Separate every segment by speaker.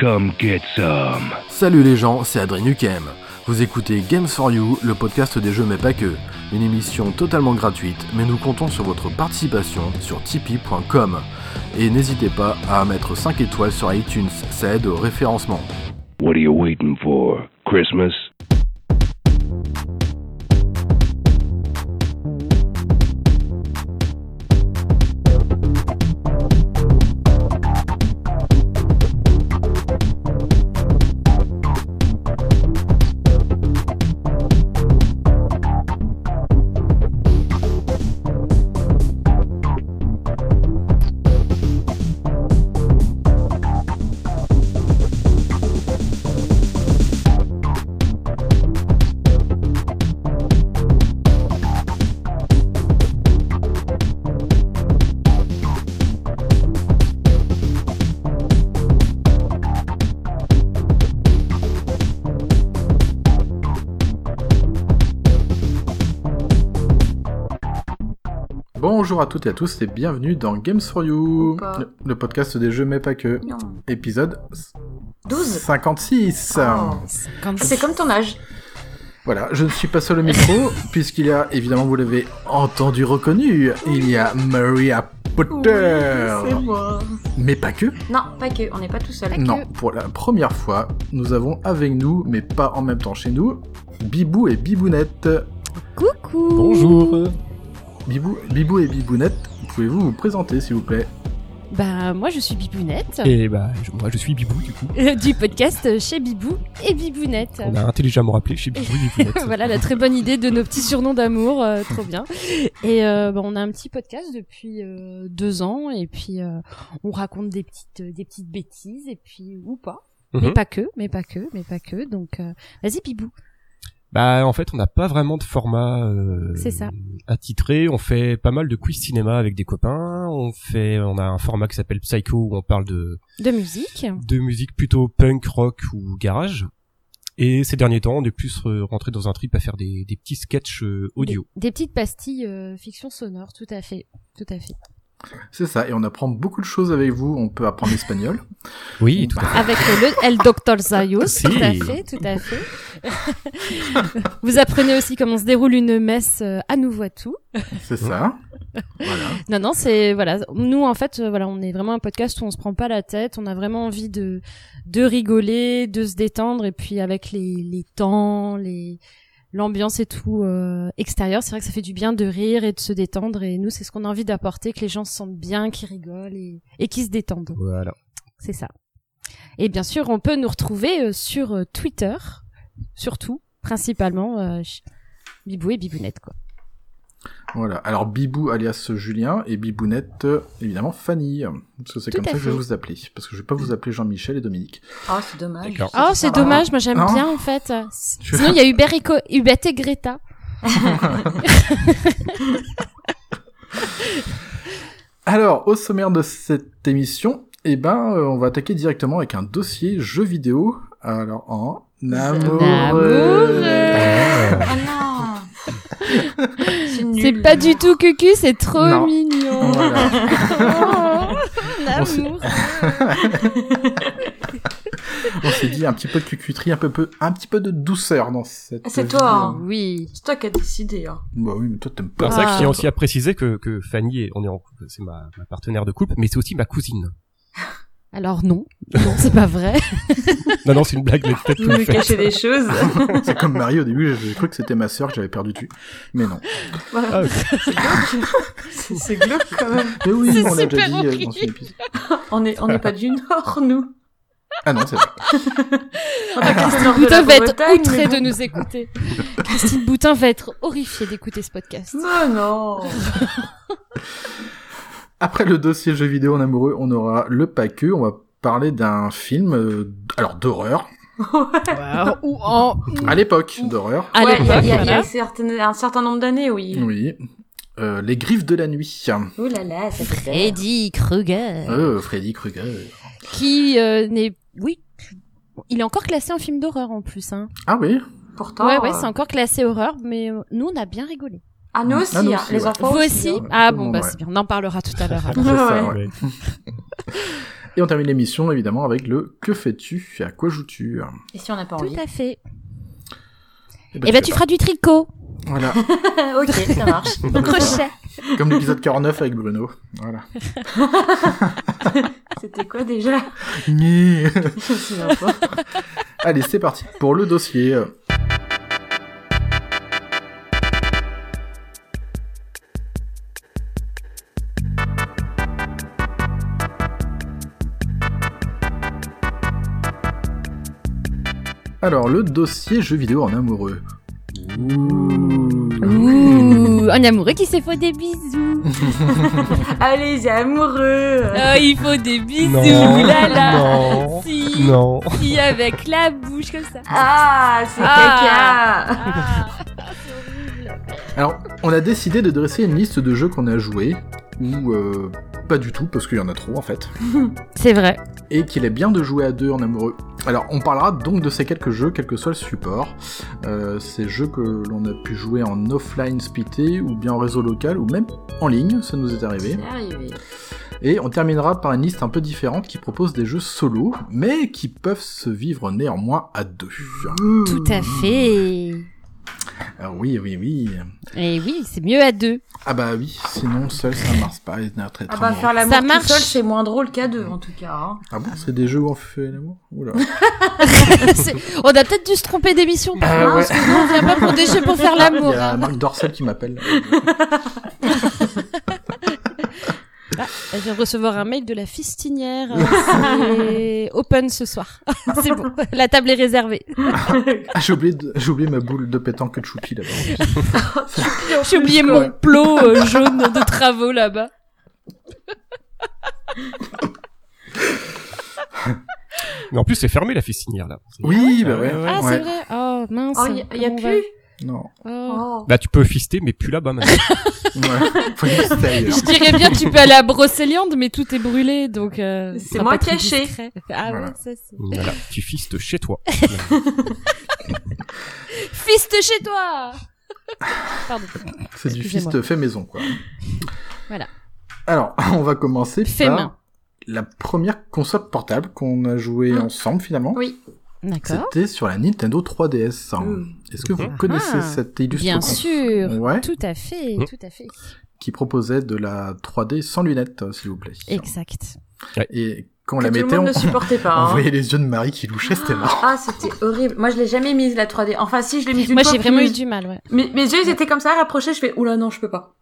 Speaker 1: Come get some.
Speaker 2: Salut les gens, c'est Adrien Nukem. Vous écoutez Games for You, le podcast des jeux mais pas que. Une émission totalement gratuite, mais nous comptons sur votre participation sur tipeee.com. Et n'hésitez pas à mettre 5 étoiles sur iTunes, ça aide au référencement.
Speaker 1: What are you waiting for? Christmas?
Speaker 2: Bonjour à toutes et à tous et bienvenue dans Games for You,
Speaker 3: Ou pas.
Speaker 2: le- le podcast des jeux mais pas que.
Speaker 3: Non.
Speaker 2: Épisode
Speaker 3: 12
Speaker 2: 56.
Speaker 3: Oh.
Speaker 4: Quand
Speaker 3: C'est comme ton âge.
Speaker 2: Voilà, je ne suis pas seul au micro, puisqu'il y a, évidemment, vous l'avez entendu, reconnu, il y a Maria Potter.
Speaker 3: moi.
Speaker 2: mais pas que.
Speaker 3: Non, pas que, on n'est pas tout
Speaker 4: Mmh.
Speaker 3: seul.
Speaker 2: Non, pour la première fois, nous avons avec nous, mais pas en même temps chez nous, Bibou et Bibounette.
Speaker 4: Coucou
Speaker 5: Bonjour
Speaker 2: Bibou, Bibou et Bibounette, pouvez-vous vous présenter, s'il vous plaît
Speaker 4: Bah moi je suis Bibounette,
Speaker 5: Et bah, je- moi je suis Bibou du coup.
Speaker 4: euh, du podcast chez Bibou et Bibounette.
Speaker 5: On a intelligemment rappelé chez Bibou et Bibounette.
Speaker 4: voilà la très bonne idée de nos petits surnoms d'amour, euh, trop bien. Et euh, bah, on a un petit podcast depuis euh, deux ans et puis euh, on raconte des petites des petites bêtises et puis ou pas, mais
Speaker 5: Mhm.
Speaker 4: pas que, mais pas que, mais pas que. Donc euh, vas-y Bibou.
Speaker 5: Bah, en fait, on n'a pas vraiment de format euh,
Speaker 4: C'est ça.
Speaker 5: attitré. On fait pas mal de quiz cinéma avec des copains. On fait, on a un format qui s'appelle Psycho où on parle de,
Speaker 4: De musique.
Speaker 5: de musique plutôt punk, rock ou garage. Et ces derniers temps, on est plus euh, rentré dans un trip à faire des, des petits sketchs euh, audio.
Speaker 4: Des, des petites pastilles euh, fiction sonore, tout à fait, tout à fait.
Speaker 2: C'est ça, et on apprend beaucoup de choses avec vous, on peut apprendre l'espagnol.
Speaker 5: Oui,
Speaker 2: tout
Speaker 5: tout à fait.
Speaker 4: Avec le El Doctor Zayos,
Speaker 5: Si.
Speaker 4: tout à fait, tout à fait. Vous apprenez aussi comment se déroule une messe euh, à Nouveau-Tout.
Speaker 2: C'est ça. Voilà.
Speaker 4: Non, non, c'est voilà. Nous, en fait, euh, voilà, on est vraiment un podcast où on se prend pas la tête. On a vraiment envie de de rigoler, de se détendre, et puis avec les les temps, les l'ambiance et tout euh, extérieur, c'est vrai que ça fait du bien de rire et de se détendre. Et nous, c'est ce qu'on a envie d'apporter, que les gens se sentent bien, qu'ils rigolent et et qu'ils se détendent.
Speaker 5: Voilà.
Speaker 4: C'est ça. Et bien sûr, on peut nous retrouver euh, sur euh, Twitter, surtout, principalement, euh, ch- Bibou et Bibounette, quoi.
Speaker 2: Voilà. Alors Bibou alias Julien et Bibounette euh, évidemment Fanny. Parce que c'est
Speaker 4: Tout
Speaker 2: comme
Speaker 4: à
Speaker 2: ça que je vais
Speaker 4: fait.
Speaker 2: vous appeler. Parce que je vais pas vous appeler Jean-Michel et Dominique.
Speaker 3: Oh, c'est dommage.
Speaker 5: D'accord.
Speaker 4: Oh, c'est
Speaker 2: pas
Speaker 4: dommage, moi j'aime
Speaker 3: Ah.
Speaker 2: Non.
Speaker 4: bien, en fait.
Speaker 2: Tu-
Speaker 4: Sinon, il y a Hubert et, Co- Hubert et Greta.
Speaker 2: Alors au sommaire de cette émission, eh ben euh, on va attaquer directement avec un dossier jeu vidéo. Alors en amoureux.
Speaker 4: Ah, Amoureux.
Speaker 3: Oh non C'est nul.
Speaker 4: C'est pas du tout cucu, c'est trop
Speaker 2: Non.
Speaker 4: mignon.
Speaker 2: Voilà.
Speaker 4: Oh,
Speaker 2: On s'est-
Speaker 4: l'amour.
Speaker 2: On s'est dit un petit peu de cucuterie, un peu, peu un petit peu de douceur dans cette.
Speaker 3: C'est
Speaker 2: vidéo.
Speaker 3: toi,
Speaker 4: Ah.
Speaker 3: hein.
Speaker 4: Oui.
Speaker 3: C'est toi qui as décidé. Hein.
Speaker 2: Bah oui, mais toi t'aimes
Speaker 5: C'est
Speaker 2: pas.
Speaker 5: pour ça que
Speaker 4: Ah.
Speaker 5: je tiens aussi à préciser que, que Fanny, est, on est en couple, c'est ma, ma partenaire de couple, mais c'est aussi ma cousine.
Speaker 4: Alors non, non, c'est pas vrai.
Speaker 5: Non, non, c'est une blague, les têtes
Speaker 3: Vous me cachez des choses.
Speaker 2: C'est comme Marie au début, j'ai cru que c'était ma sœur que j'avais perdu dessus. Mais non.
Speaker 3: Voilà. C'est glauque. C'est- C'est glauque quand même.
Speaker 2: Ah, Mais oui,
Speaker 4: C'est
Speaker 2: on l'a déjà
Speaker 4: super
Speaker 2: dit euh, dans
Speaker 4: horrible.
Speaker 2: une épisode.
Speaker 3: On n'est on est pas du Nord, nous.
Speaker 2: Ah non, c'est vrai.
Speaker 3: On est pas du Nord
Speaker 4: Boutin
Speaker 3: de la
Speaker 4: va être
Speaker 3: Bretagne,
Speaker 4: outré
Speaker 3: mais
Speaker 4: de nous écouter. Christine Boutin va être horrifiée d'écouter ce podcast.
Speaker 3: bon. Mais non
Speaker 2: Après le dossier jeux vidéo en amoureux, on aura le paqueux. On va parler d'un film, euh, d- alors d'horreur,
Speaker 4: Ah, Ou en...
Speaker 2: à l'époque d'horreur.
Speaker 4: Ah, À
Speaker 3: Ouais, Il y a,
Speaker 4: l'époque,
Speaker 3: il y a- il y a
Speaker 4: voilà.
Speaker 3: certaines- un certain nombre d'années, oui.
Speaker 2: Oui. Euh, les griffes de la nuit.
Speaker 3: Oh là là, ça fait peur.
Speaker 4: Eddie Krueger.
Speaker 2: Euh, Freddy Krueger.
Speaker 4: qui euh, n'est oui il est encore classé en film d'horreur en plus hein.
Speaker 2: Ah oui.
Speaker 3: Pourtant.
Speaker 4: ouais ouais c'est
Speaker 3: euh,
Speaker 4: encore classé horreur mais euh, nous on a bien rigolé
Speaker 3: Ah, nous aussi,
Speaker 2: Ah, nous
Speaker 3: hein,
Speaker 2: aussi,
Speaker 3: les
Speaker 6: Oh,
Speaker 2: ouais.
Speaker 3: enfants.
Speaker 4: vous aussi
Speaker 2: hein.
Speaker 4: ah
Speaker 2: Tout le
Speaker 4: bon
Speaker 2: monde,
Speaker 4: bah
Speaker 2: ouais.
Speaker 5: Ah
Speaker 4: c'est bien on en parlera tout à l'heure alors.
Speaker 2: C'est ça,
Speaker 3: Ouais.
Speaker 2: ouais.
Speaker 7: Et on termine l'émission évidemment avec le que fais-tu et à quoi joues-tu
Speaker 6: Et si on n'a pas envie
Speaker 4: Tout à fait.
Speaker 7: Eh
Speaker 4: Et ben tu
Speaker 7: fais pas.
Speaker 4: feras du tricot,
Speaker 7: Voilà,
Speaker 6: Ok, ça marche.
Speaker 7: Bah,
Speaker 4: au crochet.
Speaker 7: comme l'épisode 49 avec Bruno. Voilà.
Speaker 6: C'était quoi déjà
Speaker 7: Nyeh.
Speaker 6: Je me souviens pas.
Speaker 7: Allez, c'est parti pour le dossier. Alors, le dossier jeux vidéo en amoureux.
Speaker 2: Bah,
Speaker 4: Ouh, un amoureux qui s'est fait des bisous.
Speaker 6: Allez-y, amoureux
Speaker 4: Ah, il faut des bisous,
Speaker 5: Non.
Speaker 4: là là.
Speaker 5: Non.
Speaker 4: Si,
Speaker 5: Non.
Speaker 4: si, avec la bouche comme ça.
Speaker 6: Ah, c'est
Speaker 4: Ah.
Speaker 6: caca
Speaker 4: Ah.
Speaker 7: Alors, on a décidé de dresser une liste de jeux qu'on a joués, ou euh, pas du tout, parce qu'il y en a trop en fait,
Speaker 4: C'est vrai.
Speaker 7: et qu'il est bien de jouer à deux en amoureux. Alors, on parlera donc de ces quelques jeux, quel que soit le support, Euh, ces jeux que l'on a pu jouer en offline splitté, ou bien en réseau local, ou même en ligne, ça nous est arrivé.
Speaker 6: C'est arrivé.
Speaker 7: Et on terminera par une liste un peu différente qui propose des jeux solo, mais qui peuvent se vivre néanmoins à deux.
Speaker 4: Tout à fait.
Speaker 7: Ah oui, oui, oui.
Speaker 4: Et oui, c'est mieux à deux.
Speaker 7: Ah bah oui, sinon seul ça marche pas, il y en a très
Speaker 6: Ah
Speaker 7: très
Speaker 6: bah
Speaker 7: nombreux.
Speaker 6: faire
Speaker 4: Ça
Speaker 6: l'amour tout
Speaker 4: marche.
Speaker 6: seul, c'est moins drôle qu'à deux en tout cas. hein.
Speaker 7: Ah bon, c'est des jeux où on fait l'amour Oula.
Speaker 4: C'est- on a peut-être dû se tromper d'émission.
Speaker 7: Ah ouais. Ah,
Speaker 4: Parce que nous, on vient pas pour des jeux pour faire
Speaker 7: Il
Speaker 4: l'amour.
Speaker 7: y a Marc Dorcel qui m'appelle.
Speaker 4: Je viens de recevoir un mail de la fistinière. euh, C'est open ce soir. C'est bon. La table est réservée.
Speaker 7: Ah, j'ai oublié, de- j'ai oublié ma boule de pétanque de choupi là-bas.
Speaker 4: J'ai oublié mon plot euh, jaune de travaux là-bas.
Speaker 5: Mais en plus, c'est fermé la festinière là. C'est-
Speaker 7: Oui, bah ouais.
Speaker 4: Ah,
Speaker 7: ouais.
Speaker 4: c'est vrai. Oh, mince.
Speaker 6: Oh, y a, y a
Speaker 4: Comment on
Speaker 6: plus
Speaker 7: Non.
Speaker 4: va- Oh.
Speaker 6: Oh.
Speaker 7: Bah,
Speaker 5: Là, tu peux fister, mais plus là-bas maintenant.
Speaker 7: Ouais. Faut juste aller hein. ailleurs.
Speaker 4: Je dirais bien tu peux aller à Brocéliande, mais tout est brûlé, donc... euh,
Speaker 6: C'est
Speaker 4: ce sera
Speaker 6: moins
Speaker 4: pas très
Speaker 6: caché.
Speaker 4: discret. Ah
Speaker 7: Voilà.
Speaker 4: ouais, ça c'est...
Speaker 5: voilà, tu fistes chez toi.
Speaker 4: Fiste chez toi Pardon.
Speaker 7: C'est du
Speaker 4: Excusez-moi.
Speaker 7: fist fait maison, quoi.
Speaker 4: Voilà.
Speaker 7: Alors, on va commencer
Speaker 4: Fait
Speaker 7: par
Speaker 4: main.
Speaker 7: la première console portable qu'on a joué
Speaker 6: Mm.
Speaker 7: ensemble, finalement.
Speaker 6: Oui.
Speaker 4: Ah. D'accord. Oh.
Speaker 7: C'était sur la Nintendo 3DS.
Speaker 6: Mm.
Speaker 7: Est-ce que vous
Speaker 5: Mhm.
Speaker 7: connaissez
Speaker 4: Ah,
Speaker 7: cette illustre
Speaker 4: Bien
Speaker 7: console
Speaker 4: sûr.
Speaker 7: Ouais, Mmh.
Speaker 4: Tout à fait,
Speaker 5: Mm.
Speaker 4: tout à fait.
Speaker 7: qui proposait de la 3D sans lunettes, euh, s'il vous plaît.
Speaker 4: Exact.
Speaker 7: Et quand on
Speaker 6: Que
Speaker 7: la
Speaker 6: tout le
Speaker 7: mettait,
Speaker 6: monde ne
Speaker 7: on,
Speaker 6: supportait pas.
Speaker 7: on
Speaker 6: hein.
Speaker 7: voyait les yeux de Marie qui louchaient, c'était marrant.
Speaker 6: Ah, c'était horrible. Moi, je l'ai jamais mise la 3D. Enfin, si, je l'ai mise une
Speaker 4: Moi
Speaker 6: fois.
Speaker 4: j'ai vraiment
Speaker 6: puis-
Speaker 4: eu du mal, ouais.
Speaker 6: Mes, mes yeux, ils étaient comme ça, rapprochés. Je fais, oula, non, je peux pas.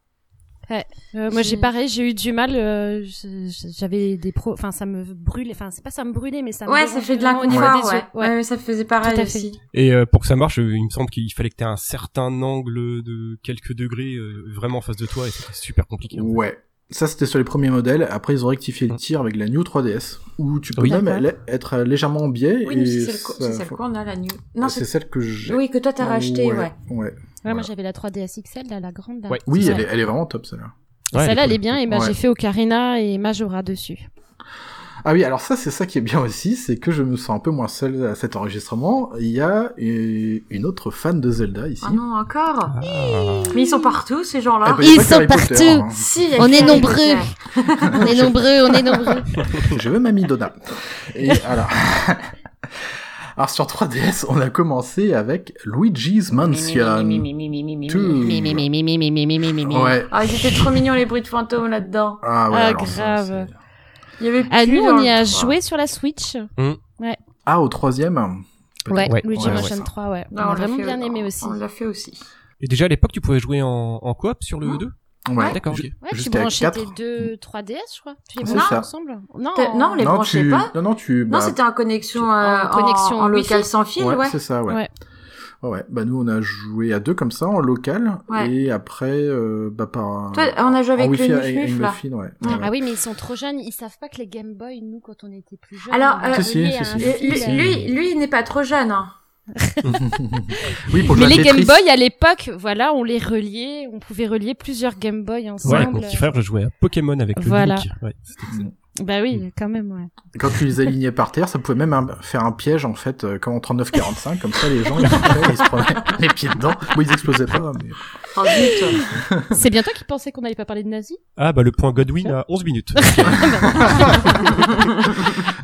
Speaker 4: Euh, moi j'ai
Speaker 6: J'ai-
Speaker 4: pareil, j'ai eu du mal, euh, je- je- j'avais des pro... Enfin ça me brûlait, enfin c'est pas ça me brûlait, mais ça me
Speaker 6: ouais, ça
Speaker 4: dérangeait
Speaker 6: fait de
Speaker 4: Ah, vraiment au niveau
Speaker 6: l'inconfort.
Speaker 4: des
Speaker 6: Ouais.
Speaker 4: yeux.
Speaker 6: Ouais, mais ça faisait pareil
Speaker 4: Tout à fait.
Speaker 6: aussi.
Speaker 5: Et euh, pour que ça marche, euh, il me semble qu'il fallait que tu aies un certain angle de quelques degrés euh, vraiment en face de toi et c'était super compliqué. hein.
Speaker 7: Ouais. Ça, c'était sur les premiers modèles. Après, ils ont rectifié le tir avec la New 3DS, où tu peux
Speaker 5: Oui.
Speaker 7: même
Speaker 4: D'accord.
Speaker 7: aller- être légèrement en biais.
Speaker 6: Oui,
Speaker 7: et
Speaker 6: mais c'est celle, co-
Speaker 7: ça- Ah,
Speaker 6: c'est celle qu'on a, la nuit. Non,
Speaker 7: c'est
Speaker 6: c'est Ah
Speaker 7: celle que j'ai.
Speaker 6: Oui, que toi, t'as racheté, ouais.
Speaker 7: ouais.
Speaker 4: Ouais,
Speaker 7: Voilà.
Speaker 4: Moi j'avais la 3DS XL, là, la grande. Là.
Speaker 5: Ouais.
Speaker 7: Oui,
Speaker 4: C'est
Speaker 7: elle,
Speaker 4: ça.
Speaker 7: est, elle est vraiment top, celle-là.
Speaker 5: Ouais,
Speaker 4: Celle-là elle
Speaker 5: cool.
Speaker 4: est bien, et ben
Speaker 7: Ouais.
Speaker 4: j'ai fait Ocarina et Majora dessus.
Speaker 7: Ah oui, alors ça, c'est ça qui est bien aussi, c'est que je me sens un peu moins seul à cet enregistrement. Il y a euh, une autre fan de Zelda ici.
Speaker 6: Ah non, Ah, encore
Speaker 5: Ah.
Speaker 6: Mais ils sont partout, ces gens-là.
Speaker 7: Eh ben,
Speaker 4: Ils
Speaker 7: y a pas que
Speaker 4: sont
Speaker 7: Harry Potter,
Speaker 4: partout.
Speaker 7: hein.
Speaker 6: Si, il y a
Speaker 4: On
Speaker 6: que
Speaker 4: est
Speaker 6: Harry
Speaker 4: nombreux.
Speaker 6: Potter.
Speaker 4: On est nombreux, on est nombreux.
Speaker 7: Je veux Mamie Donna. Et alors... alors, sur 3DS, on a commencé avec Luigi's Mansion. Two.
Speaker 4: Mi, mi, mi, mi, mi, mi, mi, mi, mi, mi, mi.
Speaker 7: Ouais.
Speaker 6: Ah, ils étaient trop mignons, les bruits de fantômes, là-dedans.
Speaker 7: Ah ouais,
Speaker 4: Ah,
Speaker 7: alors ça,
Speaker 4: grave.
Speaker 7: c'est-
Speaker 6: Il y avait
Speaker 4: Ah,
Speaker 6: plus
Speaker 4: nous,
Speaker 6: dans
Speaker 4: on
Speaker 6: le
Speaker 4: y a
Speaker 6: trois.
Speaker 4: joué sur la Switch.
Speaker 7: Ah, au troisième
Speaker 4: Ouais,
Speaker 5: Ouais.
Speaker 4: Luigi
Speaker 7: Ouais, ouais,
Speaker 4: Mansion
Speaker 7: ça.
Speaker 4: 3, ouais.
Speaker 6: Non,
Speaker 4: on
Speaker 6: l'a
Speaker 4: a vraiment
Speaker 6: fait-
Speaker 4: bien aimé
Speaker 6: on-
Speaker 4: aussi.
Speaker 6: On
Speaker 4: Ouais,
Speaker 6: l'a fait aussi.
Speaker 5: Et déjà à l'époque, tu pouvais jouer en, en coop sur le
Speaker 4: Ah.
Speaker 6: Non.
Speaker 5: 2
Speaker 7: Ouais.
Speaker 5: D'accord.
Speaker 7: Ju-
Speaker 5: ok.
Speaker 4: tu
Speaker 7: Jusqu'à
Speaker 4: branchais
Speaker 7: 4.
Speaker 4: tes deux 3DS, je crois. Tu les
Speaker 7: C'est
Speaker 4: branchais
Speaker 7: ça.
Speaker 4: ensemble Non.
Speaker 6: T'as- non, les-
Speaker 7: non,
Speaker 6: branchais
Speaker 7: tu...
Speaker 6: pas
Speaker 7: non, non, tu...
Speaker 6: Non,
Speaker 7: bah,
Speaker 6: c'était en connexion, euh,
Speaker 4: En
Speaker 6: en,
Speaker 4: connexion
Speaker 6: en local
Speaker 4: Wi-Fi.
Speaker 6: sans fil,
Speaker 7: ouais,
Speaker 6: ouais.
Speaker 7: c'est ça, ouais.
Speaker 4: Ouais.
Speaker 7: ouais. ouais. bah nous on a joué à deux comme ça en local
Speaker 6: Ouais.
Speaker 7: et après euh, bah par un-
Speaker 6: Toi, on a joué
Speaker 7: en
Speaker 6: avec
Speaker 7: wifi
Speaker 6: le
Speaker 7: et- et
Speaker 6: Nuf
Speaker 7: une
Speaker 6: là.
Speaker 7: muffin, ouais.
Speaker 6: Ah
Speaker 7: Ouais.
Speaker 4: Ah oui, mais ils sont trop jeunes, ils savent pas que les Game Boy, nous, quand on était plus jeunes.
Speaker 6: Alors,
Speaker 4: on
Speaker 6: euh,
Speaker 7: Si, si,
Speaker 4: reliait
Speaker 7: si,
Speaker 4: à
Speaker 7: si.
Speaker 4: un
Speaker 6: Lui,
Speaker 4: fil, euh,
Speaker 6: lui, lui, il n'est pas trop jeune. Hein.
Speaker 7: oui, pour
Speaker 4: Mais
Speaker 7: jouer à
Speaker 4: les Game
Speaker 7: Tetris.
Speaker 4: Boy à l'époque, voilà, on les reliait, on pouvait relier plusieurs Game Boy
Speaker 5: Ouais,
Speaker 4: ensemble.
Speaker 5: avec mon petit frère, je jouais à Pokémon avec le
Speaker 4: Voilà.
Speaker 5: Link. Ouais, c'était-
Speaker 4: Bah
Speaker 7: Mm.
Speaker 4: oui, quand même, ouais.
Speaker 7: Quand tu les alignais par terre, ça pouvait même un- faire un piège, en fait, euh, comme en 39-45. Comme ça, les gens, ils, coupaient, ils se prenaient les pieds dedans. Bon, ils explosaient pas, mais...
Speaker 6: Oh zut
Speaker 4: C'est bien toi qui pensais qu'on n'allait pas parler de nazis
Speaker 5: Ah bah le point Godwin à 11 minutes.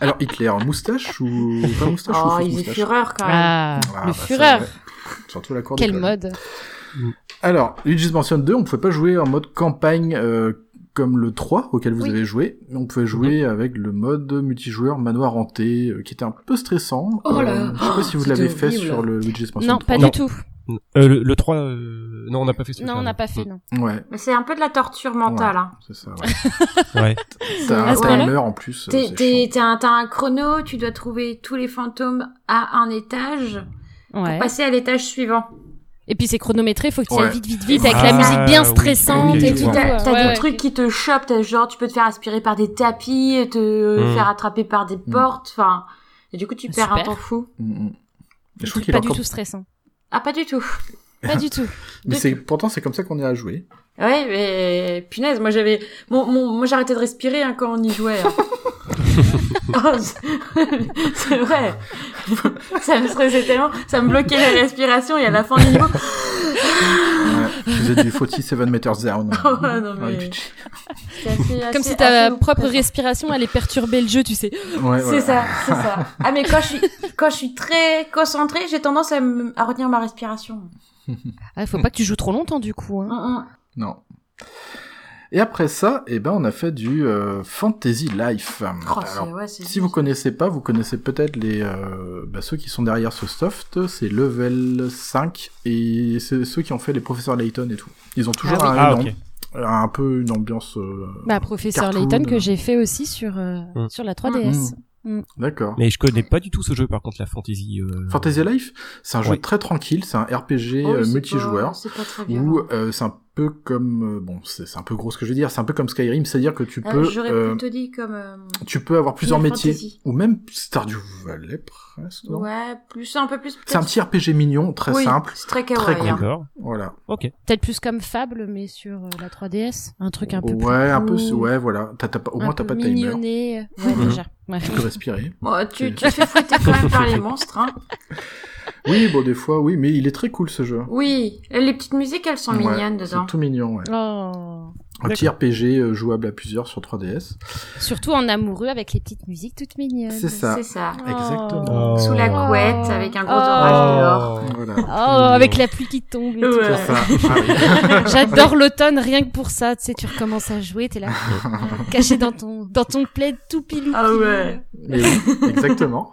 Speaker 7: Alors, Hitler, moustache ou pas moustache ou
Speaker 6: Oh,
Speaker 7: fausse
Speaker 6: il faisait
Speaker 7: moustache
Speaker 6: fureur quand même.
Speaker 4: Ah,
Speaker 7: Ah,
Speaker 4: le
Speaker 7: bah, ça,
Speaker 4: Führer
Speaker 7: ouais. Surtout la cour
Speaker 4: Quel
Speaker 7: d'école.
Speaker 4: mode
Speaker 7: Alors, Luigi's Mansion 2, on pouvait pas jouer en mode campagne euh, comme le 3 auquel vous
Speaker 4: Oui.
Speaker 7: avez joué, mais on pouvait jouer avec le mode multijoueur manoir hanté euh, qui était un peu stressant. Euh,
Speaker 3: Oh là,
Speaker 7: je sais pas si vous
Speaker 3: c'était
Speaker 7: l'avez fait
Speaker 3: horrible.
Speaker 7: sur le Luigi's Mansion
Speaker 4: Non,
Speaker 7: 3.
Speaker 4: pas
Speaker 5: Non.
Speaker 4: du tout.
Speaker 5: Euh, le, le 3, euh, non on n'a pas fait ce
Speaker 4: Non,
Speaker 5: truc-là,
Speaker 4: on n'a
Speaker 5: non.
Speaker 4: pas fait, non.
Speaker 7: Ouais,
Speaker 6: Mais c'est un peu de la torture mentale. Hein.
Speaker 7: c'est ça. Ouais.
Speaker 5: Ouais.
Speaker 7: T'as
Speaker 6: À
Speaker 7: un
Speaker 6: ce point-là
Speaker 7: timer en plus. euh,
Speaker 6: T'es-
Speaker 7: c'est
Speaker 6: t'es- T'as un, t'as un chrono, tu dois trouver tous les fantômes à un étage
Speaker 4: Ouais.
Speaker 6: pour passer à l'étage suivant.
Speaker 4: Et puis c'est chronométré, faut que tu
Speaker 7: Ouais.
Speaker 4: ailles vite, vite, vite, avec la
Speaker 5: Ah,
Speaker 4: musique bien
Speaker 5: oui,
Speaker 4: stressante
Speaker 5: ok,
Speaker 4: et tout.
Speaker 5: je vois.
Speaker 6: T'as
Speaker 4: ouais,
Speaker 6: t'as
Speaker 4: ouais,
Speaker 6: des
Speaker 4: ouais.
Speaker 6: trucs qui te chopent, t'as- genre tu peux te faire aspirer par des tapis, te
Speaker 5: Hmm.
Speaker 6: faire attraper par des portes, enfin. Et du coup, tu perds un
Speaker 4: Super.
Speaker 6: temps fou.
Speaker 7: chiant. Mm, mm. Je trouve qu'il est
Speaker 4: Pas du
Speaker 7: encore...
Speaker 4: tout stressant.
Speaker 6: Ah, pas du tout.
Speaker 4: Pas du tout.
Speaker 7: Mais c'est pourtant c'est comme ça qu'on est à jouer.
Speaker 6: Ouais, mais punaise, moi j'avais, mon, mon, moi j'arrêtais de respirer hein, quand on y jouait. hein. Oh, c'est- c'est vrai. Ça me stressait tellement, ça me bloquait la respiration et à la fin du niveau,
Speaker 7: Ouais. Je faisais du 47 meters down.
Speaker 6: Oh, non, mais-
Speaker 7: Ouais, tu- tu-
Speaker 6: c'est assez-
Speaker 4: Comme
Speaker 6: assez-
Speaker 4: si ta
Speaker 6: assez
Speaker 4: propre
Speaker 6: oppressant.
Speaker 4: respiration allait perturber le jeu, tu sais.
Speaker 7: ouais,
Speaker 6: C'est
Speaker 7: voilà.
Speaker 6: ça, c'est ça. Ah mais quand je suis, quand je suis très concentrée, j'ai tendance à, me- à retenir ma respiration.
Speaker 4: Ah, faut pas que tu joues trop longtemps, du coup. Hein.
Speaker 6: Hum, hum.
Speaker 7: Non. Et après ça, eh ben, on a fait du euh, Fantasy Life.
Speaker 6: Oh, c'est-
Speaker 7: Alors,
Speaker 6: ouais, c'est-
Speaker 7: si vous connaissez pas, vous connaissez peut-être les euh, bah, ceux qui sont derrière ce soft, c'est level 5 et c'est ceux qui ont fait les professeurs Layton et tout. Ils ont toujours un,
Speaker 5: Ah
Speaker 7: une
Speaker 5: ok.
Speaker 7: am- un peu une ambiance. euh,
Speaker 4: Bah, professeur
Speaker 7: Cartoon. Mmh.
Speaker 4: Layton que j'ai fait aussi sur, euh,
Speaker 5: Mm.
Speaker 4: sur la 3DS.
Speaker 7: hmm.
Speaker 6: Mm.
Speaker 7: D'accord.
Speaker 5: Mais je connais pas du tout ce jeu par contre la fantasy. euh,
Speaker 7: Fantasy Life, c'est un jeu
Speaker 5: Ouais.
Speaker 7: très tranquille, c'est un RPG
Speaker 6: Oh,
Speaker 7: euh,
Speaker 6: c'est pas-
Speaker 7: multijoueur.
Speaker 6: C'est pas très bien. hein.
Speaker 7: Où euh, c'est un peu comme euh, bon c'est c'est un peu gros ce que je veux dire c'est un peu comme Skyrim c'est à dire que tu
Speaker 6: Ah,
Speaker 7: peux
Speaker 6: J'aurais
Speaker 7: euh,
Speaker 6: plutôt dit comme. euh,
Speaker 7: tu peux avoir plusieurs
Speaker 6: Final
Speaker 7: métiers
Speaker 6: Fantasy.
Speaker 7: ou même Stardew Valley presque. non
Speaker 6: Ouais, plus un peu plus.
Speaker 7: C'est un petit RPG mignon, très
Speaker 6: Oui,
Speaker 7: simple,
Speaker 6: C'est très
Speaker 7: très
Speaker 6: kawaii.
Speaker 7: cool.
Speaker 6: hein.
Speaker 5: D'accord.
Speaker 7: voilà.
Speaker 4: Peut-être plus comme Fable, mais sur euh, la 3DS. Un truc un peu plus.
Speaker 7: ouais, un peu,
Speaker 4: cool,
Speaker 7: ouais, voilà. T'as- t'as pas- au
Speaker 4: un
Speaker 7: moins t'as
Speaker 4: peu
Speaker 7: pas de timer, Mmh.
Speaker 4: mignonné. Ouais,
Speaker 5: Mhm.
Speaker 4: déjà. Ouais.
Speaker 7: tu peux respirer.
Speaker 6: Bon, tu, tu te fais fouetter quand même par les monstres. Hein.
Speaker 7: Oui, bon des fois, oui, mais il est très cool ce jeu.
Speaker 6: Oui, les petites musiques, elles sont
Speaker 7: Ouais,
Speaker 6: mignonnes dedans.
Speaker 7: C'est tout mignon, ouais.
Speaker 4: Oh.
Speaker 7: Un petit RPG euh, jouable à plusieurs sur 3DS.
Speaker 4: Surtout en amoureux avec les petites musiques toutes mignonnes.
Speaker 7: C'est ça.
Speaker 6: C'est ça.
Speaker 4: Oh.
Speaker 7: Exactement.
Speaker 5: Oh.
Speaker 6: Sous la couette,
Speaker 4: Oh.
Speaker 6: avec un gros
Speaker 4: Oh.
Speaker 6: orage dehors.
Speaker 7: Voilà.
Speaker 4: Oh,
Speaker 7: Mmh.
Speaker 4: avec la pluie qui tombe. et tout.
Speaker 6: Ouais.
Speaker 7: C'est ça. Ah oui.
Speaker 4: J'adore l'automne rien que pour ça. Tu sais, tu recommences à jouer, t'es là, caché dans ton, dans ton plaid tout pilou.
Speaker 6: Ah
Speaker 4: pilou.
Speaker 6: ouais.
Speaker 7: Mais oui, exactement.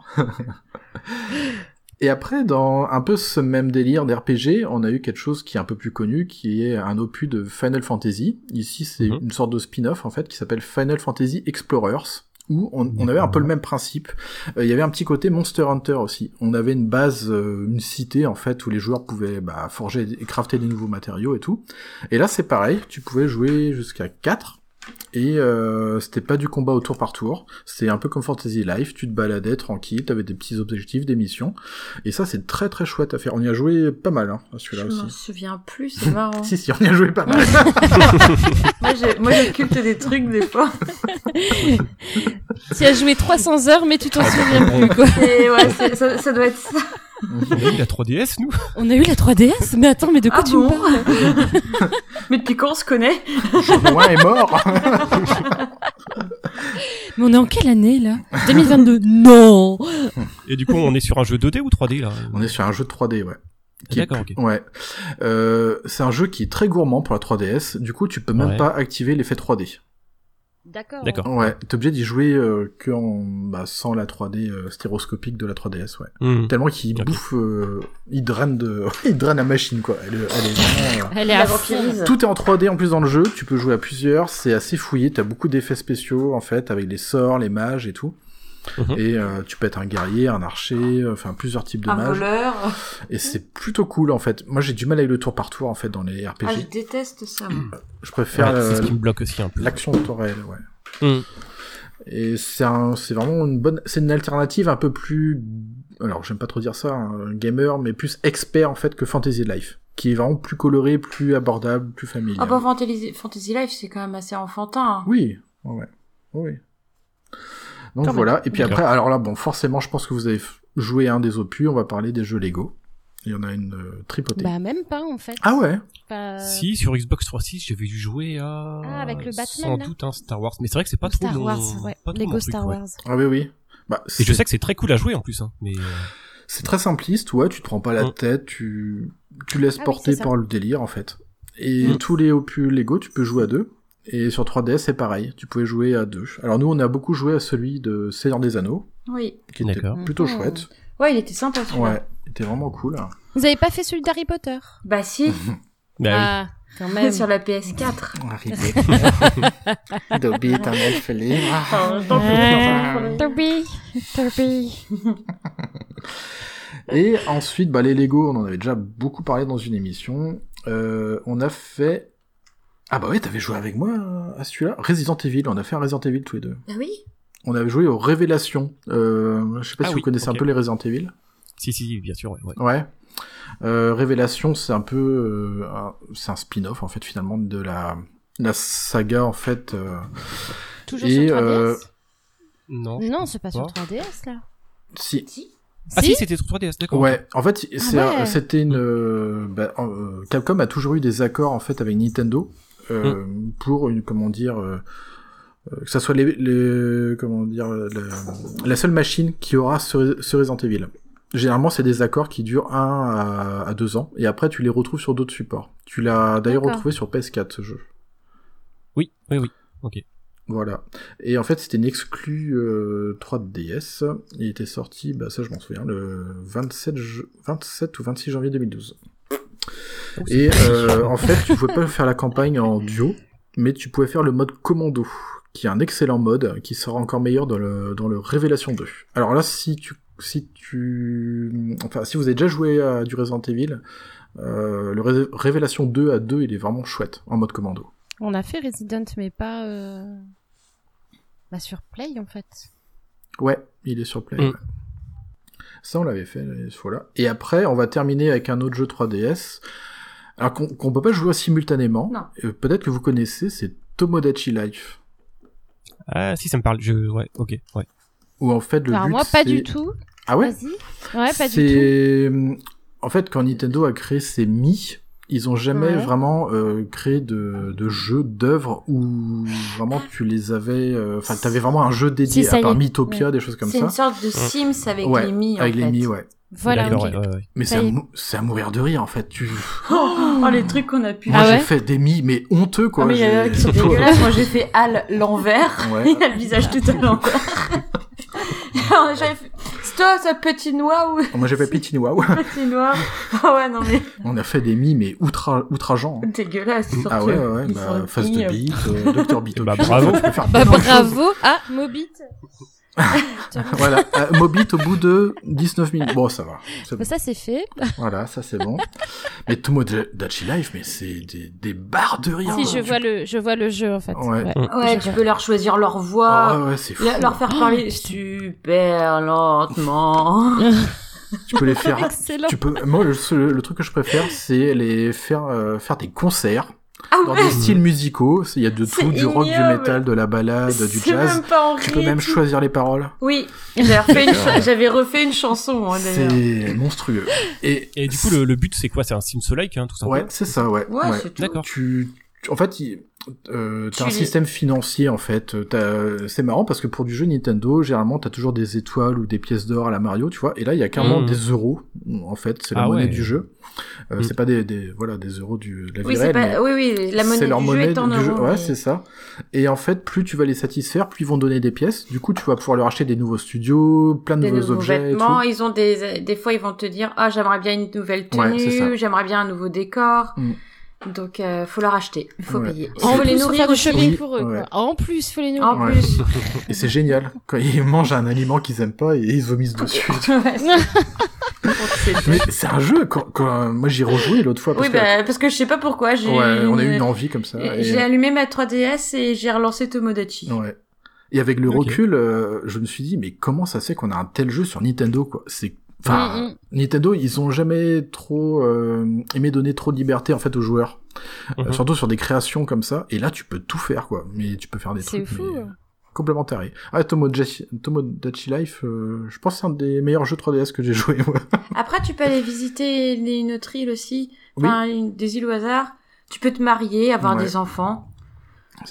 Speaker 7: Et après, dans un peu ce même délire d'RPG, on a eu quelque chose qui est un peu plus connu, qui est un opus de Final Fantasy. Ici, c'est
Speaker 5: Mhm.
Speaker 7: une sorte de spin-off, en fait, qui s'appelle Final Fantasy Explorers, où on, on avait un peu le même principe. Euh, Il y avait un petit côté Monster Hunter aussi. On avait une base, euh, une cité, en fait, où les joueurs pouvaient bah, forger et crafter des nouveaux matériaux et tout. Et là, c'est pareil, tu pouvais jouer jusqu'à 4. Et euh, c'était pas du combat au tour par tour, c'était un peu comme Fantasy Life, tu te baladais tranquille, t'avais des petits objectifs, des missions, et ça c'est très très chouette à faire. On y a joué pas mal hein, à
Speaker 6: Je
Speaker 7: celui-là
Speaker 6: m'en
Speaker 7: aussi.
Speaker 6: souviens plus, c'est marrant.
Speaker 7: Si si, on y a joué pas mal.
Speaker 6: moi, j'ai- moi, j'occulte des trucs des fois.
Speaker 4: Tu as joué 300 heures, mais tu t'en
Speaker 5: Ah,
Speaker 4: souviens plus,
Speaker 5: bah,
Speaker 4: quoi.
Speaker 6: Et ouais, c'est- ça, ça doit être ça.
Speaker 5: Oui, la 3DS nous.
Speaker 4: On a eu la 3DS? Mais attends, mais de quoi
Speaker 6: Ah
Speaker 4: tu me
Speaker 6: bon
Speaker 4: parles?
Speaker 6: Mais depuis quand on se connaît
Speaker 7: Chauvelin est mort.
Speaker 4: Mais on est en quelle année, là? 2022. Non!
Speaker 5: Et du coup on est sur un jeu 2D ou 3D là.
Speaker 7: on est sur un jeu de 3D ouais.
Speaker 5: Ah,
Speaker 7: Qui est
Speaker 5: D'accord. ok.
Speaker 7: Ouais. Euh, c'est un jeu qui est très gourmand pour la 3DS. Du coup, tu peux même
Speaker 5: Ouais.
Speaker 7: pas activer l'effet 3D.
Speaker 4: D'accord.
Speaker 5: D'accord.
Speaker 7: Ouais, t'es obligé d'y jouer euh, que en, bah, sans la 3D euh, stéroscopique de la 3DS, ouais.
Speaker 5: Hmm.
Speaker 7: Tellement qu'il
Speaker 5: Ok.
Speaker 7: bouffe, euh, il draine de, il draine la machine quoi. Elle, est- elle est vraiment, euh,
Speaker 4: Elle est
Speaker 6: La
Speaker 4: à fond.
Speaker 6: vampirise.
Speaker 7: Tout est en 3D en plus dans le jeu. Tu peux jouer à plusieurs. C'est assez fouillé. T'as beaucoup d'effets spéciaux en fait avec les sorts, les mages et tout.
Speaker 5: Mhm.
Speaker 7: Et euh, tu peux être un guerrier, un archer, euh, enfin plusieurs types de
Speaker 6: Un
Speaker 7: mages.
Speaker 6: voleur.
Speaker 7: Et c'est plutôt cool en fait. Moi j'ai du mal avec le tour par tour en fait dans les RPG.
Speaker 6: Ah, je déteste ça. moi.
Speaker 7: Je préfère
Speaker 5: Ouais,
Speaker 7: euh,
Speaker 5: c'est ce qui me bloque aussi un peu.
Speaker 7: l'action tutorielle, ouais.
Speaker 5: Hmm.
Speaker 7: Et c'est un- c'est vraiment une bonne, c'est une alternative un peu plus, alors j'aime pas trop dire ça, hein, gamer, mais plus expert en fait que Fantasy Life, qui est vraiment plus coloré, plus abordable,
Speaker 6: bah,
Speaker 7: plus familial.
Speaker 6: Ah bah Fantasy, Fantasy Life, c'est quand même assez enfantin. hein.
Speaker 7: Oui, ouais, ouais. oui. Donc
Speaker 4: Quand
Speaker 7: voilà. Et puis
Speaker 5: D'accord.
Speaker 7: après, alors là, bon, forcément, je pense que vous avez f- joué à un des opus. On va parler des jeux Lego. Il y en a une euh, tripotée.
Speaker 4: Bah même pas en fait.
Speaker 7: Ah ouais.
Speaker 4: Pas-
Speaker 5: Si, sur Xbox 360, j'avais dû jouer à.
Speaker 4: Euh. Ah, avec le Batman,
Speaker 5: Sans
Speaker 4: là.
Speaker 5: doute un Star Wars. Mais c'est vrai que c'est pas trop
Speaker 4: Star
Speaker 5: mon-
Speaker 4: Wars, ouais.
Speaker 5: pas trop
Speaker 4: Lego
Speaker 5: mon truc,
Speaker 4: Star
Speaker 5: ouais.
Speaker 4: Wars.
Speaker 7: Ah oui, oui. Bah,
Speaker 5: Et je
Speaker 7: c'est-
Speaker 5: sais que c'est très cool à jouer en plus, hein. Mais euh,
Speaker 7: C'est très simpliste, ouais, tu te prends pas la
Speaker 5: Mm.
Speaker 7: tête, tu, tu laisses
Speaker 4: Ah oui,
Speaker 7: porter
Speaker 4: c'est ça.
Speaker 7: par le délire en fait. Et
Speaker 5: Mm.
Speaker 7: tous les opus Lego, tu peux jouer à deux. Et sur 3DS, c'est pareil, tu pouvais jouer à deux. Alors nous, on a beaucoup joué à celui de Seigneur des Anneaux,
Speaker 6: Oui.
Speaker 7: qui était
Speaker 5: D'accord.
Speaker 7: plutôt
Speaker 4: Mhm.
Speaker 7: chouette.
Speaker 6: Ouais, il était sympa celui-là.
Speaker 7: Ouais, il était vraiment cool.
Speaker 4: Vous avez pas fait celui d'Harry Potter
Speaker 6: Bah si,
Speaker 5: bah
Speaker 4: Ah, quand même.
Speaker 6: sur la PS4.
Speaker 7: Dobby est un elfe
Speaker 4: Ouais. Toby, Toby.
Speaker 7: Et ensuite, bah, les Lego, on en avait déjà beaucoup parlé dans une émission. Euh, on a fait... Ah bah ouais, t'avais joué avec moi à celui-là Resident Evil, on a fait un Resident Evil tous les deux.
Speaker 6: Bah oui.
Speaker 7: On avait joué aux Révélations. Euh, je sais pas
Speaker 5: Ah
Speaker 7: si
Speaker 5: oui,
Speaker 7: vous connaissez
Speaker 5: ok.
Speaker 7: un peu les Resident Evil.
Speaker 5: oui. Si, si, bien sûr, ouais. ouais.
Speaker 7: Ouais. Euh, Révélation, c'est un peu, euh, un- c'est un spin-off en fait finalement de la la saga en fait. euh,
Speaker 4: Toujours
Speaker 7: Et,
Speaker 4: sur 3DS
Speaker 7: euh,
Speaker 5: Non.
Speaker 4: Non, c'est pas sur
Speaker 5: Oh.
Speaker 4: 3DS là.
Speaker 7: Si.
Speaker 5: Ah, si,
Speaker 4: Si
Speaker 5: c'était sur 3DS, d'accord.
Speaker 7: Ouais. En fait, c'est
Speaker 4: Ah ouais.
Speaker 7: c'était une euh, bah, euh, Capcom a toujours eu des accords en fait avec Nintendo euh, pour une comment dire. euh, euh, que ça soit les, les- comment dire la, la seule machine qui aura ce, ce Resident Evil. Généralement, c'est des accords qui durent un à, à deux ans, et après tu les retrouves sur d'autres supports. Tu l'as d'ailleurs
Speaker 4: D'accord.
Speaker 7: retrouvé sur PS4 ce jeu.
Speaker 5: Oui, oui, oui.
Speaker 7: Voilà. Et en fait, c'était une exclue euh, 3DS. Il était sorti, bah ça je m'en souviens, le 27, ju- 27 ou 26 janvier 2012. Et euh, en fait, tu pouvais pas faire la campagne en duo, mais tu pouvais faire le mode commando, qui est un excellent mode, qui sera encore meilleur dans le, dans le Révélation 2. Alors là, si tu, si tu, enfin, si vous avez déjà joué à du Resident Evil, euh, le Ré- Révélation 2 à 2, il est vraiment chouette en mode commando.
Speaker 4: On a fait Resident, mais pas. euh, Bah, sur Play en fait.
Speaker 7: Ouais, il est sur Play.
Speaker 5: Mm.
Speaker 7: ouais. Ça, on l'avait fait ce fois-là. Et après, on va terminer avec un autre jeu 3DS. Alors qu'on qu'on peut pas jouer simultanément.
Speaker 6: Non.
Speaker 7: Euh, Peut-être que vous connaissez, c'est Tomodachi Life.
Speaker 5: Ah, si, ça me parle. Je... Ouais, ok, ouais.
Speaker 7: Où en fait, le
Speaker 4: Alors
Speaker 7: but,
Speaker 4: moi, pas
Speaker 7: c'est-
Speaker 4: du tout.
Speaker 7: Ah ouais
Speaker 4: Vas-y. Ouais, pas du tout.
Speaker 7: C'est euh, en fait quand Nintendo a créé ses Mi, ils ont jamais
Speaker 4: Ouais.
Speaker 7: vraiment euh, créé de, de jeu d'œuvres où vraiment tu les avais, euh, enfin t'avais vraiment un jeu dédié
Speaker 4: Ah. ça
Speaker 7: à
Speaker 4: y
Speaker 7: part
Speaker 4: est.
Speaker 7: Mythopia, des choses comme
Speaker 6: C'est une
Speaker 7: ça.
Speaker 6: sorte de Sims avec
Speaker 7: Ouais,
Speaker 6: les Mi, en
Speaker 7: Avec
Speaker 6: fait.
Speaker 7: les Mi, ouais.
Speaker 4: Voilà.
Speaker 5: D'accord,
Speaker 4: ok.
Speaker 5: ouais, ouais, ouais.
Speaker 7: Mais c'est
Speaker 4: Ça
Speaker 7: à,
Speaker 4: y est.
Speaker 7: mou- c'est à mourir de rire en fait. Tu...
Speaker 6: Oh, les trucs qu'on a pu
Speaker 4: Ah
Speaker 7: Moi
Speaker 4: ouais
Speaker 7: j'ai fait des mi mais honteux quoi.
Speaker 6: Ah, mais il y en a
Speaker 7: J'ai-
Speaker 6: qui sont dégueulasses. Moi, j'ai fait Al l'envers.
Speaker 7: Ouais.
Speaker 6: Il a le visage tout à l'envers. Alors, j'avais fait... C'est toi, ça, petit noir ou
Speaker 7: Moi j'ai fait Petit Waouh.
Speaker 6: petit noir Ah ouais, non, mais
Speaker 7: On a fait des mi mais outra... outrageants. hein.
Speaker 6: dégueulasse, surtout.
Speaker 7: Ah ouais, ouais, ouais,
Speaker 6: Ils
Speaker 7: bah,
Speaker 6: sont
Speaker 7: Face de
Speaker 6: ignobles.
Speaker 7: Beat, euh, Docteur Beat.
Speaker 5: Bah,
Speaker 7: Obi.
Speaker 5: bravo.
Speaker 7: Tu peux faire
Speaker 4: Bah,
Speaker 7: plein de choses.
Speaker 4: bravo à Mobit.
Speaker 7: Voilà, euh, Mobit au bout de 19 minutes. Bon, ça va. C'est bon.
Speaker 4: Bah, ça c'est fait.
Speaker 7: Voilà, ça c'est bon. Mais Tomodachi Life, mais c'est des, des barres de rire.
Speaker 4: Si je
Speaker 7: Tu-
Speaker 4: vois le, je vois le jeu en fait.
Speaker 7: Ah, Ouais. Mm.
Speaker 6: Ouais,
Speaker 4: Je
Speaker 6: tu
Speaker 4: vois.
Speaker 6: peux leur choisir leur
Speaker 7: Ah
Speaker 6: voix,
Speaker 7: ouais, ouais, c'est fou.
Speaker 6: le- leur faire parler super lentement.
Speaker 7: Tu peux les faire
Speaker 4: Excellent.
Speaker 7: Tu peux. Moi, le, seul- le truc que je préfère, c'est les faire euh, faire des concerts
Speaker 6: Ah
Speaker 7: dans
Speaker 6: ouais,
Speaker 7: des styles musicaux. Il y a de
Speaker 6: C'est
Speaker 7: tout, du rock, du
Speaker 6: ignoble.
Speaker 7: métal, de la balade, du
Speaker 6: c'est
Speaker 7: jazz.
Speaker 6: même pas en
Speaker 7: Tu peux même
Speaker 6: rythme.
Speaker 7: choisir les paroles.
Speaker 6: Oui, j'avais refait une, cha- j'avais refait une chanson, moi, d'ailleurs.
Speaker 7: C'est monstrueux. Et,
Speaker 5: Et du coup, le, le but, c'est quoi C'est un Sims-like, hein, tout simplement.
Speaker 7: ouais, c'est ça, ouais.
Speaker 6: Ouais,
Speaker 7: ouais.
Speaker 6: c'est tout.
Speaker 5: D'accord.
Speaker 7: Tu, tu- en fait, il- euh, t'as
Speaker 6: Tu
Speaker 7: un
Speaker 6: les-
Speaker 7: système financier en fait. Euh, T'as- C'est marrant parce que pour du jeu Nintendo, généralement, t'as toujours des étoiles ou des pièces d'or à la Mario, tu vois. Et là, il y a carrément
Speaker 5: Mhm.
Speaker 7: des euros. En fait, c'est la
Speaker 5: Ah
Speaker 7: monnaie
Speaker 5: ouais.
Speaker 7: du jeu. Euh,
Speaker 5: Mhm.
Speaker 7: C'est pas des, des- voilà des euros du de la vie
Speaker 6: Oui, c'est
Speaker 7: réelle, mais-
Speaker 6: pas... oui, oui, la monnaie
Speaker 7: c'est
Speaker 6: du
Speaker 7: leur
Speaker 6: jeu
Speaker 7: monnaie
Speaker 6: est en
Speaker 7: du jeu.
Speaker 6: euros.
Speaker 7: Ouais,
Speaker 6: mais-
Speaker 7: c'est ça. Et en fait, plus tu vas les satisfaire, plus ils vont donner des pièces. Du coup, tu vas pouvoir leur acheter des nouveaux studios, plein de
Speaker 6: des
Speaker 7: nouveaux,
Speaker 6: nouveaux
Speaker 7: objets. et tout.
Speaker 6: vêtements, ils ont des des fois ils vont te dire ah j'aimerais bien une nouvelle
Speaker 7: Ouais, c'est
Speaker 6: tenue,
Speaker 7: ça.
Speaker 6: j'aimerais bien un nouveau décor.
Speaker 7: Mm.
Speaker 6: Donc euh, faut leur acheter, faut
Speaker 7: Ouais.
Speaker 6: payer.
Speaker 7: En
Speaker 6: Faut
Speaker 4: En
Speaker 6: les
Speaker 4: plus, faut
Speaker 6: nourrir
Speaker 4: faire du
Speaker 6: aussi.
Speaker 4: shopping pour eux.
Speaker 7: Ouais.
Speaker 4: quoi. En plus, faut les nourrir.
Speaker 6: En
Speaker 7: Ouais.
Speaker 6: plus.
Speaker 7: Et c'est génial. Quand ils mangent un aliment qu'ils aiment pas et ils vomissent dessus.
Speaker 6: Ouais, c'est-
Speaker 7: Mais c'est un jeu. Quand, quand- moi, j'y rejouais l'autre fois. Parce
Speaker 6: oui
Speaker 7: que...
Speaker 6: bah parce que je sais pas pourquoi j'ai
Speaker 7: ouais, on a eu une
Speaker 6: une-
Speaker 7: envie comme ça. et-
Speaker 6: j'ai allumé ma 3DS et j'ai relancé Tomodachi.
Speaker 7: Ouais. Et avec le
Speaker 5: Ok.
Speaker 7: recul, euh, je me suis dit, mais comment ça se fait qu'on a un tel jeu sur Nintendo, quoi C'est, enfin,
Speaker 4: Mm, mm.
Speaker 7: Nintendo, ils ont jamais trop euh, aimé donner trop de liberté en fait aux joueurs, Euh,
Speaker 5: Mhm.
Speaker 7: surtout sur des créations comme ça. Et là, tu peux tout faire, quoi. Mais tu peux faire des
Speaker 4: C'est
Speaker 7: trucs
Speaker 4: fou. hein.
Speaker 7: mais, euh, complètement taré. Ah, Tomodachi, Tomodachi Life, euh, je pense que c'est un des meilleurs jeux 3DS que j'ai joué, moi.
Speaker 6: Après, tu peux aller visiter les- une autre île aussi, enfin, une- des îles au hasard. Tu peux te marier, avoir
Speaker 7: Ouais.
Speaker 6: des enfants.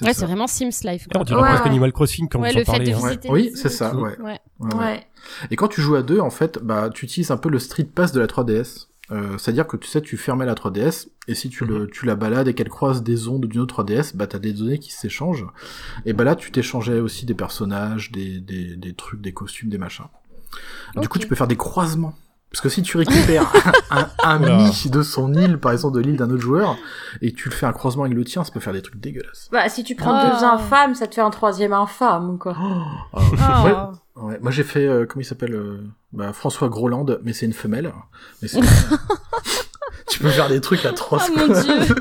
Speaker 4: Ouais, c'est vraiment Sims Life.
Speaker 5: Eh,
Speaker 4: Quoi.
Speaker 5: on dirait
Speaker 6: Ouais,
Speaker 5: presque
Speaker 6: ouais.
Speaker 5: Animal Crossing quand
Speaker 4: Ouais,
Speaker 5: on
Speaker 4: le
Speaker 5: s'en
Speaker 4: fait
Speaker 5: parlait.
Speaker 4: de
Speaker 5: hein.
Speaker 4: visiter
Speaker 7: Ouais.
Speaker 4: les
Speaker 7: Oui,
Speaker 4: îles
Speaker 7: c'est
Speaker 4: et
Speaker 7: ça,
Speaker 5: tout.
Speaker 7: ouais.
Speaker 4: Ouais.
Speaker 7: Ouais, ouais.
Speaker 6: Ouais.
Speaker 7: Et quand tu joues à deux, en fait, bah, tu utilises un peu le street pass de la 3DS. Euh, C'est-à-dire que tu sais, tu fermais la 3DS, et si tu, le, tu la balades et qu'elle croise des ondes d'une autre 3DS, bah t'as des données qui s'échangent. Et bah là, tu t'échangeais aussi des personnages, des, des, des trucs, des costumes, des machins. Du coup,
Speaker 4: Ok.
Speaker 7: tu peux faire des croisements. Parce que si tu récupères un, un
Speaker 5: Oula.
Speaker 7: mi de son île, par exemple de l'île d'un autre joueur, et que tu le fais un croisement avec le tien, ça peut faire des trucs dégueulasses.
Speaker 6: Bah, si tu prends
Speaker 4: Oh.
Speaker 6: deux infâmes, ça te fait un troisième infâme, quoi.
Speaker 4: Ah.
Speaker 7: Ouais, moi j'ai fait, euh, comment il s'appelle euh, bah, François Groland, mais c'est une femelle. Mais c'est- tu peux faire des trucs atroces.
Speaker 4: Oh mon
Speaker 7: quoi.
Speaker 4: Dieu.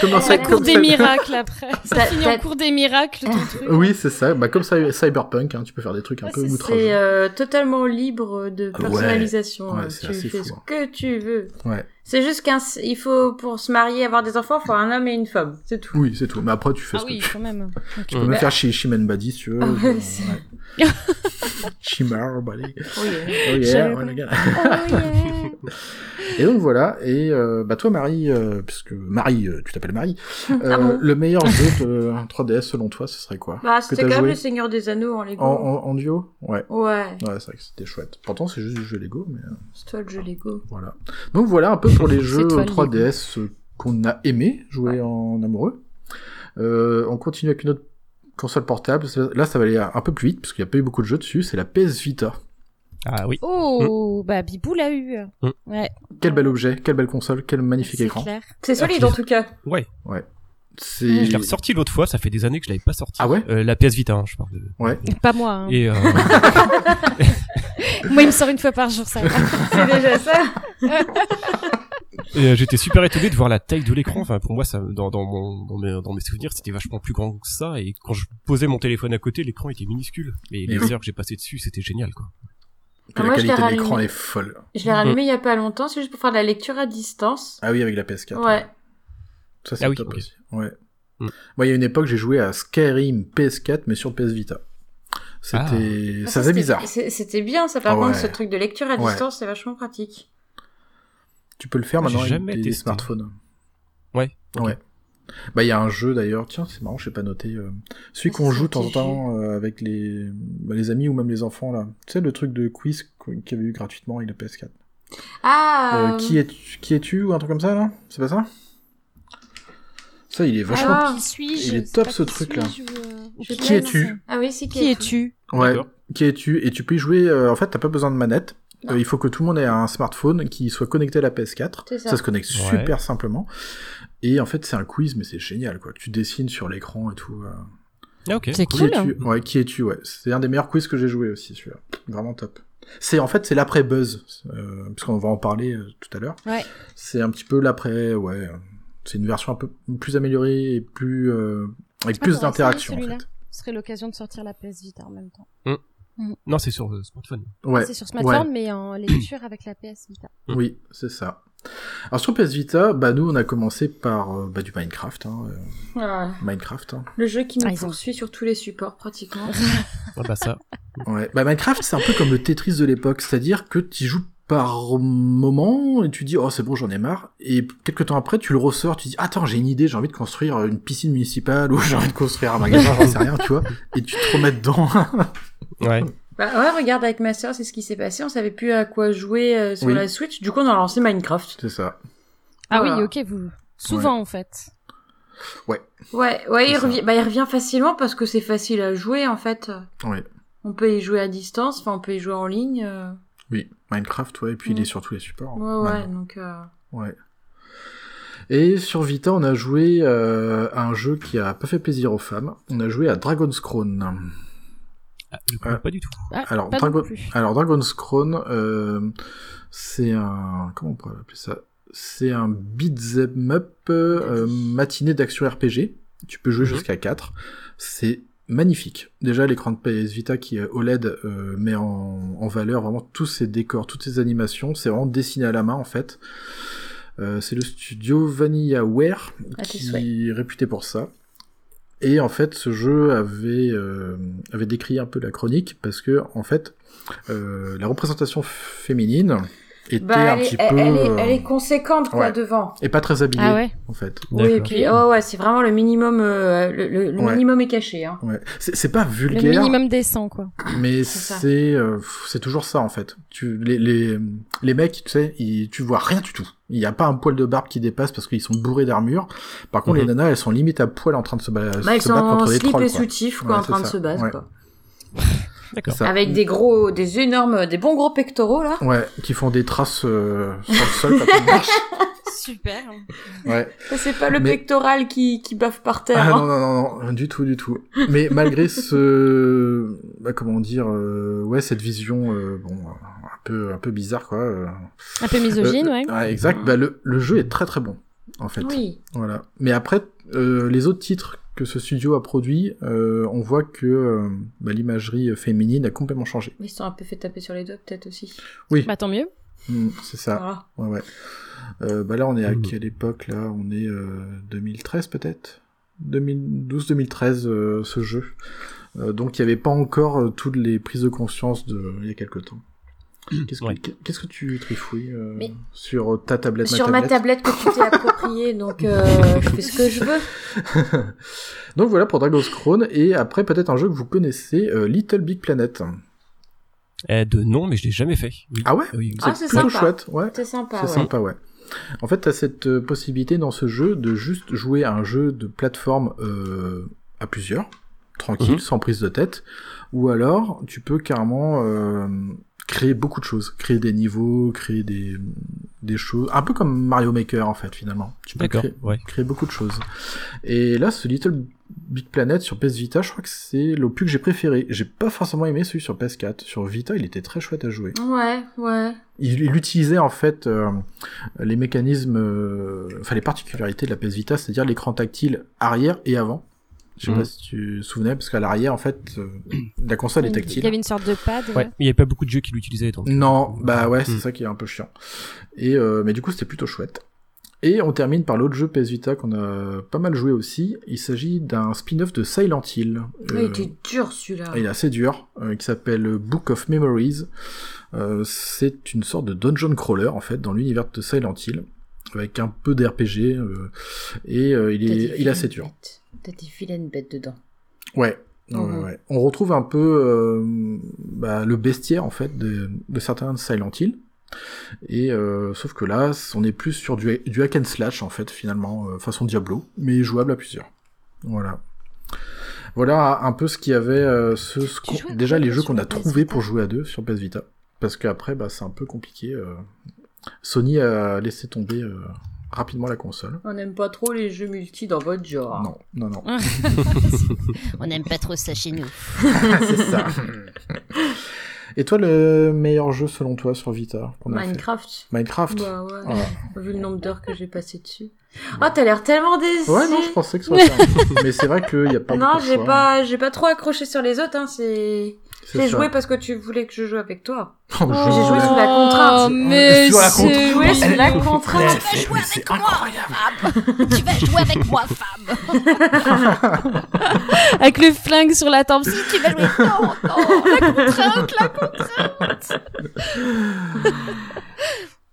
Speaker 7: comme dans
Speaker 4: Ça
Speaker 7: Cyber-
Speaker 4: court des miracles après. Ça
Speaker 6: Ça-
Speaker 4: finit
Speaker 6: ça-
Speaker 4: en cours des miracles. ton truc.
Speaker 7: Oui, c'est ça. Bah, comme ça, Cyberpunk, hein, tu peux faire des trucs un
Speaker 4: Ouais,
Speaker 7: peu
Speaker 4: c'est-
Speaker 6: C'est
Speaker 7: outrageux.
Speaker 6: euh, totalement libre de
Speaker 7: Ah ouais.
Speaker 6: personnalisation.
Speaker 7: Ouais,
Speaker 6: euh,
Speaker 7: c'est
Speaker 6: tu
Speaker 7: assez
Speaker 6: fais
Speaker 7: fou,
Speaker 6: ce
Speaker 7: hein.
Speaker 6: que tu veux.
Speaker 7: Ouais.
Speaker 6: C'est juste qu'il faut, pour se marier, avoir des enfants, il faut un homme et une femme. C'est tout.
Speaker 7: Oui, c'est tout. Mais après, tu fais
Speaker 4: Ah
Speaker 7: ce
Speaker 4: oui,
Speaker 7: que tu
Speaker 4: quand même.
Speaker 7: Tu peux
Speaker 5: Ouais.
Speaker 7: même faire chez Shimen Badi si tu veux.
Speaker 6: Ah ouais,
Speaker 7: Bon,
Speaker 6: c'est-
Speaker 7: ouais. Shimmer Badi.
Speaker 6: Oui, euh,
Speaker 7: Oh yeah,
Speaker 4: J'avais
Speaker 7: ouais,
Speaker 4: pas-
Speaker 7: le gars.
Speaker 4: Oh yeah.
Speaker 7: Et donc voilà, et euh, bah toi Marie, euh, puisque Marie, euh, tu t'appelles Marie,
Speaker 4: Ah
Speaker 7: euh,
Speaker 6: bon
Speaker 7: le meilleur jeu de euh, 3DS selon toi, ce serait quoi
Speaker 6: Bah,
Speaker 7: Que
Speaker 6: c'était
Speaker 7: t'as
Speaker 6: quand même
Speaker 7: joué
Speaker 6: le Seigneur des Anneaux en Lego.
Speaker 7: en, en, en duo Ouais.
Speaker 6: Ouais,
Speaker 7: Ouais, c'est vrai que c'était chouette. Pourtant, c'est juste du jeu Lego, mais euh,
Speaker 6: c'est toi le jeu Lego.
Speaker 7: voilà. Donc voilà un peu pour les jeux
Speaker 4: toi, le
Speaker 7: 3DS euh, qu'on a aimé jouer en amoureux. Euh, on continue avec une autre console portable. Là, ça va aller un peu plus vite, parce qu'il n'y a pas eu beaucoup de jeux dessus. C'est la PS Vita.
Speaker 5: Ah oui.
Speaker 4: Oh, bah Bibou l'a eu.
Speaker 5: Mm.
Speaker 4: Ouais,
Speaker 7: Quel bel objet, quelle belle console, quel magnifique
Speaker 4: c'est
Speaker 7: écran.
Speaker 4: clair.
Speaker 6: C'est solide
Speaker 5: Ah,
Speaker 6: en tout cas.
Speaker 5: Ouais.
Speaker 7: C'est
Speaker 5: Je l'ai ressorti l'autre fois. Ça fait des années que je l'avais pas sorti.
Speaker 7: Ah ouais
Speaker 5: Euh, La PS Vita, hein, je parle de.
Speaker 7: Ouais.
Speaker 4: Pas moi. hein.
Speaker 5: Et euh,
Speaker 4: Moi, il me sort une fois par jour, ça. Ah, va.
Speaker 6: C'est déjà ça.
Speaker 5: et, euh, j'étais super étonné de voir la taille de l'écran. Enfin, pour moi, ça, dans, dans, mon, dans, mes, dans mes souvenirs, c'était vachement plus grand que ça. Et quand je posais mon téléphone à côté, l'écran était minuscule. Mais
Speaker 7: Mais
Speaker 5: les
Speaker 7: oui.
Speaker 5: heures que j'ai passées dessus, c'était génial, quoi.
Speaker 7: Puis
Speaker 6: Ah,
Speaker 7: la
Speaker 6: moi, je l'ai
Speaker 7: qualité de l'écran,
Speaker 6: rallumé.
Speaker 7: elle est folle.
Speaker 6: Je l'ai rallumé il y a pas longtemps, c'est juste pour faire de la lecture à distance.
Speaker 7: Ah oui, avec la PS4.
Speaker 6: Ouais.
Speaker 7: Ça, c'est
Speaker 5: Ah oui,
Speaker 7: top
Speaker 5: ok.
Speaker 7: aussi. Ouais.
Speaker 5: Mm.
Speaker 7: Moi, il y a une époque, j'ai joué à Skyrim PS4, mais sur PS Vita.
Speaker 5: Ah.
Speaker 7: C'était. Ça faisait
Speaker 6: c'était-
Speaker 7: bizarre.
Speaker 6: c'est- C'était bien ça, par
Speaker 7: Ah
Speaker 6: contre,
Speaker 7: ouais.
Speaker 6: ce truc de lecture à
Speaker 7: Ouais.
Speaker 6: distance, c'est vachement pratique.
Speaker 7: Tu peux le faire
Speaker 5: J'ai
Speaker 7: maintenant avec
Speaker 5: jamais
Speaker 7: des
Speaker 5: testé.
Speaker 7: smartphones.
Speaker 5: Ouais. ok.
Speaker 7: Ouais. Bah, il y a un jeu d'ailleurs. Tiens, c'est marrant, je sais pas noté. euh, Celui
Speaker 6: Ah,
Speaker 7: qu'on
Speaker 6: c'est
Speaker 7: joue de
Speaker 6: un
Speaker 7: temps en
Speaker 6: petit
Speaker 7: temps euh, avec les... bah, les amis ou même les enfants, là. Tu sais, le truc de quiz qu- qu'il y avait eu gratuitement avec la PS4.
Speaker 6: Ah
Speaker 7: Euh, qui es-tu qui es-tu ou un truc comme ça, là C'est pas ça Ça, il est vachement.
Speaker 6: Ah.
Speaker 4: Qui suis-je
Speaker 7: Il est
Speaker 4: C'est
Speaker 7: top,
Speaker 4: pas
Speaker 7: ce
Speaker 4: qui
Speaker 7: truc-là.
Speaker 4: suis-je, euh, ou
Speaker 6: Qui
Speaker 4: qui
Speaker 7: es-tu
Speaker 4: est-ce
Speaker 6: Ah oui, c'est qui,
Speaker 4: Qui
Speaker 6: est-
Speaker 4: es-tu
Speaker 7: Ouais.
Speaker 5: D'accord.
Speaker 7: Qui es-tu Et tu peux y jouer. euh, en fait, t'as pas besoin de manette.
Speaker 6: Non.
Speaker 7: Euh, il faut que tout le monde ait un smartphone qui soit connecté à la PS4.
Speaker 6: C'est ça.
Speaker 7: se connecte
Speaker 5: Ouais.
Speaker 7: super simplement. Et en fait, c'est un quiz, mais c'est génial, quoi. Tu dessines sur l'écran et tout. euh.
Speaker 5: Ah ok.
Speaker 4: C'est
Speaker 7: Qui
Speaker 4: Cool, hein.
Speaker 7: es-tu Ouais, qui es-tu Ouais, c'est un des meilleurs quiz que j'ai joué aussi, celui-là. Vraiment top. C'est en fait c'est l'après Buzz, euh, parce qu'on va en parler euh, tout à l'heure.
Speaker 4: Ouais.
Speaker 7: C'est un petit peu l'après, ouais. euh, C'est une version un peu plus améliorée et plus euh, avec
Speaker 4: pas
Speaker 7: plus
Speaker 4: pour essayer
Speaker 7: d'interaction en
Speaker 4: celui-là.
Speaker 7: fait.
Speaker 4: Ce serait l'occasion de sortir la PS Vita en même temps.
Speaker 5: Non, c'est sur euh, smartphone.
Speaker 7: Ouais.
Speaker 4: Ah, C'est sur
Speaker 7: ouais.
Speaker 4: smartphone, mais en lecture avec la PS Vita.
Speaker 6: Hmm.
Speaker 7: Oui, c'est ça. Alors sur PS Vita, bah nous on a commencé par euh, bah, du Minecraft, hein, euh,
Speaker 6: Ah,
Speaker 7: Minecraft. hein.
Speaker 6: le jeu qui nous
Speaker 4: Ah, ils ont-
Speaker 6: poursuit sur tous les supports pratiquement.
Speaker 5: Ah bah ça.
Speaker 6: Hmm.
Speaker 7: Ouais. Bah Minecraft c'est un peu comme le Tetris de l'époque, c'est-à-dire que tu joues par moment et tu dis oh c'est bon j'en ai marre et quelques temps après tu le ressors tu dis attends j'ai une idée j'ai envie de construire euh, une piscine municipale ou j'ai envie de construire un magasin j'en sais rien tu vois et tu te remets dedans
Speaker 5: Ouais.
Speaker 6: Bah ouais, regarde avec ma sœur, c'est ce qui s'est passé. On savait plus à quoi jouer euh, sur
Speaker 7: Oui.
Speaker 6: la Switch. Du coup, on a lancé Minecraft.
Speaker 7: c'est ça
Speaker 4: Ah
Speaker 6: Voilà.
Speaker 4: oui, ok, vous. Souvent, en fait.
Speaker 6: Ouais, ouais, il
Speaker 7: C'est ça.
Speaker 6: revient, bah, il revient facilement parce que c'est facile à jouer en fait.
Speaker 7: ouais
Speaker 6: On peut y jouer à distance, enfin on peut y jouer en ligne. euh,
Speaker 7: oui Minecraft ouais et puis il
Speaker 6: Mm.
Speaker 7: est sur tous les supports hein.
Speaker 6: Ouais, ouais,
Speaker 7: maintenant.
Speaker 6: donc. euh,
Speaker 7: Ouais. Et sur Vita, on a joué euh, à un jeu qui a pas fait plaisir aux femmes. On a joué à Dragon's Crown.
Speaker 5: Ah, je comprends
Speaker 7: Ah.
Speaker 5: pas du tout.
Speaker 4: Ah,
Speaker 7: Alors,
Speaker 4: pas
Speaker 7: Dragon-
Speaker 4: non plus.
Speaker 7: Alors Dragon's Crown, euh, c'est un comment on pourrait appeler ça C'est un beat'em up euh, matinée d'action RPG. Tu peux jouer
Speaker 5: Mhm.
Speaker 7: jusqu'à 4. C'est magnifique. Déjà, l'écran de PS Vita qui est OLED euh, met en, en valeur vraiment tous ses décors, toutes ses animations. C'est vraiment dessiné à la main en fait. Euh, c'est le studio VanillaWare
Speaker 6: À tes
Speaker 7: qui est réputé pour ça. Et en fait, ce jeu avait, euh, avait décrit un peu la chronique parce que, en fait, euh, la représentation féminine était
Speaker 6: Bah,
Speaker 7: un
Speaker 6: elle, est,
Speaker 7: petit
Speaker 6: elle-
Speaker 7: peu.
Speaker 6: elle est, elle
Speaker 7: euh,
Speaker 6: est conséquente, quoi,
Speaker 7: ouais.
Speaker 6: devant.
Speaker 7: et pas très habillée,
Speaker 4: Ah ouais.
Speaker 7: en fait.
Speaker 6: Oui, et
Speaker 5: D'accord.
Speaker 6: puis, oh ouais, c'est vraiment le minimum, euh, le, le- le
Speaker 7: Ouais.
Speaker 6: minimum est caché, hein.
Speaker 7: Ouais. C'est c'est pas
Speaker 4: Le
Speaker 7: vulgaire,
Speaker 4: minimum décent, quoi.
Speaker 7: mais
Speaker 6: ça.
Speaker 7: c'est euh, pff, c'est toujours ça en fait. Tu les les, les mecs, tu sais, ils, tu vois rien du tout. Il n'y a pas un poil de barbe qui dépasse parce qu'ils sont bourrés d'armure. Par contre,
Speaker 5: Mhm.
Speaker 7: les nanas, elles sont limite à poil en train de se, ba-
Speaker 6: Bah, elles
Speaker 7: se battre
Speaker 6: sont en
Speaker 7: contre des
Speaker 6: slip
Speaker 7: trolls.
Speaker 6: et
Speaker 7: quoi.
Speaker 6: soutif, quoi,
Speaker 7: Ouais,
Speaker 6: en train
Speaker 7: c'est
Speaker 6: de
Speaker 7: ça.
Speaker 6: se battre,
Speaker 7: Ouais.
Speaker 6: quoi.
Speaker 5: D'accord.
Speaker 7: Ça.
Speaker 6: Avec des gros, des énormes, des bons gros pectoraux, là.
Speaker 7: Ouais, qui font des traces euh, sur le sol quand ils marchent.
Speaker 4: Super.
Speaker 7: Ouais.
Speaker 6: Ça, C'est pas le
Speaker 7: Mais-
Speaker 6: pectoral qui, qui baffe par terre,
Speaker 7: Ah
Speaker 6: hein.
Speaker 7: non, non, non, non, du tout, du tout. Mais malgré ce, bah, comment dire, euh, ouais, cette vision, euh, bon, un peu, un peu bizarre, quoi. euh.
Speaker 4: Un peu misogyne,
Speaker 7: Euh,
Speaker 4: ouais.
Speaker 7: ouais, exact. Bah, le, le jeu est très très bon, en fait.
Speaker 6: Oui.
Speaker 7: Voilà. Mais après, euh, les autres titres que ce studio a produits, euh, on voit que euh, bah, l'imagerie féminine a complètement changé.
Speaker 6: Mais ils se sont un peu fait taper sur les doigts, peut-être aussi.
Speaker 4: Bah tant mieux.
Speaker 7: Mm, c'est ça.
Speaker 6: Voilà.
Speaker 7: Ouais, ouais. Euh, bah là, on est à
Speaker 5: Mm.
Speaker 7: quelle époque là On est euh, 2013 peut-être 2012-2013 euh, ce jeu. Euh, donc il n'y avait pas encore euh, toutes les prises de conscience de il y a quelque temps. Qu'est-ce que,
Speaker 5: Ouais.
Speaker 7: qu'est-ce que tu trifouilles euh,
Speaker 6: Mais-
Speaker 7: sur ta tablette
Speaker 6: Sur ma tablette que tu t'es appropriée, donc euh, je fais ce que je veux.
Speaker 7: Donc voilà pour Dragon's Crown et après peut-être un jeu que vous connaissez, euh, Little Big Planet.
Speaker 5: Euh, de non, mais je l'ai jamais fait. Oui.
Speaker 7: Ah ouais
Speaker 5: Oui, oui.
Speaker 6: Ah, c'est
Speaker 7: Plutôt
Speaker 6: sympa.
Speaker 7: chouette, ouais.
Speaker 6: C'est sympa,
Speaker 7: C'est
Speaker 6: ouais.
Speaker 7: sympa, ouais. En fait, t'as cette euh, possibilité dans ce jeu de juste jouer à un jeu de plateforme euh, à plusieurs, tranquille,
Speaker 5: Mhm.
Speaker 7: sans prise de tête, ou alors tu peux carrément euh, créer beaucoup de choses, créer des niveaux, créer des, des choses, un peu comme Mario Maker en fait finalement. Tu peux
Speaker 5: D'accord.
Speaker 7: créer,
Speaker 5: Ouais.
Speaker 7: créer beaucoup de choses. Et là, ce Little Big Planet sur PS Vita, je crois que c'est l'opus que j'ai préféré. J'ai pas forcément aimé celui sur PS4. Sur Vita, il était très chouette à jouer.
Speaker 6: Ouais, ouais.
Speaker 7: Il, il utilisait en fait euh, les mécanismes, euh, enfin les particularités de la PS Vita, c'est-à-dire l'écran tactile arrière et avant. Je sais
Speaker 5: Mhm.
Speaker 7: pas si tu te souvenais, parce qu'à l'arrière, en fait, euh, la console est
Speaker 4: Il
Speaker 7: tactile.
Speaker 4: y avait une sorte de pad.
Speaker 5: Ouais. Il n'y avait pas beaucoup de jeux qui l'utilisaient. Donc...
Speaker 7: Non, bah ouais, c'est
Speaker 5: Mm.
Speaker 7: ça qui est un peu chiant. Et euh, mais du coup, c'était plutôt chouette. Et on termine par l'autre jeu PS Vita qu'on a pas mal joué aussi. Il s'agit d'un spin-off de Silent Hill.
Speaker 6: Ouais,
Speaker 7: Euh,
Speaker 6: Il était dur, celui-là.
Speaker 7: il est assez dur, euh, qui s'appelle Book of Memories. Euh, c'est une sorte de dungeon crawler en fait dans l'univers de Silent Hill, avec un peu d'RPG euh, et euh,
Speaker 6: T'as
Speaker 7: il
Speaker 6: des
Speaker 7: est il est
Speaker 6: vilaines
Speaker 7: assez dur.
Speaker 6: bêtes. T'as des vilaines bêtes dedans.
Speaker 7: Ouais. Ouais,
Speaker 6: Mhm.
Speaker 7: ouais, ouais. On retrouve un peu euh, bah, le bestiaire en fait de, de certains Silent Hill. Et euh, sauf que là, on est plus sur du, du hack and slash en fait finalement, euh, façon Diablo, mais jouable à plusieurs. Voilà. Voilà un peu ce qu'il y avait euh, ce, ce qu'on-
Speaker 6: jouais à
Speaker 7: déjà
Speaker 6: quoi,
Speaker 7: les
Speaker 6: toi,
Speaker 7: jeux
Speaker 6: sur
Speaker 7: qu'on a
Speaker 6: la PS
Speaker 7: trouvés
Speaker 6: Vita
Speaker 7: pour jouer à deux sur PS Vita, parce qu'après bah c'est un peu compliqué. euh. Sony a laissé tomber euh, rapidement la console.
Speaker 6: On n'aime pas trop les jeux multi dans votre genre.
Speaker 7: Non, non, non.
Speaker 8: On n'aime pas trop ça chez nous.
Speaker 7: Ah, c'est ça. Et toi, le meilleur jeu selon toi sur Vita qu'on a fait
Speaker 6: Minecraft.
Speaker 7: Minecraft
Speaker 6: Bah ouais.
Speaker 7: Voilà.
Speaker 6: Vu le nombre d'heures que j'ai passé dessus. Oh, t'as l'air tellement déçu.
Speaker 7: Ouais, non, je pensais que ça aurait été un- Mais c'est vrai qu'il n'y a pas
Speaker 6: Non,
Speaker 7: beaucoup de
Speaker 6: j'ai
Speaker 7: choix.
Speaker 6: pas, j'ai pas trop accroché sur les autres. Hein. C'est,
Speaker 7: C'est
Speaker 6: j'ai
Speaker 7: ça.
Speaker 6: joué parce que tu voulais que je joue avec toi.
Speaker 7: Oh, je
Speaker 6: j'ai joué
Speaker 7: voulais-
Speaker 6: sous la contrainte.
Speaker 4: Oh, mais
Speaker 7: Sur la
Speaker 4: c'est...
Speaker 6: Jouer sous
Speaker 7: Elle-
Speaker 6: la contrainte.
Speaker 7: Elle fait- mais c'est incroyable.
Speaker 8: Tu vas jouer avec moi, femme.
Speaker 4: Avec le flingue sur la tempe.
Speaker 8: Tu vas jouer. Non, non, la contrainte, la contrainte.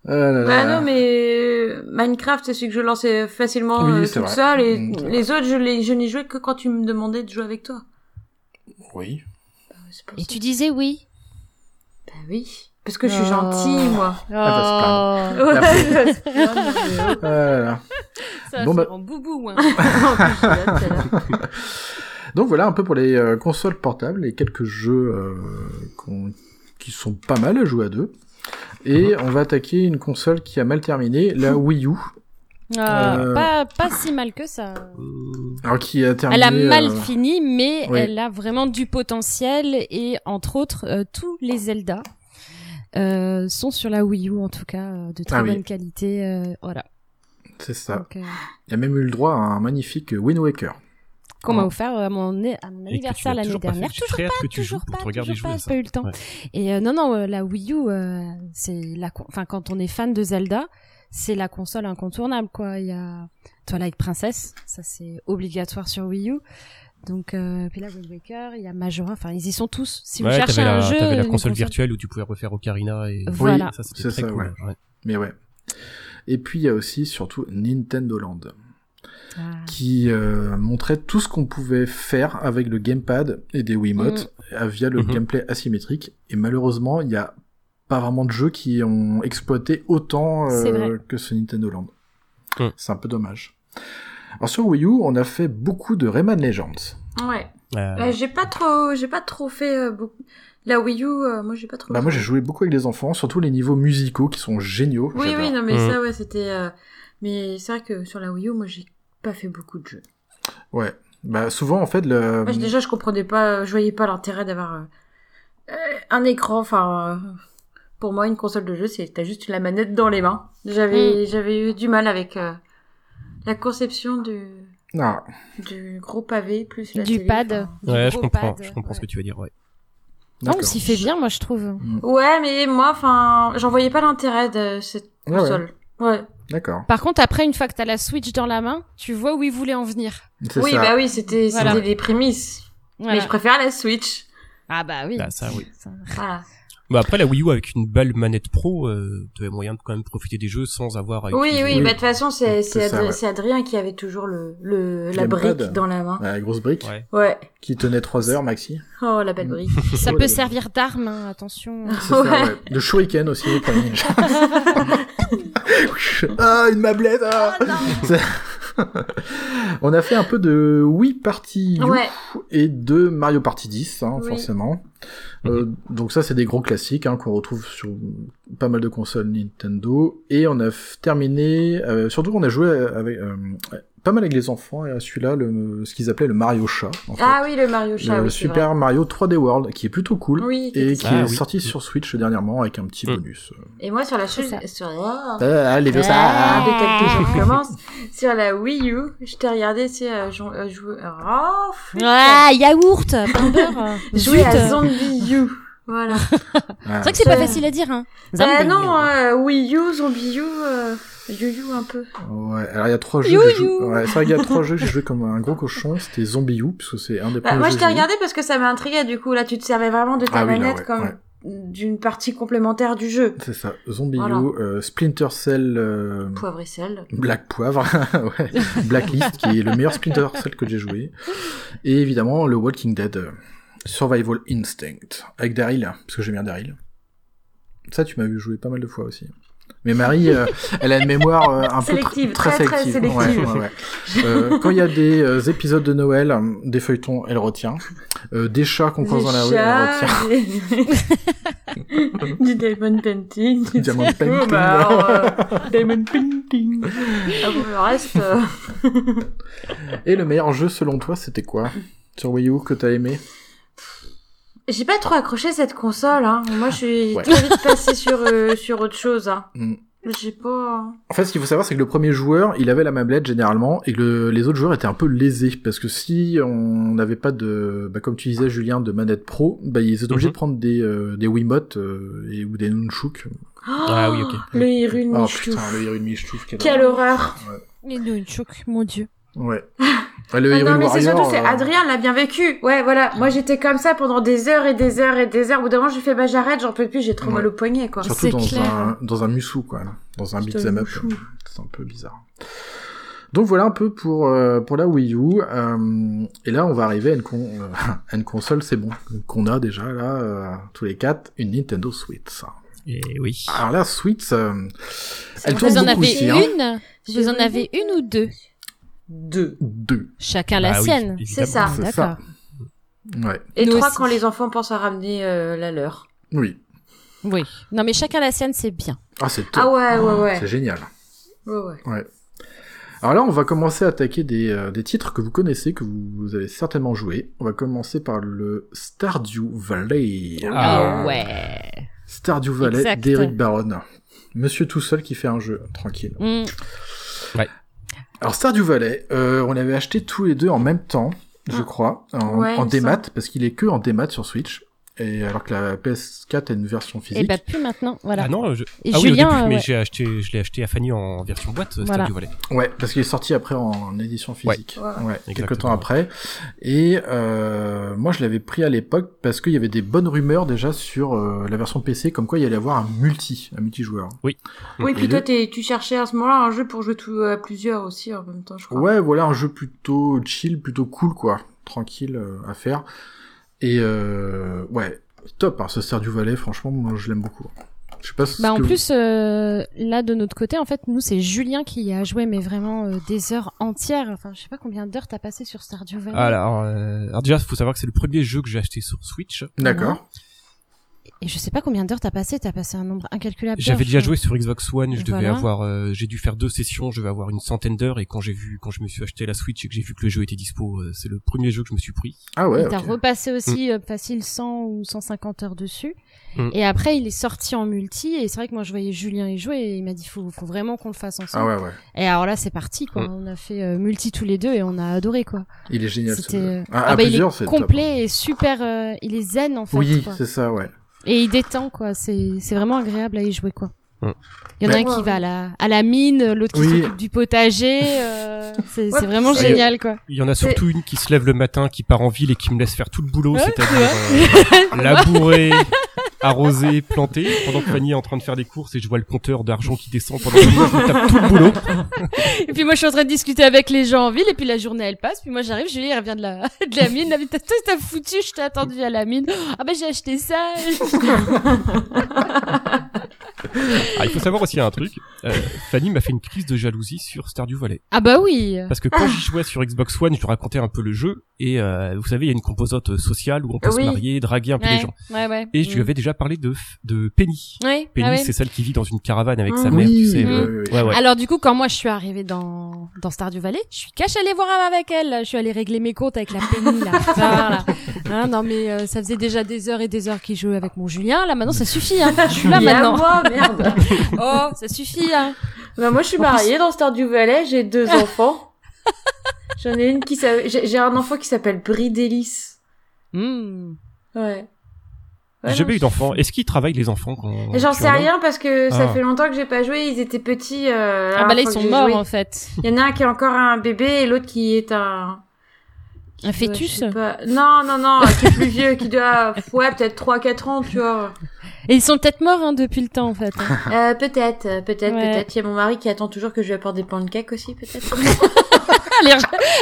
Speaker 7: Ah là là.
Speaker 6: Bah non, mais euh, Minecraft, c'est celui que je lançais facilement
Speaker 7: Oui,
Speaker 6: euh,
Speaker 7: c'est
Speaker 6: toute
Speaker 7: vrai.
Speaker 6: seule. Et
Speaker 7: Mm, c'est
Speaker 6: les autres, je, les, je n'y jouais que quand tu me demandais de jouer avec toi.
Speaker 7: Oui.
Speaker 6: Bah, c'est pour
Speaker 8: Et
Speaker 6: ça.
Speaker 8: tu disais oui.
Speaker 6: Bah oui. Parce que je suis
Speaker 4: Oh.
Speaker 6: gentille, moi.
Speaker 7: va
Speaker 4: Oh.
Speaker 7: La
Speaker 6: Ouais, je sais
Speaker 7: Ah là là.
Speaker 4: Ça va
Speaker 7: Bon,
Speaker 4: faire
Speaker 7: bah-
Speaker 4: un boubou, hein.
Speaker 6: pas, en plus, je suis là, t'es là.
Speaker 7: Donc voilà un peu pour les euh, consoles portables et quelques jeux euh, qu'on- qui sont pas mal à jouer à deux. Et on va attaquer une console qui a mal terminé, la Wii U.
Speaker 4: Ah,
Speaker 7: Euh.
Speaker 4: pas, pas si mal que ça.
Speaker 7: Alors qui a terminé.
Speaker 4: Elle a mal
Speaker 7: euh,
Speaker 4: fini, mais
Speaker 7: oui.
Speaker 4: elle a vraiment du potentiel et entre autres euh, tous les Zelda euh, sont sur la Wii U en tout cas euh, de très
Speaker 7: Ah oui.
Speaker 4: bonne qualité. euh, voilà.
Speaker 7: C'est ça.
Speaker 4: Donc, euh,
Speaker 7: Il a même eu le droit à un magnifique Wind Waker.
Speaker 4: qu'on m'a
Speaker 7: Oh.
Speaker 4: offert euh, à mon, à mon
Speaker 5: Et que tu
Speaker 4: anniversaire
Speaker 5: l'as
Speaker 4: l'année
Speaker 5: toujours pas fait.
Speaker 4: dernière.
Speaker 5: J'ai très hâte que tu joues
Speaker 4: toujours
Speaker 5: pour
Speaker 4: pas,
Speaker 5: te regarder
Speaker 4: toujours
Speaker 5: jouer
Speaker 4: pas,
Speaker 5: à
Speaker 4: j'ai
Speaker 5: ça.
Speaker 4: pas eu le temps.
Speaker 5: Ouais.
Speaker 4: Et euh, non, non, euh, la Wii U, euh, c'est la, con- enfin quand on est fan de Zelda, c'est la console incontournable, quoi. Il y a Twilight Princess, ça c'est obligatoire sur Wii U. Donc, euh, puis là, Wind Waker, il y a Majora, enfin, ils y sont tous. Si vous
Speaker 5: ouais,
Speaker 4: cherchez
Speaker 5: t'avais
Speaker 4: un
Speaker 5: la,
Speaker 4: jeu.
Speaker 5: t'avais la
Speaker 4: une
Speaker 5: console virtuelle où tu pouvais refaire Ocarina et
Speaker 4: Voilà.
Speaker 5: ça c'était
Speaker 7: C'est
Speaker 5: très
Speaker 7: ça,
Speaker 5: cool. ouais.
Speaker 7: Mais ouais. Et puis il y a aussi surtout Nintendo Land
Speaker 4: Ah.
Speaker 7: qui euh, montrait tout ce qu'on pouvait faire avec le gamepad et des Wiimotes
Speaker 6: Mm.
Speaker 7: euh, via le
Speaker 5: Mhm.
Speaker 7: gameplay asymétrique. Et malheureusement, il n'y a pas vraiment de jeux qui ont exploité autant euh,
Speaker 4: C'est vrai.
Speaker 7: que ce Nintendo Land.
Speaker 5: Mm.
Speaker 7: C'est un peu dommage. Alors sur Wii U, on a fait beaucoup de Rayman Legends.
Speaker 6: Ouais.
Speaker 4: Ah,
Speaker 5: Euh,
Speaker 6: Euh, j'ai pas trop, j'ai pas trop fait euh, beaucoup. La Wii U, euh, moi j'ai pas trop.
Speaker 7: Bah
Speaker 6: fait.
Speaker 7: moi j'ai joué beaucoup avec les enfants, surtout les niveaux musicaux qui sont géniaux.
Speaker 6: Oui,
Speaker 7: J'adore.
Speaker 6: oui, non mais
Speaker 5: Mhm.
Speaker 6: ça ouais, c'était. euh, Mais c'est vrai que sur la Wii U, moi j'ai pas fait beaucoup de jeux.
Speaker 7: Ouais. Bah souvent en fait le.
Speaker 6: Moi, je- déjà, je comprenais pas, euh, je voyais pas l'intérêt d'avoir euh, euh, un écran. Enfin, euh, pour moi, une console de jeu, c'est t'as juste la manette dans les mains.
Speaker 4: Mm.
Speaker 6: J'avais, j'avais eu du mal avec euh, la conception du,
Speaker 7: Ah.
Speaker 6: du gros pavé plus la
Speaker 4: Du
Speaker 6: télé,
Speaker 4: pad.
Speaker 6: enfin.
Speaker 4: du
Speaker 5: ouais, je
Speaker 4: gros
Speaker 5: comprends,
Speaker 4: pad,
Speaker 5: je comprends ce que
Speaker 4: ouais.
Speaker 5: tu veux dire, ouais.
Speaker 4: Non, on
Speaker 7: d'accord.
Speaker 4: s'y fait bien, moi, je trouve.
Speaker 6: Ouais, mais moi, enfin, j'en voyais pas l'intérêt de cette
Speaker 7: Ah Ouais, ouais.
Speaker 6: console. Ouais.
Speaker 7: D'accord.
Speaker 4: Par contre, après, une fois que t'as la Switch dans la main, tu vois où ils voulaient en venir.
Speaker 7: C'est
Speaker 6: Oui,
Speaker 7: ça.
Speaker 6: bah oui, c'était,
Speaker 4: Voilà.
Speaker 6: c'était les prémices.
Speaker 4: Voilà.
Speaker 6: Mais je préfère la Switch.
Speaker 4: Ah bah oui.
Speaker 5: Bah, ça, oui.
Speaker 6: Voilà.
Speaker 5: Bah après la Wii U avec une belle manette pro, euh, t'avais moyen de quand même profiter des jeux sans avoir
Speaker 7: Ah,
Speaker 5: à
Speaker 6: Oui,
Speaker 5: utiliser-
Speaker 6: oui, bah, de toute façon, c'est,
Speaker 7: C'est
Speaker 6: c'est,
Speaker 7: ça,
Speaker 6: Adri-
Speaker 7: ouais.
Speaker 6: c'est Adrien qui avait toujours le, le, la
Speaker 7: Gamepad.
Speaker 6: brique dans la main.
Speaker 7: Ouais, la grosse brique
Speaker 5: Ouais.
Speaker 6: Ouais.
Speaker 7: qui tenait 3 heures maxi.
Speaker 6: Oh, la
Speaker 7: Mm.
Speaker 6: belle brique.
Speaker 4: Ça peut servir d'arme, hein, attention.
Speaker 6: Ah.
Speaker 7: C'est ça, ouais. De shuriken aussi pour les ninjas. ah, une mablette
Speaker 8: hein.
Speaker 7: ah C'est- On a fait un peu de Wii Party U
Speaker 6: Ouais.
Speaker 7: et de Mario Party 10, hein,
Speaker 6: Oui.
Speaker 7: forcément. Euh, donc ça, c'est des gros classiques hein, qu'on retrouve sur pas mal de consoles Nintendo. Et on a f- terminé... euh, surtout, on a joué avec... euh, pas mal avec les enfants, et à celui-là, le, ce qu'ils appelaient le Mario Chat. en fait.
Speaker 6: Ah oui, le Mario Chat.
Speaker 7: le
Speaker 6: oui, c'est
Speaker 7: Super Mario 3D World, qui est plutôt cool.
Speaker 6: vrai. Bah Oui.
Speaker 7: et
Speaker 6: c'est
Speaker 7: qui
Speaker 6: ça.
Speaker 5: Ah,
Speaker 7: est
Speaker 5: oui.
Speaker 7: sorti sur Switch dernièrement avec un petit
Speaker 5: Mm.
Speaker 7: bonus.
Speaker 6: Et moi, sur la chaîne.
Speaker 4: C'est
Speaker 6: Sur... Ah,
Speaker 7: Ah, les deux
Speaker 6: ah,
Speaker 5: hein,
Speaker 7: ça
Speaker 6: dès que le jeu commence. Sur la Wii U, je t'ai regardé, c'est euh, jou- euh, jouer. Oh, flûte.
Speaker 4: Ah, yaourt, Pounder,
Speaker 6: jouer à
Speaker 4: euh, zut.
Speaker 6: Zombie U. Voilà.
Speaker 4: C'est vrai que c'est pas
Speaker 6: Ça-
Speaker 4: facile à dire, hein.
Speaker 5: bah
Speaker 6: Euh,
Speaker 4: Zombie.
Speaker 6: non, euh, Wii U, Zombie U, euh, Yu-Yu un peu.
Speaker 7: Ouais, alors il y a trois jeux.
Speaker 4: You,
Speaker 7: que j'ai joué-
Speaker 4: you.
Speaker 7: Ouais, c'est vrai qu'il y a trois jeux que j'ai joué comme un gros cochon. C'était Zombie You, puisque c'est un des
Speaker 6: Bah,
Speaker 7: premiers
Speaker 6: moi,
Speaker 7: jeux
Speaker 6: je
Speaker 7: que
Speaker 6: t'ai
Speaker 7: j'ai joué.
Speaker 6: regardé parce que ça m'a intrigué. Du coup, là, tu te servais vraiment de ta
Speaker 7: Ah oui, là,
Speaker 6: manette
Speaker 7: ouais,
Speaker 6: comme
Speaker 7: ouais.
Speaker 6: d'une partie complémentaire du jeu.
Speaker 7: C'est ça, Zombie
Speaker 6: Voilà.
Speaker 7: You, euh, Splinter Cell, euh,
Speaker 6: Poivre et sel.
Speaker 7: Black Poivre, ouais, Blacklist, qui est le meilleur Splinter Cell que j'ai joué. Et évidemment, le Walking Dead, euh, Survival Instinct, avec Daryl, parce que j'aime bien Daryl. Ça, tu m'as vu jouer pas mal de fois aussi. Mais Marie, euh, elle a une mémoire euh, un
Speaker 6: Sélective,
Speaker 7: peu tr-
Speaker 6: très, très
Speaker 7: Ouais,
Speaker 6: sélective.
Speaker 7: ouais, ouais. Euh, quand il y a des euh, épisodes de Noël, euh, des feuilletons, elle retient. Euh, des chats qu'on croise dans la rue, elle retient.
Speaker 6: du- du diamond painting, du
Speaker 7: Diamond
Speaker 6: truc.
Speaker 7: painting.
Speaker 6: Oh, bah, alors, euh, diamond painting. Ah bon, le reste, euh,
Speaker 7: Et le meilleur jeu selon toi, c'était quoi sur Wii U que t'as aimé
Speaker 6: j'ai pas trop accroché cette console. Hein. Moi, je suis
Speaker 7: Ouais.
Speaker 6: très vite passée sur euh, sur autre chose. Hein.
Speaker 7: Mm.
Speaker 6: J'ai pas. hein.
Speaker 7: En fait, ce qu'il faut savoir, c'est que le premier joueur, il avait la mablette généralement, et que le- les autres joueurs étaient un peu lésés, parce que si on n'avait pas de, bah, comme tu disais Julien, de manette pro, bah, ils étaient obligés
Speaker 5: Mhm.
Speaker 7: de prendre des, euh, des Wiimotes euh, et, ou des Nunchuk.
Speaker 5: Ah oui, ok.
Speaker 6: Le Irune
Speaker 7: Oh
Speaker 6: Michou.
Speaker 7: putain, le Hyrule Michtouf, quelle
Speaker 6: Quelle
Speaker 7: horreur.
Speaker 6: horreur.
Speaker 4: Les nunchuk, mon dieu.
Speaker 7: Ouais. Ah, le
Speaker 6: Ah
Speaker 7: Hyrule
Speaker 6: non, mais c'est
Speaker 7: Warrior,
Speaker 6: surtout, c'est
Speaker 7: euh,
Speaker 6: Adrien l'a bien vécu. Ouais, voilà. Moi, j'étais comme ça pendant des heures et des heures et des heures. Au bout d'un moment, j'ai fait, bah, j'arrête, j'en peux plus, j'ai trop
Speaker 7: Ouais.
Speaker 6: mal au poignet, quoi.
Speaker 7: Surtout
Speaker 4: C'est
Speaker 7: dans
Speaker 4: clair.
Speaker 7: un, dans un Musou, quoi. Dans un
Speaker 6: Putain,
Speaker 7: beat'em up.
Speaker 6: Musou.
Speaker 7: C'est un peu bizarre. Donc voilà un peu pour, euh, pour la Wii U. euh, et là, on va arriver à une, con- euh, à une console, c'est bon, qu'on a déjà, là, euh, tous les quatre, une Nintendo Switch.
Speaker 5: Et oui.
Speaker 7: Alors la Switch, euh, elle
Speaker 6: Vous
Speaker 7: tourne
Speaker 4: Vous en
Speaker 7: beaucoup
Speaker 4: avez
Speaker 7: aussi, hein.
Speaker 4: une Vous en avez une ou deux
Speaker 6: Deux.
Speaker 7: Deux.
Speaker 4: Chacun
Speaker 5: Bah
Speaker 4: la
Speaker 5: oui,
Speaker 4: sienne.
Speaker 5: évidemment.
Speaker 6: C'est ça.
Speaker 7: C'est
Speaker 4: D'accord.
Speaker 7: Ouais.
Speaker 6: Et
Speaker 4: Nous
Speaker 6: trois
Speaker 4: aussi.
Speaker 6: quand les enfants pensent à ramener euh, la leur.
Speaker 7: Oui.
Speaker 4: Oui. Non, mais chacun la sienne, c'est bien.
Speaker 7: Ah, c'est top.
Speaker 6: Ah ouais, ouais, ouais.
Speaker 7: C'est génial.
Speaker 6: Ouais, ouais.
Speaker 7: Alors là, on va commencer à attaquer des, euh, des titres que vous connaissez, que vous, vous avez certainement joué. On va commencer par le Stardew Valley.
Speaker 5: Ah.
Speaker 4: Oh ouais.
Speaker 7: Stardew Valley
Speaker 4: Exact.
Speaker 7: d'Eric Baron. Monsieur tout seul qui fait un jeu, tranquille.
Speaker 4: Mm.
Speaker 7: Alors Stardew Valley, euh, on l'avait acheté tous les deux en même temps, je crois, en,
Speaker 6: Ah. Ouais, il
Speaker 7: en
Speaker 6: me
Speaker 7: démat, parce qu'il est que en démat sur Switch. Et alors que la PS4 a une version physique.
Speaker 4: Et bah plus maintenant, voilà.
Speaker 5: Ah non, je...
Speaker 4: Et
Speaker 5: ah oui, au
Speaker 4: Julien,
Speaker 5: début,
Speaker 4: euh,
Speaker 5: mais
Speaker 4: ouais.
Speaker 5: j'ai acheté, je l'ai acheté à Fanny en version boîte, euh,
Speaker 4: Voilà.
Speaker 5: Stardew Valley.
Speaker 7: Ouais, parce qu'il est sorti après en édition physique. Ouais, quelques temps
Speaker 5: Exactement.
Speaker 7: après. Et euh, moi, je l'avais pris à l'époque parce qu'il y avait des bonnes rumeurs déjà sur euh, la version PC, comme quoi il y allait avoir un multi, un multijoueur.
Speaker 6: Oui, puis
Speaker 7: Et
Speaker 6: toi,
Speaker 7: le-
Speaker 6: t'es- tu cherchais à ce moment-là un jeu pour jouer tout, à plusieurs aussi en même
Speaker 4: Ah.
Speaker 6: temps, je crois.
Speaker 7: Ouais, voilà un jeu plutôt chill, plutôt cool, quoi, tranquille euh, à faire. Et euh, ouais, top. Hein, ce Stardew Valley, franchement, moi, je l'aime beaucoup. Je sais pas. ce
Speaker 4: Bah en
Speaker 7: que-
Speaker 4: plus euh, là de notre côté en fait nous c'est Julien qui y a joué mais vraiment euh, des heures entières enfin je sais pas combien d'heures t'as passé sur Stardew Valley
Speaker 5: Alors, euh, alors déjà, faut savoir que c'est le premier jeu que j'ai acheté sur Switch.
Speaker 7: D'accord.
Speaker 4: et je sais pas combien d'heures t'as passé t'as passé un nombre incalculable
Speaker 5: J'avais
Speaker 4: d'heures,
Speaker 5: déjà
Speaker 4: je crois.
Speaker 5: joué sur Xbox One, je devais
Speaker 4: Voilà.
Speaker 5: avoir, euh, j'ai dû faire deux sessions, je vais avoir une centaine d'heures et quand j'ai vu, quand je me suis acheté la Switch et que j'ai vu que le jeu était dispo, euh, c'est le premier jeu que je me suis pris.
Speaker 7: Ah ouais.
Speaker 4: et t'as
Speaker 7: ok.
Speaker 4: repassé aussi euh, facile 100 ou 150 heures dessus
Speaker 5: Mm.
Speaker 4: et après il est sorti en multi et c'est vrai que moi je voyais Julien y jouer et il m'a dit faut, faut vraiment qu'on le fasse ensemble
Speaker 7: Ah ouais, ouais.
Speaker 4: et alors là c'est parti quoi on a fait euh, multi tous les deux et on a adoré quoi
Speaker 7: Il est génial. Ce
Speaker 4: c'était
Speaker 7: jeu.
Speaker 4: euh,
Speaker 7: Ah,
Speaker 4: ah
Speaker 7: à
Speaker 4: bah, il
Speaker 7: plusieurs,
Speaker 4: est
Speaker 7: c'est top. hein.
Speaker 4: complet et super euh, il est zen en fait
Speaker 7: Oui,
Speaker 4: quoi.
Speaker 7: c'est ça, ouais.
Speaker 4: Et il détend, quoi. C'est, c'est vraiment agréable à y jouer, quoi.
Speaker 5: Ouais.
Speaker 4: Il y en a
Speaker 6: Ouais.
Speaker 4: un qui va à la, à la mine, l'autre qui
Speaker 7: Oui.
Speaker 4: s'occupe du potager. euh, c'est,
Speaker 6: Ouais,
Speaker 4: c'est vraiment
Speaker 7: ça y est.
Speaker 4: génial, quoi.
Speaker 5: Il y en a surtout une qui se lève le matin, qui part en ville et qui me laisse faire tout le boulot,
Speaker 4: Ouais,
Speaker 5: c'est-à-dire euh, labourer, arroser, planter, pendant que Fanny est en train de faire des courses et je vois le compteur d'argent qui descend pendant que moi, je me tape tout le boulot.
Speaker 4: Et puis moi, je suis en train de discuter avec les gens en ville, et puis la journée, elle passe. Puis moi, j'arrive, Julie, elle revient de la, de la mine. Ah, mais t'as, t'as foutu, je t'ai attendu à la mine. Ah, bah, j'ai acheté ça.
Speaker 5: Ah, il faut savoir aussi un truc, euh, Fanny m'a fait une crise de jalousie sur Stardew Valley.
Speaker 4: ah, bah oui.
Speaker 5: Parce que quand j'y jouais sur Xbox One, je lui racontais un peu le jeu, et euh, vous savez, il y a une composante euh, sociale où on peut se
Speaker 6: Oui.
Speaker 5: marier, draguer un peu les
Speaker 4: Ouais,
Speaker 5: gens.
Speaker 4: ouais, ouais.
Speaker 5: Et je lui
Speaker 4: Mm.
Speaker 5: avais déjà parlé de, f- de Penny.
Speaker 4: Ouais,
Speaker 5: Penny,
Speaker 4: ah ouais. Mm.
Speaker 5: c'est celle qui vit dans une caravane avec sa
Speaker 6: Oui,
Speaker 5: mère, tu sais.
Speaker 7: oui,
Speaker 5: euh,
Speaker 7: oui, oui.
Speaker 5: Ouais, ouais.
Speaker 4: Alors du coup, quand moi je suis arrivée dans dans Stardew Valley, je suis cachée allée voir avec elle. Je suis allée régler mes comptes avec la Penny là. Voilà. Hein, non mais euh, ça faisait déjà des heures et des heures qu'il jouait avec mon Julien. Là maintenant ça suffit. Hein.
Speaker 6: Ah,
Speaker 4: Je suis là
Speaker 6: Et à
Speaker 4: maintenant.
Speaker 6: moi, merde.
Speaker 4: Oh, ça suffit. Hein.
Speaker 6: Bah, moi, je suis
Speaker 4: En plus-
Speaker 6: mariée dans Stardew Valley, j'ai deux enfants. J'en ai une qui s'appelle, j'ai j'ai un enfant qui s'appelle Bridelis.
Speaker 4: Hmm.
Speaker 6: Ouais. Ouais,
Speaker 5: J'ai jamais
Speaker 6: non,
Speaker 5: eu d'enfants. Est-ce qu'ils travaillent les enfants quand
Speaker 6: J'en
Speaker 5: tu
Speaker 6: sais
Speaker 5: en as
Speaker 6: rien parce que ça
Speaker 5: Ah.
Speaker 6: fait longtemps que j'ai pas joué, ils étaient petits. Euh, la
Speaker 4: Ah bah
Speaker 6: dernière
Speaker 4: là ils
Speaker 6: fois
Speaker 4: sont
Speaker 6: que j'ai
Speaker 4: morts
Speaker 6: joué.
Speaker 4: en fait.
Speaker 6: Il y en a un qui est encore un bébé et l'autre qui est un...
Speaker 4: Un
Speaker 6: qui doit,
Speaker 4: fœtus
Speaker 6: je sais pas- Non, non, non, qui est plus vieux, qui doit... Ouais, peut-être 3-4 ans, tu vois.
Speaker 4: Et ils sont peut-être morts hein, depuis le temps en fait. hein.
Speaker 6: Euh, peut-être, euh, peut-être,
Speaker 4: Ouais.
Speaker 6: peut-être. Il y a mon mari qui attend toujours que je lui apporte des pancakes aussi, peut-être.
Speaker 4: Elle est,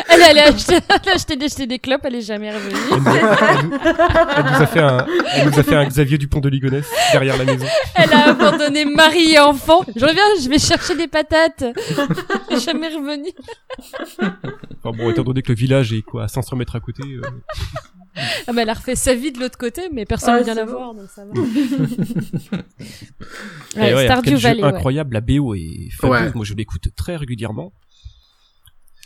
Speaker 4: elle est allée acheter, elle a acheté des, acheter des clopes, elle est jamais revenue.
Speaker 5: Elle nous, elle nous- elle nous a fait un, elle nous a fait un Xavier Dupont de Ligonnès derrière la maison.
Speaker 4: Elle a abandonné mari et enfant. Je reviens, je vais chercher des patates. Elle est jamais revenue.
Speaker 5: Enfin bon, étant donné que le village est quoi, à 500 mètres à côté. euh,
Speaker 4: Ah bah elle a refait sa vie de l'autre côté, mais personne ne
Speaker 6: Ah,
Speaker 4: vient
Speaker 6: c'est
Speaker 4: la
Speaker 6: bon.
Speaker 4: voir, donc ça va.
Speaker 5: et
Speaker 4: ouais,
Speaker 5: alors,
Speaker 4: Stardew
Speaker 5: quel jeu
Speaker 4: Valley, ouais.
Speaker 5: incroyable, la BO est fabuleuse.
Speaker 7: Ouais.
Speaker 5: Moi, je l'écoute très régulièrement.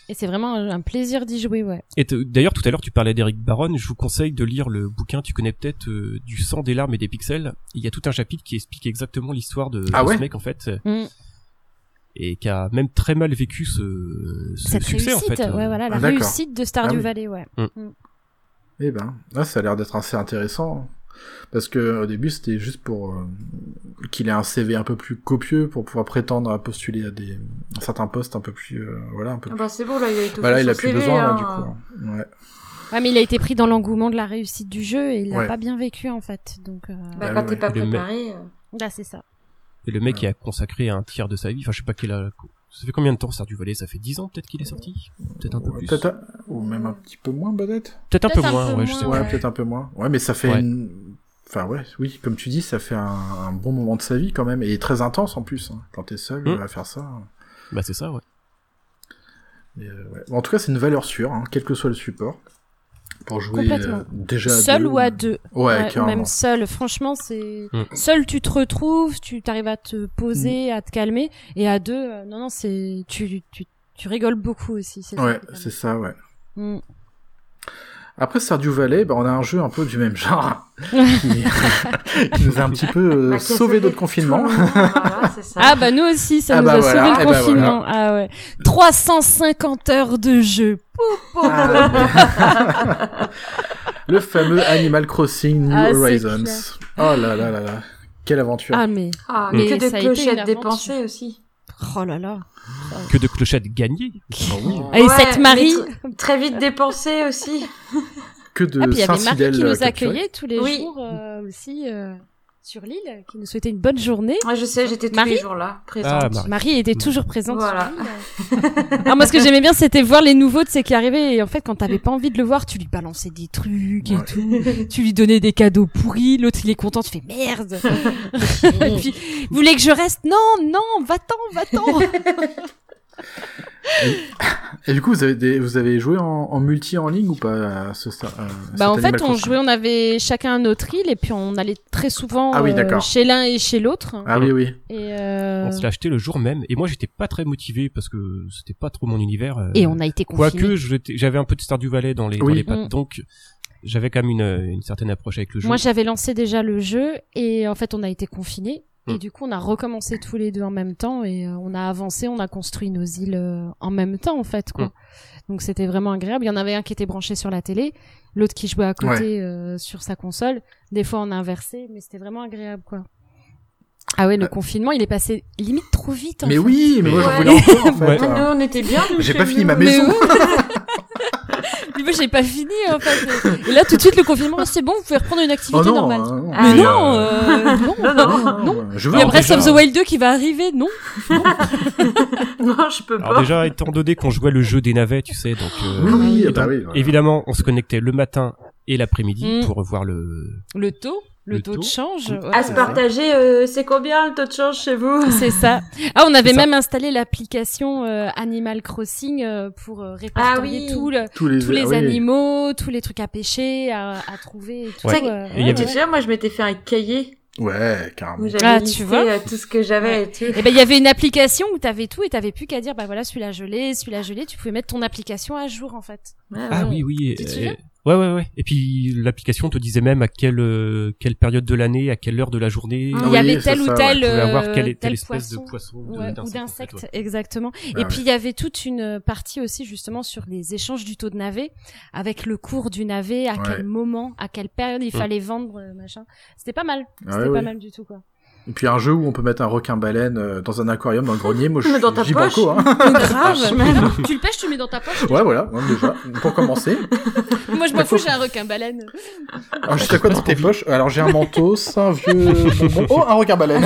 Speaker 4: Et c'est vraiment un un plaisir d'y jouer, ouais.
Speaker 5: Et te- d'ailleurs, tout à l'heure, tu parlais d'Eric Baron. Je vous conseille de lire le bouquin. Tu connais peut-être euh, du sang, des larmes et des pixels. Il y a tout un chapitre qui explique exactement l'histoire de,
Speaker 7: Ah
Speaker 5: de
Speaker 7: ouais
Speaker 5: ce mec en fait,
Speaker 4: Mm.
Speaker 5: et qui a même très mal vécu ce, ce
Speaker 4: Cette
Speaker 5: succès en
Speaker 4: réussite,
Speaker 5: fait. euh.
Speaker 4: ouais, voilà, la
Speaker 7: Ah, d'accord.
Speaker 4: réussite de Stardew
Speaker 7: Ah oui.
Speaker 4: Valley, ouais.
Speaker 7: Eh ben, là, ça a l'air d'être assez intéressant. Parce que au début, c'était juste pour euh, qu'il ait un CV un peu plus copieux pour pouvoir prétendre à postuler à des à certains postes un peu plus euh, voilà un peu.
Speaker 6: Ah bah c'est bon, là, il a étoffé
Speaker 7: Voilà, il
Speaker 6: son
Speaker 7: a plus
Speaker 6: CV,
Speaker 7: besoin là,
Speaker 6: hein.
Speaker 7: du coup. Ouais.
Speaker 4: Ouais, Ah, mais il a été pris dans l'engouement de la réussite du jeu et il l'a
Speaker 7: Ouais.
Speaker 4: pas bien vécu, en fait. Donc, euh,
Speaker 6: Bah,
Speaker 7: Bah
Speaker 6: quand
Speaker 7: oui,
Speaker 6: t'es
Speaker 7: ouais.
Speaker 6: pas
Speaker 5: Le mec.
Speaker 6: préparé... euh,
Speaker 4: là, c'est ça.
Speaker 5: Et le mec qui a consacré un tiers de sa vie. Enfin, je sais pas quel a. Ça fait combien de temps Stardew Valley Ça fait 10 ans peut-être qu'il est sorti Peut-être un peu plus.
Speaker 7: Peut-être un- ou même un petit peu moins peut-être.
Speaker 5: Peut-être un peu
Speaker 4: Peut-être un
Speaker 5: moins,
Speaker 4: peu
Speaker 5: ouais, je
Speaker 4: moins,
Speaker 5: sais
Speaker 7: Ouais,
Speaker 5: pas.
Speaker 7: peut-être un peu moins. Ouais, mais ça fait
Speaker 5: Ouais.
Speaker 7: une- Enfin ouais, oui, comme tu dis, ça fait un, un bon moment de sa vie quand même, et très intense en plus, hein, quand t'es seul
Speaker 5: Mm.
Speaker 7: à faire ça. hein.
Speaker 5: Bah, c'est ça, ouais.
Speaker 7: Mais, euh, ouais. En tout cas, c'est une valeur sûre, hein, quel que soit le support, pour jouer
Speaker 4: Complètement.
Speaker 7: euh, déjà à
Speaker 4: Seul
Speaker 7: deux,
Speaker 4: ou à deux.
Speaker 7: Ouais,
Speaker 4: Ouais, ou
Speaker 7: carrément.
Speaker 4: même seul. Franchement, c'est
Speaker 5: Mm.
Speaker 4: seul tu te retrouves, tu t'arrives à te
Speaker 7: Mm.
Speaker 4: poser, à te calmer, et à deux, euh, non, non, c'est tu, tu, tu rigoles beaucoup aussi. c'est ça
Speaker 7: Ouais,
Speaker 4: qui est pas
Speaker 7: c'est ça, ouais.
Speaker 4: mal. Mm.
Speaker 7: Après Stardew Valley, bah, on a un jeu un peu du même genre hein, qui, qui nous a un petit peu euh,
Speaker 6: bah, qui a
Speaker 7: sauvé d'autres confinements.
Speaker 6: tout le monde, voilà, c'est ça.
Speaker 4: Ah bah nous aussi, ça
Speaker 7: Ah
Speaker 4: nous
Speaker 7: bah
Speaker 4: a
Speaker 7: voilà,
Speaker 4: sauvé
Speaker 7: eh
Speaker 4: le
Speaker 7: bah
Speaker 4: confinement. Ah ouais. 350 heures de jeu.
Speaker 7: Ah. le fameux Animal Crossing New
Speaker 4: Ah, c'est
Speaker 7: Horizons. Oh là là là là. Quelle aventure.
Speaker 4: Ah mais
Speaker 6: Ah,
Speaker 5: Mm.
Speaker 6: mais que
Speaker 4: Et ça
Speaker 6: des
Speaker 4: a été une
Speaker 6: clochettes
Speaker 4: aventure.
Speaker 6: dépensées aussi.
Speaker 4: oh là là.
Speaker 5: Que de clochettes gagnées.
Speaker 4: Et
Speaker 6: Ouais,
Speaker 4: cette
Speaker 6: mais
Speaker 4: Marie.
Speaker 6: tr- Très vite dépensées aussi.
Speaker 7: que de
Speaker 4: Ah puis il y avait Marie
Speaker 7: Saint-Fidèle euh,
Speaker 4: qui nous
Speaker 7: capturés.
Speaker 4: accueillait tous les
Speaker 6: Oui.
Speaker 4: jours euh, aussi euh, sur l'île, qui nous souhaitait une bonne journée.
Speaker 6: Moi, je sais, j'étais tous
Speaker 4: Marie
Speaker 6: les jours là, présente.
Speaker 7: Bah,
Speaker 5: Ah, Marie.
Speaker 4: Marie était toujours présente
Speaker 6: Voilà.
Speaker 4: Ah, moi, ce que j'aimais bien, c'était voir les nouveaux, tu sais, qui arrivaient. Et en fait, quand t'avais pas envie de le voir, tu lui balançais des trucs et
Speaker 7: Ouais.
Speaker 4: tout. Tu lui donnais des cadeaux pourris. L'autre, il est content. Tu fais merde. et puis, vous voulez que je reste? Non, non, va-t'en, va-t'en.
Speaker 7: Et du coup, vous avez, des- vous avez joué en, en multi en ligne ou pas à ce, sta- à cet
Speaker 4: bah, en
Speaker 7: Animal
Speaker 4: fait, on
Speaker 7: Crossing
Speaker 4: jouait, on avait chacun notre île. Et puis, on allait très souvent
Speaker 7: Ah oui,
Speaker 4: euh,
Speaker 7: d'accord.
Speaker 4: chez l'un et chez l'autre.
Speaker 7: Ah oui, oui.
Speaker 4: Et, euh,
Speaker 5: On se l'a acheté le jour même. Et moi, j'étais pas très motivé parce que c'était pas trop mon univers. euh,
Speaker 4: et on a été confinés.
Speaker 5: Quoique, j'étais- j'avais un peu de Stardew Valley dans les, dans
Speaker 7: Oui.
Speaker 5: les pattes.
Speaker 4: Mm.
Speaker 5: Donc, j'avais quand même une, euh, une certaine approche avec le jeu.
Speaker 4: Moi, j'avais lancé déjà le jeu et en fait, on a été confinés.
Speaker 5: Mm.
Speaker 7: Hmm.
Speaker 4: Et du coup, on a recommencé tous les deux en même temps et euh, on a avancé, on a construit nos îles euh, en même temps, en fait, quoi.
Speaker 5: Mm.
Speaker 7: Hmm.
Speaker 4: Donc, c'était vraiment agréable. Il y en avait un qui était branché sur la télé, l'autre qui jouait à côté euh, sur sa console. Des fois, on a inversé, mais c'était vraiment agréable, quoi. Ah ouais, le
Speaker 7: Euh.
Speaker 4: confinement, il est passé limite trop vite. en
Speaker 7: Mais
Speaker 4: fait.
Speaker 7: oui, mais moi j'en
Speaker 6: Ouais.
Speaker 7: voulais encore en fait.
Speaker 5: Ouais.
Speaker 6: Ah, nous, on était bien. nous,
Speaker 7: J'ai
Speaker 6: chez
Speaker 7: pas fini
Speaker 6: nous.
Speaker 7: ma
Speaker 4: Mais
Speaker 7: maison.
Speaker 4: oui. Du coup, j'ai pas fini, en fait. Et là, tout de suite, le confinement, c'est bon, vous pouvez reprendre une activité
Speaker 7: Oh non, Ah,
Speaker 4: normale.
Speaker 7: euh, non.
Speaker 4: Mais
Speaker 6: Mais,
Speaker 4: Ah, non, euh,
Speaker 6: Non, non.
Speaker 7: non, je veux
Speaker 4: Il y a
Speaker 5: Alors
Speaker 4: Breath of
Speaker 5: déjà-
Speaker 4: the Wild 2 qui va arriver, non
Speaker 6: Non, je peux
Speaker 5: Alors
Speaker 6: pas.
Speaker 5: déjà, étant donné qu'on jouait le jeu des navets, tu sais, donc euh,
Speaker 7: Oui, oui,
Speaker 5: et
Speaker 7: bah
Speaker 5: donc,
Speaker 7: oui, voilà.
Speaker 5: évidemment, on se connectait le matin et l'après-midi
Speaker 4: Mm.
Speaker 5: pour voir le.
Speaker 4: Le taux Le,
Speaker 5: Le
Speaker 4: taux, Ah, de
Speaker 5: taux.
Speaker 4: change ouais.
Speaker 6: À se partager, euh, c'est combien le taux de change chez vous
Speaker 4: C'est ça. Ah, on avait
Speaker 5: C'est ça.
Speaker 4: même installé l'application euh, Animal Crossing euh, pour euh, répertorier
Speaker 6: Ah oui.
Speaker 4: tout le-
Speaker 7: tous les, ah
Speaker 4: tous les
Speaker 7: oui.
Speaker 4: animaux, tous les trucs à pêcher, à, à trouver et tout.
Speaker 5: Ouais.
Speaker 4: euh,
Speaker 5: Et il y avait-
Speaker 6: Tu te souviens, moi, je m'étais fait un cahier
Speaker 7: Ouais,
Speaker 6: où
Speaker 7: carrément.
Speaker 6: j'avais
Speaker 4: Ah, tu
Speaker 6: listé
Speaker 4: vois
Speaker 6: euh, tout ce que j'avais et tout.
Speaker 4: Et ben il y avait une application où t'avais tout et t'avais plus qu'à dire bah voilà celui-là je l'ai, celui-là je l'ai. Tu pouvais mettre ton application à jour en fait.
Speaker 6: Ouais,
Speaker 5: Ah
Speaker 6: ouais.
Speaker 5: oui, oui.
Speaker 4: Tu te
Speaker 5: euh,
Speaker 4: souviens
Speaker 5: ouais, ouais, ouais. Et puis l'application te disait même à quelle euh, quelle période de l'année, à quelle heure de la journée.
Speaker 4: Il
Speaker 7: Ah
Speaker 4: y
Speaker 7: oui,
Speaker 4: avait
Speaker 7: c'est
Speaker 4: tel ou
Speaker 7: ça, ouais.
Speaker 4: tel,
Speaker 5: tu pouvais avoir
Speaker 4: euh,
Speaker 5: quelle, telle
Speaker 4: Mm. tel
Speaker 5: espèce
Speaker 4: poisson.
Speaker 5: de poisson de-
Speaker 4: Ouais, ou
Speaker 5: d'insecte, en
Speaker 4: d'insectes,
Speaker 5: fait, ouais.
Speaker 4: exactement.
Speaker 7: Ah
Speaker 4: et puis il y avait toute une euh, partie aussi justement sur les échanges du taux de navet, avec le cours du navet, à
Speaker 7: Ouais.
Speaker 4: quel moment, à quelle période
Speaker 5: Mm.
Speaker 4: il fallait vendre, euh, machin. C'était pas mal,
Speaker 7: Ah
Speaker 4: c'était
Speaker 7: ouais,
Speaker 4: pas
Speaker 7: ouais.
Speaker 4: mal du tout quoi.
Speaker 7: Et puis un jeu où on peut mettre un requin baleine euh, dans un aquarium dans le grenier, moi je
Speaker 6: Mais
Speaker 7: suis
Speaker 6: dans ta
Speaker 7: j'y
Speaker 6: poche.
Speaker 7: banco, hein.
Speaker 4: Mais
Speaker 5: Ah,
Speaker 4: grave, même. tu le pêches, tu le mets dans ta poche.
Speaker 7: Ouais voilà, ouais, déjà pour commencer.
Speaker 4: Moi
Speaker 5: Bah,
Speaker 4: je m'en fous, j'ai un requin baleine.
Speaker 7: Alors juste à quoi dans tes poches Alors j'ai un manteau, ça, un vieux bonbon. Oh, un requin baleine.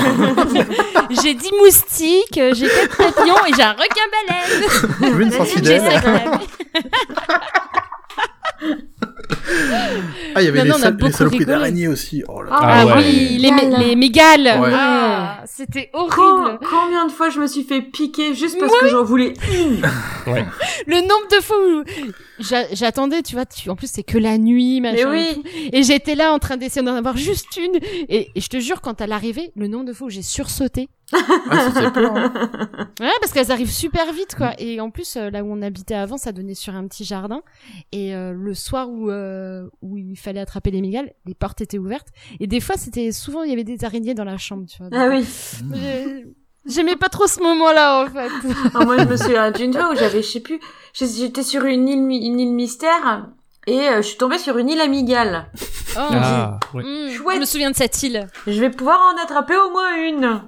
Speaker 4: J'ai 10 moustiques, euh, j'ai quatre papillons et j'ai un requin baleine.
Speaker 7: Je veux une
Speaker 4: J'ai
Speaker 7: sensidelle.
Speaker 4: cinq navets.
Speaker 7: Ah, il y avait
Speaker 4: Non,
Speaker 7: les,
Speaker 4: non, on a
Speaker 7: sal- les
Speaker 4: beaucoup
Speaker 7: saloperies
Speaker 4: rigolé.
Speaker 7: d'araignées aussi. Oh là là.
Speaker 5: Ah
Speaker 4: Ah,
Speaker 5: ouais.
Speaker 4: oui, les, mé- les mégales.
Speaker 7: Ouais.
Speaker 4: Ah, c'était
Speaker 6: Com-
Speaker 4: horrible.
Speaker 6: combien de fois je me suis fait piquer juste parce que j'en voulais
Speaker 4: Le nombre de fois où j'a- j'attendais, tu vois, tu... en plus c'est que la nuit,
Speaker 6: Mais
Speaker 4: machin.
Speaker 6: oui,
Speaker 4: Et j'étais là en train d'essayer d'en avoir juste une. Et, et je te jure, quand elle arrivait, le nombre de fois où j'ai sursauté.
Speaker 7: Ah, ça faisait peur. hein.
Speaker 4: Ouais, parce qu'elles arrivent super vite, quoi. Et en plus, euh, là où on habitait avant, ça donnait sur un petit jardin. Et euh, le soir où, euh, où il fallait attraper les migales, les portes étaient ouvertes. Et des fois, c'était souvent, il y avait des araignées dans la chambre, tu vois.
Speaker 6: ah oui.
Speaker 4: Donc, euh, j'ai- J'aimais pas trop ce moment-là, en fait.
Speaker 6: Ah, moi, je me souviens d'une fois où j'avais, je sais plus, je- j'étais sur une île, mi- une île mystère et euh, je suis tombée sur une île amigale.
Speaker 4: Oh,
Speaker 5: Ah, ouais.
Speaker 4: mm,
Speaker 6: Chouette.
Speaker 4: je me souviens de cette île.
Speaker 6: Je vais pouvoir en attraper au moins une.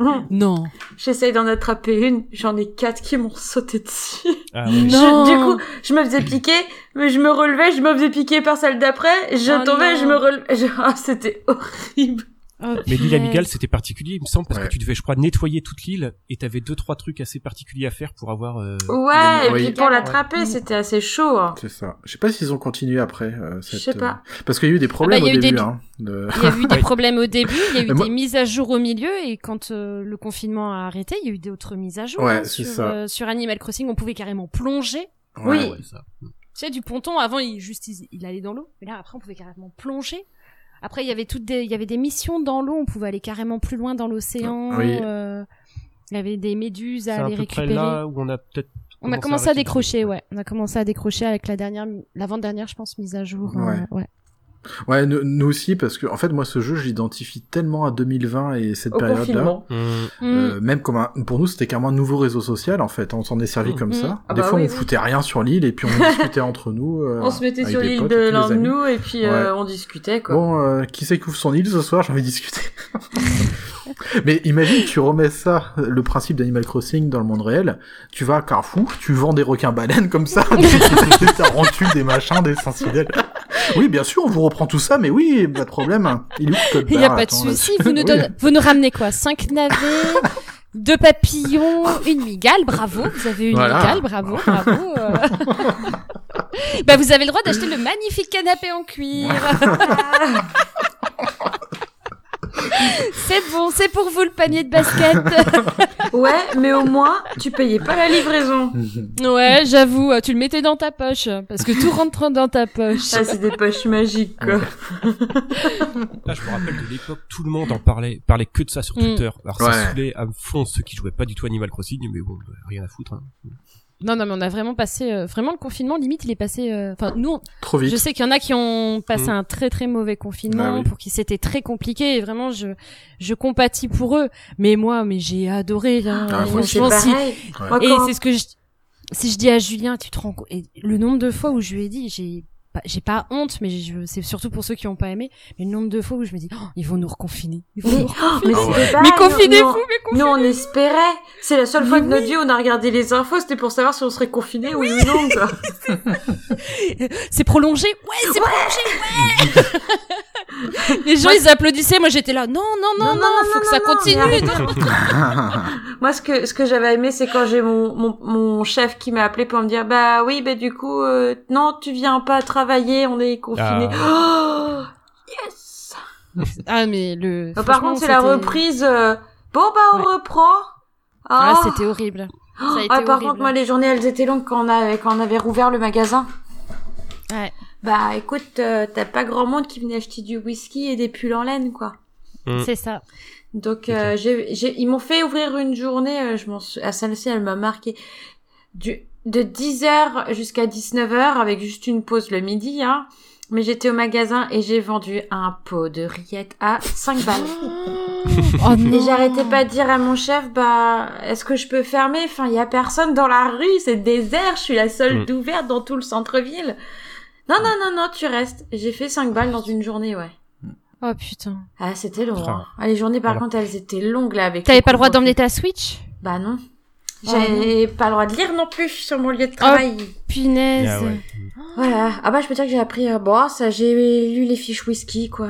Speaker 6: Hum,
Speaker 4: Non.
Speaker 6: J'essaye d'en attraper une, j'en ai quatre qui m'ont sauté dessus.
Speaker 5: Ah, ouais.
Speaker 6: Je-
Speaker 4: Non.
Speaker 6: du coup, je me faisais piquer, mais je me relevais, je me faisais piquer par celle d'après, je
Speaker 4: Oh
Speaker 6: tombais,
Speaker 4: non.
Speaker 6: je me relevais. je- Ah, c'était horrible.
Speaker 4: Oh,
Speaker 5: Mais l'île
Speaker 4: punaise.
Speaker 5: amicale, c'était particulier, il me semble, parce
Speaker 7: Ouais.
Speaker 5: que tu devais, je crois, nettoyer toute l'île et t'avais deux trois trucs assez particuliers à faire pour avoir. euh,
Speaker 4: Oh,
Speaker 6: Ouais, Mmh. et
Speaker 7: Oui.
Speaker 6: puis pour l'attraper,
Speaker 4: Mm.
Speaker 6: c'était assez chaud. hein.
Speaker 7: C'est ça. Je sais pas s'ils ont continué après. euh,
Speaker 6: Je
Speaker 7: cette,
Speaker 6: sais pas.
Speaker 7: euh, Parce qu'il y a eu des
Speaker 4: Ah
Speaker 7: problèmes
Speaker 4: bah, il y a
Speaker 7: au
Speaker 4: eu des
Speaker 7: début.
Speaker 4: bi-
Speaker 7: hein, de-
Speaker 4: Il y a eu des problèmes au début, il y a eu
Speaker 7: Mais moi-
Speaker 4: des mises à jour au milieu, et quand euh, le confinement a arrêté, il y a eu d'autres mises à jour.
Speaker 7: Ouais,
Speaker 4: hein,
Speaker 7: c'est
Speaker 4: sur,
Speaker 7: ça.
Speaker 4: euh, sur Animal Crossing, on pouvait carrément plonger.
Speaker 7: Ouais.
Speaker 6: oui.
Speaker 5: ouais, ça.
Speaker 4: Tu sais, du ponton, avant, il, juste, il, il allait dans l'eau, mais là, après, on pouvait carrément plonger. Après, il y avait toutes des, il y avait des missions dans l'eau, on pouvait aller carrément plus loin dans l'océan.
Speaker 7: Ah, Oui.
Speaker 4: euh, il y avait des méduses
Speaker 5: C'est
Speaker 4: à
Speaker 5: à
Speaker 4: aller
Speaker 5: peu près
Speaker 4: récupérer.
Speaker 5: là où on a peut-être.
Speaker 4: On a commencé à décrocher, ouais. On a commencé à décrocher avec la dernière, l'avant-dernière, je pense, mise à jour. euh,
Speaker 7: Ouais.
Speaker 4: ouais.
Speaker 7: Ouais, nous, nous aussi, parce que en fait, moi, ce jeu, je l'identifie tellement à 2020 et cette
Speaker 6: Au
Speaker 7: période-là.
Speaker 6: confinement.
Speaker 4: Mm.
Speaker 7: Euh, même comme un- pour nous, c'était carrément un nouveau réseau social, en fait. On s'en est servi
Speaker 5: Mm.
Speaker 7: comme ça.
Speaker 6: Ah
Speaker 7: Des
Speaker 6: bah
Speaker 7: fois,
Speaker 6: oui,
Speaker 7: on
Speaker 6: oui.
Speaker 7: foutait rien sur l'île et puis on discutait entre nous. euh,
Speaker 6: on se mettait
Speaker 7: avec
Speaker 6: sur
Speaker 7: des
Speaker 6: l'île
Speaker 7: potes
Speaker 6: de
Speaker 7: et tous les
Speaker 6: l'un de
Speaker 7: amis.
Speaker 6: nous et puis euh, on discutait quoi.
Speaker 7: Bon, euh, qui c'est qui ouvre son île ce soir J'ai envie de discuter. Mais imagine, tu remets ça, le principe d'Animal Crossing dans le monde réel. Tu vas à Carrefour, tu vends des requins baleines comme ça, des, des tarentules, des machins, des sensidelles. Oui, bien sûr, on vous reprend tout ça, mais oui, pas de problème. Il est où le code
Speaker 4: Il n'y a
Speaker 7: barre
Speaker 4: pas de
Speaker 7: Attends, là,
Speaker 4: souci. Vous, nous
Speaker 7: Oui.
Speaker 4: donnez- vous nous ramenez quoi Cinq navets, deux papillons, une migale. Bravo, vous avez une
Speaker 7: Voilà.
Speaker 4: migale. Bravo, bravo. euh. bah, vous avez le droit d'acheter le magnifique canapé en cuir. c'est bon, c'est pour vous le panier de basket.
Speaker 7: Oh.
Speaker 6: Ouais, mais au moins tu payais pas la livraison.
Speaker 4: ouais, j'avoue, euh, tu le mettais dans ta poche parce que tout rentre dans ta poche.
Speaker 6: Ça c'est des poches magiques
Speaker 7: Ah,
Speaker 6: quoi.
Speaker 5: Là, Ah, je me rappelle de l'époque, tout le monde en parlait, parlait que de ça sur
Speaker 4: Mm.
Speaker 5: Twitter. Alors, ça
Speaker 7: Ouais.
Speaker 5: saoulait à fond ceux qui jouaient pas du tout Animal Crossing, mais bon, euh, rien à foutre. hein.
Speaker 4: Non, non, mais on a vraiment passé, euh, vraiment le confinement, limite, il est passé, euh, enfin, nous, on-
Speaker 7: Trop vite.
Speaker 4: Je sais qu'il y en a qui ont passé
Speaker 5: Mm.
Speaker 4: un très très mauvais confinement,
Speaker 7: Ah oui.
Speaker 4: pour qui c'était très compliqué. Et vraiment, je je compatis pour eux. Mais moi, mais j'ai adoré. hein.
Speaker 7: Ah, moi
Speaker 6: Moi, c'est
Speaker 4: Franchement, si-
Speaker 6: pareil.
Speaker 7: Ouais.
Speaker 6: Moi,
Speaker 4: Et
Speaker 6: quand-
Speaker 4: c'est ce que je si je dis à Julien, tu te rends compte. Et le nombre de fois où je lui ai dit, j'ai pas- j'ai pas honte, mais je, c'est surtout pour ceux qui ont pas aimé. Mais le nombre de fois où je me dis, Oh, ils vont nous reconfiner. Ils vont
Speaker 6: Mais-
Speaker 4: nous reconfiner.
Speaker 7: Ah
Speaker 6: Mais c'était
Speaker 4: Mais
Speaker 6: pareil,
Speaker 4: confinez-vous,
Speaker 6: nous- Nous,
Speaker 4: mais confinez-vous.
Speaker 6: on espérait. C'est la seule
Speaker 4: Mais
Speaker 6: fois de notre vie où on a regardé les infos, c'était pour savoir si on serait confiné ou non, quoi.
Speaker 4: C'est prolongé. Ouais, c'est prolongé. Ouais. Les gens, ils applaudissaient. Moi, j'étais là. Non, non, non, non,
Speaker 6: Non, non,
Speaker 4: faut
Speaker 6: non,
Speaker 4: que ça
Speaker 6: non, mais
Speaker 4: continue.
Speaker 6: arrête.
Speaker 7: Ah
Speaker 6: Moi, ce que, ce que j'avais aimé, c'est quand j'ai mon, mon, mon chef qui m'a appelé pour me dire, bah oui, bah du coup, euh, non, tu viens pas travailler, on est confiné. Oh, yes!
Speaker 4: Ah, mais le.
Speaker 6: Bah, par
Speaker 4: franchement,
Speaker 6: contre, c'est la
Speaker 4: c'était-
Speaker 6: reprise, euh, bon, bah, on
Speaker 4: Ouais.
Speaker 6: reprend.
Speaker 4: Ah,
Speaker 6: Oh.
Speaker 4: c'était horrible. Ça a été
Speaker 6: Ah, par
Speaker 4: horrible.
Speaker 6: contre, moi, les journées, elles étaient longues quand on avait, quand on avait rouvert le magasin.
Speaker 4: Ouais.
Speaker 6: Bah, écoute, euh, t'as pas grand monde qui venait acheter du whisky et des pulls en laine, quoi.
Speaker 5: Mm.
Speaker 4: C'est ça.
Speaker 6: Donc, euh, j'ai, j'ai- ils m'ont fait ouvrir une journée, euh, je m'en sou- à celle-ci, elle m'a marqué, du, de 10h jusqu'à 19h, avec juste une pause le midi, hein. Mais j'étais au magasin et j'ai vendu un pot de rillettes à 5 balles.
Speaker 4: oh non.
Speaker 6: Et j'arrêtais pas de dire à mon chef, bah, est-ce que je peux fermer Enfin, il y a personne dans la rue, c'est désert, je suis la seule
Speaker 5: Mm.
Speaker 6: d'ouverte dans tout le centre-ville. Non, non, non, non, tu restes. J'ai fait 5 balles dans une journée, ouais.
Speaker 4: Oh putain.
Speaker 6: Ah, c'était long.
Speaker 5: Ah.
Speaker 6: hein. Ah, les journées, par
Speaker 5: Alors.
Speaker 6: contre, elles étaient longues, là, avec...
Speaker 4: T'avais
Speaker 6: les
Speaker 4: pas le droit
Speaker 6: couvre-feux.
Speaker 4: d'emmener ta Switch
Speaker 6: Bah non.
Speaker 4: Ah,
Speaker 6: J'ai pas le droit de lire non plus sur mon lieu de travail.
Speaker 4: Punaise.
Speaker 5: Ah ouais.
Speaker 6: Voilà. Ah bah, je peux dire que j'ai appris... euh, bon, ça, j'ai lu les fiches whisky, quoi.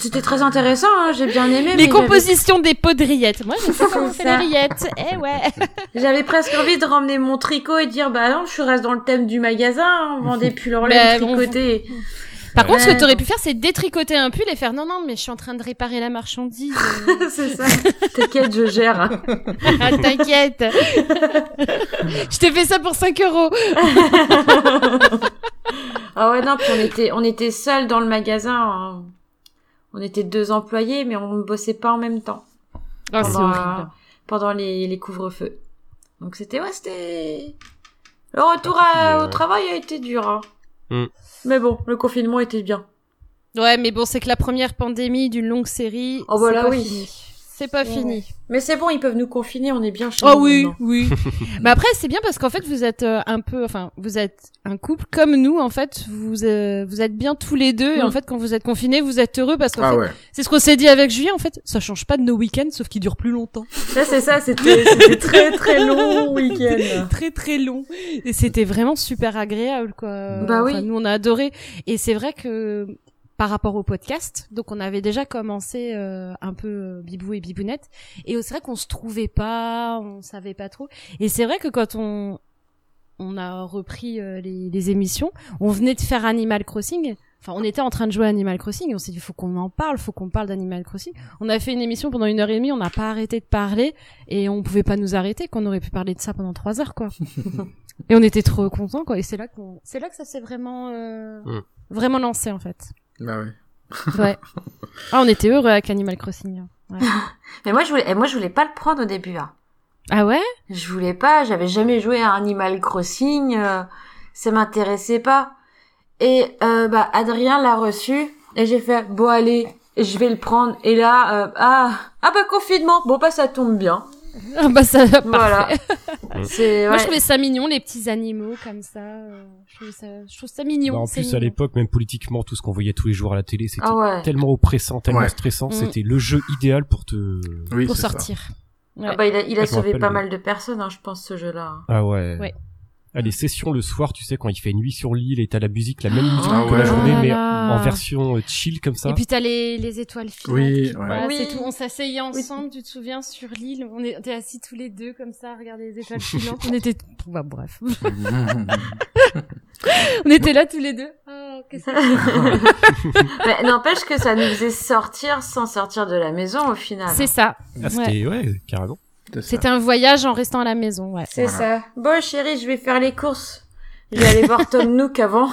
Speaker 6: c'était très intéressant, hein, j'ai bien aimé. mais
Speaker 4: Les
Speaker 6: j'avais-
Speaker 4: compositions des pots de rillettes. Moi, je sais comment on fait
Speaker 6: ça.
Speaker 4: les rillettes. Eh ouais.
Speaker 6: J'avais presque envie de ramener mon tricot et de dire bah non, je reste dans le thème du magasin, hein, Ben, on vend des pulls en laine
Speaker 4: Bah, on-
Speaker 6: tricotés.
Speaker 4: Par contre, ce que
Speaker 6: Ouais.
Speaker 4: t'aurais pu faire, c'est détricoter un pull et faire non, non, mais je suis en train de réparer la marchandise.
Speaker 6: c'est ça. T'inquiète, je gère. hein.
Speaker 4: ah, t'inquiète. je t'ai fait ça pour 5 euros. Oh,
Speaker 6: Ah ouais non, puis on était on était seuls dans le magasin. hein. On était deux employés, mais on ne bossait pas en même temps
Speaker 4: Oh, c'est
Speaker 6: pendant, euh,
Speaker 4: horrible.
Speaker 6: pendant les, les couvre-feux. Donc c'était ouais, c'était le retour à- au travail a été dur. hein.
Speaker 5: Mm.
Speaker 6: Mais bon, le confinement était bien.
Speaker 4: Ouais, mais bon, c'est que la première pandémie d'une longue série.
Speaker 6: Oh,
Speaker 4: c'est
Speaker 6: voilà,
Speaker 4: pas
Speaker 6: oui.
Speaker 4: fini. C'est pas
Speaker 6: Ouais.
Speaker 4: fini.
Speaker 6: Mais c'est bon, ils peuvent nous confiner, on est bien chez
Speaker 4: Oh
Speaker 6: nous
Speaker 4: oui,
Speaker 6: maintenant.
Speaker 4: oui. Mais après, c'est bien parce qu'en fait, vous êtes euh, un peu, enfin, vous êtes un couple comme nous. En fait, vous euh, vous êtes bien tous les deux. Et en
Speaker 6: Mm.
Speaker 4: fait, quand vous êtes confinés, vous êtes heureux parce que
Speaker 7: Ah ouais.
Speaker 4: c'est ce qu'on s'est dit avec Julien. En fait, ça change pas de nos week-ends, sauf qu'ils durent plus longtemps.
Speaker 6: Ça c'est ça, c'était c'était très très long week-end.
Speaker 4: très très long. Et c'était vraiment super agréable, quoi.
Speaker 6: Bah oui.
Speaker 4: Enfin, nous, on a adoré. Et c'est vrai que par rapport au podcast, donc on avait déjà commencé euh, un peu euh, bibou et bibounette. Et euh, c'est vrai qu'on se trouvait pas, on savait pas trop. Et c'est vrai que quand on on a repris euh, les, les émissions, on venait de faire Animal Crossing. Enfin, on était en train de jouer à Animal Crossing et on s'est dit, faut qu'on en parle, faut qu'on parle d'Animal Crossing. On a fait une émission pendant une heure et demie, on n'a pas arrêté de parler et on pouvait pas nous arrêter, qu'on aurait pu parler de ça pendant trois heures, quoi. et on était trop contents, quoi. Et c'est là qu'on, c'est là que ça s'est vraiment, euh,
Speaker 5: Mm.
Speaker 4: vraiment lancé, en fait.
Speaker 7: Bah ouais.
Speaker 4: Ouais. ah, on était heureux avec Animal Crossing. hein. Ouais.
Speaker 6: Mais moi je voulais, eh, moi je voulais pas le prendre au début. hein.
Speaker 4: Ah ouais?
Speaker 6: Je voulais pas, j'avais jamais joué à Animal Crossing. euh, ça m'intéressait pas. Et euh, bah Adrien l'a reçu et j'ai fait bon allez, je vais le prendre. Et là euh, ah ah bah confinement, bon bah ça tombe bien.
Speaker 4: Ah bah ça,
Speaker 6: Voilà.
Speaker 4: parfait.
Speaker 6: C'est
Speaker 4: Moi,
Speaker 6: ouais.
Speaker 4: je trouvais ça mignon, les petits animaux comme ça. euh, Je trouve ça, je trouve ça mignon.
Speaker 5: Bah, en
Speaker 4: c'est
Speaker 5: plus, à
Speaker 4: mignon.
Speaker 5: l'époque, même politiquement, tout ce qu'on voyait tous les jours à la télé, c'était
Speaker 6: Ah ouais.
Speaker 5: tellement oppressant, tellement
Speaker 7: Ouais.
Speaker 5: stressant.
Speaker 4: Mm.
Speaker 5: C'était le jeu idéal pour te.
Speaker 7: Oui,
Speaker 4: pour
Speaker 7: c'est ça.
Speaker 4: sortir.
Speaker 6: Ah bah, il a, il a
Speaker 5: Je m'en
Speaker 6: sauvé
Speaker 5: rappelle,
Speaker 6: pas
Speaker 5: oui.
Speaker 6: mal de personnes, hein, je pense, ce jeu-là.
Speaker 5: Ah ouais.
Speaker 4: Ouais.
Speaker 5: Ah, les sessions le soir, tu sais, quand il fait nuit sur l'île et t'as la musique, la même musique
Speaker 7: Ah
Speaker 5: que la
Speaker 7: ouais.
Speaker 5: journée,
Speaker 4: Ah
Speaker 5: mais
Speaker 4: là.
Speaker 5: en version euh, chill comme ça.
Speaker 4: Et puis t'as les, les étoiles filantes.
Speaker 7: Oui,
Speaker 4: qui-
Speaker 7: ouais.
Speaker 4: voilà,
Speaker 6: Oui.
Speaker 4: c'est tout. On s'asseyait ensemble, tu te souviens, sur l'île. On est- était assis tous les deux comme ça, à regarder les étoiles filantes. On était, bah, bref. On était là tous les deux. Oh, qu'est-ce
Speaker 6: Ah.
Speaker 4: que
Speaker 6: Mais n'empêche que ça nous faisait sortir sans sortir de la maison au final.
Speaker 4: c'est ça.
Speaker 5: Ah, c'était, ouais. carrément.
Speaker 7: C'est ça.
Speaker 4: C'était un voyage en restant à la maison, ouais.
Speaker 6: C'est ça. Bon chérie, je vais faire les courses. Je vais aller voir Tom Nook avant.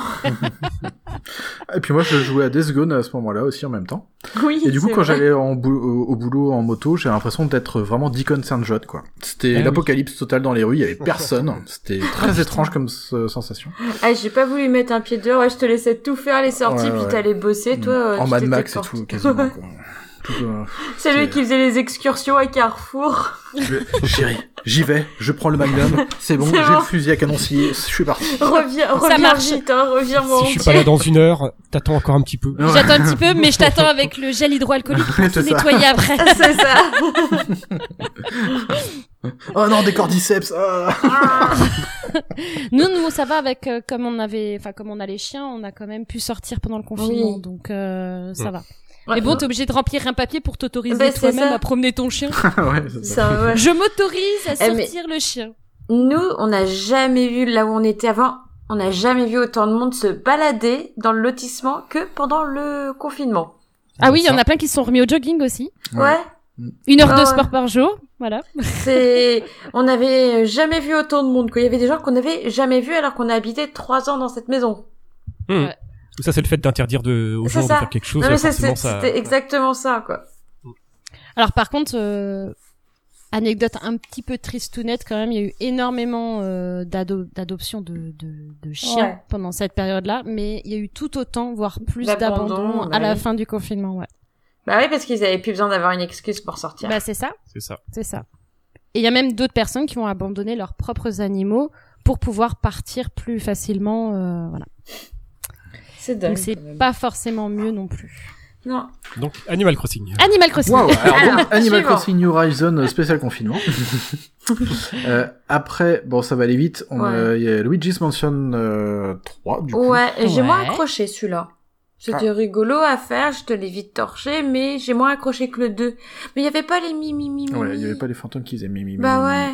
Speaker 7: Et puis moi, je jouais à Death Gone à ce moment-là aussi en même temps.
Speaker 6: Oui.
Speaker 7: Et du coup,
Speaker 6: c'est
Speaker 7: quand
Speaker 6: vrai.
Speaker 7: j'allais en bou- au, au boulot en moto, j'ai l'impression d'être vraiment Deacon Saint John, quoi. C'était
Speaker 5: Ah oui.
Speaker 7: l'apocalypse totale dans les rues, il y avait personne. C'était très étrange comme ce- sensation.
Speaker 6: Ah, j'ai pas voulu mettre un pied dehors. Ouais, je te laissais tout faire les sorties,
Speaker 7: Ouais,
Speaker 6: puis
Speaker 7: ouais. Mm.
Speaker 6: t'allais bosser, toi. euh,
Speaker 7: en
Speaker 6: tu
Speaker 7: Mad
Speaker 6: t'étais
Speaker 7: Max et
Speaker 6: porté.
Speaker 7: tout, quasiment, quoi. Tout, euh,
Speaker 6: C'est lui qui faisait les excursions à Carrefour.
Speaker 7: je- Chérie, j'y vais, je prends le magnum, c'est bon,
Speaker 6: C'est
Speaker 7: j'ai
Speaker 6: bon.
Speaker 7: le fusil à canon scié, je suis parti.
Speaker 6: Reviens, reviens
Speaker 4: marche.
Speaker 6: vite, hein, reviens mon
Speaker 5: Si je suis pas là dans une heure, t'attends encore un petit peu.
Speaker 7: Ouais.
Speaker 4: J'attends un petit peu, mais je t'attends avec le gel hydroalcoolique pour tout
Speaker 7: C'est ça.
Speaker 4: nettoyer après.
Speaker 6: C'est ça.
Speaker 7: Oh non, des cordyceps ah
Speaker 4: Nous, nous, ça va avec euh, comme on avait, enfin comme on a les chiens, on a quand même pu sortir pendant le confinement,
Speaker 6: Oui.
Speaker 4: donc euh, ça
Speaker 5: Mm.
Speaker 4: va.
Speaker 6: Ouais.
Speaker 4: Mais bon, t'es obligé de remplir un papier pour t'autoriser
Speaker 6: Ben, c'est
Speaker 4: toi-même
Speaker 6: ça.
Speaker 4: à promener ton chien.
Speaker 7: ouais, c'est ça.
Speaker 6: Ça, ouais.
Speaker 4: Je m'autorise à
Speaker 6: Eh, mais-
Speaker 4: sortir le chien.
Speaker 6: Nous, on n'a jamais vu là où on était avant. On n'a jamais vu autant de monde se balader dans le lotissement que pendant le confinement.
Speaker 4: Ah oui, il y
Speaker 5: Ça.
Speaker 4: en a plein qui se sont remis au jogging aussi.
Speaker 7: Ouais.
Speaker 6: Ouais.
Speaker 4: Une heure
Speaker 6: Ah
Speaker 4: de
Speaker 6: ouais.
Speaker 4: sport par jour, voilà.
Speaker 6: c'est, on n'avait jamais vu autant de monde. Quoi. Il y avait des gens qu'on n'avait jamais vus alors qu'on a habité trois ans dans cette maison.
Speaker 5: Hmm.
Speaker 4: Ouais.
Speaker 5: Ça, c'est le fait d'interdire de, aux
Speaker 6: C'est
Speaker 5: gens de
Speaker 6: ça.
Speaker 5: faire quelque chose. euh,
Speaker 6: non mais c'est-
Speaker 5: forcément,
Speaker 6: c'est-
Speaker 5: ça...
Speaker 6: c'était exactement ça, quoi.
Speaker 4: Alors par contre, euh, anecdote un petit peu tristounette quand même, il y a eu énormément euh, d'ado- d'adoption de, de, de chiens
Speaker 6: Ouais.
Speaker 4: pendant cette période-là, mais il y a eu tout autant, voire plus
Speaker 6: D'abandon,
Speaker 4: d'abandon
Speaker 6: bah
Speaker 4: à la
Speaker 6: oui.
Speaker 4: fin du confinement. Ouais.
Speaker 6: Bah oui, parce qu'ils avaient plus besoin d'avoir une excuse pour sortir.
Speaker 4: Bah c'est ça,
Speaker 5: C'est ça.
Speaker 4: c'est ça. Et il y a même d'autres personnes qui ont abandonné leurs propres animaux pour pouvoir partir plus facilement. euh, voilà.
Speaker 6: c'est
Speaker 4: Donc c'est pas forcément mieux non plus.
Speaker 6: Non.
Speaker 5: Donc, Animal Crossing. Euh,
Speaker 4: Animal Crossing.
Speaker 7: Waouh Alors,
Speaker 6: Alors,
Speaker 7: donc, Animal
Speaker 6: suivant.
Speaker 7: Crossing New Horizon euh, spécial confinement. Euh, après, bon, ça va aller vite. On,
Speaker 6: Ouais.
Speaker 7: euh, Il y a Luigi's Mansion euh, 3, du coup.
Speaker 6: Ouais, et j'ai moins
Speaker 4: Ouais.
Speaker 6: accroché celui-là. C'était rigolo à faire, je te l'ai vite torché, mais j'ai moins accroché que le 2. Mais il y avait pas les mimi mimi.
Speaker 7: Ouais, il y avait pas les fantômes qui faisaient mimi.
Speaker 6: Bah
Speaker 7: Ouais,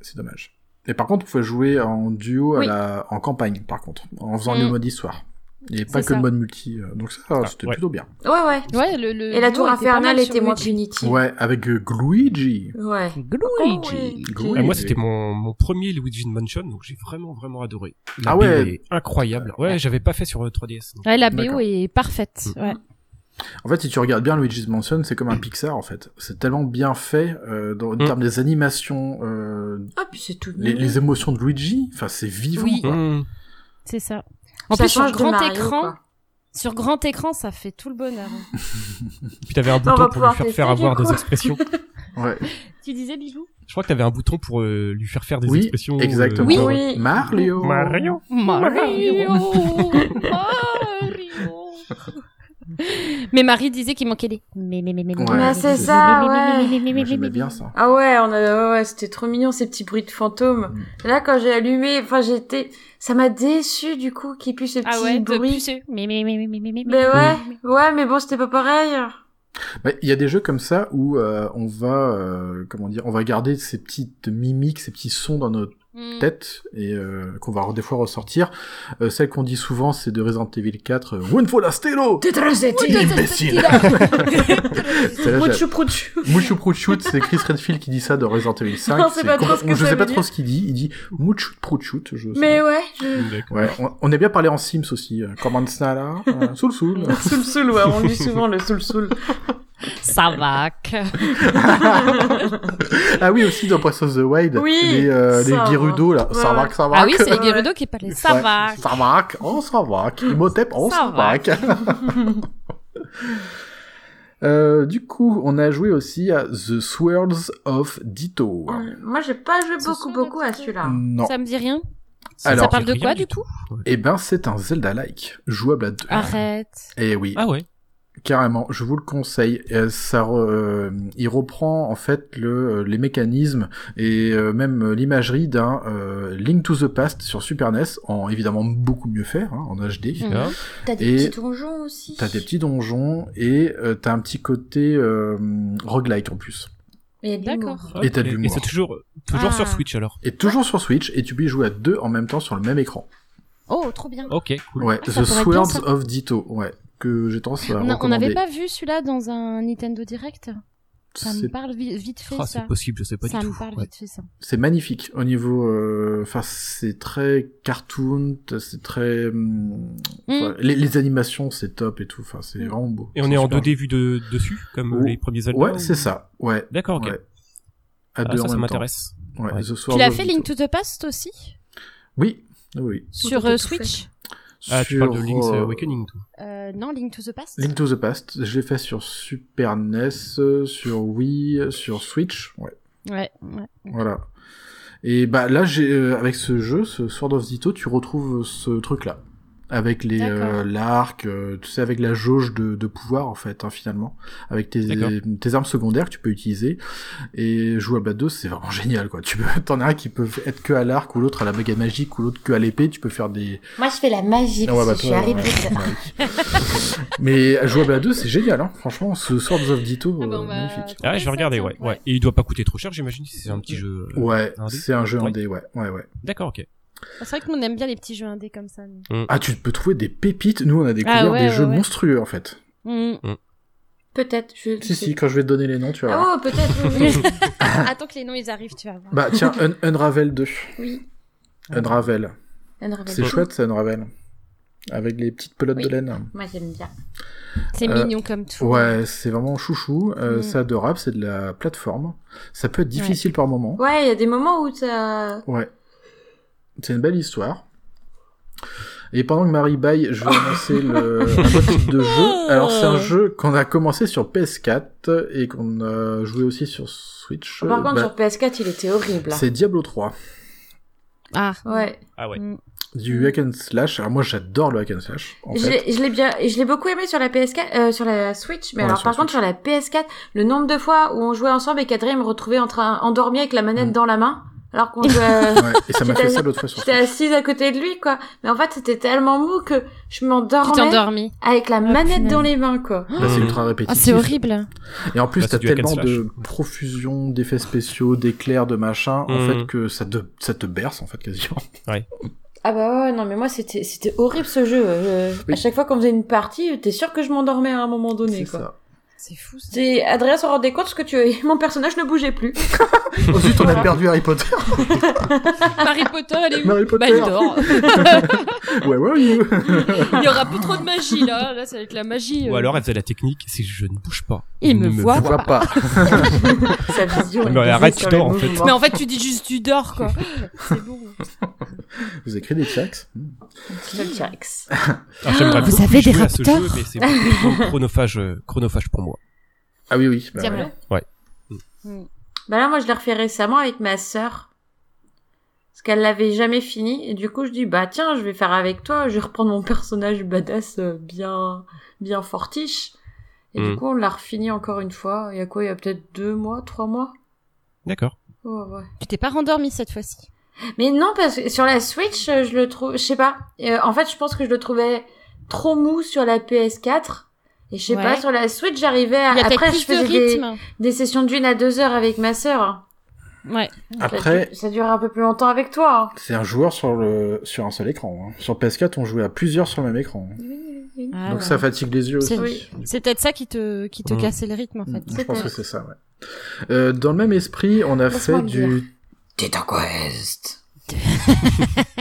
Speaker 7: c'est dommage. Et par contre, on pouvait jouer en duo à
Speaker 6: Oui.
Speaker 7: la... en campagne, par contre, en faisant
Speaker 4: Mm.
Speaker 7: le mode histoire. Et
Speaker 4: C'est
Speaker 7: pas que
Speaker 4: ça.
Speaker 7: le mode multi. euh, Donc ça, c'était
Speaker 5: ouais.
Speaker 7: plutôt bien.
Speaker 6: Ouais, ouais.
Speaker 4: Ouais, le, le
Speaker 6: Et la
Speaker 4: duo
Speaker 6: tour
Speaker 4: était pas mal
Speaker 6: infernale
Speaker 4: sur
Speaker 6: était moins
Speaker 4: Luigi.
Speaker 6: punitive.
Speaker 7: Ouais, avec euh, Gluigi.
Speaker 6: Ouais.
Speaker 4: Gluigi.
Speaker 6: Oh, oui.
Speaker 7: Gluigi.
Speaker 5: Ah, moi, c'était mon, mon premier Luigi Mansion, donc j'ai vraiment, vraiment adoré. La
Speaker 7: Ah
Speaker 5: BO
Speaker 7: ouais.
Speaker 5: est Incroyable. Ouais, j'avais pas fait sur euh, 3DS. donc.
Speaker 4: Ouais, la BO
Speaker 7: D'accord.
Speaker 4: est parfaite.
Speaker 5: Mm.
Speaker 4: Ouais.
Speaker 7: En fait, si tu regardes bien Luigi's Mansion, c'est comme
Speaker 6: Mm.
Speaker 7: un Pixar, en fait. C'est tellement bien fait euh, dans en
Speaker 5: Mm.
Speaker 7: termes des animations, euh,
Speaker 6: Ah, puis c'est tout.
Speaker 7: les,
Speaker 6: mignon.
Speaker 7: les émotions de Luigi. Enfin, c'est vivant.
Speaker 4: Oui.
Speaker 7: quoi.
Speaker 5: Hmm.
Speaker 4: C'est ça. En
Speaker 6: Ça
Speaker 4: plus, sur
Speaker 6: change de
Speaker 4: grand
Speaker 6: Mario,
Speaker 4: écran,
Speaker 6: quoi.
Speaker 4: sur grand écran, ça fait tout le bonheur. hein.
Speaker 5: Puis t'avais un
Speaker 6: va
Speaker 5: bouton pour
Speaker 6: pouvoir
Speaker 5: lui faire
Speaker 6: tester,
Speaker 5: faire
Speaker 6: du
Speaker 5: avoir
Speaker 6: coup.
Speaker 5: des expressions. Mm-hmm.
Speaker 7: Ouais.
Speaker 4: tu disais Bigou
Speaker 5: Je crois que t'avais un bouton pour euh, lui faire faire des
Speaker 7: Oui,
Speaker 5: expressions. euh,
Speaker 7: exactement.
Speaker 4: Oui.
Speaker 6: Oui.
Speaker 7: Mario.
Speaker 5: Mario.
Speaker 4: Mario, Mario. Mais Marie disait qu'il manquait des. Mais mais mais mais. mais,
Speaker 7: Ouais.
Speaker 6: Bah,
Speaker 4: mais,
Speaker 6: c'est
Speaker 4: mais,
Speaker 6: ça,
Speaker 4: mais, mais,
Speaker 6: ouais.
Speaker 4: mais, mais, mais,
Speaker 7: Moi,
Speaker 4: mais, mais,
Speaker 7: J'aimais bien ça.
Speaker 6: Ah ouais, on a, ouais, ouais, c'était trop mignon ces petits bruits de fantômes.
Speaker 7: Mm.
Speaker 6: Là, quand j'ai allumé, enfin, j'étais, ça m'a déçu du coup qu'il puisse ce petit
Speaker 4: Ah ouais, de
Speaker 6: bruit. Bah,
Speaker 4: puceux. Mais mais mais mais mais mais. mais,
Speaker 6: Mais
Speaker 4: mais,
Speaker 6: ouais,
Speaker 4: mais, mais.
Speaker 6: ouais, mais bon, c'était pas pareil.
Speaker 7: Ouais, Bah, Il y a des jeux comme ça où euh, on va, euh, comment dire, on va garder ces petites mimiques, ces petits sons dans notre
Speaker 4: Mm.
Speaker 7: tête et euh, qu'on va des fois ressortir. Euh, celle qu'on dit souvent, c'est de Resident Evil 4. euh, One for la Stelo.
Speaker 6: Tétrazetti.
Speaker 7: Imbécile. Celle-là, j'ai-
Speaker 6: Mouchou prouchou.
Speaker 7: Mouchou Prouchout, c'est Chris Redfield qui dit ça dans Resident Evil 5.
Speaker 6: Non, c'est pas trop
Speaker 7: complètement-
Speaker 6: ce que
Speaker 7: je
Speaker 6: ça
Speaker 7: sais pas
Speaker 6: veut
Speaker 7: trop
Speaker 6: dire.
Speaker 7: ce qu'il dit. Il dit Mouchou Prouchout. Je sais
Speaker 6: Mais
Speaker 7: pas.
Speaker 6: ouais, je...
Speaker 7: ouais. on, on est bien parlé en Sims aussi. euh, Comment ça là euh, Soul Soul.
Speaker 6: soul soul, ouais, on dit souvent le soul soul.
Speaker 4: Ça va. que-
Speaker 7: ah oui, aussi dans Breath of the Wild.
Speaker 6: Oui,
Speaker 7: les, euh, les
Speaker 6: ça.
Speaker 7: Gerudo, là. Ça va, ça va.
Speaker 4: Ah oui, c'est les Gerudo qui parlent. Ça
Speaker 7: Ouais.
Speaker 4: va.
Speaker 7: Ça va. On s'en va. Imhotep, on
Speaker 4: Ça
Speaker 7: s'en va.
Speaker 4: va.
Speaker 7: Euh, du coup, on a joué aussi à The Swords of Ditto.
Speaker 4: Ah.
Speaker 6: Euh, Moi, j'ai pas joué beaucoup, beaucoup à celui-là.
Speaker 7: Non.
Speaker 4: Ça me dit rien.
Speaker 7: Alors-
Speaker 4: ça parle de
Speaker 5: Rien
Speaker 4: quoi
Speaker 5: du
Speaker 4: du coup
Speaker 7: Eh ben, c'est un Zelda-like, jouable à deux.
Speaker 4: Ah. Arrête.
Speaker 7: Eh oui,
Speaker 5: Ah ouais.
Speaker 7: carrément, je vous le conseille. Euh, ça, re- euh, il reprend en fait le, euh, les mécanismes et euh, même l'imagerie d'un euh, Link to the Past sur Super NES, en évidemment beaucoup mieux fait, hein, en HD.
Speaker 4: Mhm.
Speaker 5: Ah.
Speaker 8: T'as des
Speaker 7: Et-
Speaker 8: petits donjons aussi.
Speaker 7: T'as des petits donjons et euh, t'as un petit côté euh, roguelike en plus.
Speaker 8: Mais il y a de l'humour.
Speaker 4: D'accord.
Speaker 7: Et t'as de
Speaker 5: Ah, Et
Speaker 7: l'humour.
Speaker 5: c'est toujours, toujours
Speaker 4: Ah.
Speaker 5: sur Switch alors.
Speaker 7: Et toujours sur Switch, et tu peux y jouer à deux en même temps sur le même écran.
Speaker 4: Oh, trop bien.
Speaker 5: Ok, cool.
Speaker 7: Ouais,
Speaker 4: Ah, ça
Speaker 7: The
Speaker 4: pourrait être bien,
Speaker 7: Swords of Ditto, ouais, que j'ai tendance à
Speaker 4: Non, on
Speaker 7: recommander.
Speaker 4: n'avait pas vu celui-là dans un Nintendo Direct. Ça me
Speaker 7: C'est-
Speaker 4: parle vi- vite fait
Speaker 5: Ah,
Speaker 4: ça.
Speaker 5: c'est possible, je sais pas
Speaker 4: Ça
Speaker 5: du
Speaker 4: me
Speaker 5: tout.
Speaker 4: parle
Speaker 5: Ouais.
Speaker 4: vite fait ça.
Speaker 7: c'est magnifique au niveau euh, enfin c'est très cartoon t- c'est très hum,
Speaker 4: Hmm.
Speaker 7: enfin, les, les animations c'est top et tout enfin c'est
Speaker 4: Mm.
Speaker 7: vraiment beau
Speaker 5: Et on
Speaker 7: C'est
Speaker 5: est en
Speaker 7: super.
Speaker 5: 2D vu de dessus, comme
Speaker 7: Oh.
Speaker 5: les premiers Zelda.
Speaker 7: ouais
Speaker 5: ou-
Speaker 7: c'est ça ouais
Speaker 5: D'accord, ok.
Speaker 7: ouais. à
Speaker 5: Ah,
Speaker 7: deux
Speaker 5: ça,
Speaker 7: en
Speaker 5: ça
Speaker 7: même temps
Speaker 5: m'intéresse.
Speaker 7: ouais,
Speaker 5: Ouais.
Speaker 7: The Sword
Speaker 4: Tu l'as
Speaker 7: of
Speaker 4: fait
Speaker 7: Vito.
Speaker 4: Link to the Past aussi
Speaker 7: oui oui
Speaker 4: Sur
Speaker 6: tout
Speaker 4: euh,
Speaker 6: à fait.
Speaker 4: Switch
Speaker 5: Ah, tu
Speaker 7: Sur,
Speaker 5: parles de Link's
Speaker 7: euh,
Speaker 5: Awakening, toi.
Speaker 4: Euh, Non, Link to the Past.
Speaker 7: Link to the Past je l'ai fait sur Super NES euh, sur Wii euh, sur Switch ouais
Speaker 4: Ouais, ouais.
Speaker 7: voilà et bah là j'ai euh, avec ce jeu ce Sword of Ditto tu retrouves ce truc là avec les euh,
Speaker 4: D'accord.
Speaker 7: l'arc euh, tu sais avec la jauge de, de pouvoir en fait hein, finalement avec
Speaker 5: D'accord.
Speaker 7: tes, tes armes secondaires que tu peux utiliser et jouer à 2 c'est vraiment génial quoi tu peux t'en as un qui peut être que à l'arc ou l'autre à la baguette magique ou l'autre que à l'épée tu peux faire des
Speaker 8: Moi, je fais la magie
Speaker 7: Ah ouais,
Speaker 8: parce
Speaker 7: bah,
Speaker 8: que je suis
Speaker 7: toi,
Speaker 8: Harry
Speaker 7: ouais.
Speaker 8: Potter.
Speaker 7: mais jouer à 2 c'est génial hein. franchement ce Swords of Ditto
Speaker 4: Ah bon,
Speaker 7: euh,
Speaker 4: bah,
Speaker 7: magnifique
Speaker 5: Ah ouais, je vais
Speaker 4: ça,
Speaker 5: regarder,
Speaker 4: tiens,
Speaker 5: ouais.
Speaker 4: ouais.
Speaker 5: ouais. Et il doit pas coûter trop cher, j'imagine, si c'est un petit jeu. euh,
Speaker 7: ouais
Speaker 5: indé
Speaker 7: c'est un jeu
Speaker 5: Ouais.
Speaker 7: indé ouais ouais ouais
Speaker 5: D'accord, ok.
Speaker 4: Bah, C'est vrai qu'on aime bien les petits jeux indés comme ça. nous.
Speaker 7: ah tu peux trouver des pépites nous on a découvert
Speaker 4: ouais,
Speaker 7: des
Speaker 4: Ah ouais,
Speaker 7: jeux
Speaker 4: ouais.
Speaker 7: monstrueux en fait
Speaker 4: Mm.
Speaker 6: Peut-être. Je...
Speaker 7: Si, si, quand je vais te donner les noms, tu vas voir.
Speaker 6: Ah oh, peut-être. oui, oui.
Speaker 4: Attends que les noms ils arrivent, tu vas voir.
Speaker 7: Bah tiens, Un- Unravel 2.
Speaker 6: Oui. Ah.
Speaker 7: Unravel.
Speaker 6: Anne Ravel.
Speaker 7: C'est chouette, ça, Unravel. Avec les petites pelotes
Speaker 6: Oui.
Speaker 7: de laine.
Speaker 6: Moi, j'aime bien.
Speaker 4: C'est
Speaker 7: Euh,
Speaker 4: mignon comme tout.
Speaker 7: Ouais, c'est vraiment chouchou. Euh,
Speaker 4: Mm.
Speaker 7: C'est adorable, c'est de la plateforme. Ça peut être difficile par moment.
Speaker 6: Ouais, il y a des moments où ça.
Speaker 7: Ouais. C'est une belle histoire. Et pendant que Marie baille, je vais annoncer le un autre type de jeu. Alors c'est un jeu qu'on a commencé sur PS4 et qu'on a joué aussi sur Switch.
Speaker 6: Par contre,
Speaker 7: Bah,
Speaker 6: sur PS4, il était horrible.
Speaker 7: c'est Diablo 3.
Speaker 4: Ah.
Speaker 6: Ouais.
Speaker 5: Ah ouais.
Speaker 4: Mm.
Speaker 7: Du hack and slash. Alors moi j'adore le hack and slash. En
Speaker 6: Je
Speaker 7: fait.
Speaker 6: l'ai- je l'ai bien, et je l'ai beaucoup aimé sur la PS4, euh, sur la Switch, mais
Speaker 7: Ouais,
Speaker 6: alors
Speaker 7: sur
Speaker 6: par
Speaker 7: la
Speaker 6: contre sur la PS4, le nombre de fois où on jouait ensemble et qu'Adrien me retrouvait en train endormi avec la manette
Speaker 7: Mm.
Speaker 6: dans la main, alors qu'on jouait, euh,
Speaker 7: Ouais, et ça m'a fait ça l'autre fois sur
Speaker 6: j'étais assise à côté de lui quoi. Mais en fait c'était tellement mou que je
Speaker 4: Tu t'es
Speaker 6: m'endormais
Speaker 4: endormi.
Speaker 6: avec la manette
Speaker 4: punaise.
Speaker 6: dans les mains quoi.
Speaker 7: Là, c'est ultra
Speaker 4: Ah,
Speaker 7: répétitif.
Speaker 4: c'est horrible.
Speaker 7: Et en plus,
Speaker 5: Bah,
Speaker 7: t'as
Speaker 5: c'est du hack and
Speaker 7: tellement de
Speaker 5: slash.
Speaker 7: profusion d'effets spéciaux, d'éclairs, de machin, en
Speaker 5: Mhm.
Speaker 7: fait, que ça te, ça te berce, en fait, quasiment.
Speaker 6: Ah bah ouais non mais moi c'était c'était horrible ce jeu. euh,
Speaker 7: Oui.
Speaker 6: À chaque fois qu'on faisait une partie, t'es sûr que je m'endormais à un moment donné
Speaker 7: C'est
Speaker 6: quoi.
Speaker 7: ça.
Speaker 4: C'est fou ça.
Speaker 6: C'est- Adrien se rendait compte parce que tu... mon personnage ne bougeait plus.
Speaker 7: Ensuite, on a perdu Harry Potter.
Speaker 4: Harry Potter, elle est où
Speaker 7: Harry
Speaker 4: Bah,
Speaker 7: Potter.
Speaker 4: elle dort.
Speaker 7: Where were you?
Speaker 4: Il y aura plus trop de magie là. Là, c'est avec la magie. euh.
Speaker 5: Ou alors elle faisait la technique, c'est je ne bouge pas.
Speaker 4: Il me voit.
Speaker 7: Je vois pas.
Speaker 6: Sa vision.
Speaker 5: Mais
Speaker 6: est
Speaker 5: arrête,
Speaker 6: basée
Speaker 5: tu
Speaker 6: sur
Speaker 5: dors,
Speaker 6: les
Speaker 5: en fait.
Speaker 6: mouvements.
Speaker 4: Mais en fait, tu dis juste tu dors quoi. C'est hein. bon.
Speaker 7: Vous écrivez des chats.
Speaker 6: Je le T-Rex.
Speaker 5: Alors, Ah, j'aimerais
Speaker 4: Ah, Vous
Speaker 5: beaucoup
Speaker 4: avez des
Speaker 5: jouer à ce
Speaker 4: raptors
Speaker 5: jeu, mais c'est vraiment chronophage, euh, chronophage pour moi.
Speaker 7: Ah oui, oui. bah
Speaker 4: Diablo.
Speaker 7: ouais.
Speaker 6: Bah là, moi, je l'ai refait récemment avec ma sœur. Parce qu'elle l'avait jamais fini. Et du coup, je dis, bah tiens, je vais faire avec toi. Je vais reprendre mon personnage badass euh, bien, bien fortiche. Et
Speaker 5: Mm.
Speaker 6: du coup, on l'a refini encore une fois. Il y a quoi Il y a peut-être deux mois, trois mois
Speaker 5: D'accord.
Speaker 7: Ah,
Speaker 6: Ouais, ouais.
Speaker 4: Tu t'es pas rendormi cette fois-ci.
Speaker 6: Mais non, parce que sur la Switch, euh, je le trouve, je sais pas. Euh, en fait, je pense que je le trouvais trop mou sur la PS4. Et je sais
Speaker 4: Ouais.
Speaker 6: pas, sur la Switch, j'arrivais à...
Speaker 4: Il y a peut-être
Speaker 6: Après, je
Speaker 4: plus de
Speaker 6: faisais des,
Speaker 4: rythme.
Speaker 6: des sessions d'une à deux heures avec ma sœur.
Speaker 4: Ouais.
Speaker 7: Après,
Speaker 6: Ça, ça dure un peu plus longtemps avec toi. hein.
Speaker 7: c'est un joueur sur le, sur un seul écran. hein. Sur PS4, on jouait à plusieurs sur le même écran. hein.
Speaker 4: Ah,
Speaker 7: Donc
Speaker 4: ouais.
Speaker 7: ça fatigue les yeux aussi.
Speaker 4: C'est-
Speaker 6: Oui.
Speaker 4: C'est peut-être ça qui te, qui te
Speaker 5: Mm.
Speaker 4: cassait le rythme en fait.
Speaker 7: Je pense que c'est ça, ouais. Euh, dans le même esprit, on a fait
Speaker 6: Laisse-moi le
Speaker 7: du
Speaker 6: Titan Quest.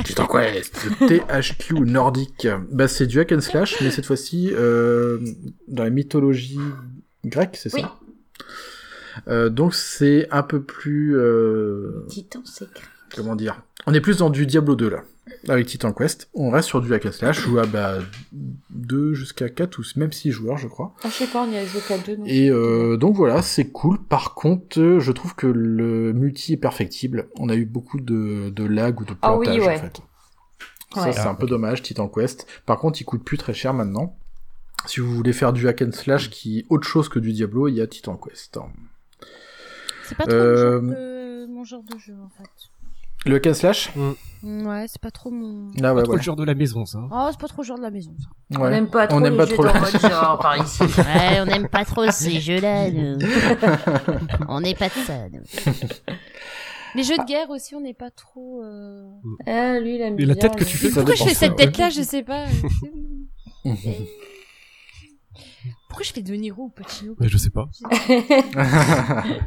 Speaker 7: Titan Quest, le THQ nordique. Bah, c'est du hack and slash, mais cette fois-ci euh, dans la mythologie grecque, c'est
Speaker 6: Oui.
Speaker 7: ça. Euh, donc c'est un peu plus euh,
Speaker 6: Titan secret.
Speaker 7: comment dire On est plus dans du Diablo 2 là, avec Titan Quest. On reste sur du hack and slash où à bah, 2 jusqu'à 4 ou même 6 joueurs je crois.
Speaker 6: Ah, je sais pas, on y a joué qu'à deux. non
Speaker 7: Et euh, donc voilà, c'est cool. Par contre, euh, je trouve que le multi est perfectible. On a eu beaucoup de, de lag ou de
Speaker 6: Ah oui,
Speaker 7: plantage
Speaker 6: ouais.
Speaker 7: en fait.
Speaker 6: Ouais.
Speaker 7: Ça c'est un peu dommage, Titan Quest. Par contre, il coûte plus très cher maintenant. Si vous voulez faire du hack and slash qui est autre chose que du Diablo, il y a Titan Quest.
Speaker 4: C'est pas trop mon
Speaker 7: Euh,
Speaker 4: genre de- mon genre de jeu, en fait.
Speaker 7: Le hack and slash
Speaker 4: Mm, Ouais, c'est pas trop mon...
Speaker 7: Là,
Speaker 5: Pas
Speaker 7: Ah ouais,
Speaker 5: trop
Speaker 7: bah voilà.
Speaker 5: le genre de la maison, ça. hein.
Speaker 4: Oh, c'est pas trop le genre de la maison, ça.
Speaker 6: On
Speaker 7: Ouais.
Speaker 6: n'aime pas trop
Speaker 7: on
Speaker 6: les
Speaker 7: aime pas
Speaker 6: jeux
Speaker 7: trop
Speaker 6: dans
Speaker 7: les-
Speaker 6: votre genre par ici.
Speaker 8: Ouais, on n'aime pas trop ces jeux-là, nous. On n'est pas de ça, nous.
Speaker 4: Les
Speaker 7: Bah.
Speaker 4: jeux de guerre aussi, on n'est pas trop... euh,
Speaker 6: Ah, lui, il aime
Speaker 5: Et la
Speaker 6: bien,
Speaker 5: tête que
Speaker 6: lui.
Speaker 5: tu fais, ça
Speaker 4: Pourquoi je
Speaker 5: dépend.
Speaker 4: fais cette
Speaker 5: Ouais.
Speaker 4: tête-là, je sais pas. euh, Pourquoi je fais De Niro ou Pacino Ah,
Speaker 5: Ouais, je sais pas.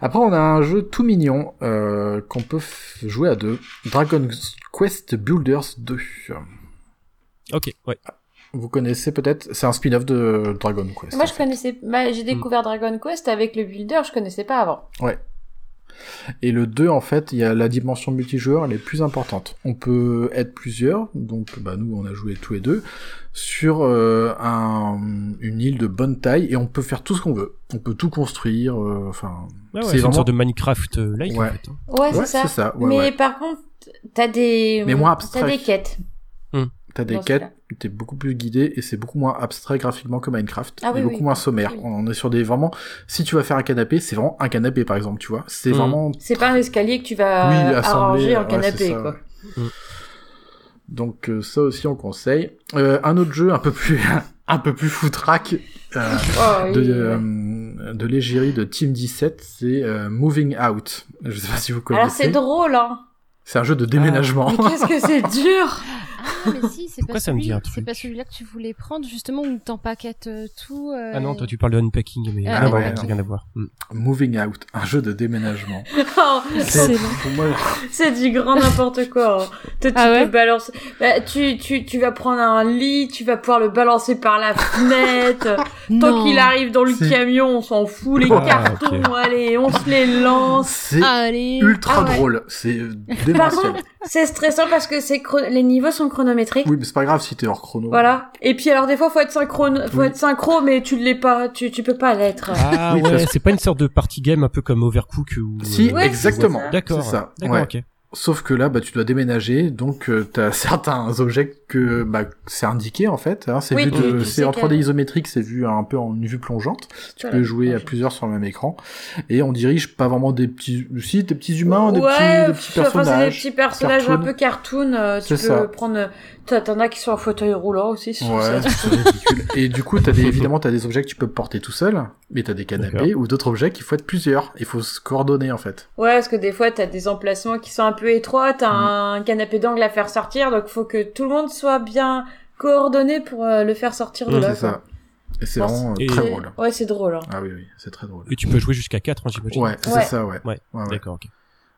Speaker 7: Après, on a un jeu tout mignon euh, qu'on peut f- jouer à deux. Dragon's Quest Builders 2.
Speaker 5: Ok, ouais.
Speaker 7: Vous connaissez peut-être C'est un spin-off de Dragon Quest.
Speaker 6: Moi, je connaissais. Bah, j'ai découvert Dragon Quest avec le builder, je connaissais pas avant.
Speaker 7: Et le 2, en fait, il y a la dimension multijoueur, elle est plus importante. On peut être plusieurs, donc bah, nous, on a joué tous les deux, sur euh, un- une île de bonne taille, et on peut faire tout ce qu'on veut. On peut tout construire, euh, enfin...
Speaker 5: Ouais, ouais,
Speaker 7: C'est
Speaker 5: c'est
Speaker 7: vraiment-
Speaker 5: une sorte de Minecraft euh, like
Speaker 7: Ouais.
Speaker 5: en fait. hein.
Speaker 6: Ouais,
Speaker 7: ouais,
Speaker 6: c'est ça.
Speaker 7: c'est ça. ouais,
Speaker 6: mais
Speaker 7: ouais.
Speaker 6: par contre, t'as des.
Speaker 7: Mais moins
Speaker 6: T'as
Speaker 7: abstrait.
Speaker 6: des quêtes.
Speaker 7: T'as des
Speaker 6: Dans ce
Speaker 7: quêtes,
Speaker 6: cas.
Speaker 7: t'es beaucoup plus guidé et c'est beaucoup moins abstrait graphiquement que Minecraft.
Speaker 6: Ah oui,
Speaker 7: et
Speaker 6: oui,
Speaker 7: beaucoup moins sommaire.
Speaker 6: oui.
Speaker 7: On est sur des vraiment. Si tu vas faire un canapé, c'est vraiment un canapé par exemple, tu vois. C'est
Speaker 5: Mhm.
Speaker 7: vraiment.
Speaker 6: C'est pas un escalier que tu vas
Speaker 7: oui, assemblé.
Speaker 6: arranger en
Speaker 7: ouais,
Speaker 6: canapé,
Speaker 7: c'est ça,
Speaker 6: quoi.
Speaker 7: ouais.
Speaker 5: Mhm.
Speaker 7: Donc euh, ça aussi on conseille. Euh, un autre jeu un peu plus un peu plus foutraque euh,
Speaker 6: Oh,
Speaker 7: de
Speaker 6: oui, ouais.
Speaker 7: euh, de l'égérie de Team 17, c'est euh, Moving Out. Je sais pas si vous
Speaker 6: Alors,
Speaker 7: connaissez.
Speaker 6: c'est drôle, Ah, hein.
Speaker 7: C'est un jeu de déménagement.
Speaker 6: Mais qu'est-ce que c'est dur
Speaker 4: Ah, mais si, c'est pas
Speaker 5: Pourquoi ça me dit
Speaker 4: celui-
Speaker 5: un truc
Speaker 4: c'est pas celui-là que tu voulais prendre, justement, où t'empaquettes euh, tout. euh,
Speaker 5: Ah non, toi tu parles de unpacking, mais
Speaker 4: Ah,
Speaker 5: ah,
Speaker 7: ouais,
Speaker 5: ça n'a rien à voir. Mm.
Speaker 7: Moving Out, un jeu de déménagement.
Speaker 6: Oh,
Speaker 7: C'est pour moi
Speaker 6: C'est du grand n'importe quoi. hein. Toi, tu
Speaker 4: Ah ouais
Speaker 6: peux balancer. bah, tu, tu, tu vas prendre un lit, tu vas pouvoir le balancer par la fenêtre. Tant
Speaker 4: Non.
Speaker 6: qu'il arrive dans le
Speaker 7: Si.
Speaker 6: camion, on s'en fout. Les
Speaker 5: Ah,
Speaker 6: cartons,
Speaker 5: ok.
Speaker 6: allez, on se les lance.
Speaker 7: c'est
Speaker 4: Allez
Speaker 7: ultra
Speaker 6: Ah ouais.
Speaker 7: drôle, c'est euh, démentiel.
Speaker 6: C'est stressant parce que c'est chro- les niveaux sont chronométriques.
Speaker 7: oui, mais c'est pas grave si t'es hors chrono.
Speaker 6: Voilà. Et puis alors des fois faut être synchrone, faut
Speaker 7: Oui.
Speaker 6: être synchro mais tu l'es pas, tu, tu peux pas l'être.
Speaker 5: Ah
Speaker 7: Oui,
Speaker 5: ouais,
Speaker 7: parce
Speaker 5: c'est pas une sorte de party game un peu comme Overcook ou.
Speaker 7: Si,
Speaker 6: Ouais,
Speaker 7: exactement.
Speaker 6: c'est ça.
Speaker 5: D'accord.
Speaker 7: C'est ça.
Speaker 5: D'accord,
Speaker 7: ouais.
Speaker 5: ok.
Speaker 7: Sauf que là, bah, tu dois déménager, donc euh, t'as certains objets que bah, c'est indiqué en fait. hein, c'est
Speaker 6: Oui,
Speaker 7: vu
Speaker 6: oui,
Speaker 7: de,
Speaker 6: oui,
Speaker 7: c'est
Speaker 6: c'est
Speaker 7: en 3D
Speaker 6: clair.
Speaker 7: isométrique, c'est vu un peu en une vue plongeante. Tu
Speaker 6: Voilà,
Speaker 7: peux jouer à
Speaker 6: plongeante.
Speaker 7: plusieurs sur le même écran, et on dirige pas vraiment des petits, si des petits humains, des,
Speaker 6: ouais,
Speaker 7: petits, des
Speaker 6: pff,
Speaker 7: petits
Speaker 6: enfin, c'est des
Speaker 7: personnages.
Speaker 6: petits personnages
Speaker 7: cartoon.
Speaker 6: un peu cartoon. euh, tu
Speaker 7: C'est
Speaker 6: peux
Speaker 7: ça.
Speaker 6: prendre. T'as- T'en as qui sont en fauteuil roulant aussi. je trouve
Speaker 7: Ouais,
Speaker 6: ça-
Speaker 7: c'est ridicule. Et du coup, t'as des, évidemment, t'as des objets que tu peux porter tout seul, mais t'as des canapés ou d'autres objets qu'il faut être plusieurs. Il faut se coordonner, en fait.
Speaker 6: ouais, parce que des fois t'as des emplacements qui sont un peu étroits, t'as
Speaker 7: Mm.
Speaker 6: un canapé d'angle à faire sortir, donc faut que tout le monde soit bien coordonné pour euh, le faire sortir de
Speaker 5: Mmh,
Speaker 6: là.
Speaker 7: C'est ça. Et c'est
Speaker 6: Enfin,
Speaker 7: vraiment euh,
Speaker 5: c'est-
Speaker 7: très
Speaker 6: quoi.
Speaker 7: drôle.
Speaker 6: Ouais, c'est drôle. hein.
Speaker 7: Ah oui, oui, c'est très drôle.
Speaker 5: Et tu peux jouer jusqu'à 4, j'imagine.
Speaker 7: Ouais, c'est
Speaker 6: Ouais.
Speaker 7: ça, ouais.
Speaker 5: Ouais,
Speaker 7: Ouais, ouais.
Speaker 5: D'accord, ok.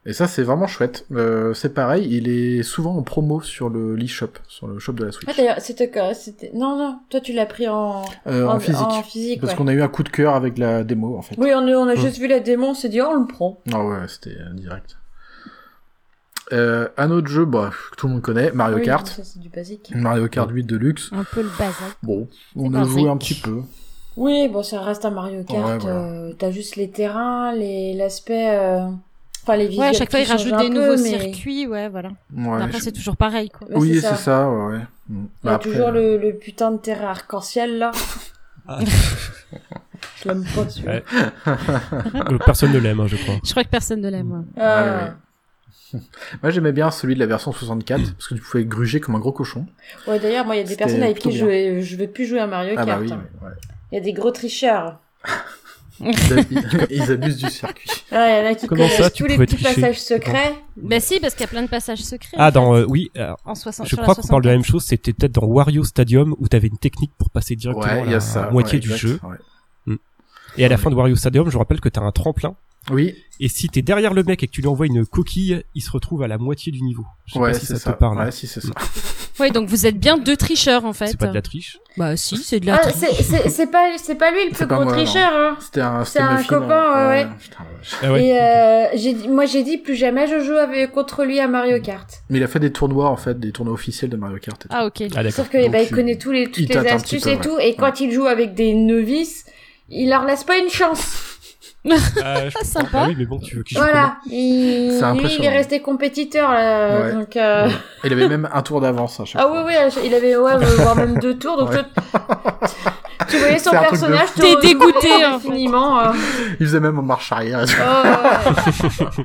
Speaker 7: Et ça, c'est vraiment chouette. Euh, c'est pareil, il est souvent en promo sur le l'eShop, sur le shop de la Switch.
Speaker 6: Ah, d'ailleurs, c'était quoi C'était non, non. Toi, tu l'as pris en
Speaker 7: Euh, en, physique.
Speaker 6: En physique
Speaker 7: Parce
Speaker 6: ouais.
Speaker 7: qu'on a eu un coup de cœur avec la démo, en fait.
Speaker 6: Oui, on, a- on a
Speaker 5: Mm.
Speaker 6: juste vu la démon, on s'est dit, oh, on le prend.
Speaker 7: Ah ouais, c'était euh, direct. Euh, un autre jeu, bah, que tout le monde connaît, Mario
Speaker 6: Oui,
Speaker 7: Kart. Mm.
Speaker 6: ça, c'est du basique.
Speaker 7: Mario Kart 8 Deluxe.
Speaker 4: Un peu le bazar.
Speaker 7: Bon, on
Speaker 8: C'est
Speaker 7: a joué un
Speaker 8: basique.
Speaker 7: petit peu.
Speaker 6: Oui, bon, ça reste un Mario Kart.
Speaker 7: Ouais, voilà.
Speaker 6: euh, T'as juste les terrains, les l'aspect. euh, Enfin, les visuels.
Speaker 4: Ouais, à chaque fois,
Speaker 6: qui
Speaker 4: ils rajoutent
Speaker 6: changent un
Speaker 4: des
Speaker 6: peu,
Speaker 4: nouveaux
Speaker 6: mais-
Speaker 4: circuits, ouais, voilà.
Speaker 7: Ouais,
Speaker 4: Après,
Speaker 7: je-
Speaker 4: c'est toujours pareil, quoi.
Speaker 6: mais
Speaker 7: Oui,
Speaker 6: c'est
Speaker 7: c'est
Speaker 6: ça.
Speaker 7: ça, ouais. ouais. Mm.
Speaker 6: Il y a
Speaker 7: Bah, après,
Speaker 6: toujours le, le putain de terrain arc-en-ciel, là.
Speaker 5: Ah.
Speaker 6: Je l'aime pas, celui-là.
Speaker 5: Ouais. Euh, Personne ne l'aime, hein, je crois.
Speaker 4: Je crois que personne ne l'aime. ouais.
Speaker 6: Ah.
Speaker 7: Ouais, Moi, j'aimais bien celui de la version 64, parce que tu pouvais gruger comme un gros cochon.
Speaker 6: Ouais, d'ailleurs, moi, il y a des
Speaker 7: C'était
Speaker 6: personnes avec qui
Speaker 7: plutôt
Speaker 6: je, vais- je vais plus jouer à Mario
Speaker 7: ah bah
Speaker 6: Kart.
Speaker 7: oui,
Speaker 6: hein.
Speaker 7: mais ouais.
Speaker 6: Il y a des gros tricheurs.
Speaker 7: Ils- ils abusent du circuit.
Speaker 6: Ah, il y en a qui
Speaker 5: Comment ça,
Speaker 6: connaissent
Speaker 5: tu
Speaker 6: tous les
Speaker 5: pouvais
Speaker 6: petits
Speaker 5: tricher
Speaker 6: passages secrets.
Speaker 4: Bah si, parce qu'il y a plein de passages secrets. en
Speaker 5: Ah,
Speaker 4: fait.
Speaker 5: dans. euh, oui, alors,
Speaker 4: En 60,
Speaker 5: je crois qu'on parle de la même chose. C'était peut-être dans Wario Stadium où t'avais une technique pour passer directement
Speaker 7: Ouais, il y
Speaker 5: la
Speaker 7: a ça.
Speaker 5: moitié
Speaker 7: ouais,
Speaker 5: du
Speaker 7: exact,
Speaker 5: jeu.
Speaker 7: ouais.
Speaker 5: Et à la fin de Wario Stadium, je rappelle que t'as un tremplin.
Speaker 7: Oui,
Speaker 5: Et si t'es derrière le mec et que tu lui envoies une coquille, il se retrouve à la moitié du niveau. Je sais
Speaker 7: ouais,
Speaker 5: pas si
Speaker 7: c'est
Speaker 5: ça,
Speaker 7: ça.
Speaker 5: te parle. hein.
Speaker 7: Ouais, si, c'est ça.
Speaker 4: Oui, donc vous êtes bien deux tricheurs en fait.
Speaker 5: C'est pas de la triche.
Speaker 4: Bah si, c'est de la
Speaker 6: Ah,
Speaker 4: triche.
Speaker 6: c'est- c'est c'est pas, c'est pas lui le plus
Speaker 7: pas
Speaker 6: gros
Speaker 7: moi, non.
Speaker 6: tricheur, hein.
Speaker 7: C'était un,
Speaker 6: C'est
Speaker 7: c'était
Speaker 6: un
Speaker 7: Muffin,
Speaker 6: copain,
Speaker 7: hein.
Speaker 6: ouais,
Speaker 7: putain, la vache.
Speaker 5: Ah ouais.
Speaker 6: Et euh, j'ai dit- moi j'ai dit plus jamais je joue avec, contre lui à
Speaker 7: Mm.
Speaker 6: Mario Kart.
Speaker 7: Mais il a fait des tournois, en fait, des tournois officiels de Mario Kart. et tout.
Speaker 4: Ah ok.
Speaker 5: Ah d'accord.
Speaker 6: Sauf que eh
Speaker 7: Donc,
Speaker 6: ben, il
Speaker 7: tu-
Speaker 6: connaît tous les, toutes
Speaker 7: il
Speaker 6: les
Speaker 7: tâte un
Speaker 6: astuces
Speaker 7: petit peu,
Speaker 6: et
Speaker 7: ouais.
Speaker 6: tout, et quand il joue avec des novices, il leur laisse pas une chance.
Speaker 5: Ah, je
Speaker 4: Ah,
Speaker 5: comprends.
Speaker 4: sympa.
Speaker 5: Ah oui, mais bon, tu veux qu'il joue
Speaker 6: Voilà. Il-
Speaker 7: C'est
Speaker 6: Lui, il est
Speaker 7: impressionnant.
Speaker 6: resté compétiteur là.
Speaker 7: Ouais.
Speaker 6: Donc, euh,
Speaker 7: Il avait même un tour d'avance à chaque
Speaker 6: ah oui,
Speaker 7: fois.
Speaker 6: oui, il avait ouais, voire même deux tours. Donc
Speaker 7: Ouais.
Speaker 6: tu... tu voyais son
Speaker 7: C'est un truc de
Speaker 6: personnage.
Speaker 4: fou. T'es
Speaker 6: te- te
Speaker 4: dégoûté,
Speaker 6: regarder
Speaker 4: en fait.
Speaker 6: infiniment. euh.
Speaker 7: Il faisait même en marche arrière. et tout.
Speaker 6: Oh, ouais, ouais.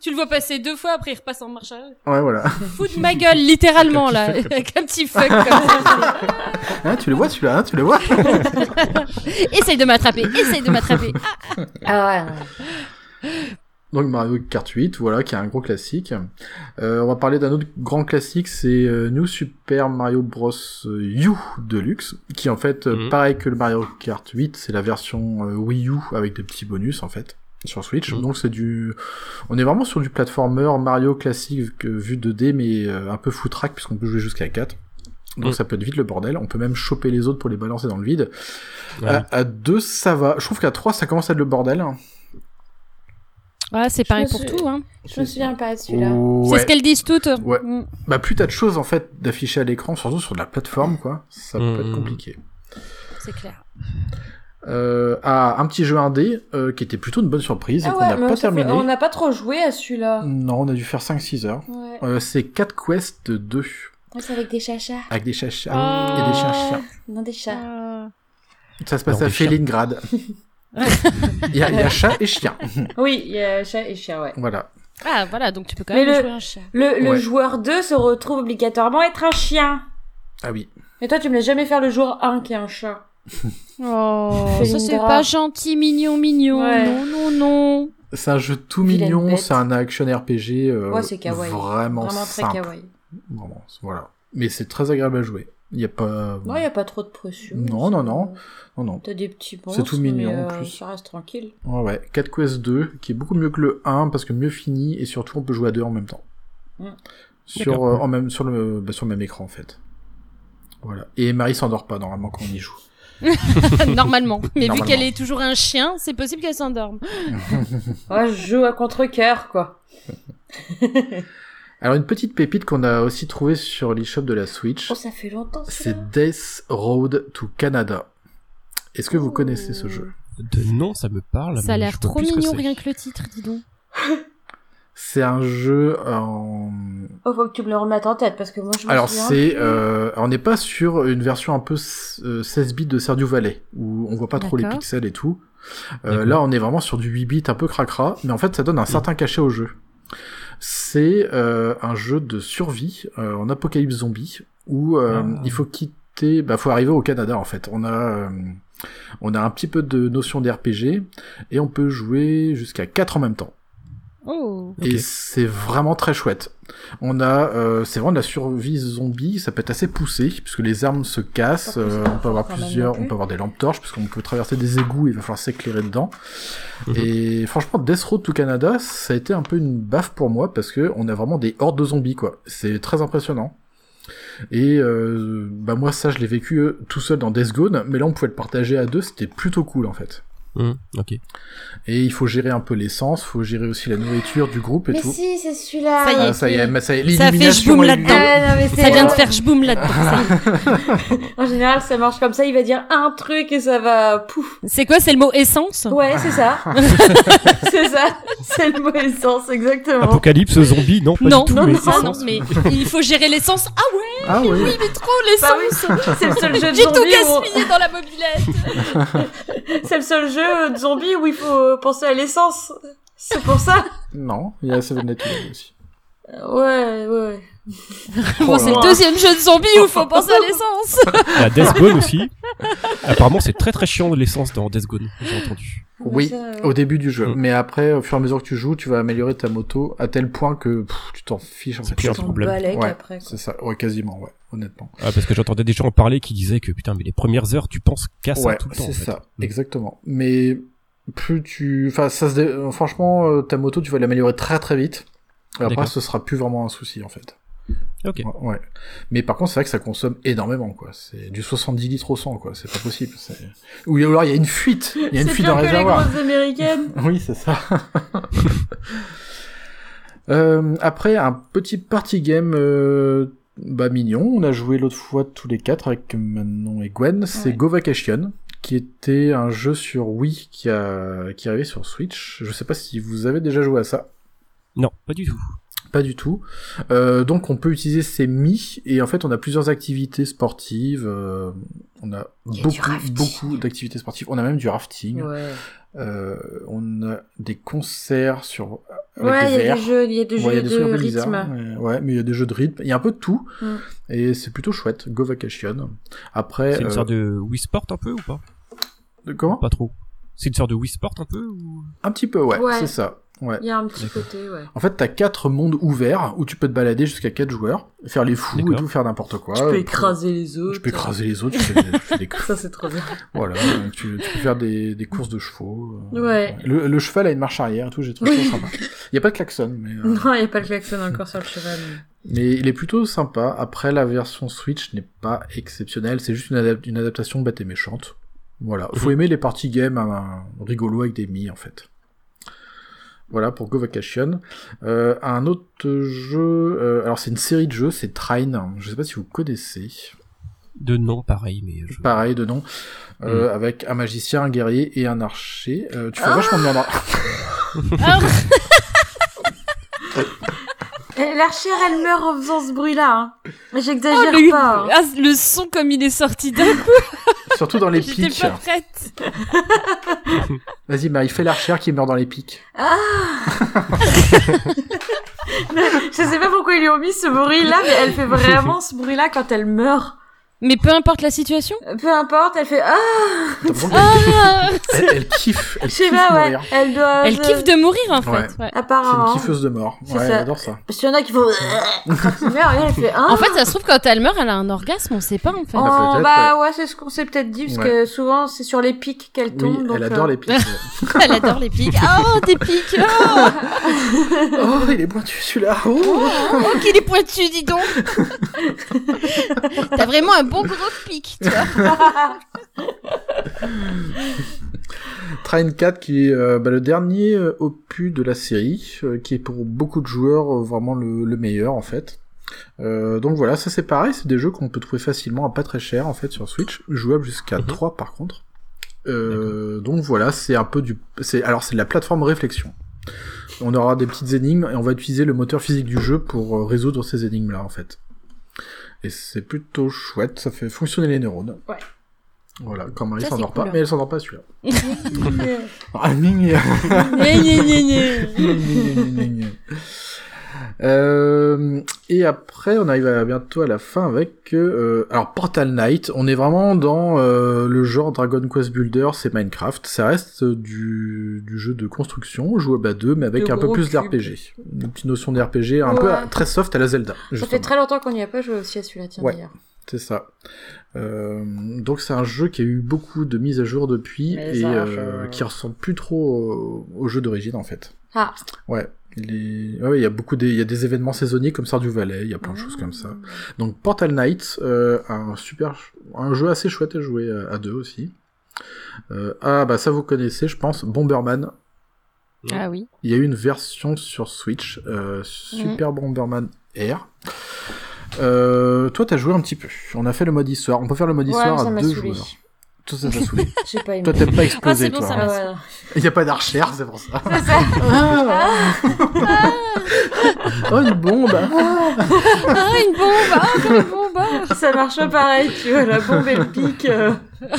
Speaker 4: Tu le vois passer deux fois après il repasse en marche arrière.
Speaker 7: Ouais, voilà.
Speaker 4: Fous de ma gueule littéralement là, avec un petit fuck comme ça.
Speaker 7: Hein, tu le vois celui-là, hein, tu le vois
Speaker 4: Essaye de m'attraper, essaye de m'attraper.
Speaker 6: Ah ouais, ouais.
Speaker 7: Donc Mario Kart 8, voilà, qui est un gros classique. Euh, on va parler d'un autre grand classique, c'est euh, New Super Mario Bros. U Deluxe, qui en fait, euh,
Speaker 5: Mhm.
Speaker 7: pareil que le Mario Kart 8, c'est la version euh, Wii U avec des petits bonus en fait sur Switch.
Speaker 5: Mhm.
Speaker 7: Donc c'est du, on est vraiment sur du platformer Mario classique euh, vu 2D, mais euh, un peu foutraque puisqu'on peut jouer jusqu'à 4. Donc
Speaker 5: Mhm.
Speaker 7: ça peut être vite le bordel. On peut même choper les autres pour les balancer dans le vide.
Speaker 5: Ouais.
Speaker 7: À- À 2 ça va. Je trouve qu'à 3 ça commence à être le bordel.
Speaker 4: Ouais, c'est
Speaker 6: Je
Speaker 4: pareil
Speaker 6: me
Speaker 4: pour
Speaker 6: suis-
Speaker 4: tout hein.
Speaker 6: Je me souviens pas de celui-là.
Speaker 4: C'est
Speaker 7: Ouais.
Speaker 4: ce qu'elles disent toutes.
Speaker 7: Ouais.
Speaker 4: Mm.
Speaker 7: Bah plus t'as de choses en fait d'afficher à l'écran, surtout sur de la plateforme quoi, ça peut
Speaker 5: Mhm.
Speaker 7: être compliqué.
Speaker 4: C'est clair.
Speaker 7: Euh, ah, un petit jeu indé euh, qui était plutôt une bonne surprise et
Speaker 6: Ah
Speaker 7: qu'on
Speaker 6: ouais,
Speaker 7: n'a
Speaker 6: mais
Speaker 7: pas
Speaker 6: on s'en fout-
Speaker 7: terminé.
Speaker 6: on n'a pas trop joué à celui-là.
Speaker 7: Non, on a dû faire 5-6 heures.
Speaker 6: Ouais.
Speaker 7: Euh, c'est 4 quests de 2
Speaker 6: Ouais, C'est avec des chachas.
Speaker 7: avec des chachas
Speaker 4: Ah.
Speaker 7: et des chachas.
Speaker 6: Non, des chats.
Speaker 4: Ah.
Speaker 7: Ça se passe
Speaker 5: Non,
Speaker 7: à
Speaker 5: des chiens.
Speaker 7: Felingrad. Il y, a- il y a chat et chien.
Speaker 6: Oui, il y a chat et chat, ouais.
Speaker 7: Voilà.
Speaker 4: Ah, voilà, donc tu peux quand
Speaker 6: Mais
Speaker 4: même
Speaker 6: le-
Speaker 4: jouer un chat.
Speaker 6: Le, le
Speaker 7: Ouais.
Speaker 6: joueur 2 se retrouve obligatoirement être un chien.
Speaker 7: Ah oui.
Speaker 6: Mais toi, tu me laisses jamais faire le joueur 1 qui est un chat.
Speaker 4: Oh, ça c'est
Speaker 6: Felindra.
Speaker 4: pas gentil, mignon, mignon.
Speaker 6: Ouais.
Speaker 4: Non, non, non.
Speaker 7: C'est un jeu tout
Speaker 6: Vilaine
Speaker 7: mignon,
Speaker 6: bête.
Speaker 7: c'est un action RPG euh,
Speaker 6: Ouais, c'est kawaii.
Speaker 7: vraiment,
Speaker 6: Vraiment très
Speaker 7: Oh, simple.
Speaker 6: kawaii.
Speaker 7: Vraiment, voilà. Mais c'est très agréable à jouer. Il y a pas
Speaker 6: Non, il n'y a pas trop de pression.
Speaker 7: Non, non, non. non non.
Speaker 6: T'as des petits bons.
Speaker 7: C'est tout mignon, en plus.
Speaker 6: Ça reste tranquille.
Speaker 7: Ouais, ouais. 4 Quest 2, qui est beaucoup mieux que le 1, parce que mieux fini, et surtout on peut jouer à deux en même temps.
Speaker 6: Mm.
Speaker 7: Sur,
Speaker 5: D'accord.
Speaker 7: euh, en même, sur, le, bah, sur le même écran, en fait. Voilà. Et Marie s'endort pas, normalement, quand on y joue.
Speaker 4: Normalement. Mais vu
Speaker 7: Normalement.
Speaker 4: qu'elle est toujours un chien, c'est possible qu'elle s'endorme.
Speaker 6: Ouais, Ah, je joue à contre-coeur, quoi.
Speaker 7: Alors, une petite pépite qu'on a aussi trouvée sur l'eShop de la Switch,
Speaker 6: Oh, ça fait longtemps, ça.
Speaker 7: c'est Death Road to Canada. Est-ce que vous connaissez ce jeu
Speaker 6: Oh.
Speaker 5: De non, ça me parle.
Speaker 4: Ça a
Speaker 5: mais
Speaker 4: l'air
Speaker 5: Oh je vois
Speaker 4: trop
Speaker 5: plus ce
Speaker 4: mignon
Speaker 5: c'est.
Speaker 4: rien que le titre, dis donc.
Speaker 7: C'est un jeu en...
Speaker 6: Oh, faut que tu me le remettes en tête, parce que moi, je me
Speaker 7: Alors
Speaker 6: souviens
Speaker 7: c'est,
Speaker 6: plus.
Speaker 7: euh, on n'est pas sur une version un peu s- euh, 16 bits de Sergio Valley où on voit pas trop les
Speaker 4: D'accord.
Speaker 7: pixels et tout. Euh,
Speaker 5: D'accord.
Speaker 7: là, on est vraiment sur du 8 bits un peu cracra, mais en fait, ça donne un certain cachet au jeu. C'est euh, un jeu de survie euh, en apocalypse zombie où euh,
Speaker 5: Ah.
Speaker 7: il faut quitter, bah, faut arriver au Canada en fait. On a euh, on a un petit peu de notion d'RPG et on peut jouer jusqu'à 4 en même temps.
Speaker 4: Oh.
Speaker 7: Et
Speaker 5: Ok.
Speaker 7: c'est vraiment très chouette. On a, euh, c'est vraiment de la survie zombie. Ça peut être assez poussé puisque les armes se cassent.
Speaker 6: Pas plus
Speaker 7: euh, on peut
Speaker 6: fort
Speaker 7: avoir
Speaker 6: quand même non
Speaker 7: plusieurs,
Speaker 6: plus.
Speaker 7: on peut avoir des lampes torches puisqu'on peut traverser des égouts. Il va falloir s'éclairer dedans.
Speaker 5: Mhm.
Speaker 7: Et franchement, Death Road to Canada, ça a été un peu une baffe pour moi parce que on a vraiment des hordes de zombies quoi. C'est très impressionnant. Et euh, bah moi ça je l'ai vécu euh, tout seul dans Death Gone, mais là on pouvait le partager à deux. C'était plutôt cool en fait.
Speaker 5: Hum, ok.
Speaker 7: Et il faut gérer un peu l'essence, faut gérer aussi la nourriture du groupe et
Speaker 6: Mais
Speaker 7: tout.
Speaker 6: si, c'est celui-là.
Speaker 4: Ça y
Speaker 7: Ah, ça y est, mais ça y est, l'élimination
Speaker 4: boum
Speaker 7: est-
Speaker 4: là-dedans.
Speaker 6: Ah, non, mais c'est-
Speaker 4: Ça vient de faire j'boum là-dedans. ça.
Speaker 6: En général, ça marche comme ça. Il va dire un truc et ça va pouf.
Speaker 4: C'est quoi, c'est le mot essence
Speaker 6: Ouais, c'est ça. c'est ça. C'est le mot essence, exactement.
Speaker 5: Ah, Apocalypse zombie, non, pas
Speaker 4: Non,
Speaker 5: du tout.
Speaker 4: non,
Speaker 5: mais
Speaker 4: non,
Speaker 5: c'est
Speaker 4: non,
Speaker 5: ça.
Speaker 4: mais il faut gérer l'essence. Ah ouais,
Speaker 7: Ah oui.
Speaker 4: mais trop
Speaker 6: Bah
Speaker 4: l'essence
Speaker 6: oui, c'est le seul jeu de
Speaker 4: J'ai tout
Speaker 6: zombie. où-
Speaker 4: gaspillé dans la mobilette
Speaker 6: C'est le seul jeu de zombie où il faut penser à l'essence. C'est pour ça.
Speaker 7: Non, il y a Seven Deadly Sins aussi.
Speaker 6: Ouais, ouais.
Speaker 4: Bon, c'est le deuxième jeu de zombie où faut penser à l'essence
Speaker 5: Il y a Death Gone aussi. Apparemment, c'est très très chiant de l'essence dans Death Gone, j'ai entendu.
Speaker 7: Oui,
Speaker 6: Mais ça,
Speaker 7: au début du jeu.
Speaker 5: Mm.
Speaker 7: Mais après, au fur et à mesure que tu joues, tu vas améliorer ta moto à tel point que pff, tu t'en fiches en
Speaker 5: C'est
Speaker 7: fait.
Speaker 5: plus un
Speaker 6: on
Speaker 5: problème.
Speaker 6: balèque
Speaker 7: Ouais,
Speaker 6: après. quoi.
Speaker 7: C'est ça, ouais, quasiment, ouais, honnêtement.
Speaker 5: Ah, parce que j'entendais des gens en parler qui disaient que putain, mais les premières heures, tu penses qu'à ça
Speaker 7: ouais,
Speaker 5: Ah, tout le temps.
Speaker 7: c'est
Speaker 5: en fait.
Speaker 7: ça,
Speaker 5: Mm.
Speaker 7: exactement. Mais plus tu, enfin, ça se, dé- euh, franchement, euh, ta moto, tu vas l'améliorer très très vite. Et après,
Speaker 5: D'accord.
Speaker 7: ce sera plus vraiment un souci en fait.
Speaker 5: Ok.
Speaker 7: Ouais. Mais par contre, c'est vrai que ça consomme énormément, quoi. C'est du 70 litres au 100, quoi. C'est pas possible. c'est- Ou alors, il y a une fuite. Il y a une
Speaker 6: C'est
Speaker 7: fuite
Speaker 6: pire
Speaker 7: dans
Speaker 6: que
Speaker 7: le
Speaker 6: les
Speaker 7: réservoir.
Speaker 6: grosses américaines.
Speaker 7: Oui, c'est ça. Euh, après, un petit party game euh, bah, mignon. On a joué l'autre fois tous les quatre avec Manon et Gwen. C'est
Speaker 6: Ouais.
Speaker 7: Go Vacation, qui était un jeu sur Wii qui, a, qui est arrivé sur Switch. Je sais pas si vous avez déjà joué à ça.
Speaker 5: Non, pas du tout.
Speaker 7: Pas du tout. Euh, donc on peut utiliser ces mi et en fait on a plusieurs activités sportives. euh, on a
Speaker 6: Il y a du
Speaker 7: beaucoup,
Speaker 6: rafting.
Speaker 7: beaucoup d'activités sportives. On a même du rafting.
Speaker 6: Ouais,
Speaker 7: Euh, on a des concerts sur avec
Speaker 6: Ouais,
Speaker 7: des
Speaker 6: il y a
Speaker 7: verres.
Speaker 6: des jeux, il y a des
Speaker 7: Ouais, il y a
Speaker 6: jeux
Speaker 7: des
Speaker 6: de
Speaker 7: trucs bizarres.
Speaker 6: rythme.
Speaker 7: Ouais, ouais, mais il y a des jeux de rythme. Il y a un peu de tout
Speaker 6: Mm.
Speaker 7: et c'est plutôt chouette. Go Vacation. Après,
Speaker 5: C'est une
Speaker 7: euh,
Speaker 5: sorte de Wii Sport un peu ou pas
Speaker 7: de- comment
Speaker 5: Pas trop. C'est une sorte de Wii Sport un peu ou...
Speaker 7: Un petit peu, ouais,
Speaker 6: Ouais.
Speaker 7: c'est ça. Ouais.
Speaker 6: Il y a un petit
Speaker 5: D'accord.
Speaker 6: côté, ouais.
Speaker 7: En fait, t'as quatre mondes ouverts où tu peux te balader jusqu'à quatre joueurs, faire les fous et
Speaker 5: D'accord.
Speaker 7: tout, faire n'importe quoi.
Speaker 6: Tu peux
Speaker 7: Euh,
Speaker 6: écraser les autres.
Speaker 7: Tu peux écraser les autres. Tu fais des- tu fais des
Speaker 6: Ça, c'est trop bien.
Speaker 7: Voilà, euh, tu, tu peux faire des, des courses de chevaux. euh,
Speaker 6: Ouais.
Speaker 7: Le, le cheval a une marche arrière et tout, j'ai trouvé
Speaker 6: Oui.
Speaker 7: ça sympa. Il n'y a pas de klaxon, mais, euh,
Speaker 6: Non, il n'y a pas le klaxon encore sur le cheval. mais-
Speaker 7: mais il est plutôt sympa. Après, la version Switch n'est pas exceptionnelle, c'est juste une, adap- une adaptation bête et méchante. Voilà, faut aimer les parties games hein, rigolo avec des mi en fait. Voilà pour Go Vacation. Euh, un autre jeu, euh, alors c'est une série de jeux, c'est Train. Je sais pas si vous connaissez.
Speaker 5: De nom pareil, mais je...
Speaker 7: Pareil de nom, euh,
Speaker 6: Hmm.
Speaker 7: avec un magicien, un guerrier et un archer. Euh, tu fais vachement bien. dans-
Speaker 4: Ah,
Speaker 6: Eh, L'archère, elle meurt en faisant ce bruit-là. hein. Mais
Speaker 4: oh,
Speaker 6: J'exagère
Speaker 4: le...
Speaker 6: pas. hein.
Speaker 4: ah, le son comme il est sorti d'un coup,
Speaker 7: Surtout dans les
Speaker 4: j'étais
Speaker 7: pics.
Speaker 4: pas prête.
Speaker 7: Vas-y, Marie, fais l'archère qui meurt dans les pics.
Speaker 6: Je sais pas pourquoi ils lui ont mis ce bruit-là, mais elle fait vraiment ce bruit-là quand elle meurt.
Speaker 4: Mais peu importe la situation.
Speaker 6: Peu importe, elle fait ah.
Speaker 7: T'as l'impression
Speaker 4: Ah
Speaker 7: qu'elle- Elle, elle kiffe, elle
Speaker 6: Je sais
Speaker 7: kiffe
Speaker 6: pas, ouais.
Speaker 7: mourir.
Speaker 6: Elle doit.
Speaker 4: Elle kiffe de mourir en
Speaker 7: Ouais.
Speaker 4: fait. ouais.
Speaker 7: C'est une
Speaker 6: Apparemment.
Speaker 7: kiffeuse de mort.
Speaker 6: Ah. C'est
Speaker 7: Ouais,
Speaker 6: ça.
Speaker 7: elle adore ça.
Speaker 6: Parce qu'il y en a qui font. quand ils meurent, elle fait ah.
Speaker 4: En fait, ça se trouve quand elle meurt, elle a un orgasme, on sait pas en fait.
Speaker 7: Oh.
Speaker 6: En-
Speaker 7: peut-être,
Speaker 6: bah ouais, c'est ce qu'on s'est peut-être dit, parce
Speaker 7: Ouais.
Speaker 6: que souvent c'est sur les pics qu'elle tombe.
Speaker 7: oui,
Speaker 6: donc,
Speaker 7: elle adore
Speaker 6: euh,
Speaker 7: les pics. ouais.
Speaker 4: Elle adore les pics. Oh, des pics. Oh,
Speaker 7: oh, il est pointu celui-là. Oh.
Speaker 4: oh, qu'il est pointu, dis donc. T'as vraiment un bon gros pic, tu vois.
Speaker 7: Train 4 qui est euh, bah, le dernier euh, opus de la série, euh, qui est pour beaucoup de joueurs euh, vraiment le, le meilleur en fait. Euh, donc voilà, ça c'est pareil, c'est des jeux qu'on peut trouver facilement à pas très cher en fait sur Switch, jouable jusqu'à 3 par contre. Euh, donc voilà, c'est un peu du, c'est alors c'est de la plateforme réflexion. On aura des petites énigmes et on va utiliser le moteur physique du jeu pour euh, résoudre ces énigmes là en fait. Et c'est plutôt chouette, ça fait fonctionner les neurones.
Speaker 6: Ouais.
Speaker 7: Voilà, quand Marie
Speaker 4: Ça, c'est
Speaker 7: s'endort
Speaker 4: cool,
Speaker 7: pas,
Speaker 4: hein.
Speaker 7: mais elle s'endort pas à celui-là.
Speaker 6: euh,
Speaker 7: Ah, ning.
Speaker 4: Gna, gna, gna, gna.
Speaker 7: Ning, ning, ning, ning. Euh, et après, on arrive à- bientôt à la fin avec euh, alors Portal Knight. On est vraiment dans euh, le genre Dragon Quest Builder, c'est Minecraft. Ça reste euh, du, du jeu de construction, jouable à deux, mais avec
Speaker 6: De
Speaker 7: un peu
Speaker 6: gros
Speaker 7: plus
Speaker 6: cubes.
Speaker 7: d'RPG. Une petite notion d'RPG, un peu
Speaker 6: Ouais.
Speaker 7: à- très soft à la Zelda.
Speaker 6: Ça
Speaker 7: justement.
Speaker 6: fait très longtemps qu'on n'y a pas joué aussi à celui-là, tiens
Speaker 7: Ouais.
Speaker 6: d'ailleurs.
Speaker 7: C'est ça. Euh, donc c'est un jeu qui a eu beaucoup de mises à jour depuis
Speaker 6: Mais
Speaker 7: et
Speaker 6: ça,
Speaker 7: euh,
Speaker 6: je-
Speaker 7: qui ressemble plus trop au, au jeu d'origine en fait.
Speaker 6: Ah.
Speaker 7: Ouais. Les... ouais, ouais, il y a beaucoup des... il y a des événements saisonniers comme ça du Valais, il y a plein de choses comme ça.
Speaker 6: Ah.
Speaker 7: Donc Portal Knight, euh, un super, ch- un jeu assez chouette à jouer à, à deux aussi. Euh, ah bah ça vous connaissez, je pense, Bomberman.
Speaker 4: Ah oui.
Speaker 7: Il y a eu une version sur Switch, euh, Super
Speaker 6: Mm.
Speaker 7: Bomberman Air. Euh, toi, t'as joué un petit peu. On a fait le mode histoire. On peut faire le mode
Speaker 6: Ouais,
Speaker 7: histoire
Speaker 6: ça
Speaker 7: à
Speaker 6: m'a
Speaker 7: deux
Speaker 6: saoulé.
Speaker 7: joueurs. Tout ça, ça saoulé.
Speaker 6: J'ai pas aimé.
Speaker 7: toi, t'aimes pas
Speaker 4: Ah,
Speaker 7: exploser,
Speaker 4: c'est bon,
Speaker 7: toi.
Speaker 4: ça
Speaker 6: Ah,
Speaker 7: hein.
Speaker 6: voilà.
Speaker 7: Il n'y a pas d'archère, c'est pour ça.
Speaker 6: C'est ça.
Speaker 7: oh, une bombe ah.
Speaker 4: Ah, une bombe. Ah, encore une bombe. ah.
Speaker 6: Ça marche pas pareil, tu vois, la bombe et le pic. euh.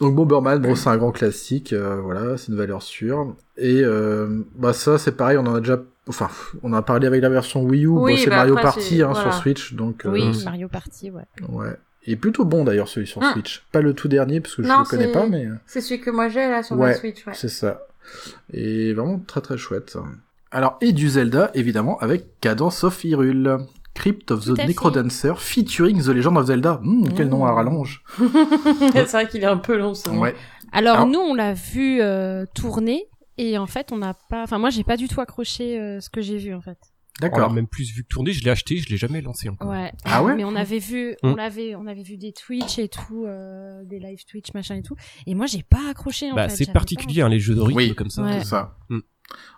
Speaker 7: Donc Bomberman, bon, c'est un grand classique, euh, voilà, c'est une valeur sûre. Et euh, bah ça, c'est pareil, on en a déjà, enfin, on en a parlé avec la version Wii U.
Speaker 6: Oui,
Speaker 7: bon, c'est
Speaker 6: bah
Speaker 7: Mario
Speaker 6: après,
Speaker 7: Party
Speaker 6: c'est-
Speaker 7: hein,
Speaker 6: voilà.
Speaker 7: sur Switch, donc euh,
Speaker 4: Oui,
Speaker 5: c'est-
Speaker 4: Mario Party, ouais.
Speaker 7: ouais. Il est plutôt bon d'ailleurs celui sur
Speaker 6: Mm.
Speaker 7: Switch. Pas le tout dernier parce que je
Speaker 6: Non,
Speaker 7: le connais
Speaker 6: c'est-
Speaker 7: pas, mais. euh,
Speaker 6: C'est celui que moi j'ai là sur
Speaker 7: Ouais.
Speaker 6: ma Switch, ouais.
Speaker 7: C'est ça. Et vraiment très très chouette. Alors, et du Zelda, évidemment, avec Cadence of Hyrule. Crypt of
Speaker 4: Tout à
Speaker 7: the
Speaker 4: fait.
Speaker 7: Necrodancer featuring The Legend of Zelda. Hmm, quel nom à rallonge.
Speaker 6: Mmh. c'est vrai qu'il est un peu long ce nom.
Speaker 7: Ouais.
Speaker 4: Alors,
Speaker 7: Alors-
Speaker 4: nous, on l'a vu euh, tourner et en fait, on n'a pas. Enfin, moi, j'ai pas du tout accroché euh, ce que j'ai vu en fait.
Speaker 5: On l'a
Speaker 7: D'accord.
Speaker 5: même plus vu que tourner, je l'ai acheté, je l'ai jamais lancé encore.
Speaker 4: Ouais.
Speaker 7: Ah ouais
Speaker 4: Mais on avait vu, on
Speaker 5: Mm.
Speaker 4: l'avait, on avait vu des Twitch et tout, euh, des live Twitch machin et tout. Et moi, j'ai pas accroché en
Speaker 5: Bah,
Speaker 4: fait.
Speaker 5: c'est
Speaker 4: j'avais pas
Speaker 5: particulier, hein, les jeux de rythme
Speaker 7: Oui.
Speaker 5: comme ça.
Speaker 4: Ouais.
Speaker 7: C'est ça.
Speaker 5: Mm.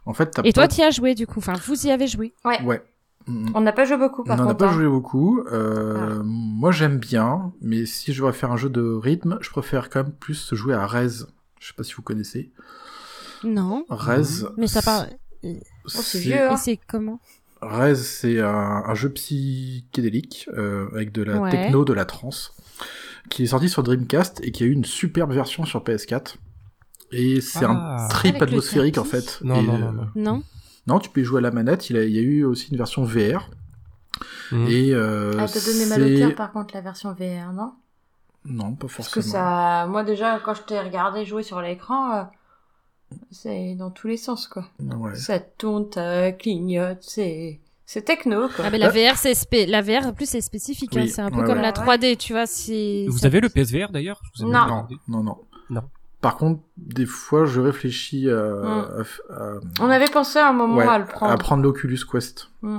Speaker 7: En fait, t'as
Speaker 4: envie. Et
Speaker 7: pas...
Speaker 4: toi, t'y as joué du coup. Enfin, vous y avez joué.
Speaker 7: Ouais. Mm, mm.
Speaker 6: On n'a pas Ah. joué beaucoup,
Speaker 7: On
Speaker 6: par
Speaker 7: n'en a
Speaker 6: contre.
Speaker 7: pas
Speaker 6: hein.
Speaker 7: joué beaucoup. Euh, Moi, j'aime bien, mais si je dois faire un jeu de rythme, je préfère quand même plus jouer à Rez. Je sais pas si vous connaissez.
Speaker 4: Non.
Speaker 7: Rez.
Speaker 4: Mais ça parle.
Speaker 6: Oh, c'est vieux,
Speaker 4: Et
Speaker 6: hein.
Speaker 4: c'est comment
Speaker 7: Rez, c'est un, un jeu psychédélique euh, avec de la
Speaker 4: Ouais.
Speaker 7: techno, de la trance, qui est sorti sur Dreamcast et qui a eu une superbe version sur PS4. Et c'est
Speaker 5: Ah.
Speaker 7: un trip
Speaker 4: Avec le
Speaker 7: atmosphérique en
Speaker 4: tapis
Speaker 7: fait.
Speaker 5: Non,
Speaker 7: Et,
Speaker 5: non, non,
Speaker 7: euh,
Speaker 5: non.
Speaker 4: Non.
Speaker 7: non, tu peux y jouer à la manette. Il, a- il y a eu aussi une version VR.
Speaker 5: Mhm.
Speaker 7: Et euh,
Speaker 6: Elle te donnait Ah, mal au cœur,
Speaker 7: c'est-
Speaker 6: par contre, la version VR, non
Speaker 7: Non, pas
Speaker 6: Parce que
Speaker 7: forcément.
Speaker 6: ça... Moi, déjà, quand je t'ai regardé jouer sur l'écran, euh, c'est dans tous les sens, quoi.
Speaker 7: Ouais.
Speaker 6: Ça tourne, ça clignote, c'est... C'est techno, quoi.
Speaker 4: Ah ben la
Speaker 5: Euh.
Speaker 4: VR c'est spé- la VR en plus c'est spécifique hein.
Speaker 7: Oui,
Speaker 4: c'est un peu
Speaker 7: ouais,
Speaker 4: comme
Speaker 6: ouais.
Speaker 4: la 3D tu vois c'est
Speaker 5: Vous
Speaker 4: ça-
Speaker 5: avez le PSVR d'ailleurs Je vous ai
Speaker 6: Non.
Speaker 5: demandé.
Speaker 7: Non, non, non.
Speaker 5: Non.
Speaker 7: Par contre, des fois, je réfléchis à,
Speaker 6: Mm.
Speaker 7: à f- à-
Speaker 6: On avait pensé à un moment
Speaker 7: ouais,
Speaker 6: à le prendre.
Speaker 7: à prendre l'Oculus Quest.
Speaker 6: Mm.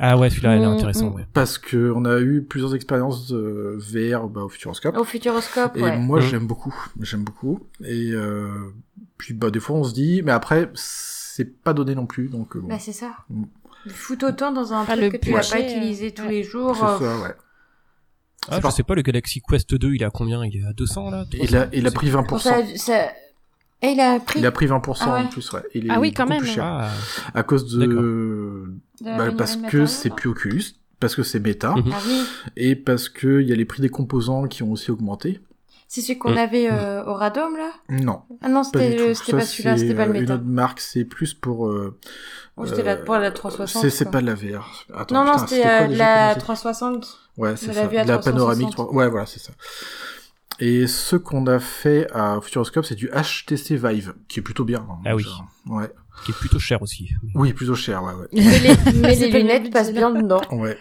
Speaker 5: Ah ouais, celui-là, il est
Speaker 4: Mm,
Speaker 5: intéressant.
Speaker 4: mm.
Speaker 5: Ouais.
Speaker 7: Parce que on a eu plusieurs expériences de VR bah, au Futuroscope.
Speaker 6: Au Futuroscope,
Speaker 7: et
Speaker 6: ouais.
Speaker 7: moi,
Speaker 4: Mmh.
Speaker 5: Mm.
Speaker 7: j'aime beaucoup. J'aime beaucoup. Et euh, puis, bah, des fois, on se dit, mais après, c'est pas donné non plus. Donc, euh, bon.
Speaker 6: Bah, c'est ça.
Speaker 7: Mm.
Speaker 6: Foutre autant dans un
Speaker 4: Ah,
Speaker 6: truc
Speaker 4: le
Speaker 6: que tu vas
Speaker 4: piocher,
Speaker 6: pas utiliser tous
Speaker 4: ouais.
Speaker 6: les jours.
Speaker 7: C'est
Speaker 6: euh,
Speaker 7: ça, ouais.
Speaker 5: Ah, je
Speaker 7: pas-
Speaker 5: sais pas, le Galaxy Quest 2, il est à combien Il est à 200 là
Speaker 7: Il a,
Speaker 5: 300,
Speaker 7: il a
Speaker 5: je
Speaker 7: pris
Speaker 5: sais
Speaker 7: 20%.
Speaker 6: bon, ça- ça- Et il a pris
Speaker 7: Il a pris 20%
Speaker 6: Ah
Speaker 7: en
Speaker 6: ouais.
Speaker 7: plus, ouais. Il est
Speaker 4: Ah oui, quand
Speaker 7: beaucoup
Speaker 4: même.
Speaker 7: plus
Speaker 5: plus.
Speaker 7: cher.
Speaker 5: Ah,
Speaker 7: À cause de.
Speaker 6: de
Speaker 7: Bah,
Speaker 6: minerai
Speaker 7: parce
Speaker 6: de
Speaker 7: que
Speaker 6: matériaux,
Speaker 7: c'est
Speaker 6: quoi.
Speaker 7: plus Oculus, parce que c'est méta,
Speaker 4: Mmh.
Speaker 5: Mhm.
Speaker 6: Ah oui,
Speaker 7: et parce que il y a les prix des composants qui ont aussi augmenté.
Speaker 6: c'est celui qu'on
Speaker 5: Mm.
Speaker 6: avait euh, au Radome, là
Speaker 7: Non,
Speaker 6: Ah non,
Speaker 7: pas
Speaker 6: c'était
Speaker 7: du tout.
Speaker 6: le- c'était
Speaker 7: Ça,
Speaker 6: pas celui-là,
Speaker 7: c'est,
Speaker 6: c'était pas le
Speaker 7: euh, Une
Speaker 6: méta.
Speaker 7: autre marque, c'est plus pour. euh,
Speaker 6: Ou c'était la,
Speaker 7: euh,
Speaker 6: pour la 360.
Speaker 7: C'est, c'est
Speaker 6: quoi.
Speaker 7: pas de la VR. Attends,
Speaker 6: Non, non,
Speaker 7: putain,
Speaker 6: c'était
Speaker 7: quoi
Speaker 6: euh,
Speaker 7: déjà comme
Speaker 6: la
Speaker 7: c'est
Speaker 6: 360.
Speaker 7: Ouais, c'est
Speaker 6: la
Speaker 7: ça.
Speaker 6: vue à
Speaker 7: de la
Speaker 6: 360.
Speaker 7: panoramique. trois- Ouais, voilà, c'est ça. Et ce qu'on a fait à Futuroscope, c'est du HTC Vive, qui est plutôt bien. hein,
Speaker 5: Ah oui.
Speaker 7: genre. Ouais.
Speaker 5: qui est plutôt cher aussi.
Speaker 7: Oui, plutôt cher, ouais, ouais.
Speaker 6: Mais les, mais
Speaker 4: C'est
Speaker 6: les
Speaker 4: pas le
Speaker 6: lunettes
Speaker 4: but,
Speaker 6: passent
Speaker 4: c'est
Speaker 6: bien dedans.
Speaker 7: ouais.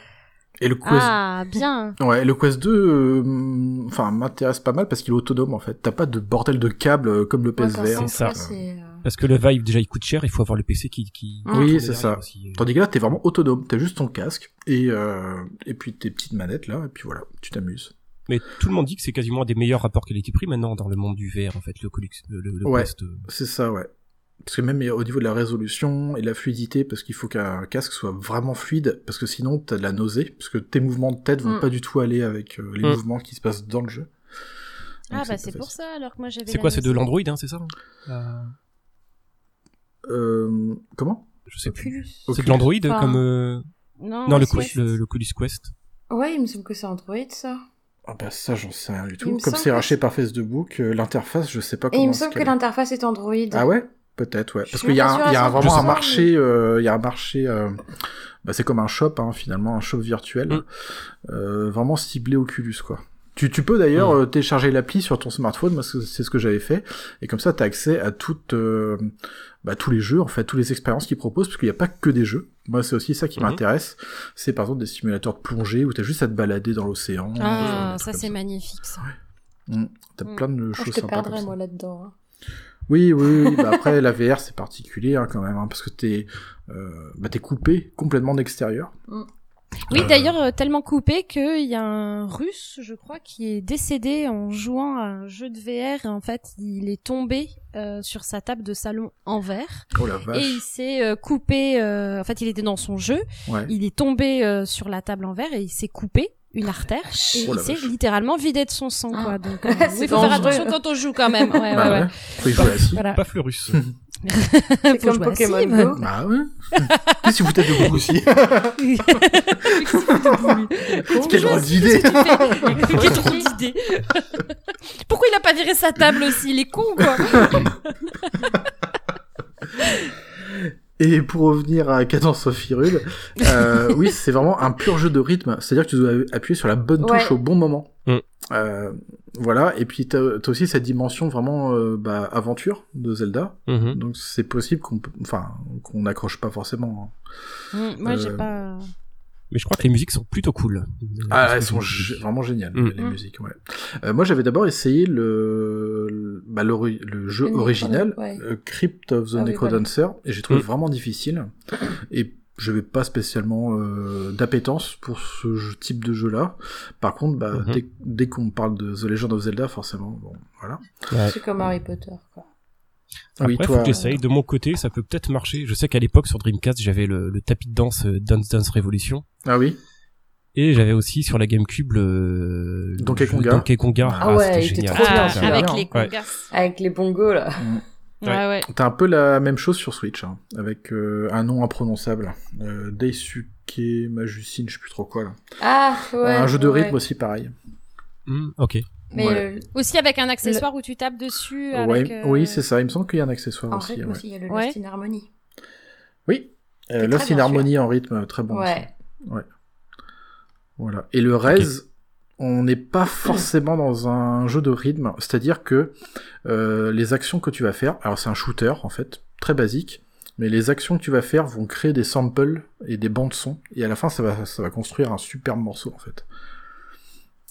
Speaker 7: Et le Quest
Speaker 4: ah bien
Speaker 7: Ouais, le Quest 2, euh, enfin, m'intéresse pas mal parce qu'il est autonome en fait. T'as pas de bordel de câble euh, comme le
Speaker 6: Ouais, ça
Speaker 7: PSVR.
Speaker 6: ressemble,
Speaker 5: ça.
Speaker 6: quoi, c'est, euh,
Speaker 5: Parce que le Vive, déjà, il coûte cher, il faut avoir le PC qui. qui
Speaker 6: Oui,
Speaker 5: tourne
Speaker 7: c'est
Speaker 5: derrière
Speaker 7: ça.
Speaker 5: aussi.
Speaker 7: Tandis que là, t'es vraiment autonome. T'as juste ton casque et euh, et puis tes petites manettes là, et puis voilà, tu t'amuses.
Speaker 5: Mais tout le monde dit que c'est quasiment un des meilleurs rapports qualité-prix maintenant dans le monde du VR, en fait, le, Colux- euh, le, le
Speaker 7: Ouais.
Speaker 5: Quest. euh.
Speaker 7: C'est ça, ouais. Parce que même au niveau de la résolution et de la fluidité, parce qu'il faut qu'un casque soit vraiment fluide, parce que sinon t'as de la nausée, parce que tes mouvements de tête vont
Speaker 6: Mm.
Speaker 7: pas du tout aller avec euh, les
Speaker 5: Mm.
Speaker 7: mouvements qui se passent dans le jeu. Donc,
Speaker 4: ah bah
Speaker 7: pas
Speaker 4: c'est
Speaker 7: facile.
Speaker 4: pour ça alors que moi j'avais
Speaker 5: C'est
Speaker 4: la
Speaker 5: quoi, c'est de
Speaker 4: Neo.
Speaker 5: l'Android, hein, c'est ça Euh,
Speaker 7: Euh, comment
Speaker 5: Je sais plus.
Speaker 6: Oculus.
Speaker 5: C'est de l'Android
Speaker 6: Enfin,
Speaker 5: comme. euh,
Speaker 4: non,
Speaker 5: Non,
Speaker 4: ouais,
Speaker 5: le,
Speaker 4: c'est-
Speaker 5: Quest, le, le Oculus Quest.
Speaker 6: Ouais, il me semble que c'est Android, ça.
Speaker 7: Ah bah ça, j'en sais rien du
Speaker 6: Il
Speaker 7: tout.
Speaker 6: me
Speaker 7: Comme
Speaker 6: semble
Speaker 7: c'est
Speaker 6: que
Speaker 7: racheté par Facebook, euh, l'interface, je sais pas
Speaker 6: Et
Speaker 7: comment.
Speaker 6: il me
Speaker 7: est-ce
Speaker 6: semble que
Speaker 7: qu'elle est.
Speaker 6: l'interface est Android.
Speaker 7: Ah ouais Peut-être, ouais.
Speaker 6: Je
Speaker 7: Parce
Speaker 6: suis
Speaker 7: qu'il y a,
Speaker 6: pas sûre
Speaker 7: un-
Speaker 6: à
Speaker 7: il y a un-
Speaker 6: 100%,
Speaker 7: vraiment un
Speaker 6: mais-
Speaker 7: marché, euh, il y a un marché, euh, bah, c'est comme un shop, hein, finalement, un shop virtuel,
Speaker 5: Mm.
Speaker 7: euh, vraiment ciblé Oculus, quoi. Tu, tu peux d'ailleurs
Speaker 5: Mm.
Speaker 7: euh, télécharger l'appli sur ton smartphone, moi c'est c'est ce que j'avais fait, et comme ça t'as accès à toutes, euh, bah, tous les jeux, en fait, toutes les expériences qu'ils proposent, parce qu'il n'y a pas que des jeux. Moi c'est aussi ça qui
Speaker 6: Mm-hmm.
Speaker 5: Mhm.
Speaker 7: m'intéresse, c'est par exemple des simulateurs de plongée où t'as juste à te balader dans l'océan. euh,
Speaker 4: ah
Speaker 7: des
Speaker 4: ça
Speaker 7: trucs
Speaker 4: c'est
Speaker 7: comme
Speaker 4: magnifique ça.
Speaker 7: Mm. T'as
Speaker 4: Mm.
Speaker 7: plein de
Speaker 6: Oh, je
Speaker 7: choses
Speaker 6: te
Speaker 7: sympas. comme
Speaker 6: perdrais,
Speaker 7: ça.
Speaker 6: moi, là-dedans. hein.
Speaker 7: Oui, oui, oui. bah après, la VR, c'est particulier hein, quand même, hein, parce que t'es euh, bah, t'es coupé complètement d'extérieur.
Speaker 4: Oui,
Speaker 7: Euh,
Speaker 4: d'ailleurs, euh, tellement coupé qu'il y a un russe, je crois, qui est décédé en jouant à un jeu de VR. Et en fait, il est tombé euh, sur sa table de salon en verre.
Speaker 7: Oh la
Speaker 4: Et il
Speaker 7: vache.
Speaker 4: s'est euh, coupé... euh, En fait, il était dans son jeu.
Speaker 7: Ouais.
Speaker 4: Il est tombé euh, sur la table en verre et il s'est coupé une artère. Et
Speaker 7: Oh
Speaker 4: il
Speaker 7: la
Speaker 4: s'est
Speaker 7: vache.
Speaker 4: littéralement vidé de son sang, quoi. Donc, euh,
Speaker 6: Ah. C'est
Speaker 4: oui, faut faire
Speaker 6: dangereux. Ah
Speaker 4: attention quand on joue, quand même. Ouais, ouais,
Speaker 7: Bah
Speaker 4: ouais.
Speaker 7: ouais. Faut y jouer assis.
Speaker 4: Voilà.
Speaker 5: Paf le russe.
Speaker 4: C'est
Speaker 6: comme Pokémon Go.
Speaker 7: Bah ouais. Qu'est-ce que vous faites de vous aussi Quelle drôle d'idée
Speaker 4: Quelle drôle d'idée Pourquoi il a pas viré sa table aussi Il est con, quoi
Speaker 7: Et pour revenir à Cadence of Hyrule, euh, oui, c'est vraiment un pur jeu de rythme. C'est-à-dire que tu dois appuyer sur la bonne touche
Speaker 6: Ouais.
Speaker 7: au bon moment.
Speaker 5: Mm.
Speaker 7: Euh, voilà. Et puis t'as t'as aussi cette dimension vraiment euh, bah, aventure de Zelda.
Speaker 5: Mhm.
Speaker 7: Donc c'est possible qu'on, peut- enfin, qu'on n'accroche pas forcément. hein.
Speaker 4: Mm, Moi, j'ai
Speaker 7: Euh,
Speaker 4: pas...
Speaker 5: Mais je crois que les musiques sont plutôt cool.
Speaker 7: Ah, elles sont gé- vraiment géniales,
Speaker 5: Mm.
Speaker 7: les
Speaker 6: Mm.
Speaker 7: musiques. Ouais. Euh, moi, j'avais d'abord essayé le, le- bah, le, le jeu
Speaker 6: Le Necro-
Speaker 7: original,
Speaker 6: ouais.
Speaker 7: euh, Crypt
Speaker 6: Ah
Speaker 7: of the
Speaker 6: oui, voilà.
Speaker 7: Necrodancer, et j'ai trouvé
Speaker 5: Mm.
Speaker 7: vraiment difficile. Et je vais pas spécialement euh, d'appétence pour ce jeu- type de jeu-là. Par contre, bah,
Speaker 5: Mhm.
Speaker 7: dès, dès qu'on parle de The Legend of Zelda, forcément, bon, voilà.
Speaker 6: C'est comme Harry Potter, quoi.
Speaker 5: Après,
Speaker 7: oui,
Speaker 5: faut
Speaker 7: toi,
Speaker 5: que j'essaye. De mon côté, ça peut peut-être marcher. Je sais qu'à l'époque, sur Dreamcast, j'avais le, le tapis de danse euh, Dance Dance Revolution.
Speaker 7: ah oui,
Speaker 5: Et j'avais aussi sur la Gamecube le... le
Speaker 7: Donkey
Speaker 5: jeu
Speaker 7: Konga.
Speaker 5: Donkey Konga.
Speaker 7: Ah
Speaker 5: c'était
Speaker 6: ouais, il était
Speaker 5: génial.
Speaker 6: trop bien,
Speaker 4: Ah,
Speaker 6: c'est hein.
Speaker 4: avec
Speaker 7: bien.
Speaker 4: les congas.
Speaker 6: Avec les bongos, là.
Speaker 4: Ouais,
Speaker 5: Ouais.
Speaker 4: ouais.
Speaker 7: t'as un peu la même chose sur Switch, hein, avec euh, un nom imprononçable, euh, Daisuke Majusine, je sais plus trop quoi là.
Speaker 6: Ah, ouais.
Speaker 7: un jeu de rythme
Speaker 6: ouais.
Speaker 7: aussi pareil.
Speaker 5: Hmm, ok.
Speaker 6: Mais
Speaker 7: Voilà.
Speaker 6: euh,
Speaker 4: Aussi avec un accessoire où tu tapes dessus. Avec,
Speaker 7: Ouais,
Speaker 4: euh,
Speaker 7: Oui, c'est ça. Il me semble qu'il y a un accessoire
Speaker 6: en
Speaker 7: aussi.
Speaker 6: rythme
Speaker 7: ouais.
Speaker 6: aussi, il y a le
Speaker 4: Ouais.
Speaker 6: Lost in Harmony.
Speaker 7: Oui, euh,
Speaker 6: très
Speaker 7: Lost in
Speaker 6: bien,
Speaker 7: Harmony en rythme, euh, très bon. aussi.
Speaker 6: ouais.
Speaker 7: Voilà. Et le Rez, on n'est pas forcément dans un jeu de rythme, c'est-à-dire que euh, les actions que tu vas faire, alors c'est un shooter en fait, très basique, mais les actions que tu vas faire vont créer des samples et des bandes son, et à la fin ça va, ça va construire un superbe morceau en fait.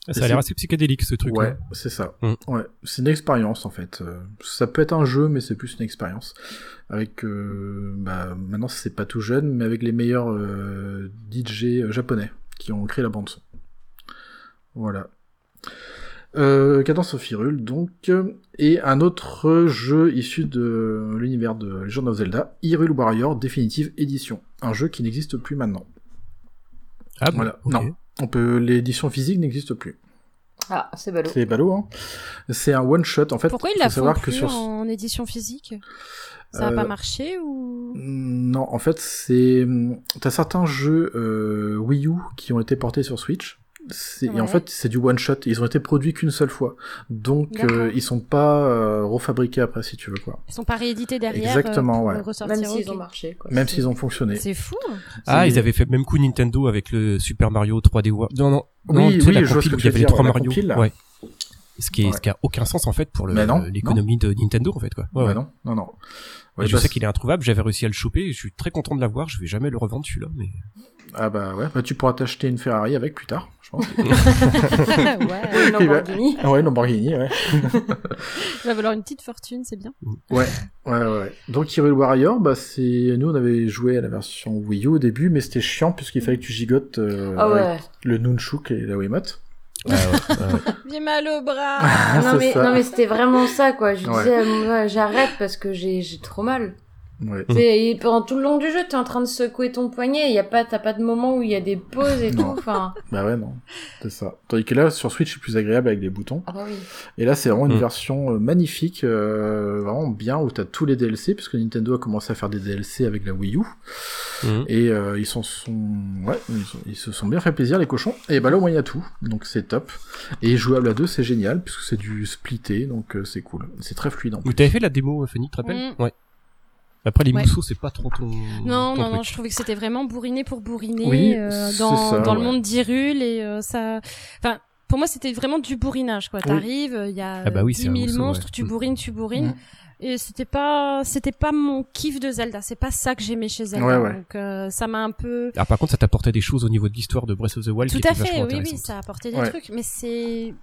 Speaker 5: Ah,
Speaker 7: Et
Speaker 5: Ça a l'air
Speaker 7: c'est-
Speaker 5: assez psychédélique ce truc.
Speaker 7: ouais, c'est ça.
Speaker 5: Mm.
Speaker 7: Ouais, c'est une expérience en fait. Euh, Ça peut être un jeu, mais c'est plus une expérience. Avec, euh, bah, maintenant c'est pas tout jeune, mais avec les meilleurs euh, DJ japonais qui ont créé la bande son. Voilà. Euh, Cadence of Hyrule, donc, euh, et un autre jeu issu de l'univers de Legend of Zelda, Hyrule Warrior Definitive Edition, un jeu qui n'existe plus maintenant.
Speaker 5: Ah bon,
Speaker 7: Voilà.
Speaker 5: ok.
Speaker 7: Non, on peut, l'édition physique n'existe plus.
Speaker 6: Ah, c'est ballot.
Speaker 7: C'est ballot, hein. C'est un one shot en fait.
Speaker 4: Pourquoi
Speaker 7: faut
Speaker 4: ils la font
Speaker 7: savoir
Speaker 4: plus
Speaker 7: que sur
Speaker 4: en édition physique Ça a
Speaker 7: Euh,
Speaker 4: pas marché ou
Speaker 7: Non, en fait, c'est hmm, t'as certains jeux euh, Wii U qui ont été portés sur Switch. C'est- Et en
Speaker 4: Ouais.
Speaker 7: fait, c'est du one shot. Ils ont été produits qu'une seule fois, donc
Speaker 4: D'accord.
Speaker 7: euh, ils sont pas euh, refabriqués après, si tu veux quoi.
Speaker 4: Ils sont pas réédités derrière euh,
Speaker 7: Exactement,
Speaker 4: pour
Speaker 7: ouais.
Speaker 4: ressortir
Speaker 6: Même s'ils
Speaker 4: ok.
Speaker 6: ont marché, quoi.
Speaker 7: Même
Speaker 6: C'est-
Speaker 7: s'ils ont fonctionné.
Speaker 4: C'est fou.
Speaker 5: Ah,
Speaker 7: C'est-
Speaker 5: ils avaient fait le même coup Nintendo avec le Super Mario 3D World. Non, non.
Speaker 7: Oui,
Speaker 5: non, tu sais,
Speaker 7: oui,
Speaker 5: la
Speaker 7: je vois
Speaker 5: compile
Speaker 7: ce que
Speaker 5: où il
Speaker 7: tu
Speaker 5: y
Speaker 7: veux
Speaker 5: avait les
Speaker 7: dire,
Speaker 5: trois
Speaker 7: la
Speaker 5: Mario.
Speaker 7: compile, là.
Speaker 5: Ouais. Ce qui, est,
Speaker 7: Ouais.
Speaker 5: ce qui a aucun sens en fait pour le-
Speaker 7: Mais non,
Speaker 5: l'économie de Nintendo en fait quoi. Ouais,
Speaker 7: Bah
Speaker 5: ouais.
Speaker 7: non, non, non.
Speaker 5: Et
Speaker 7: Ouais,
Speaker 5: je
Speaker 7: parce-
Speaker 5: sais qu'il est introuvable, j'avais réussi à le choper, et je suis très content de l'avoir, je vais jamais le revendre celui-là. Mais...
Speaker 7: Ah bah ouais, bah, tu pourras t'acheter une Ferrari avec plus tard, je pense.
Speaker 4: ouais.
Speaker 6: Une Lamborghini.
Speaker 7: Ah ouais, une Lamborghini, ouais.
Speaker 4: Ça va valoir une petite fortune, c'est bien.
Speaker 7: Ouais, ouais, ouais. Donc Hyrule Warrior, bah c'est nous on avait joué à la version Wii U au début, mais c'était chiant puisqu'il fallait que tu gigotes euh,
Speaker 6: Ah
Speaker 7: avec
Speaker 6: ouais.
Speaker 7: le nunchuk et la Wiimote.
Speaker 4: J'ai mal au bras.
Speaker 7: Ah,
Speaker 6: non,
Speaker 7: c'est
Speaker 6: mais,
Speaker 7: ça.
Speaker 6: non, mais c'était vraiment ça, quoi. Je
Speaker 7: Ouais.
Speaker 6: disais, à mon- ouais, j'arrête parce que j'ai j'ai trop mal.
Speaker 7: Ouais.
Speaker 5: Mm.
Speaker 6: C'est- et pendant tout le long du jeu, t'es en train de secouer ton poignet. Il y a pas, t'as pas de moment où il y a des pauses et tout.
Speaker 7: Non.
Speaker 6: Enfin,
Speaker 7: Bah ouais, non. C'est ça. Tandis que là, sur Switch, c'est plus agréable avec des boutons.
Speaker 6: ah bah oui.
Speaker 7: Et là, c'est vraiment une
Speaker 5: Mm.
Speaker 7: version euh, magnifique, euh, vraiment bien, où t'as tous les DLC, puisque Nintendo a commencé à faire des DLC avec la Wii U.
Speaker 5: Mhm.
Speaker 7: Et euh, ils, s'en sont... Ouais, ils, sont- ils se sont bien fait plaisir, les cochons. Et bah là, au moins, il y a tout. Donc c'est top. Et jouable à deux, c'est génial, puisque c'est du splitté, donc euh, c'est cool. C'est très fluide. en
Speaker 5: Ou t'avais fait la démo, euh, Fanny, tu te rappelles Ouais. Après, les
Speaker 4: Mm. Ouais.
Speaker 5: mousseaux, c'est pas trop ton.
Speaker 4: Non, non,
Speaker 5: ton
Speaker 4: non,
Speaker 5: truc.
Speaker 4: je trouvais que c'était vraiment bourriné pour bourriner
Speaker 7: Oui,
Speaker 4: euh,
Speaker 7: c'est
Speaker 4: dans,
Speaker 7: ça,
Speaker 4: dans le
Speaker 7: ouais.
Speaker 4: monde d'Irule et euh, ça. Enfin, pour moi, c'était vraiment du bourrinage, quoi. T'arrives, euh, il y a
Speaker 5: Ah bah oui,
Speaker 4: 10
Speaker 5: c'est
Speaker 4: 000
Speaker 5: un morceau,
Speaker 4: monstres,
Speaker 5: ouais.
Speaker 4: tu
Speaker 5: Mm.
Speaker 4: bourrines, tu bourrines.
Speaker 7: Mm.
Speaker 4: Et c'était pas, c'était pas mon kiff de Zelda. C'est pas ça que j'aimais chez Zelda.
Speaker 7: Ouais, ouais.
Speaker 4: Donc, euh, ça m'a un peu.
Speaker 5: Ah, par contre, ça t'apportait des choses au niveau de l'histoire de Breath of the Wild
Speaker 4: Tout
Speaker 5: qui
Speaker 4: à
Speaker 5: étaient
Speaker 4: fait,
Speaker 5: vachement
Speaker 4: oui, oui,
Speaker 5: intéressantes.
Speaker 4: ça apportait des
Speaker 7: Ouais.
Speaker 4: trucs, mais c'est.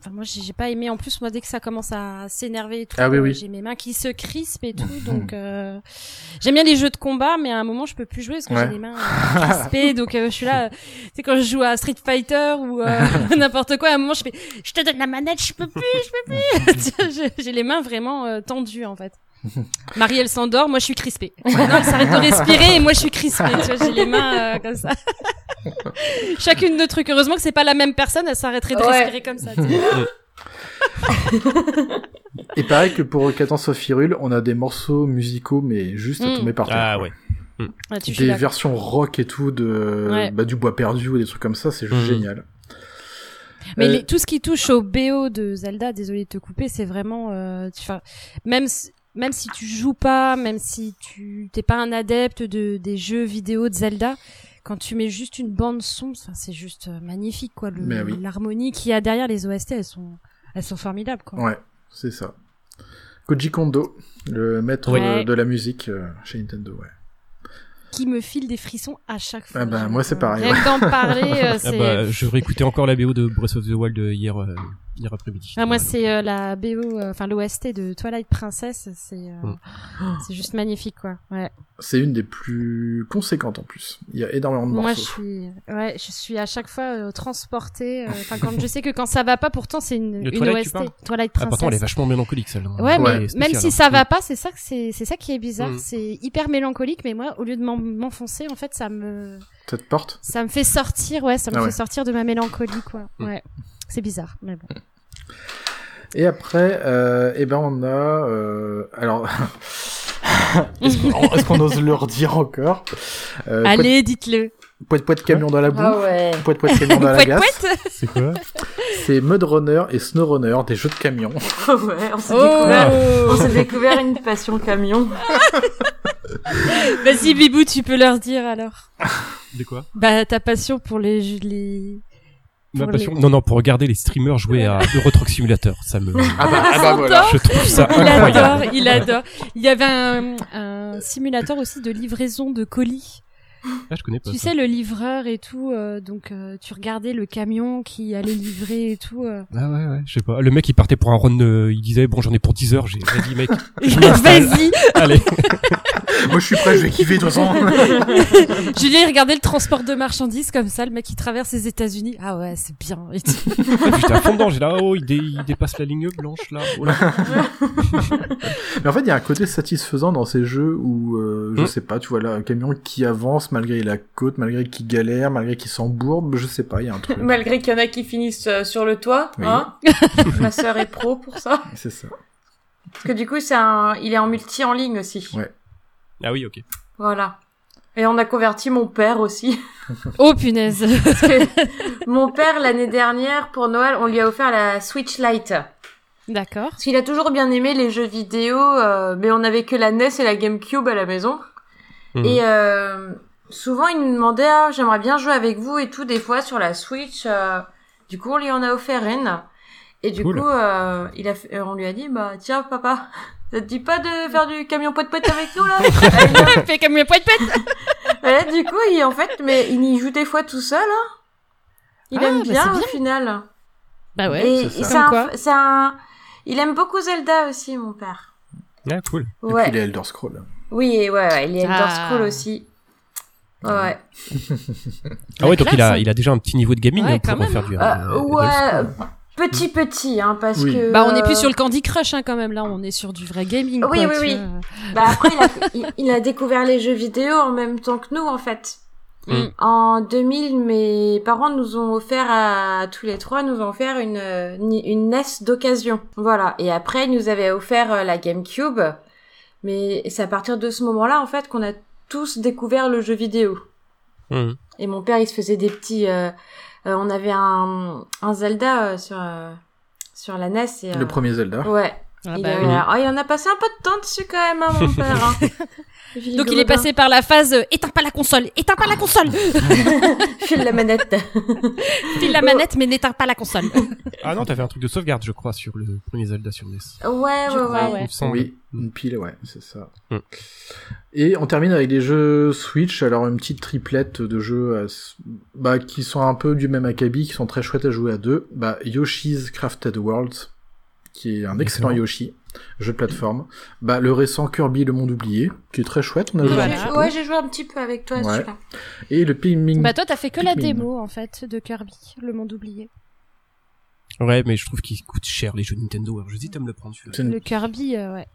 Speaker 4: Enfin, moi, j'ai j'ai pas aimé. En plus, moi, dès que ça commence à s'énerver et tout,
Speaker 7: Ah oui,
Speaker 4: euh,
Speaker 7: oui.
Speaker 4: j'ai mes mains qui se crispent et tout. donc, euh, j'aime bien les jeux de combat, mais à un moment, je peux plus jouer parce que
Speaker 7: Ouais.
Speaker 4: j'ai les mains euh, crispées. donc, euh, je suis là. C'est quand je joue à Street Fighter ou euh, n'importe quoi. À un moment, je fais, je te donne la manette, je peux plus, je peux plus. Tu vois, j'ai- j'ai les mains vraiment euh, tendues en fait. Marie, elle s'endort, moi, je suis crispée. non, elle s'arrête de respirer et moi, je suis crispée. Tu vois, j'ai les mains euh, comme ça chacune de trucs. Heureusement que c'est pas la même personne, elle s'arrêterait de
Speaker 6: Ouais.
Speaker 4: respirer comme ça. tu sais.
Speaker 7: Et pareil que pour Cadence of Hyrule, on a des morceaux musicaux, mais juste à
Speaker 4: Mm.
Speaker 7: tomber par terre.
Speaker 5: Ah ouais.
Speaker 4: Ouais, tu- je suis
Speaker 7: des
Speaker 4: d'accord.
Speaker 7: versions rock et tout de
Speaker 4: Ouais.
Speaker 7: bah, du bois perdu ou des trucs comme ça, c'est juste
Speaker 5: Mhm.
Speaker 7: génial.
Speaker 4: Mais
Speaker 7: Euh,
Speaker 4: les- tout ce qui touche au BO de Zelda, désolé de te couper, c'est vraiment, euh, tu- enfin, même si- même si tu joues pas, même si tu t'es pas un adepte de des jeux vidéo de Zelda, quand tu mets juste une bande son, enfin, c'est juste euh, magnifique quoi. Le-
Speaker 7: Mais oui.
Speaker 4: L'harmonie qu'il y a derrière les OST, elles sont elles sont formidables quoi.
Speaker 7: Ouais, c'est ça. Koji Kondo, le maître
Speaker 4: Oui.
Speaker 7: euh, de la musique euh, chez Nintendo, ouais.
Speaker 4: Qui me file des frissons à chaque fois.
Speaker 7: Ah bah,
Speaker 4: J'avoue,
Speaker 7: moi, c'est
Speaker 4: euh,
Speaker 7: pareil,
Speaker 5: bah,
Speaker 4: Rien que d'en parler, euh, c'est
Speaker 5: Ah bah, je réécoutais encore la BO de Breath of the Wild euh, hier, euh, hier après-midi.
Speaker 4: Ah, moi, c'est euh, la BO, euh, enfin l'OST de Twilight Princess. C'est euh,
Speaker 5: Mm.
Speaker 4: c'est juste magnifique, quoi. Ouais.
Speaker 7: C'est une des plus conséquentes en plus. Il y a énormément de
Speaker 4: Moi, je
Speaker 7: morceaux.
Speaker 4: suis, ouais, je suis à chaque fois euh, transportée. euh, Enfin, quand je sais que quand ça va pas, pourtant c'est une,
Speaker 5: De
Speaker 4: une
Speaker 5: Twilight, tu
Speaker 4: OST,
Speaker 5: parles
Speaker 4: Twilight
Speaker 5: Ah, par contre, elle est
Speaker 4: Princess.
Speaker 5: vachement mélancolique, celle-là. hein.
Speaker 4: Ouais,
Speaker 7: Ouais,
Speaker 4: mais même si ça va pas, c'est ça que c'est, c'est ça qui est bizarre.
Speaker 5: Mm.
Speaker 4: C'est hyper mélancolique, mais moi, au lieu de m'en- m'enfoncer, en fait, ça me,
Speaker 7: Cette porte
Speaker 4: ça me fait sortir, ouais, ça me
Speaker 7: Ah ouais.
Speaker 4: fait sortir de ma mélancolie, quoi.
Speaker 5: Mm.
Speaker 4: Ouais, c'est bizarre, mais bon.
Speaker 7: Et après, euh, eh ben on a, euh, alors, est-ce qu'on est-ce qu'on ose le redire encore euh,
Speaker 4: Allez, dites-le.
Speaker 7: Poète poète camion dans la boue,
Speaker 6: Ah ouais.
Speaker 7: poète poète camion dans la
Speaker 4: Pouette,
Speaker 7: glace.
Speaker 4: pouette
Speaker 5: C'est quoi
Speaker 7: C'est Mud Runner et Snow Runner, des jeux de camion.
Speaker 6: Ah ouais,
Speaker 5: Oh.
Speaker 6: on s'est découvert. On
Speaker 5: Ah.
Speaker 4: Oh
Speaker 6: s'est découvert une passion camion.
Speaker 4: Vas-y, Bibou, tu peux leur dire alors.
Speaker 5: De quoi
Speaker 4: Bah, ta passion pour les, jeux- les...
Speaker 5: Ma
Speaker 4: Pour
Speaker 5: passion Non, non, pour regarder les streamers jouer à Euro Truck Simulator. Ça me.
Speaker 7: Ah bah, ah bah voilà.
Speaker 4: J'adore.
Speaker 5: Je trouve ça
Speaker 4: Oh, Il
Speaker 5: incroyable.
Speaker 4: adore, il adore. Il y avait un, un simulateur aussi de livraison de colis.
Speaker 5: Ah, je connais pas.
Speaker 4: Tu
Speaker 5: ça.
Speaker 4: sais, le livreur et tout. euh, donc, euh, tu regardais le camion qui allait livrer et tout. euh.
Speaker 5: Ah ouais, ouais, je sais pas. Le mec, il partait pour un run, euh, il disait, bon, j'en ai pour 10 heures, j'ai j'ai dit, mec, je m'installe.
Speaker 4: Vas-y
Speaker 5: Allez.
Speaker 7: Moi je suis prêt, je vais kiffer de toute façon.
Speaker 4: Julien, il regardait le transport de marchandises comme ça. Le mec, qui traverse les États-Unis. Ah ouais, c'est bien. Et tout.
Speaker 5: J'étais Ah, à fond dedans, j'ai là, oh, il, dé- il dépasse la ligne blanche, là. Oh là.
Speaker 7: Mais en fait, il y a un côté satisfaisant dans ces jeux où, euh, je
Speaker 5: Mm.
Speaker 7: sais pas, tu vois là, un camion qui avance malgré la côte, malgré qu'il galère, malgré qu'il s'embourbe, je sais pas, il y a un truc.
Speaker 6: Malgré qu'il y en a qui finissent euh, sur le toit,
Speaker 7: Oui.
Speaker 6: hein. Ma sœur est pro pour ça.
Speaker 7: C'est ça.
Speaker 6: Parce que du coup, c'est un, il est en multi en ligne aussi.
Speaker 7: Ouais.
Speaker 5: Ah oui, ok.
Speaker 6: Voilà. Et on a converti mon père aussi.
Speaker 4: Oh punaise.
Speaker 6: Parce que mon père, l'année dernière, pour Noël, on lui a offert la Switch Lite.
Speaker 4: D'accord.
Speaker 6: Parce qu'il a toujours bien aimé les jeux vidéo, euh, mais on n'avait que la NES et la GameCube à la maison.
Speaker 5: Mhm.
Speaker 6: Et euh, souvent, il nous demandait ah, j'aimerais bien jouer avec vous et tout, des fois sur la Switch. euh, du coup, on lui en a offert une. Et du
Speaker 5: Cool.
Speaker 6: coup, euh, il a fait- euh, on lui a dit bah tiens, papa, ça te dit pas de faire du camion pote-pote avec nous là
Speaker 4: Fais comme le poète poète.
Speaker 6: Et là, Du coup, il, en fait, mais il y joue des fois tout seul. Hein. Il
Speaker 4: Ah,
Speaker 6: aime
Speaker 4: bah,
Speaker 6: bien,
Speaker 4: c'est
Speaker 6: au
Speaker 4: bien.
Speaker 6: final.
Speaker 4: Bah ouais.
Speaker 6: et
Speaker 7: c'est ça.
Speaker 6: c'est un-
Speaker 4: Comme quoi.
Speaker 6: c'est un- il aime beaucoup Zelda aussi, mon père.
Speaker 5: Ah, cool.
Speaker 7: Et
Speaker 6: Ouais.
Speaker 7: puis les Elder Scrolls.
Speaker 6: Oui, et ouais, ouais, il est Elder
Speaker 4: Ah.
Speaker 6: Scrolls aussi. Ouais, ouais.
Speaker 5: Ah ouais, donc
Speaker 4: classe,
Speaker 5: il a,
Speaker 4: hein.
Speaker 5: il a déjà un petit niveau de gaming
Speaker 4: Ouais,
Speaker 5: hein, pour
Speaker 4: quand même,
Speaker 5: faire du.
Speaker 6: Euh,
Speaker 5: euh,
Speaker 6: ouais,
Speaker 5: Elder Scrolls.
Speaker 6: petit petit, hein, parce
Speaker 7: Oui.
Speaker 6: que.
Speaker 4: Bah, on est plus
Speaker 6: euh,
Speaker 4: sur le Candy Crush hein, quand même. Là, on est sur du vrai gaming.
Speaker 6: Oui,
Speaker 4: quoi,
Speaker 6: oui,
Speaker 4: tu
Speaker 6: oui.
Speaker 4: vois.
Speaker 6: Bah après, il a, il- il a découvert les jeux vidéo en même temps que nous, en fait.
Speaker 5: Mm.
Speaker 6: En 2000, mes parents nous ont offert à tous les trois, nous ont offert une euh, ni- une NES d'occasion. Voilà. Et après, ils nous avaient offert euh, la GameCube. Mais c'est à partir de ce moment-là, en fait, qu'on a tous découvert le jeu vidéo.
Speaker 5: Mhm.
Speaker 6: Et mon père, il se faisait des petits. euh, euh, on avait un, un Zelda euh, sur euh, sur la NES. Et, euh,
Speaker 7: Le premier Zelda.
Speaker 6: Ouais.
Speaker 4: Ah
Speaker 6: il,
Speaker 4: bah
Speaker 6: a-
Speaker 4: oui.
Speaker 6: oh, il en a passé un peu de temps dessus quand même, hein, mon père. hein.
Speaker 4: Donc il est passé par la phase euh, éteins pas la console, éteins pas la console,
Speaker 6: File la manette.
Speaker 4: file la manette mais n'éteins pas la console.
Speaker 5: Ah non, t'avais un truc de sauvegarde, je crois, sur le premier Zelda sur NES.
Speaker 6: Ouais, ouais,
Speaker 4: Je crois,
Speaker 6: ouais.
Speaker 4: ouais.
Speaker 5: Il me semble.
Speaker 7: Oui, une pile, ouais, c'est ça.
Speaker 5: Mm.
Speaker 7: Et on termine avec des jeux Switch, alors une petite triplette de jeux à s- bah, qui sont un peu du même acabit, qui sont très chouettes à jouer à deux. Bah, Yoshi's Crafted World, qui est un excellent
Speaker 5: Excellent.
Speaker 7: Yoshi, jeu de plateforme. Bah, le récent Kirby Le Monde Oublié, qui est très chouette, on a joué un
Speaker 4: Voilà.
Speaker 7: petit
Speaker 6: J'ai-
Speaker 7: peu.
Speaker 6: Ouais, j'ai joué un petit peu avec toi,
Speaker 7: Ouais.
Speaker 6: celui-là.
Speaker 7: Et le Pikmin.
Speaker 4: bah toi t'as fait que la
Speaker 7: Pikmin.
Speaker 4: démo en fait de Kirby, le monde oublié.
Speaker 5: Ouais, mais je trouve qu'il coûte cher les jeux Nintendo. Alors j'hésite à me le prendre. celui-là.
Speaker 7: C'est une-
Speaker 4: Le Kirby, euh, ouais.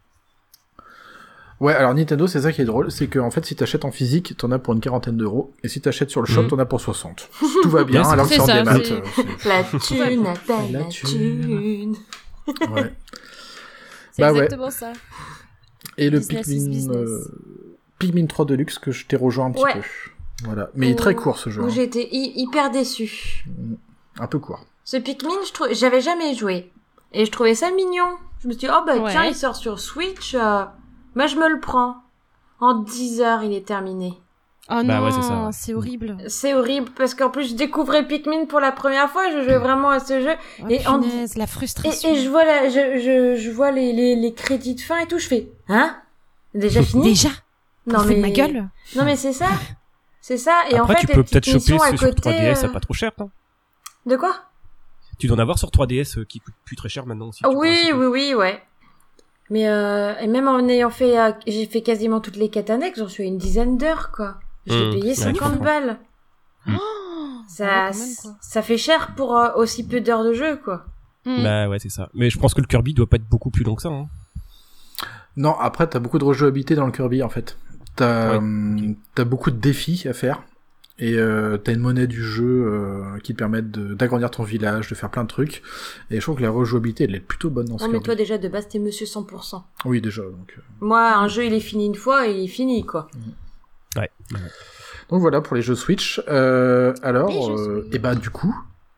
Speaker 7: Ouais, alors Nintendo, c'est ça qui est drôle, c'est que en fait, si t'achètes en physique, t'en as pour une quarantaine d'euros, et si t'achètes sur le shop,
Speaker 5: Mm.
Speaker 7: t'en as pour 60. Tout va bien,
Speaker 5: Ouais, c'est-
Speaker 7: alors que
Speaker 4: c'est
Speaker 7: sur
Speaker 4: ça,
Speaker 7: des maths.
Speaker 4: c'est-
Speaker 6: La thune, appelle
Speaker 7: La
Speaker 6: la thune.
Speaker 7: thune. ouais.
Speaker 4: C'est
Speaker 7: Bah ouais.
Speaker 4: exactement ça.
Speaker 7: Et le
Speaker 4: Business is
Speaker 7: Pikmin,
Speaker 4: business.
Speaker 7: euh, Pikmin 3 Deluxe que je t'ai rejoint un petit
Speaker 6: Ouais.
Speaker 7: peu. Voilà. Mais il est
Speaker 6: Où-
Speaker 7: très court ce jeu.
Speaker 6: Où
Speaker 7: hein.
Speaker 6: j'étais hy- hyper déçue.
Speaker 7: Un peu court.
Speaker 6: Ce Pikmin, je trou- j'avais jamais joué. Et je trouvais ça mignon. Je me suis dit, oh bah
Speaker 4: Ouais.
Speaker 6: tiens, il sort sur Switch. euh, Moi, je me le prends. En 10 heures, il est terminé.
Speaker 4: Oh
Speaker 5: Bah
Speaker 4: non,
Speaker 5: ouais, c'est ça, ouais.
Speaker 4: c'est horrible.
Speaker 6: C'est horrible parce qu'en plus, je découvrais Pikmin pour la première fois. Je jouais vraiment à ce jeu.
Speaker 4: Oh,
Speaker 6: Et en-
Speaker 4: punaise, la
Speaker 6: Et,
Speaker 4: frustration.
Speaker 6: et je vois, la, je, je, je vois les, les, les crédits de fin et tout. Je fais, hein Déjà fini
Speaker 4: Déjà, non mais ma gueule.
Speaker 6: Non mais c'est ça, c'est ça. Et
Speaker 5: Après,
Speaker 6: en fait,
Speaker 5: tu
Speaker 6: les
Speaker 5: peux
Speaker 6: petites
Speaker 5: peut-être choper
Speaker 6: missions à
Speaker 5: ce sur
Speaker 6: côté.
Speaker 5: 3DS à
Speaker 6: euh,
Speaker 5: pas trop cher. non
Speaker 6: De quoi
Speaker 5: Tu dois en avoir sur 3DS euh, qui coûte plus très cher maintenant aussi. tu
Speaker 6: oui,
Speaker 5: penses.
Speaker 6: oui, oui, ouais. Mais euh, et même en ayant fait, euh, j'ai fait quasiment toutes les quêtes annexes, j'en suis à une dizaine d'heures, quoi. J'ai
Speaker 5: Hmm,
Speaker 6: payé
Speaker 5: ouais,
Speaker 6: 50
Speaker 5: je comprends.
Speaker 6: balles.
Speaker 5: Hmm.
Speaker 6: Ça,
Speaker 4: Ah ouais, quand même, quoi.
Speaker 6: ça fait cher pour euh, aussi peu d'heures de jeu, quoi.
Speaker 4: Mm.
Speaker 5: Bah ouais, c'est ça. Mais je pense que le Kirby doit pas être beaucoup plus long que ça. Hein.
Speaker 7: Non, après, t'as beaucoup de rejouabilité dans le Kirby, en fait. T'as
Speaker 5: Ouais,
Speaker 7: hum, t'as beaucoup de défis à faire. Et euh, t'as une monnaie du jeu euh, qui te permet de- d'agrandir ton village, de faire plein de trucs. Et je trouve que la rejouabilité, elle est plutôt bonne dans ce
Speaker 6: Non, Oh, mais
Speaker 7: Kirby.
Speaker 6: toi, déjà, de base, t'es monsieur 100%.
Speaker 7: Oui, déjà. Donc, euh.
Speaker 6: Moi, un jeu, il est fini une fois, il est fini, quoi.
Speaker 7: donc voilà pour les jeux Switch. Euh,
Speaker 8: Les
Speaker 7: alors,
Speaker 8: jeux
Speaker 7: euh,
Speaker 8: Switch.
Speaker 7: et bah du coup,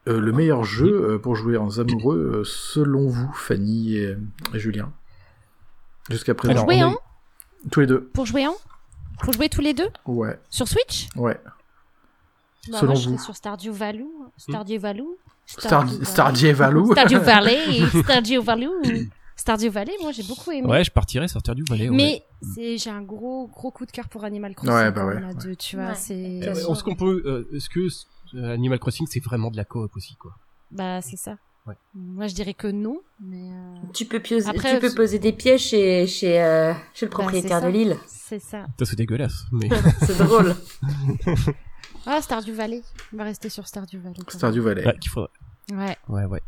Speaker 7: euh, le meilleur jeu euh, pour jouer en amoureux, euh, selon vous, Fanny et, et Julien Jusqu'à présent.
Speaker 5: Alors,
Speaker 4: jouer
Speaker 5: on a
Speaker 4: en
Speaker 5: eu-
Speaker 7: Tous les deux.
Speaker 4: Pour jouer en Pour jouer tous les deux
Speaker 7: Ouais,
Speaker 4: Sur Switch
Speaker 7: ouais.
Speaker 4: bah,
Speaker 7: Selon
Speaker 4: Moi, je
Speaker 7: vous.
Speaker 4: serais sur Stardew Valley. Stardew Valley
Speaker 6: Mm.
Speaker 7: Star- Stardew Valley.
Speaker 4: Stardew Valley. Stardew Valley. Stardew Valley, moi, j'ai beaucoup aimé.
Speaker 5: Ouais, je partirais sortir du Valais. ouais.
Speaker 4: Mais c'est j'ai un gros gros coup de cœur pour Animal Crossing.
Speaker 7: Ouais, bah
Speaker 4: quand
Speaker 7: ouais,
Speaker 4: on a
Speaker 7: ouais.
Speaker 4: deux, tu vois,
Speaker 6: Ouais.
Speaker 4: c'est
Speaker 5: Euh,
Speaker 6: sûr.
Speaker 5: est-ce qu'on peut, euh, est-ce que euh, Animal Crossing c'est vraiment de la coop aussi quoi
Speaker 4: bah c'est ça.
Speaker 5: Ouais.
Speaker 4: Moi, je dirais que non, mais euh,
Speaker 6: Tu peux, pioser-
Speaker 4: Après,
Speaker 6: tu peux
Speaker 4: euh,
Speaker 6: poser des pièges chez, chez, euh, chez le
Speaker 4: Bah, c'est
Speaker 6: propriétaire
Speaker 4: ça.
Speaker 6: de l'île.
Speaker 4: c'est ça.
Speaker 5: Ça c'est dégueulasse. Mais
Speaker 6: C'est drôle.
Speaker 4: Ah, Stardew Valley. On va rester sur Stardew Valley. quand
Speaker 7: Stardew Valley.
Speaker 5: Ouais, qu'il faudrait-
Speaker 4: même. Ouais.
Speaker 5: ouais, ouais.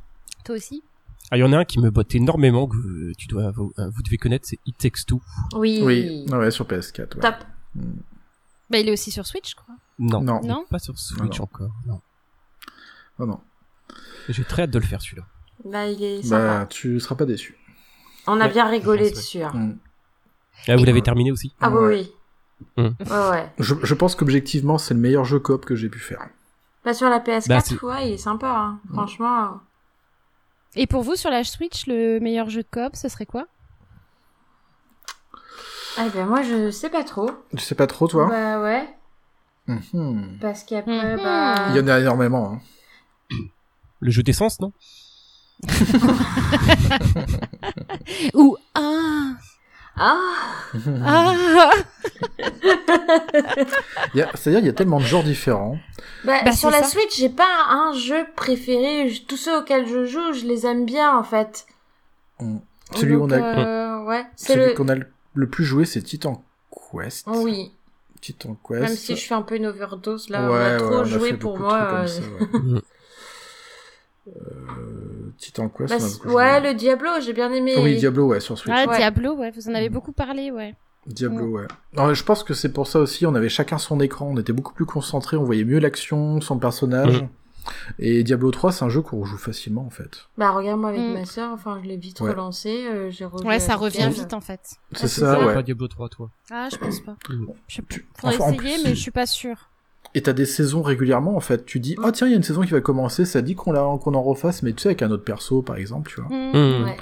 Speaker 4: Toi aussi
Speaker 5: Ah, il y en a un qui me botte énormément que euh, tu dois, vous, euh, vous devez connaître, c'est It Takes Two.
Speaker 6: Oui.
Speaker 7: Oui, ouais, sur PS4. ouais.
Speaker 6: Top.
Speaker 4: Bah, il est aussi sur Switch, je crois.
Speaker 5: Non,
Speaker 7: Non.
Speaker 5: il est
Speaker 4: Non.
Speaker 5: pas sur Switch
Speaker 7: Non.
Speaker 5: encore. Non.
Speaker 7: Non, non.
Speaker 5: J'ai très hâte de le faire celui-là.
Speaker 6: Bah, il est sympa.
Speaker 7: Bah, tu seras pas déçu.
Speaker 6: On a
Speaker 5: ouais,
Speaker 6: bien
Speaker 5: je
Speaker 6: rigolé
Speaker 5: pense,
Speaker 6: dessus. hein.
Speaker 7: Mm.
Speaker 5: Ah, vous
Speaker 7: Et-
Speaker 5: l'avez terminé aussi
Speaker 6: Ah
Speaker 7: Ouais.
Speaker 6: oui, oui.
Speaker 5: Hmm.
Speaker 6: Ouais, ouais.
Speaker 7: Je, je pense qu'objectivement, c'est le meilleur jeu coop que j'ai pu faire.
Speaker 6: Pas sur la
Speaker 5: Bah,
Speaker 6: PS4,
Speaker 5: c'est-
Speaker 6: ouais, il est sympa. hein. Franchement,
Speaker 4: Et pour vous, sur la Switch, le meilleur jeu de coop, ce serait quoi
Speaker 6: eh ben, moi, je sais pas trop.
Speaker 7: Tu sais pas trop, toi
Speaker 6: Bah ouais,
Speaker 7: Mhm.
Speaker 6: parce qu'après,
Speaker 4: Mhm.
Speaker 6: bah...
Speaker 7: Il y en a énormément. hein.
Speaker 5: Le jeu d'essence, non
Speaker 4: Ou ah
Speaker 6: Ah
Speaker 4: ah
Speaker 7: Il y a- C'est-à-dire, il y a tellement de genres différents.
Speaker 6: bah,
Speaker 4: Bah,
Speaker 6: Sur
Speaker 4: c'est
Speaker 6: la
Speaker 4: ça.
Speaker 6: Switch, j'ai pas un jeu préféré. Je- Tous ceux auxquels je joue, je les aime bien, en fait.
Speaker 7: Celui où
Speaker 6: Oh, Donc,
Speaker 7: on a-
Speaker 6: euh, Ouais, c'est
Speaker 7: Celui
Speaker 6: le... Oh,
Speaker 7: qu'on a le, le plus joué, c'est Titan Quest.
Speaker 6: Oui,
Speaker 7: Titan Quest.
Speaker 6: même si je fais un peu une overdose, là, on
Speaker 7: Ouais,
Speaker 6: a
Speaker 7: ouais,
Speaker 6: trop
Speaker 7: on a
Speaker 6: joué
Speaker 7: fait
Speaker 6: pour
Speaker 7: beaucoup de
Speaker 6: moi. euh,
Speaker 7: trucs comme ça, ouais.
Speaker 5: Mhm.
Speaker 7: Euh, Titan Quest,
Speaker 6: bah,
Speaker 7: on a
Speaker 6: c'est-
Speaker 7: beaucoup
Speaker 6: ouais,
Speaker 7: joué.
Speaker 6: le Diablo, j'ai bien aimé.
Speaker 7: Oui, Diablo, ouais, sur Switch.
Speaker 4: Ah,
Speaker 6: Ouais.
Speaker 4: Diablo, ouais, vous en avez beaucoup parlé, ouais.
Speaker 7: Diablo, ouais. Non, je pense que c'est pour ça aussi, on avait chacun son écran, on était beaucoup plus concentrés, on voyait mieux l'action, son personnage. Et Diablo 3, c'est un jeu qu'on rejoue facilement, en fait.
Speaker 6: Bah, regarde-moi avec
Speaker 4: Mm.
Speaker 6: ma soeur, enfin, je l'ai vite
Speaker 7: Ouais.
Speaker 6: relancé. euh, j'ai rejoué
Speaker 4: Ouais, ça
Speaker 6: avec
Speaker 4: revient
Speaker 6: elle.
Speaker 4: vite en fait.
Speaker 7: C'est
Speaker 6: Ah, c'est
Speaker 7: ça,
Speaker 6: ça.
Speaker 7: ouais.
Speaker 5: Pas Diablo 3, toi.
Speaker 4: Ah, je pense pas. Je sais pas.
Speaker 7: Mm. Tu-
Speaker 4: Faudrait
Speaker 7: enfin, en
Speaker 4: essayer,
Speaker 7: plus-
Speaker 4: mais je suis pas sûre.
Speaker 7: Et t'as des saisons régulièrement, en fait. Tu dis,
Speaker 6: Mm.
Speaker 7: oh tiens, il y a une saison qui va commencer, ça dit qu'on la... qu'on en refasse, mais tu sais, avec un autre perso, par exemple, tu vois.
Speaker 4: Mm.
Speaker 6: Ouais.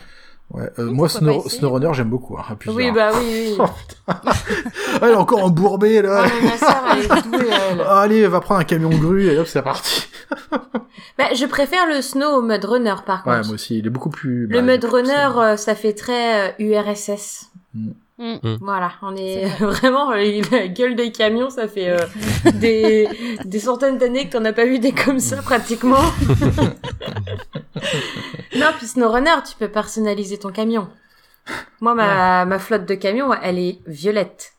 Speaker 7: Ouais. Euh,
Speaker 4: Oui,
Speaker 7: moi,
Speaker 4: pourquoi
Speaker 7: Snow...
Speaker 4: pas essayer.
Speaker 7: SnowRunner, j'aime beaucoup, hein, à plusieurs.
Speaker 6: Oui, bah oui, oui.
Speaker 7: Oh, Ah, elle est encore embourbée, là
Speaker 6: Ah, mais ma soeur, elle est douée, elle.
Speaker 7: Ah, Allez, va prendre un camion grue, et hop, c'est parti
Speaker 6: Bah, je préfère le snow au mud runner par
Speaker 7: Ouais,
Speaker 6: contre.
Speaker 7: moi aussi, il est beaucoup plus... bah,
Speaker 6: le
Speaker 7: il est
Speaker 6: mud
Speaker 7: plus-
Speaker 6: runner, euh, ça fait très euh, URSS.
Speaker 4: Mm.
Speaker 6: Voilà, on est,
Speaker 4: C'est
Speaker 6: vraiment euh, la gueule des camions, ça fait euh, des, des centaines d'années que t'en as pas vu des comme ça pratiquement. non, puis SnowRunner, tu peux personnaliser ton camion. Moi, ma, ma flotte de camions, elle est violette.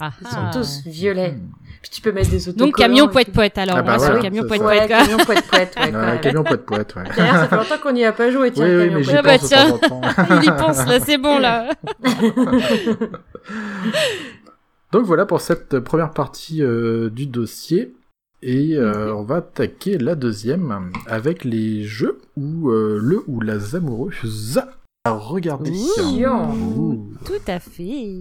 Speaker 4: Ah,
Speaker 6: Ils sont tous violets.
Speaker 7: Mm. Hmm.
Speaker 6: Puis tu peux mettre des autocollants.
Speaker 4: Donc camion
Speaker 6: et
Speaker 4: poète
Speaker 6: tout.
Speaker 4: poète alors,
Speaker 7: Ah bah
Speaker 4: on va sur
Speaker 7: voilà,
Speaker 4: le camion
Speaker 7: c'est
Speaker 4: poète
Speaker 7: ça.
Speaker 6: Ouais,
Speaker 4: poète. quoi.
Speaker 6: camion poète poète. Ouais,
Speaker 7: Ah,
Speaker 6: ouais.
Speaker 7: camion poète-poète, ouais.
Speaker 6: D'ailleurs, ça fait longtemps qu'on n'y a pas joué, tiens,
Speaker 7: Oui, oui,
Speaker 6: camion
Speaker 7: mais
Speaker 6: poète.
Speaker 7: j'y
Speaker 4: Ah bah,
Speaker 7: pense de temps en temps.
Speaker 4: Il y pense là, c'est bon là.
Speaker 7: Donc voilà pour cette première partie euh, du dossier. Et euh, on va attaquer la deuxième avec les jeux où euh, le ou la amoureuse a regardé.
Speaker 6: Chiant.
Speaker 7: Ouh.
Speaker 4: Tout à fait.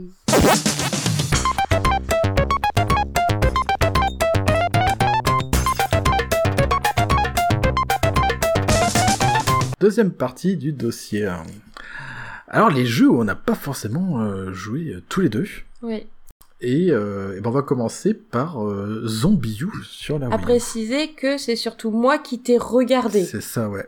Speaker 7: Deuxième partie du dossier. Alors les jeux où on n'a pas forcément euh, joué euh, tous les deux.
Speaker 6: Oui.
Speaker 7: Ah Et, euh, eh ben, on va commencer par euh, Zombie U sur la
Speaker 6: À
Speaker 7: Wii.
Speaker 6: préciser que c'est surtout moi qui t'ai regardé.
Speaker 7: C'est ça, ouais.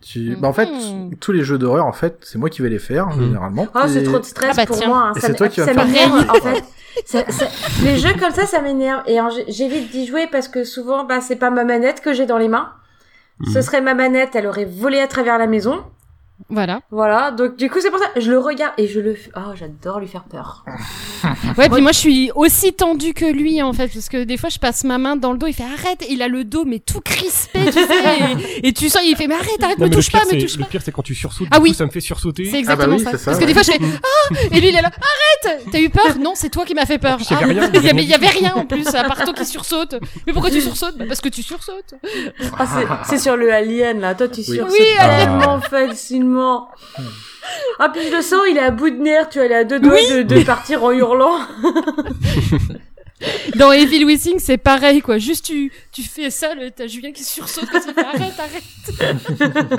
Speaker 7: Tu...
Speaker 6: Hmm.
Speaker 7: bah, en fait,
Speaker 4: Mhm.
Speaker 7: tous les jeux d'horreur, en fait, c'est moi qui vais les faire,
Speaker 5: Mhm.
Speaker 7: généralement.
Speaker 6: Oh, c'est
Speaker 7: Et-
Speaker 6: trop de stress
Speaker 4: Ah bah
Speaker 6: pour
Speaker 4: tiens.
Speaker 6: moi. hein.
Speaker 7: Et
Speaker 6: Ça
Speaker 7: c'est
Speaker 6: m-
Speaker 7: toi qui vas
Speaker 6: ça
Speaker 7: me faire
Speaker 6: m'énerve,
Speaker 7: payer.
Speaker 6: en fait. Ça- ça- Les jeux comme ça, ça m'énerve. Et en- j'évite d'y jouer parce que souvent, bah, c'est pas ma manette que j'ai dans les mains.
Speaker 7: Mhm.
Speaker 6: ce serait ma manette, elle aurait volé à travers la maison.
Speaker 4: Voilà.
Speaker 6: Voilà, donc du coup c'est pour ça, je le regarde et je le... Oh, j'adore lui faire peur.
Speaker 4: Ouais, puis moi je suis aussi tendue que lui en fait, parce que des fois je passe ma main dans le dos, il fait arrête, et il a le dos mais tout crispé, tu sais, et, et tu sens, il fait mais arrête, arrête,
Speaker 5: Non,
Speaker 4: me
Speaker 5: mais
Speaker 4: touche
Speaker 5: le
Speaker 4: pas,
Speaker 5: pire,
Speaker 4: me
Speaker 5: c'est-
Speaker 4: touche
Speaker 5: le
Speaker 4: pas.
Speaker 5: pire, c'est quand tu sursautes,
Speaker 4: Ah
Speaker 5: du
Speaker 4: oui. Ah bah
Speaker 5: coup, ça me fait sursauter.
Speaker 4: C'est exactement
Speaker 7: oui,
Speaker 4: ça.
Speaker 7: c'est ça,
Speaker 4: Parce que des fois je fais ah, et lui il est là arrête, t'as eu peur Non, c'est toi qui m'as fait peur.
Speaker 5: Il y
Speaker 4: Ah,
Speaker 5: avait rien,
Speaker 4: il
Speaker 5: il y
Speaker 4: y
Speaker 5: avait
Speaker 4: avait, il y avait rien en plus, à part toi qui sursaute. Mais pourquoi tu sursautes Bah, Parce que tu sursautes.
Speaker 6: Ah, c'est- c'est sur le alien là, toi tu sursautais
Speaker 4: Oui, alien.
Speaker 6: tellement facilement. Ah puis je le sens, il est à bout de nerfs, tu vois, il est à deux doigts de, de partir en hurlant.
Speaker 4: Dans Evil Wissing c'est pareil quoi, juste tu, tu fais ça, le- t'as Julien qui sursaute, parce qu'il fait arrête, arrête.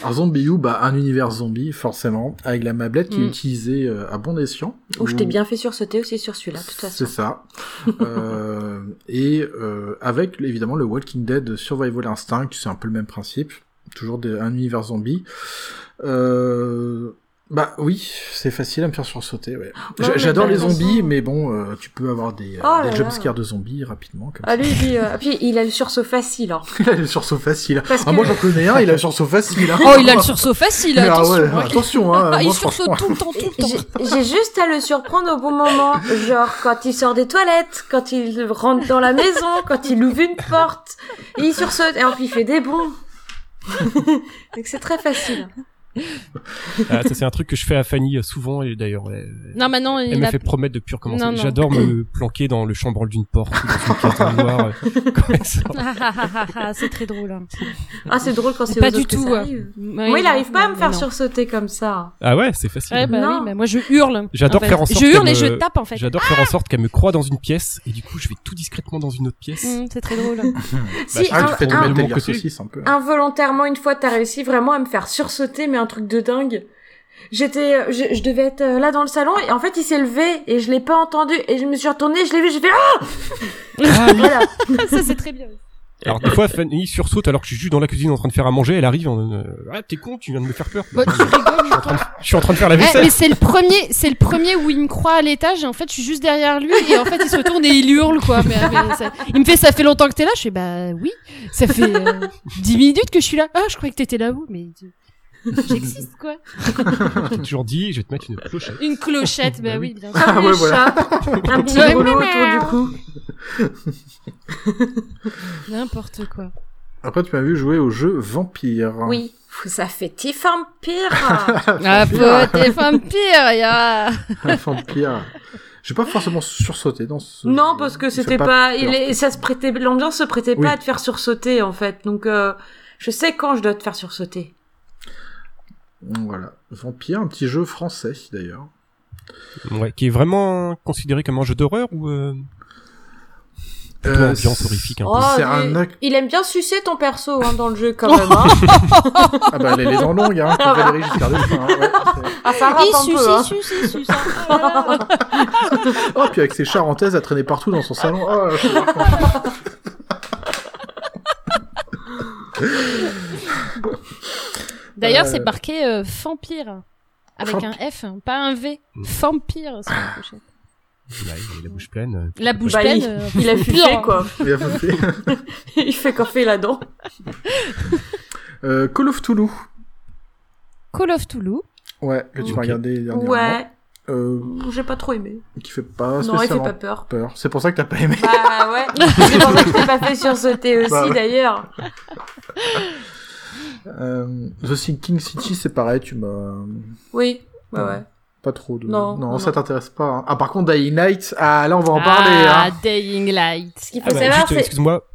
Speaker 7: Alors Zombie U, bah, un univers zombie, forcément, avec la mablette qui est
Speaker 4: Mm.
Speaker 7: utilisée euh, à bon escient.
Speaker 6: Ou Hmm. je t'ai
Speaker 7: Où-
Speaker 6: bien fait sursauter aussi sur celui-là, de toute façon.
Speaker 7: Mm. C'est ça. Euh, et euh, avec évidemment le Walking Dead Survival Instinct, c'est un peu le même principe, toujours des- un univers zombie. Euh, bah oui, c'est facile à me faire sursauter. ouais.
Speaker 6: Non,
Speaker 7: J'a-
Speaker 6: Oh, mais
Speaker 7: J'adore
Speaker 6: de
Speaker 7: les
Speaker 6: toute façon-
Speaker 7: zombies, mais bon, euh, tu peux avoir des, euh,
Speaker 6: Oh là
Speaker 7: des
Speaker 6: là.
Speaker 7: jumpscares de zombies rapidement. Comme
Speaker 6: Ah lui, il, euh, puis il a le sursaut facile. Hein.
Speaker 7: ça. Il a le sursaut facile.
Speaker 6: Parce
Speaker 7: Ah,
Speaker 6: que-
Speaker 7: Moi j'en connais un, il a le sursaut facile. hein.
Speaker 4: Oh, il a le sursaut facile,
Speaker 7: Ah
Speaker 4: attention.
Speaker 7: ouais,
Speaker 4: hein.
Speaker 7: attention, hein,
Speaker 4: Ah, il
Speaker 7: moi, franchement,
Speaker 4: sursaute tout le temps, tout le temps.
Speaker 6: J'ai j'ai juste à le surprendre au bon moment, genre quand il sort des toilettes, quand il rentre dans la maison, quand il ouvre une porte, et il sursaute, et puis il fait des bons. Donc c'est très facile.
Speaker 5: Ah, ça, c'est un truc que je fais à Fanny euh, souvent, et d'ailleurs, elle,
Speaker 4: Non, maintenant,
Speaker 5: elle
Speaker 4: il
Speaker 5: m'a
Speaker 4: a...
Speaker 5: fait promettre depuis recommencer.
Speaker 4: Non, non.
Speaker 5: J'adore me planquer dans le chambranle d'une porte, ou dans une carte noire, euh, quand elle sort.
Speaker 4: Ah, ah, ah, ah, ah, c'est très drôle. hein.
Speaker 6: Ah c'est drôle quand c'est
Speaker 4: Pas
Speaker 6: aux
Speaker 4: du
Speaker 6: autres que
Speaker 4: tout,
Speaker 6: ça
Speaker 4: euh,
Speaker 6: arrive.
Speaker 4: Ouais,
Speaker 6: Moi il arrive pas à me
Speaker 4: mais
Speaker 6: faire
Speaker 4: non.
Speaker 6: sursauter comme ça.
Speaker 5: Ah ouais, c'est facile.
Speaker 4: Ouais, bah
Speaker 6: Non.
Speaker 4: oui, bah moi je hurle.
Speaker 5: J'adore
Speaker 4: fait.
Speaker 5: faire en sorte
Speaker 4: Je hurle
Speaker 5: qu'elle
Speaker 4: et je
Speaker 5: me-
Speaker 4: tape en fait.
Speaker 5: J'adore faire en sorte qu'elle me croit dans une pièce, et du coup, je vais tout discrètement dans une autre pièce.
Speaker 4: Mm, c'est très drôle.
Speaker 6: Si
Speaker 5: Ah,
Speaker 7: Ah,
Speaker 5: tu
Speaker 7: tu
Speaker 6: un-
Speaker 7: fais des
Speaker 5: un-
Speaker 7: Metal
Speaker 5: mon
Speaker 7: Gear
Speaker 5: côté.
Speaker 7: Saucisse, un peu.
Speaker 6: involontairement une fois t'as réussi vraiment à me faire sursauter mais un truc de dingue j'étais je, je devais être euh, là dans le salon et en fait il s'est levé et je l'ai pas entendu et je me suis retournée je l'ai vu je fais ah
Speaker 5: Ah oui.
Speaker 6: voilà
Speaker 4: ça c'est très bien.
Speaker 5: Alors, des fois, Fanny sursaute alors que je suis juste dans la cuisine en train de faire à manger, elle arrive en, euh, ah, t'es con, tu viens de me faire peur.
Speaker 4: Bah, tu rigoles, mais toi.
Speaker 5: Je suis en train de faire la
Speaker 4: Eh,
Speaker 5: vaisselle.
Speaker 4: mais c'est le premier, c'est le premier où il me croit à l'étage et en fait je suis juste derrière lui et en fait il se retourne et il hurle quoi. Mais, mais ça- il me fait ça fait longtemps que t'es là. Je fais bah oui, ça fait euh, 10 minutes que je suis là. Ah je croyais que t'étais là où mais j'existe quoi.
Speaker 5: J'ai toujours dit, je vais te mettre une clochette.
Speaker 4: Une clochette bah oui bien sûr.
Speaker 6: comme les
Speaker 7: Ah, ouais, voilà.
Speaker 6: chats un Ah, petit
Speaker 4: Ouais,
Speaker 6: rouleau autour
Speaker 4: miaou.
Speaker 6: du cou
Speaker 4: N'importe quoi.
Speaker 7: Après, tu m'as vu jouer au jeu Vampire.
Speaker 6: oui ça fait un pire
Speaker 4: Ah faut t'es vampire y'a.
Speaker 7: Vampire. J'ai pas forcément sursauté dans ce.
Speaker 6: non parce que
Speaker 7: Il fait
Speaker 6: c'était pas il
Speaker 7: peur.
Speaker 6: est, ça se prêtait l'ambiance se prêtait
Speaker 7: Oui.
Speaker 6: pas à te faire sursauter en fait donc euh, je sais quand je dois te faire sursauter
Speaker 7: Voilà. Vampire, un petit jeu français d'ailleurs.
Speaker 5: Ouais, qui est vraiment considéré comme un jeu d'horreur ou euh, plutôt
Speaker 7: Euh,
Speaker 5: ambiance
Speaker 7: c'est-
Speaker 5: horrifique un
Speaker 6: Oh,
Speaker 7: c'est
Speaker 6: mais
Speaker 7: un ac-
Speaker 6: il aime bien sucer ton perso hein, dans le jeu quand même hein.
Speaker 7: Ah bah, les dents longues, hein, comme Valérie Giscard d'Estaing, hein, ouais, c'est-
Speaker 6: ah, ça rappe un peu hein. euh,
Speaker 7: Oh, puis avec ses charentaises à traîner partout dans son salon. Oh, je-
Speaker 4: D'ailleurs,
Speaker 7: Euh,
Speaker 4: c'est marqué euh, Vampire. Avec
Speaker 7: Famp-
Speaker 4: un F, hein, pas un V.
Speaker 7: Hmm.
Speaker 4: Vampire sur la pochette.
Speaker 5: peu Ouais, il a la bouche pleine. euh,
Speaker 4: La bouche
Speaker 6: Bah,
Speaker 4: pleine.
Speaker 6: il-
Speaker 4: euh,
Speaker 6: il a fumé
Speaker 4: pure.
Speaker 6: quoi
Speaker 7: il a fait-
Speaker 6: il fait café là-dedans
Speaker 7: Euh, Call of Toulouse.
Speaker 4: Call of Toulouse.
Speaker 7: Ouais, que tu
Speaker 5: Ok.
Speaker 7: m'as regardé dernièrement.
Speaker 6: Ouais,
Speaker 7: Euh,
Speaker 6: j'ai pas trop aimé.
Speaker 7: qui fait pas
Speaker 6: non, il fait
Speaker 7: spécialement
Speaker 6: pas peur.
Speaker 7: peur. C'est pour ça que t'as pas aimé.
Speaker 6: Bah ouais, c'est pour ça que je t'ai pas fait sursauter aussi
Speaker 7: Bah ouais.
Speaker 6: d'ailleurs.
Speaker 7: Euh, The Sinking City, c'est pareil, tu m'as
Speaker 6: Oui, bah ouais.
Speaker 7: pas trop de.
Speaker 6: Non, non,
Speaker 7: ça
Speaker 6: non.
Speaker 7: t'intéresse pas. hein. Ah, par contre, Dying Light, ah là, on va en parler.
Speaker 4: Ah,
Speaker 7: hein.
Speaker 4: Dying Light.
Speaker 6: Ce qu'il faut
Speaker 5: Ah bah,
Speaker 6: savoir,
Speaker 5: juste, euh,
Speaker 6: c'est.
Speaker 5: excuse-moi.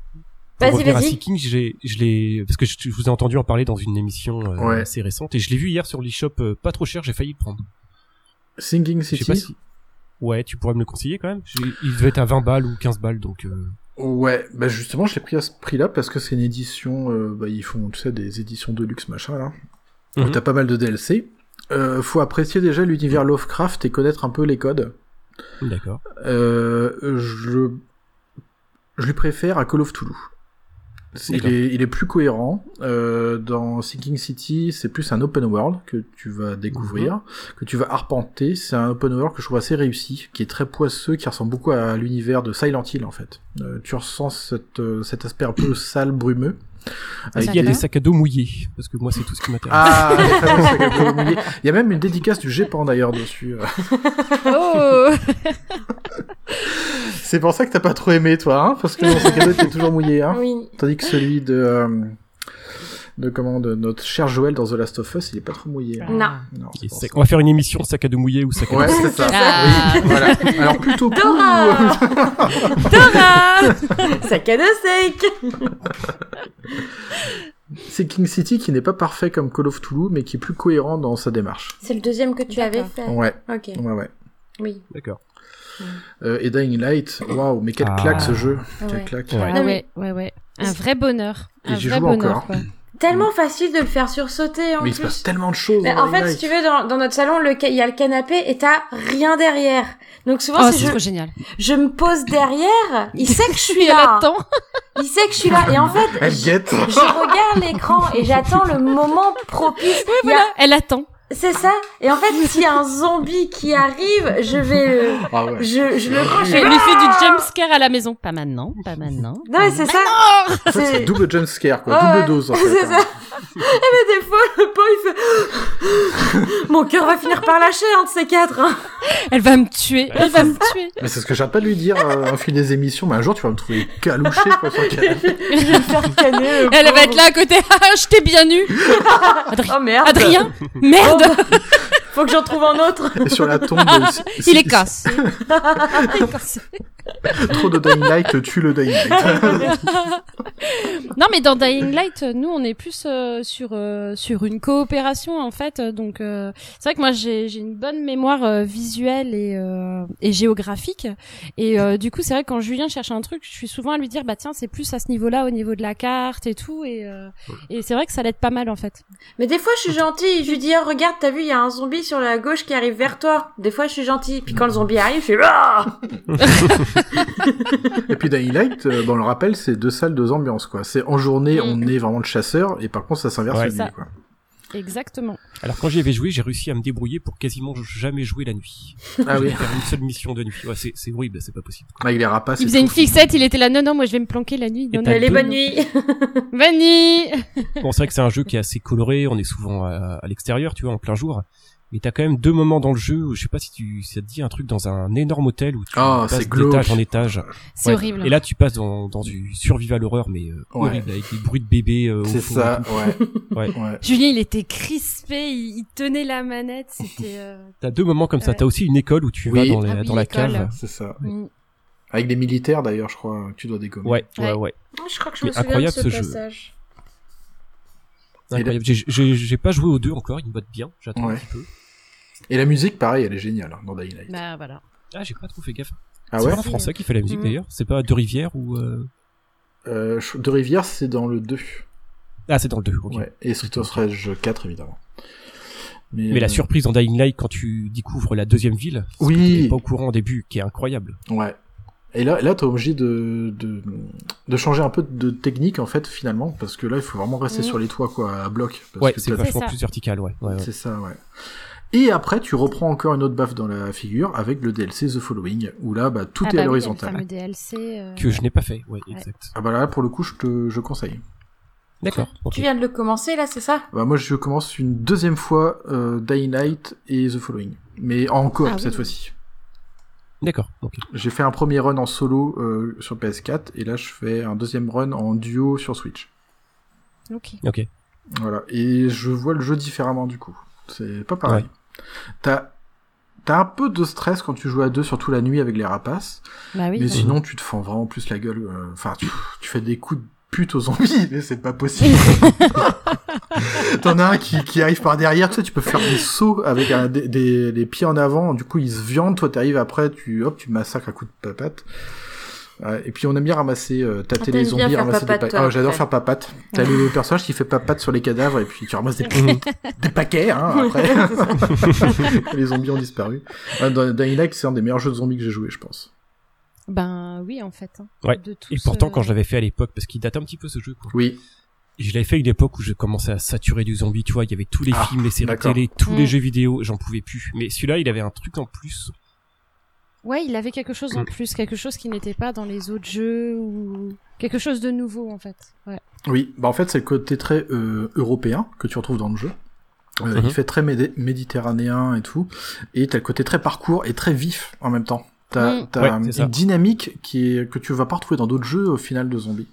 Speaker 5: pour
Speaker 6: Vas-y,
Speaker 5: revenir à
Speaker 6: vas-y.
Speaker 5: Seeking, j'ai, je l'ai, parce que je, je vous ai entendu en parler dans une émission euh,
Speaker 7: Ouais.
Speaker 5: assez récente et je l'ai vu hier sur l'eShop, euh, pas trop cher, j'ai failli le prendre.
Speaker 7: Sinking
Speaker 5: Je sais
Speaker 7: City.
Speaker 5: pas si. Ouais, tu pourrais me le conseiller quand même. J'ai- Il devait être à 20 balles ou 15 balles, donc. euh,
Speaker 7: Ouais, bah justement, je l'ai pris à ce prix-là parce que c'est une édition. euh, bah, ils font, tu sais, des éditions de luxe, machin, là.
Speaker 5: Mhm.
Speaker 7: Où T'as pas mal de DLC. Euh, faut apprécier déjà l'univers Lovecraft et connaître un peu les codes.
Speaker 5: D'accord.
Speaker 7: Euh, je, je lui préfère à Call of Toulouse. C'est- Il est, il est plus cohérent. Euh, dans Sinking City, c'est plus un open world que tu vas découvrir, que tu vas arpenter. C'est un open world que je trouve assez réussi, qui est très poisseux, qui ressemble beaucoup à l'univers de Silent Hill en fait. Euh, tu ressens cette, euh, cet aspect un peu sale, brumeux.
Speaker 5: Est-ce
Speaker 4: Ça
Speaker 6: Ah,
Speaker 5: qu'il y a
Speaker 4: va
Speaker 5: des sacs à dos mouillés Parce que moi, c'est tout ce qui m'intéresse.
Speaker 7: Ah, les fameux sacs à dos mouillés. Il y a même une dédicace du GEPAN d'ailleurs dessus. euh.
Speaker 4: Oh
Speaker 7: C'est pour ça que t'as pas trop aimé toi, hein, parce que mon sac à dos était toujours mouillé. Hein.
Speaker 6: Oui.
Speaker 7: Tandis que celui de, euh, de, comment, de notre cher Joël dans The Last of Us, il est pas trop mouillé. hein.
Speaker 6: Non.
Speaker 7: Non,
Speaker 5: Et
Speaker 7: c'est pour
Speaker 5: c'est-
Speaker 7: ça.
Speaker 5: On va faire une émission sac à dos mouillé ou sac à dos.
Speaker 7: Ouais, c'est ça.
Speaker 4: Ah.
Speaker 7: Oui, voilà. Alors plutôt cool.
Speaker 6: Dora
Speaker 7: ou-
Speaker 4: Dora
Speaker 6: Ah. Sac à dos sec
Speaker 7: C'est King City qui n'est pas parfait comme Call of Toulouse, mais qui est plus cohérent dans sa démarche.
Speaker 6: C'est le deuxième que tu avais
Speaker 4: D'accord.
Speaker 6: fait.
Speaker 7: Ouais,
Speaker 6: Ok.
Speaker 7: ouais, ouais.
Speaker 6: Oui.
Speaker 5: D'accord.
Speaker 7: Euh, et Dying Light, waouh, mais quelle
Speaker 5: Ah.
Speaker 7: claque ce jeu. Quelle
Speaker 6: Ouais.
Speaker 7: claque.
Speaker 5: Ouais.
Speaker 4: Ah ouais, ouais, ouais. Un vrai bonheur.
Speaker 7: Et
Speaker 4: un
Speaker 7: j'y
Speaker 4: vrai
Speaker 7: joue
Speaker 4: bonheur,
Speaker 7: encore.
Speaker 4: quoi.
Speaker 6: Tellement facile de le faire sursauter en
Speaker 7: Mais il se
Speaker 6: plus.
Speaker 7: passe tellement de choses.
Speaker 6: Mais Bah,
Speaker 7: dans
Speaker 6: en
Speaker 7: Dying
Speaker 6: fait, si
Speaker 7: Light.
Speaker 6: tu veux, dans, dans notre salon, le ca- il y a le canapé et t'as rien derrière. Donc souvent,
Speaker 4: Oh,
Speaker 6: si
Speaker 4: c'est
Speaker 6: je,
Speaker 4: trop génial.
Speaker 6: je me pose derrière, il sait que je suis
Speaker 4: Il
Speaker 6: là.
Speaker 4: attend.
Speaker 6: Il sait que je suis là. Et en fait,
Speaker 7: Elle
Speaker 6: je,
Speaker 7: guette.
Speaker 6: je regarde l'écran et j'attends le moment propice. Il y a-
Speaker 4: Elle attend.
Speaker 6: C'est ça. Et en fait, s'il y a un zombie qui arrive, je vais, le-
Speaker 7: Ah ouais.
Speaker 6: je, je le prends. je
Speaker 4: Elle
Speaker 6: fais,
Speaker 4: lui fait du jumpscare à la maison. Pas maintenant, pas maintenant.
Speaker 6: Non, mais c'est ça.
Speaker 7: En fait, c'est
Speaker 6: C'est-
Speaker 7: double jumpscare, quoi.
Speaker 6: Ouais, ouais.
Speaker 7: double dose, en fait.
Speaker 6: C'est
Speaker 7: hein.
Speaker 6: ça. Eh, mais des fois, le boy il fait. Mon cœur va finir par lâcher, un de ces quatre. hein.
Speaker 4: Elle va me tuer. Elle va me tuer.
Speaker 7: Mais c'est ce que j'ai pas de lui dire euh, au fil des émissions, mais un jour, tu vas me trouver calouché, quoi, sur le canapé.
Speaker 6: Canner, le
Speaker 4: Elle va
Speaker 6: pauvre.
Speaker 4: être là à côté. Ah, je t'ai bien eu. Adrien.
Speaker 6: Oh merde.
Speaker 4: Adrien.
Speaker 7: Oh,
Speaker 4: Merde.
Speaker 6: Faut que j'en trouve un autre.
Speaker 7: Et sur la tombe.
Speaker 4: Il est cassé. Il est cassé.
Speaker 7: Trop de Dying Light tue le Dying Light.
Speaker 4: Non, mais dans Dying Light, euh, nous, on est plus euh, sur euh, sur une coopération en fait. euh, Donc, euh, c'est vrai que moi, j'ai j'ai une bonne mémoire euh, visuelle et euh, et géographique. Et euh, du coup, c'est vrai que quand Julien cherche un truc, je suis souvent à lui dire, bah tiens, c'est plus à ce niveau-là, au niveau de la carte et tout. Et euh, et c'est vrai que ça l'aide pas mal en fait.
Speaker 6: Mais des fois, je suis gentille. Je lui dis, oh, regarde, t'as vu, il y a un zombie sur la gauche qui arrive vers toi. Des fois, je suis gentille. Puis quand le zombie arrive, je fais, Ah
Speaker 7: Et puis Dying Light, euh, bon, on le rappelle, c'est deux salles, deux ambiances, quoi. C'est en journée,
Speaker 4: Mm.
Speaker 7: on est vraiment le chasseur, et par contre, ça s'inverse
Speaker 5: Ouais.
Speaker 7: la
Speaker 4: C'est ça.
Speaker 7: nuit, quoi.
Speaker 4: Exactement.
Speaker 5: Alors quand j'y avais joué, j'ai réussi à me débrouiller pour quasiment jamais jouer la nuit.
Speaker 7: Ah oui,
Speaker 5: J'ai faire une seule mission de nuit. Ouais, c'est c'est horrible, c'est pas possible.
Speaker 7: avec les rapaces.
Speaker 4: Il
Speaker 7: et
Speaker 4: faisait une
Speaker 7: tout.
Speaker 4: fixette, il était là, non, non, moi, je vais me planquer la nuit. Non,
Speaker 5: Et
Speaker 4: non.
Speaker 5: t'as
Speaker 6: Allez,
Speaker 5: deux-
Speaker 6: bonne nuit.
Speaker 4: Bonne nuit.
Speaker 5: Bon, c'est vrai que c'est un jeu qui est assez coloré, on est souvent à, à l'extérieur, tu vois, en plein jour. Mais t'as quand même deux moments dans le jeu, où, je sais pas si tu, ça te dit un truc dans un énorme hôtel où tu
Speaker 7: Ah, c'est
Speaker 5: passes
Speaker 7: glauque.
Speaker 5: d'étage en étage.
Speaker 4: C'est
Speaker 5: Ouais.
Speaker 4: horrible.
Speaker 5: Et là, tu passes dans, dans du survival horreur, mais euh,
Speaker 7: Ouais.
Speaker 5: horrible, avec des bruits de bébés. euh, au
Speaker 7: C'est
Speaker 5: fond.
Speaker 7: ça, ouais.
Speaker 5: Ouais.
Speaker 7: ouais.
Speaker 4: Julien, il était crispé, il, il tenait la manette, c'était. euh,
Speaker 5: T'as deux moments comme ça.
Speaker 4: Ouais.
Speaker 5: T'as aussi une école où tu
Speaker 7: Oui.
Speaker 5: vas dans, la-
Speaker 4: Ah oui,
Speaker 5: dans la
Speaker 4: l'école.
Speaker 5: cave.
Speaker 7: C'est ça.
Speaker 4: mm.
Speaker 7: Avec des militaires, d'ailleurs, je crois, que tu dois dégommer.
Speaker 5: Ouais, ouais,
Speaker 4: Ouais.
Speaker 5: ouais.
Speaker 6: Je crois que je me
Speaker 5: Mais
Speaker 6: souviens de
Speaker 5: incroyable,
Speaker 6: ce,
Speaker 5: ce jeu.
Speaker 6: passage.
Speaker 5: Incroyable. J'ai- J'ai j'ai pas joué aux deux encore, ils me battent bien, j'attends
Speaker 7: Ouais.
Speaker 5: un petit peu.
Speaker 7: Et la musique, pareil, elle est géniale, hein, dans Dying Light.
Speaker 4: Bah voilà.
Speaker 5: Ah, j'ai pas trop fait gaffe.
Speaker 7: ah
Speaker 5: c'est
Speaker 7: ouais
Speaker 5: pas un français qui fait la musique
Speaker 4: Mm.
Speaker 5: d'ailleurs, c'est pas De Rivière ou. euh,
Speaker 7: euh, De Rivière, c'est dans le 2.
Speaker 5: Ah, c'est dans le 2, ok.
Speaker 7: Ouais. Et Street of Rage 4, évidemment.
Speaker 5: Mais
Speaker 7: euh,
Speaker 5: la surprise dans Dying Light quand tu découvres la deuxième ville, c'est
Speaker 7: Oui.
Speaker 5: que t'es pas au courant au début, qui est incroyable.
Speaker 7: Ouais. Et là, là t'es obligé de, de, de changer un peu de technique, en fait, finalement, parce que là, il faut vraiment rester
Speaker 4: Mm.
Speaker 7: sur les toits, quoi, à bloc. Parce
Speaker 5: ouais,
Speaker 7: que
Speaker 5: c'est
Speaker 7: t'as-
Speaker 5: vachement
Speaker 4: C'est ça.
Speaker 5: plus vertical, ouais. ouais, ouais.
Speaker 7: C'est ça, ouais. Et après, tu reprends encore une autre baffe dans la figure avec le DLC The Following, où là, bah, tout
Speaker 4: Ah
Speaker 7: est
Speaker 4: bah
Speaker 7: à
Speaker 4: oui,
Speaker 7: l'horizontale.
Speaker 4: Le fameux DLC. euh,
Speaker 5: Que je n'ai pas fait, ouais,
Speaker 4: Ouais.
Speaker 5: exact.
Speaker 7: Ah bah là, pour le coup, je te je conseille.
Speaker 5: D'accord. ok.
Speaker 6: Tu viens de le commencer, là, c'est ça
Speaker 7: Bah, moi, je commence une deuxième fois euh, Dying Light et The Following, mais en coop
Speaker 4: Ah oui.
Speaker 7: cette fois-ci.
Speaker 5: D'accord. ok.
Speaker 7: J'ai fait un premier run en solo euh, sur PS4, et là, je fais un deuxième run en duo sur Switch.
Speaker 4: Ok.
Speaker 5: Ok.
Speaker 7: Voilà, et je vois le jeu différemment du coup. C'est pas pareil.
Speaker 5: Ouais.
Speaker 7: T'as t'as un peu de stress quand tu joues à deux, surtout la nuit avec les rapaces.
Speaker 4: Bah oui.
Speaker 7: mais
Speaker 4: bah.
Speaker 7: sinon, tu te fends vraiment plus la gueule. euh, Enfin, tu, tu fais des coups de pute aux zombies, mais c'est pas possible. T'en as un qui, qui arrive par derrière, tu sais, tu peux faire des sauts avec un- des, des- les pieds en avant. Du coup, ils se viandent. Toi, t'arrives après, tu hop, tu massacres à coups de papates. Ouais, Et puis on aime bien ramasser, euh,
Speaker 6: Ah,
Speaker 7: tâter
Speaker 6: t'aimes
Speaker 7: les
Speaker 6: bien
Speaker 7: zombies,
Speaker 6: faire
Speaker 7: ramasser des
Speaker 6: papate,
Speaker 7: paquets.
Speaker 6: toi,
Speaker 7: Ah, j'adore
Speaker 6: après.
Speaker 7: faire papate. T'as le le personnage qui fait papate sur les cadavres et puis tu ramasses des, des paquets, hein, après. Euh, les zombies ont disparu. Ah, Dans Dying Light, c'est un des meilleurs jeux de zombies que j'ai joué, je pense.
Speaker 4: Ben oui, en fait. hein.
Speaker 5: Ouais.
Speaker 4: De tout
Speaker 5: Et pourtant,
Speaker 4: ce-
Speaker 5: quand je l'avais fait à l'époque, parce qu'il date un petit peu ce jeu, quoi.
Speaker 7: Oui.
Speaker 5: Et je l'avais fait à une époque où je commençais à saturer du zombie, tu vois, il y avait tous les
Speaker 7: Ah,
Speaker 5: films, les séries
Speaker 7: d'accord.
Speaker 5: télé, tous
Speaker 4: Mm.
Speaker 5: les jeux vidéo, j'en pouvais plus. Mais celui-là, il avait un truc en plus.
Speaker 4: Ouais, il avait quelque chose en
Speaker 5: Mm.
Speaker 4: plus, quelque chose qui n'était pas dans les autres jeux ou quelque chose de nouveau en fait. Ouais.
Speaker 7: Oui, bah en fait c'est le côté très euh, européen que tu retrouves dans le jeu. Euh,
Speaker 5: Mhm.
Speaker 7: Il fait très médé- méditerranéen et tout, et t'as le côté très parcours et très vif en même temps. T'as
Speaker 4: Mm.
Speaker 7: t'as
Speaker 5: Ouais,
Speaker 7: une
Speaker 5: c'est ça.
Speaker 7: dynamique qui est, que tu vas pas retrouver dans d'autres jeux au final de zombies.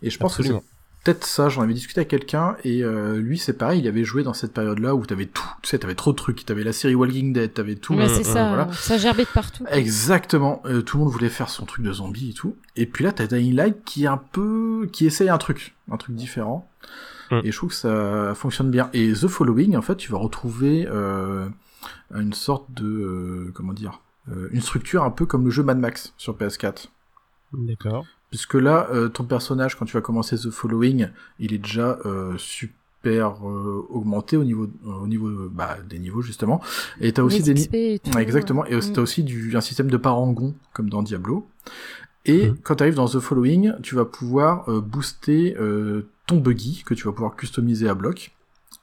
Speaker 7: Et je pense que
Speaker 5: Absolument.
Speaker 7: c'est peut-être ça. J'en avais discuté avec quelqu'un et euh, lui c'est pareil. Il avait joué dans cette période-là où t'avais tout. Tu sais, t'avais trop de trucs. T'avais la série Walking Dead, t'avais tout.
Speaker 4: Mais
Speaker 5: Mm,
Speaker 4: c'est
Speaker 5: mm,
Speaker 4: ça,
Speaker 7: voilà.
Speaker 4: euh, ça gerbait de partout.
Speaker 7: Exactement. Euh, tout le monde voulait faire son truc de zombie et tout. Et puis là, t'as Dying Light qui est un peu, qui essaye un truc, un truc différent.
Speaker 5: Mm.
Speaker 7: Et je trouve que ça fonctionne bien. Et The Following, en fait, tu vas retrouver euh, une sorte de, euh, comment dire, euh, une structure un peu comme le jeu Mad Max sur PS4.
Speaker 5: D'accord.
Speaker 7: Puisque là, euh, ton personnage, quand tu vas commencer The Following, il est déjà euh, super euh, augmenté au niveau, au niveau euh, bah, des niveaux justement. Et t'as aussi
Speaker 4: Les
Speaker 7: des, ni-
Speaker 4: XP et tout,
Speaker 7: Ouais, exactement.
Speaker 4: ouais.
Speaker 7: Et aussi- t'as aussi du, un système de parangon, comme dans Diablo. Et
Speaker 5: Mhm.
Speaker 7: quand t'arrives dans The Following, tu vas pouvoir euh, booster euh, ton buggy, que tu vas pouvoir customiser à bloc,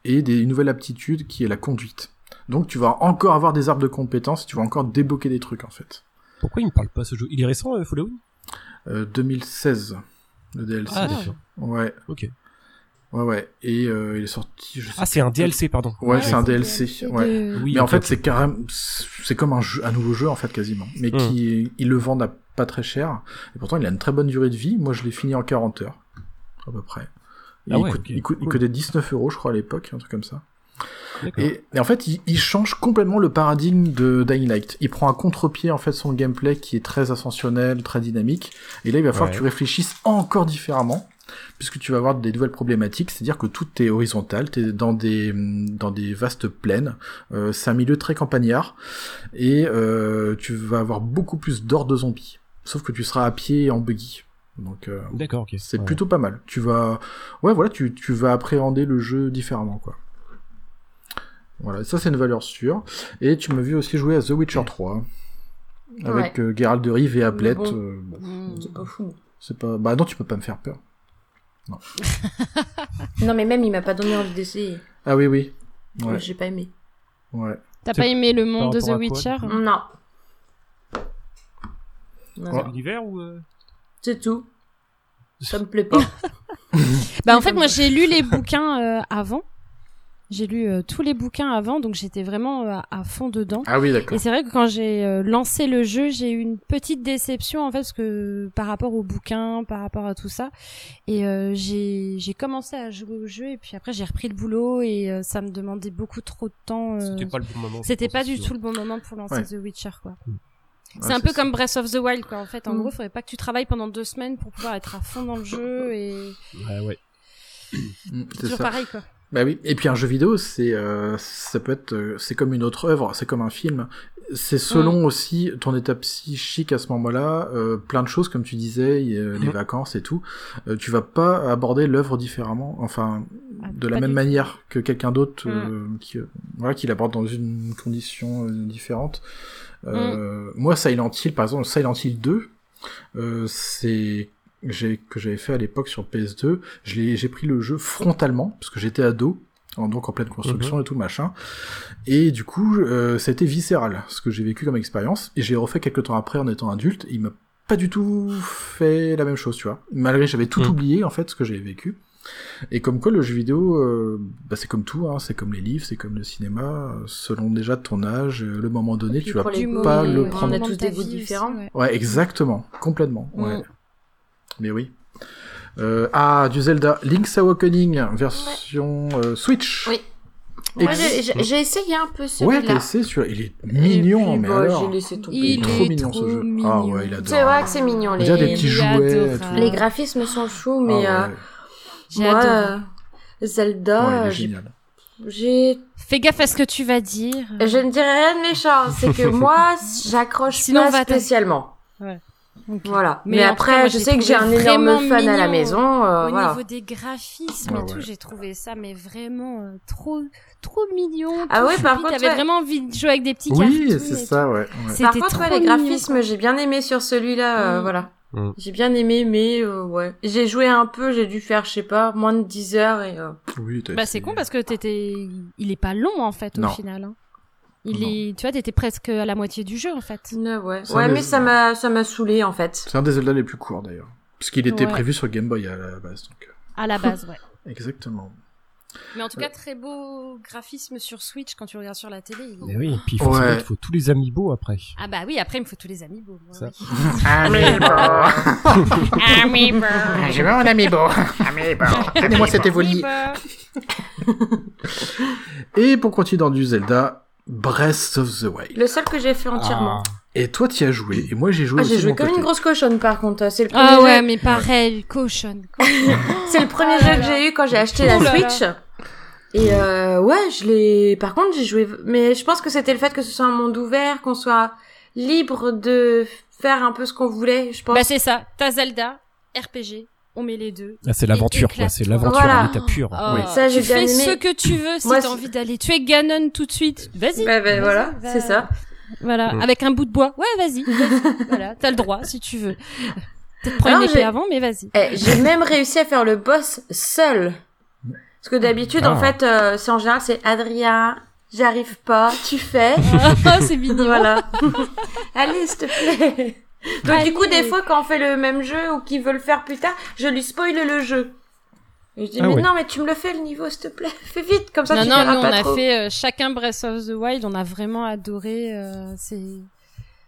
Speaker 7: et des, une nouvelle aptitude qui est la conduite. Donc tu vas encore avoir des arbres de compétences, tu vas encore débloquer des trucs en fait.
Speaker 5: Pourquoi il me parle pas ce jeu Il est récent, euh, Following
Speaker 7: Euh, 2016, le DLC.
Speaker 5: Ah, d'accord.
Speaker 7: ouais.
Speaker 5: Ok.
Speaker 7: Ouais, ouais. Et euh, il est sorti, je sais
Speaker 5: Ah, c'est un DLC, pardon.
Speaker 7: Ouais,
Speaker 4: Ouais,
Speaker 7: c'est un
Speaker 4: c'est
Speaker 7: DLC.
Speaker 4: DLC
Speaker 7: ouais.
Speaker 4: euh, de-
Speaker 5: Oui,
Speaker 7: mais en
Speaker 5: ok,
Speaker 7: fait,
Speaker 5: ok.
Speaker 7: c'est carrément, c'est comme un, jeu, un nouveau jeu en fait quasiment, mais
Speaker 5: Hmm.
Speaker 7: qui ils le vendent à pas très cher. Et pourtant, il a une très bonne durée de vie. Moi, je l'ai fini en 40 heures à peu près. Et
Speaker 5: Ah
Speaker 7: il,
Speaker 5: ouais,
Speaker 7: coûte,
Speaker 5: ok,
Speaker 7: il, coûte- il
Speaker 5: cool.
Speaker 7: coûtait 19 euros, je crois, à l'époque, un truc comme ça.
Speaker 5: D'accord.
Speaker 7: Et, et en fait, il, il change complètement le paradigme de Dying Light. Il prend à contre-pied en fait son gameplay qui est très ascensionnel, très dynamique. Et là, il va falloir que
Speaker 5: Ouais.
Speaker 7: tu réfléchisses encore différemment, puisque tu vas avoir des nouvelles problématiques. C'est-à-dire que tout est horizontal, t'es dans des dans des vastes plaines. Euh, c'est un milieu très campagnard et euh, tu vas avoir beaucoup plus d'or de zombies. Sauf que tu seras à pied et en buggy. Donc euh,
Speaker 5: D'accord, ok.
Speaker 7: c'est
Speaker 5: Ouais.
Speaker 7: plutôt pas mal. Tu vas, ouais, voilà, tu, tu vas appréhender le jeu différemment, quoi. Voilà, ça c'est une valeur sûre. Et tu m'as vu aussi jouer à The Witcher 3 avec euh, Geralt de Rive et Ablette.
Speaker 6: bon.
Speaker 7: euh, bon,
Speaker 8: Hmm.
Speaker 6: C'est pas fou.
Speaker 7: c'est pas, bah non, tu peux pas me faire peur.
Speaker 6: Non, mais même, il m'a pas donné envie d'essayer.
Speaker 7: Ah oui, oui, ouais,
Speaker 6: J'ai pas aimé.
Speaker 7: ouais.
Speaker 4: T'as pas aimé le monde de
Speaker 5: rapport à
Speaker 4: The
Speaker 5: quoi,
Speaker 4: Witcher hein.
Speaker 6: Non. Non,
Speaker 7: Ouais.
Speaker 5: L'univers ou euh,
Speaker 6: C'est tout. Ça me plaît pas.
Speaker 4: Bah en fait moi j'ai lu les bouquins euh, avant. J'ai lu euh, tous les bouquins avant donc j'étais vraiment euh, à- à fond dedans.
Speaker 7: Ah oui,
Speaker 4: Et
Speaker 7: d'accord.
Speaker 4: c'est vrai que quand j'ai euh, lancé le jeu, j'ai eu une petite déception en fait parce que par rapport au bouquin, par rapport à tout ça, et euh, j'ai j'ai commencé à jouer au jeu et puis après j'ai repris le boulot et euh, ça me demandait beaucoup trop de temps. euh,
Speaker 5: C'était pas le bon moment. je
Speaker 4: C'était
Speaker 5: pense,
Speaker 4: pas du
Speaker 5: sinon.
Speaker 4: tout le bon moment pour lancer
Speaker 7: Ouais. Mm.
Speaker 4: The Witcher quoi.
Speaker 7: Ouais,
Speaker 4: c'est un peu
Speaker 7: ça.
Speaker 4: comme Breath of the Wild quoi en fait. En
Speaker 6: Mm.
Speaker 4: gros, faudrait pas que tu travailles pendant deux semaines pour pouvoir être à fond dans le jeu et
Speaker 5: Ouais, ouais.
Speaker 7: Mm,
Speaker 4: c'est
Speaker 7: c'est
Speaker 4: toujours
Speaker 7: ça.
Speaker 4: pareil quoi.
Speaker 7: Bah oui. Et puis un jeu vidéo, c'est, euh, ça peut être, euh, c'est comme une autre œuvre, c'est comme un film. C'est selon
Speaker 4: Mm.
Speaker 7: aussi ton état psychique à ce moment-là, euh, plein de choses comme tu disais, il y a les
Speaker 4: Mm-hmm.
Speaker 5: Mhm.
Speaker 7: vacances et tout. Euh, tu vas pas aborder l'œuvre différemment, enfin
Speaker 4: Ah,
Speaker 7: de la
Speaker 4: pas
Speaker 7: même
Speaker 4: du Mm. tout.
Speaker 7: manière que quelqu'un d'autre euh, qui, euh, voilà, qui l'aborde dans une condition euh, différente.
Speaker 4: Mm.
Speaker 7: Euh, Moi, Silent Hill, par exemple, Silent Hill 2, euh, c'est j'ai- que j'avais fait à l'époque sur PS2. Je l'ai- J'ai pris le jeu frontalement parce que j'étais ado, en- donc en pleine construction et tout machin. Et du coup, euh, ça a été viscéral ce que j'ai vécu comme expérience. Et j'ai refait quelques temps après en étant adulte. Et il m'a pas du tout fait la même chose, tu vois. Malgré j'avais tout
Speaker 5: Mhm.
Speaker 7: oublié en fait ce que j'avais vécu. Et comme quoi le jeu vidéo, euh, bah, c'est comme tout, hein, c'est comme les livres, c'est comme le cinéma. euh, Selon déjà ton âge, euh, le moment donné, tu vas
Speaker 6: pour les
Speaker 4: Du
Speaker 6: goûts,
Speaker 7: pas
Speaker 4: moment- euh,
Speaker 7: le
Speaker 4: du
Speaker 7: prendre.
Speaker 6: On a
Speaker 4: moment de
Speaker 6: tous
Speaker 4: ta
Speaker 6: des goûts
Speaker 4: vie aussi,
Speaker 6: différents.
Speaker 4: ouais.
Speaker 7: Ouais, exactement, complètement. Ouais. Mais oui. Euh, ah, du Zelda, Link's Awakening, version euh, Switch.
Speaker 6: Oui.
Speaker 7: Ex-
Speaker 6: Moi, j'ai- j'ai j'ai essayé un peu
Speaker 7: ouais,
Speaker 6: celui-là.
Speaker 7: t'as essayé celui-là. Il est
Speaker 6: Et
Speaker 7: mignon,
Speaker 6: puis,
Speaker 7: mais
Speaker 6: bah,
Speaker 7: alors.
Speaker 6: J'ai laissé tomber.
Speaker 7: Il est
Speaker 4: Il
Speaker 7: trop
Speaker 4: est
Speaker 7: mignon
Speaker 4: trop
Speaker 7: ce jeu.
Speaker 4: mignon.
Speaker 7: Ah ouais, il adore.
Speaker 6: C'est vrai que c'est mignon.
Speaker 7: On dirait
Speaker 6: les-
Speaker 7: des petits
Speaker 4: Il est
Speaker 7: jouets et tout.
Speaker 4: adorable.
Speaker 6: Les graphismes sont choux,
Speaker 7: Ah
Speaker 6: mais
Speaker 7: ouais.
Speaker 6: euh,
Speaker 4: J'ai
Speaker 6: moi,
Speaker 4: adoré.
Speaker 6: euh,
Speaker 7: Ouais,
Speaker 6: Zelda,
Speaker 7: Oh, il est
Speaker 6: j'ai-
Speaker 7: génial.
Speaker 6: j'ai,
Speaker 4: Fais gaffe à ce que tu vas dire.
Speaker 6: je ne dirais rien de méchant. C'est que moi, j'accroche
Speaker 4: Sinon, on va
Speaker 6: pas
Speaker 4: attaquer.
Speaker 6: spécialement.
Speaker 4: Ok.
Speaker 6: Voilà.
Speaker 4: Mais
Speaker 6: Mais,
Speaker 4: en tout cas,
Speaker 6: après,
Speaker 4: moi,
Speaker 6: je
Speaker 4: j'ai
Speaker 6: sais que j'ai un
Speaker 4: trouvé
Speaker 6: énorme
Speaker 4: vraiment
Speaker 6: fan à la
Speaker 4: mignon
Speaker 6: maison. euh,
Speaker 4: Au
Speaker 6: voilà.
Speaker 4: niveau des graphismes
Speaker 7: Ouais,
Speaker 4: et tout,
Speaker 7: ouais.
Speaker 4: j'ai trouvé ça mais vraiment euh, trop trop mignon.
Speaker 6: Ah
Speaker 4: tout
Speaker 6: ouais,
Speaker 4: choupi,
Speaker 6: par contre,
Speaker 4: T'avais
Speaker 6: ouais.
Speaker 4: vraiment envie de jouer avec des petits
Speaker 7: Oui,
Speaker 4: cartons
Speaker 7: c'est
Speaker 4: et
Speaker 7: ça, ouais.
Speaker 4: tout.
Speaker 7: ouais.
Speaker 4: C'était
Speaker 6: Par contre,
Speaker 4: trop
Speaker 6: ouais, les
Speaker 4: mignon,
Speaker 6: graphismes,
Speaker 4: quoi.
Speaker 6: j'ai bien aimé sur celui-là, euh,
Speaker 4: Mm.
Speaker 6: voilà.
Speaker 5: Mm.
Speaker 6: J'ai bien aimé, mais euh, ouais. J'ai joué un peu, j'ai dû faire, je sais pas, moins de 10 heures et... euh,
Speaker 7: Oui, t'as
Speaker 4: Bah c'est
Speaker 7: essayé.
Speaker 4: con parce que t'étais, il est pas long en fait au
Speaker 7: Non.
Speaker 4: final. hein. Il
Speaker 7: Non.
Speaker 4: est, tu vois, t'étais presque à la moitié du jeu en fait.
Speaker 6: neuf, ouais.
Speaker 7: Ça
Speaker 6: ouais,
Speaker 7: me-
Speaker 6: mais ça m'a, ça m'a saoulé, en fait.
Speaker 7: C'est un des Zelda les plus courts d'ailleurs. Parce qu'il était
Speaker 4: Ouais.
Speaker 7: prévu sur Game Boy à la base. Donc... euh,
Speaker 4: À la base, ouais.
Speaker 7: Exactement.
Speaker 4: Mais en tout cas, très beau graphisme sur Switch quand tu regardes sur la télé. il est-
Speaker 5: Mais Eh oui, puis forcément,
Speaker 7: Ouais.
Speaker 5: il faut tous les amiibo après.
Speaker 4: Ah bah oui, après il me faut tous les amis beaux.
Speaker 5: Ça.
Speaker 4: Amiibo.
Speaker 9: Je veux Ah, un amiibo. Amiibo. Donnez-moi cet évoli.
Speaker 7: Et pour continuer dans du Zelda, Breath of the Wild.
Speaker 6: Le seul que j'ai fait entièrement.
Speaker 7: Et toi, t'y as joué, et Ah. moi, j'ai joué
Speaker 6: Ah,
Speaker 7: aussi
Speaker 6: j'ai
Speaker 7: de
Speaker 6: joué
Speaker 7: mon
Speaker 6: comme
Speaker 7: côté.
Speaker 6: une grosse cochonne, par contre. C'est le premier,
Speaker 4: Ah
Speaker 6: jeu-
Speaker 4: ouais, mais pareil, cochon.
Speaker 6: c'est le premier
Speaker 4: Ah
Speaker 6: jeu
Speaker 4: là
Speaker 6: que
Speaker 4: là.
Speaker 6: j'ai eu quand j'ai acheté
Speaker 4: Ouh
Speaker 6: la
Speaker 4: là là.
Speaker 6: Switch. Et euh, ouais, je l'ai. Par contre, j'ai joué. Mais je pense que c'était le fait que ce soit un monde ouvert, qu'on soit libre de faire un peu ce qu'on voulait. Je pense.
Speaker 4: Bah c'est ça, t'as Zelda, RPG, on met les deux.
Speaker 5: Ah, c'est l'aventure,
Speaker 4: Et
Speaker 5: quoi. C'est
Speaker 4: éclate-toi.
Speaker 5: l'aventure
Speaker 6: Voilà.
Speaker 5: à l'état pur.
Speaker 4: Oh,
Speaker 7: Oui.
Speaker 6: Ça, j'ai
Speaker 4: tu fais
Speaker 6: bien aimé.
Speaker 4: ce que tu veux si
Speaker 6: Moi,
Speaker 4: t'as
Speaker 6: c'est-
Speaker 4: envie d'aller tuer Ganon tout de suite. Vas-y.
Speaker 6: Bah, bah,
Speaker 4: vas-y,
Speaker 6: voilà,
Speaker 4: va-
Speaker 6: c'est ça.
Speaker 4: Voilà,
Speaker 5: Mm.
Speaker 4: avec un bout de bois. Ouais, vas-y. vas-y. voilà, t'as le droit si tu veux. Peut-être prends
Speaker 6: Alors,
Speaker 4: une épée
Speaker 6: j'ai-
Speaker 4: avant, mais vas-y.
Speaker 6: Eh, j'ai même réussi à faire le boss seul. Parce que d'habitude, en
Speaker 5: Ah.
Speaker 6: fait, euh, c'est en général, c'est Adrien, j'arrive pas, tu fais.
Speaker 4: Ah, c'est mignon.
Speaker 6: voilà. Allez, s'il te plaît. Donc,
Speaker 4: Allez.
Speaker 6: du coup, des fois, quand on fait le même jeu ou qu'il veut le faire plus tard, je lui spoil le jeu. Et je dis,
Speaker 5: Ah
Speaker 6: mais
Speaker 5: ouais.
Speaker 6: non, mais tu me le fais le niveau, s'il te plaît. Fais vite, comme ça,
Speaker 4: Non,
Speaker 6: tu
Speaker 4: non,
Speaker 6: verras
Speaker 4: nous on
Speaker 6: pas
Speaker 4: a
Speaker 6: trop.
Speaker 4: fait euh, chacun Breath of the Wild, on a vraiment adoré. euh, c'est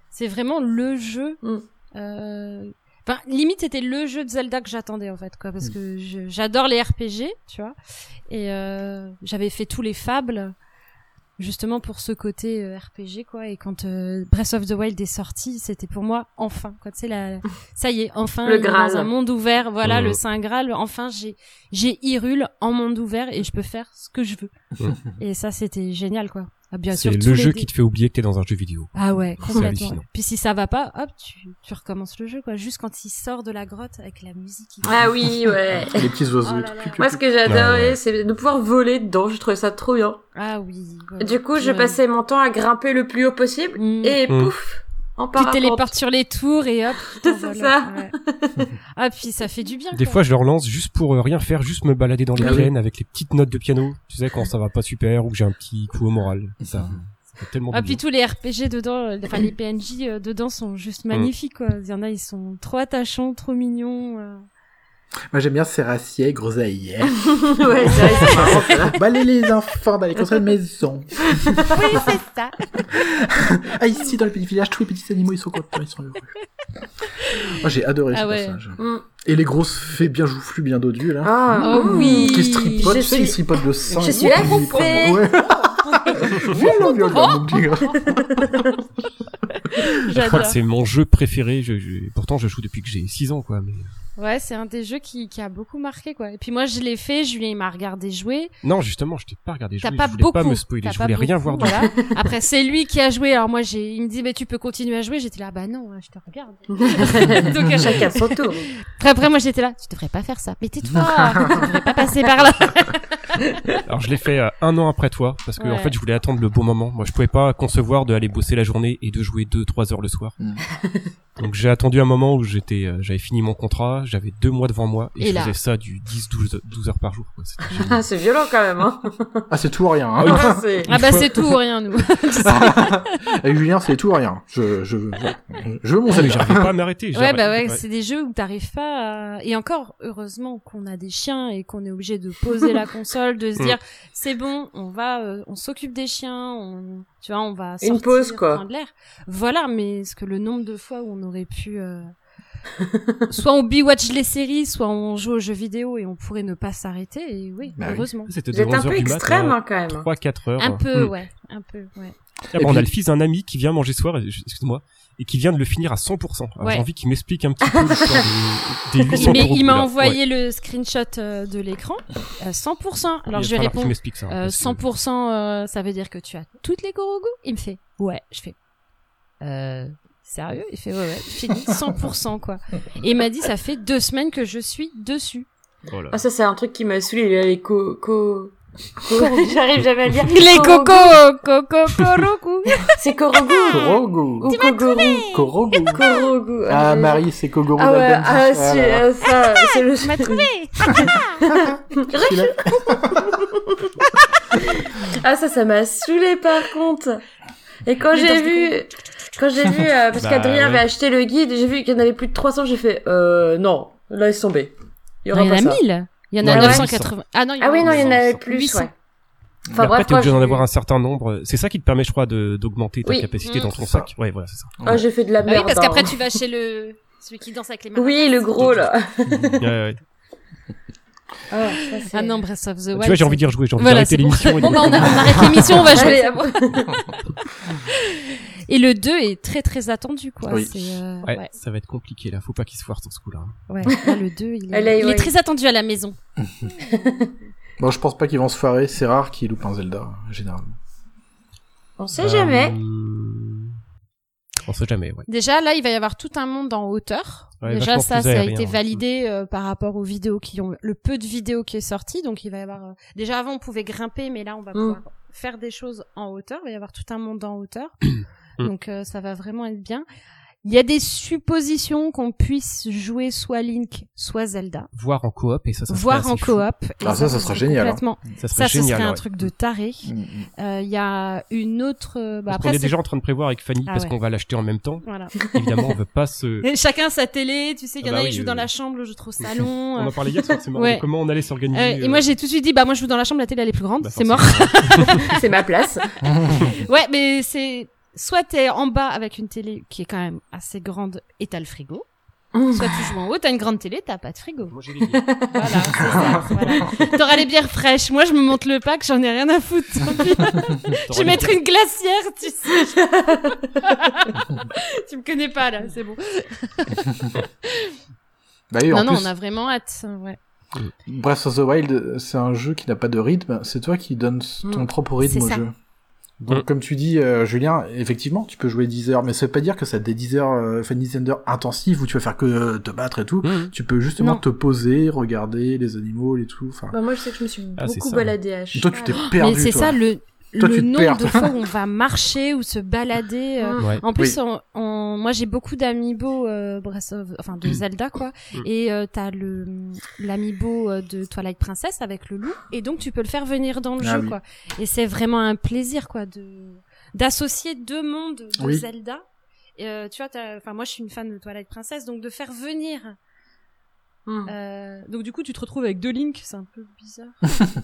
Speaker 4: c'est vraiment le jeu.
Speaker 6: Mm.
Speaker 4: euh, Enfin, limite c'était le jeu de Zelda que j'attendais en fait, quoi,
Speaker 6: Mm.
Speaker 4: parce que je- j'adore les RPG, tu vois. Et euh, j'avais fait tous les fables justement pour ce côté euh, RPG, quoi. Et quand euh, Breath of the Wild est sorti, c'était pour moi enfin, quoi. Tu sais la, ça y est, enfin,
Speaker 6: Le
Speaker 4: il est
Speaker 6: Graal.
Speaker 4: dans un monde ouvert, voilà
Speaker 5: Mm.
Speaker 4: le Saint Graal. Enfin, j'ai j'ai Hyrule en monde ouvert et je peux faire ce que je veux.
Speaker 5: Mm.
Speaker 4: et ça, c'était génial, quoi. Ah, bien
Speaker 5: C'est
Speaker 4: sûr,
Speaker 5: le
Speaker 4: tous les
Speaker 5: jeu
Speaker 4: dé-
Speaker 5: qui te fait oublier que t'es dans un jeu vidéo.
Speaker 4: Ah ouais, complètement.
Speaker 5: hallucinant.
Speaker 4: Puis si ça va pas, hop, tu, tu recommences le jeu, quoi. Juste quand il sort de la grotte avec la musique. qui-
Speaker 6: Ah oui, ouais.
Speaker 7: Les petits oiseaux.
Speaker 4: Oh là là.
Speaker 7: Piu, piu,
Speaker 6: Moi, ce
Speaker 7: piu.
Speaker 6: que j'ai adoré,
Speaker 5: ouais.
Speaker 6: c'est de pouvoir voler dedans. Je trouvais ça trop bien.
Speaker 4: Ah oui. ouais.
Speaker 6: Du coup, je
Speaker 4: Ouais.
Speaker 6: passais mon temps à grimper le plus haut possible.
Speaker 4: Mm.
Speaker 6: Et
Speaker 5: Mm.
Speaker 6: pouf, en
Speaker 4: Tu
Speaker 6: parapente.
Speaker 4: téléportes sur les tours et hop. t'envoles.
Speaker 6: C'est ça.
Speaker 4: Ouais. ah puis ça fait du bien.
Speaker 5: Des
Speaker 4: quoi.
Speaker 5: fois, je le relance juste pour euh, rien faire, juste me balader dans les
Speaker 7: Ah oui.
Speaker 5: plaines avec les petites notes de piano. Tu sais, quand ça va pas super ou que j'ai un petit coup au moral. Ça, ça fait tellement
Speaker 4: Ah
Speaker 5: de
Speaker 4: puis
Speaker 5: bien.
Speaker 4: tous les RPG dedans, euh, enfin les PNJ euh, dedans sont juste
Speaker 5: Mm.
Speaker 4: magnifiques quoi. Il y en a ils sont trop attachants, trop mignons. euh.
Speaker 7: Moi, j'aime bien Séracier, Groseille.
Speaker 6: ouais, c'est vrai, c'est marrant, ça.
Speaker 7: Balez les enfants dans les consoles maison.
Speaker 4: Oui c'est ça.
Speaker 7: Ah, ici, dans le petit village, tous les petits animaux, ils sont contents, ils sont heureux. Moi, j'ai adoré
Speaker 4: Ah
Speaker 7: ce
Speaker 4: ouais.
Speaker 7: personnage.
Speaker 6: Mm.
Speaker 7: Et les grosses fées bien joufflues, bien dodues, là.
Speaker 6: Ah,
Speaker 4: Oh oui.
Speaker 7: Qui se tripotent,
Speaker 6: Je
Speaker 7: tu sais,
Speaker 6: suis-
Speaker 7: ils se tripotent le sang.
Speaker 6: je suis la
Speaker 7: Ils
Speaker 6: fée.
Speaker 7: prennent- Ouais. Voilà, voilà, mon petit gars.
Speaker 5: Je crois que
Speaker 4: J'adore.
Speaker 5: c'est mon jeu préféré. Je, je- Pourtant, je joue depuis que j'ai 6 ans, quoi. Mais... euh,
Speaker 4: Ouais c'est un des jeux qui, qui a beaucoup marqué quoi. Et puis moi je l'ai fait, Julien il m'a regardé jouer.
Speaker 5: Non, justement, je t'ai pas regardé jouer.
Speaker 4: T'as pas
Speaker 5: je voulais
Speaker 4: beaucoup.
Speaker 5: pas me spoiler.
Speaker 4: t'as
Speaker 5: Je
Speaker 4: pas
Speaker 5: voulais rien
Speaker 4: beaucoup,
Speaker 5: voir du
Speaker 4: voilà. Après c'est lui qui a joué. Alors moi j'ai, il me dit mais tu peux continuer à jouer. J'étais là bah non hein, je te regarde. Donc euh,
Speaker 6: Chacun son tour.
Speaker 4: après, après moi j'étais là tu devrais pas faire ça. Mais tais-toi. tu devrais pas passer par là.
Speaker 5: Alors je l'ai fait euh, un an après toi parce que en
Speaker 4: Ouais.
Speaker 5: fait je voulais attendre le bon moment. Moi je pouvais pas concevoir de aller bosser la journée et de jouer 2 3 heures le soir.
Speaker 7: Mm.
Speaker 5: Donc j'ai attendu un moment où j'étais euh, j'avais fini mon contrat, j'avais deux mois devant moi
Speaker 4: Et
Speaker 5: et, je
Speaker 4: là.
Speaker 5: faisais ça du 10 12 12 heures par jour quoi. C'était génial.
Speaker 6: Ah, c'est violent quand même, hein.
Speaker 7: Ah, c'est tout ou rien. hein.
Speaker 6: Ah, c'est-
Speaker 4: Ah bah c'est tout ou rien nous.
Speaker 7: Et Julien, c'est tout ou rien. Je, je, je, je veux mon
Speaker 5: Ah, mais
Speaker 7: Zelda.
Speaker 5: j'arrivais pas à m'arrêter.
Speaker 4: Ouais,
Speaker 5: j'arrêtais-
Speaker 4: bah ouais, c'est des jeux où t'arrives pas à... Et encore, heureusement qu'on a des chiens et qu'on est obligé de poser la console, de se
Speaker 5: Mm.
Speaker 4: dire, c'est bon, on va, euh, on s'occupe des chiens, on, tu vois, on va
Speaker 6: Une
Speaker 4: sortir,
Speaker 6: pause, quoi.
Speaker 4: prendre l'air. Voilà, mais ce que le nombre de fois où on aurait pu... euh, soit on binge-watch les séries, soit on joue aux jeux vidéo et on pourrait ne pas s'arrêter, et oui,
Speaker 7: Bah oui.
Speaker 4: heureusement.
Speaker 5: C'était
Speaker 6: Vous
Speaker 5: de
Speaker 6: êtes
Speaker 5: 11
Speaker 6: un peu
Speaker 5: heures du euh,
Speaker 6: extrême,
Speaker 5: matin.
Speaker 6: hein, quand même.
Speaker 5: 3 4 heures.
Speaker 4: Un peu,
Speaker 5: Mm.
Speaker 4: ouais, un peu, ouais.
Speaker 5: Ah,
Speaker 7: Et
Speaker 5: bah, on
Speaker 7: puis-
Speaker 5: a le fils d'un ami qui vient manger ce soir, et je- excuse-moi, et qui vient de le finir à 100%. Alors,
Speaker 4: Ouais.
Speaker 5: J'ai envie qu'il m'explique un petit peu l'histoire des, des 800
Speaker 4: Il m'a-
Speaker 5: euros
Speaker 4: il m'a
Speaker 5: qu'il a. Ouais.
Speaker 4: envoyé le screenshot euh, de l'écran, euh, à 100%. Alors je vais
Speaker 5: Il va falloir qu'il
Speaker 4: répondre.
Speaker 5: m'explique ça, hein,
Speaker 4: Euh,
Speaker 5: parce que-
Speaker 4: 100%, euh, ça veut dire que tu as toutes les Gorogu Il me fait, ouais. Je fais, euh, sérieux Il fait, ouais, ouais, fini, 100%, quoi. Et il m'a dit, ça fait deux semaines que je suis dessus.
Speaker 5: Oh là.
Speaker 6: Ah, ça, c'est un truc qui m'a saoulé, là, les co, co, J'arrive jamais à le dire.
Speaker 4: Les
Speaker 6: Korogu.
Speaker 4: coco, coco, coroku.
Speaker 6: C'est Korogu.
Speaker 7: Korogu.
Speaker 6: Ou Kogoru.
Speaker 7: Korogu.
Speaker 6: Korogu.
Speaker 7: Ah, Marie, c'est Kogoru
Speaker 6: Ah ouais,
Speaker 7: la Benji.
Speaker 6: ah,
Speaker 7: Ah
Speaker 6: si,
Speaker 7: là là.
Speaker 6: euh, ça, c'est le
Speaker 4: m'a trouvé.
Speaker 7: Celui-là.
Speaker 6: Ah ça, ça m'a saoulé par contre. Et quand j'ai vu, quand j'ai vu, euh, parce
Speaker 5: Bah,
Speaker 6: qu'Adrien
Speaker 5: ouais.
Speaker 6: avait acheté le guide, j'ai vu qu'il y en avait plus de 300, j'ai fait, euh, non, laisse tomber. Il y
Speaker 4: Non,
Speaker 6: aura
Speaker 4: Il y en
Speaker 6: pas
Speaker 4: a
Speaker 6: ça.
Speaker 4: 1000. Il y en
Speaker 5: Non,
Speaker 4: a
Speaker 5: il y en a
Speaker 4: 980. Ah non, il y en
Speaker 6: Ah
Speaker 4: a
Speaker 6: oui, non, il y en avait
Speaker 5: 800.
Speaker 6: plus,
Speaker 4: 800.
Speaker 6: ouais. Enfin
Speaker 5: Mais après,
Speaker 6: bref,
Speaker 5: t'es obligé
Speaker 6: moi,
Speaker 5: d'en
Speaker 6: j'ai-
Speaker 5: avoir un certain nombre. C'est ça qui te permet, je crois, de- d'augmenter ta
Speaker 6: Oui.
Speaker 5: capacité
Speaker 4: Mmh.
Speaker 5: dans ton
Speaker 7: C'est ça.
Speaker 5: sac. Ouais, voilà, c'est ça.
Speaker 6: Ah, j'ai fait de la
Speaker 4: Bah oui,
Speaker 6: merde.
Speaker 4: parce qu'après
Speaker 6: hein.
Speaker 4: tu vas chez le celui qui danse avec les mains.
Speaker 6: Oui, le gros là.
Speaker 5: Ouais, ouais.
Speaker 6: Ah, ça, c'est-
Speaker 4: Ah non, Breath of the Wild.
Speaker 5: Tu vois, j'ai
Speaker 4: c'est-
Speaker 5: envie de rejouer, j'ai envie
Speaker 4: Voilà,
Speaker 5: d'arrêter
Speaker 4: c'est pour ça.
Speaker 5: l'émission. et
Speaker 4: Bon
Speaker 5: de-
Speaker 4: bah on, a- on arrête l'émission, on va jouer.
Speaker 6: Allez,
Speaker 4: c'est
Speaker 6: à
Speaker 4: bon. Et le 2 est très très attendu quoi.
Speaker 7: Oui.
Speaker 4: C'est, euh,
Speaker 5: Ouais,
Speaker 4: ouais.
Speaker 5: ça va être compliqué là, faut pas qu'il se foire sur ce coup-là.
Speaker 4: ouais. Là, le 2, il est,
Speaker 6: Elle est-
Speaker 4: il est
Speaker 6: ouais.
Speaker 4: très attendu à la maison.
Speaker 7: Bon, je pense pas qu'ils vont se foirer. C'est rare qu'ils loupent un Zelda, généralement.
Speaker 6: On sait jamais.
Speaker 5: Euh, On sait jamais, ouais.
Speaker 4: Déjà là, il va y avoir tout un monde en hauteur.
Speaker 5: Ouais,
Speaker 4: Déjà
Speaker 5: vachement
Speaker 4: ça,
Speaker 5: plus
Speaker 4: ça a
Speaker 5: aérien.
Speaker 4: été validé euh, par rapport aux vidéos qui ont le peu de vidéos qui est sorti. Donc il va y avoir euh, déjà avant on pouvait grimper, mais là on va
Speaker 6: Mm.
Speaker 4: pouvoir faire des choses en hauteur. Il va y avoir tout un monde en hauteur.
Speaker 5: Mm.
Speaker 4: donc euh, ça va vraiment être bien. Il y a des suppositions qu'on puisse jouer soit Link, soit Zelda,
Speaker 5: Voir en coop et ça, ça serait
Speaker 4: voire
Speaker 5: assez
Speaker 4: en
Speaker 5: fou.
Speaker 4: coop. Et
Speaker 7: Ah, ça, ça serait génial, hein.
Speaker 4: complètement-
Speaker 5: Ça serait
Speaker 4: Ça, ce
Speaker 5: génial.
Speaker 4: serait un
Speaker 5: ouais.
Speaker 4: truc de taré. Euh,
Speaker 7: Mm, mm.
Speaker 4: Il y a une autre. euh, Bah,
Speaker 5: Parce
Speaker 4: après,
Speaker 5: qu'on est
Speaker 4: c'est-
Speaker 5: déjà en train de prévoir avec Fanny
Speaker 4: Ah
Speaker 5: parce
Speaker 4: ouais.
Speaker 5: qu'on va l'acheter en même temps.
Speaker 4: Voilà.
Speaker 5: Évidemment, on veut pas se.
Speaker 4: Et Euh, chacun sa télé, tu sais, il y en
Speaker 5: Ah bah
Speaker 4: a, ils
Speaker 5: oui,
Speaker 4: jouent
Speaker 5: euh,
Speaker 4: dans la chambre, l'autre au salon.
Speaker 5: On
Speaker 4: euh.
Speaker 5: en parlait hier soir, c'est marrant.
Speaker 4: Ouais.
Speaker 5: de Comment on allait s'organiser.
Speaker 4: Euh, et moi, j'ai tout de suite dit, bah, moi, je joue dans la chambre, la télé, elle est plus grande,
Speaker 5: Bah,
Speaker 4: c'est mort.
Speaker 5: forcément.
Speaker 6: C'est ma place.
Speaker 4: ouais, mais c'est, soit t'es en bas avec une télé qui est quand même assez grande et t'as le frigo.
Speaker 6: Bah,
Speaker 4: Soit tu joues en haut, t'as une grande télé, t'as pas de frigo.
Speaker 5: Moi, j'ai les billets.
Speaker 4: Voilà, c'est ça, voilà. T'auras les bières fraîches. Moi, je me monte le pack, j'en ai rien à foutre. tant pis. Je
Speaker 5: T'auras
Speaker 4: vais
Speaker 5: les
Speaker 4: mettre une glacière, tu sais. tu me connais pas, là, c'est bon.
Speaker 7: Bah oui, en
Speaker 4: Non, non,
Speaker 7: plus,
Speaker 4: on a vraiment hâte. Ouais.
Speaker 7: Breath of the Wild, c'est un jeu qui n'a pas de rythme. C'est toi qui donnes ton
Speaker 4: Mm.
Speaker 7: propre rythme
Speaker 4: C'est
Speaker 7: au
Speaker 4: ça.
Speaker 7: jeu. Donc,
Speaker 5: Mm.
Speaker 7: comme tu dis, euh, Julien, effectivement, tu peux jouer 10 heures, mais ça veut pas dire que ça te des 10 heures euh, Fantasy Thunder intensives où tu vas faire que euh, te battre et tout.
Speaker 5: Mm.
Speaker 7: Tu peux justement
Speaker 4: Non.
Speaker 7: te poser, regarder les animaux et tout. Enfin,
Speaker 6: Bah, moi, je sais que je me suis
Speaker 5: Ah, c'est
Speaker 6: beaucoup
Speaker 5: ça.
Speaker 6: baladée à
Speaker 7: toi, tu t'es
Speaker 6: cheval.
Speaker 7: perdu.
Speaker 4: Mais c'est
Speaker 7: toi.
Speaker 4: ça le,
Speaker 7: Toi,
Speaker 4: le
Speaker 7: tu te
Speaker 4: nombre
Speaker 7: perds,
Speaker 4: de fois où on va marcher ou se balader. euh,
Speaker 6: Mm.
Speaker 5: Ouais.
Speaker 4: En plus, on- on- moi j'ai beaucoup d'amiibo euh, Breath of- enfin de Zelda quoi,
Speaker 5: Mm.
Speaker 4: et euh, t'as le l'amiibo euh, de Twilight Princess avec le loup, et donc tu peux le faire venir dans le
Speaker 7: Ah
Speaker 4: jeu
Speaker 7: oui.
Speaker 4: quoi. Et c'est vraiment un plaisir quoi de d'associer deux mondes de
Speaker 7: Oui.
Speaker 4: Zelda. Et, euh, tu vois, t'as- enfin moi je suis une fan de Twilight Princess, donc de faire venir.
Speaker 5: Hein.
Speaker 6: Mm.
Speaker 4: euh, donc du coup tu te retrouves avec deux Link, c'est un peu bizarre.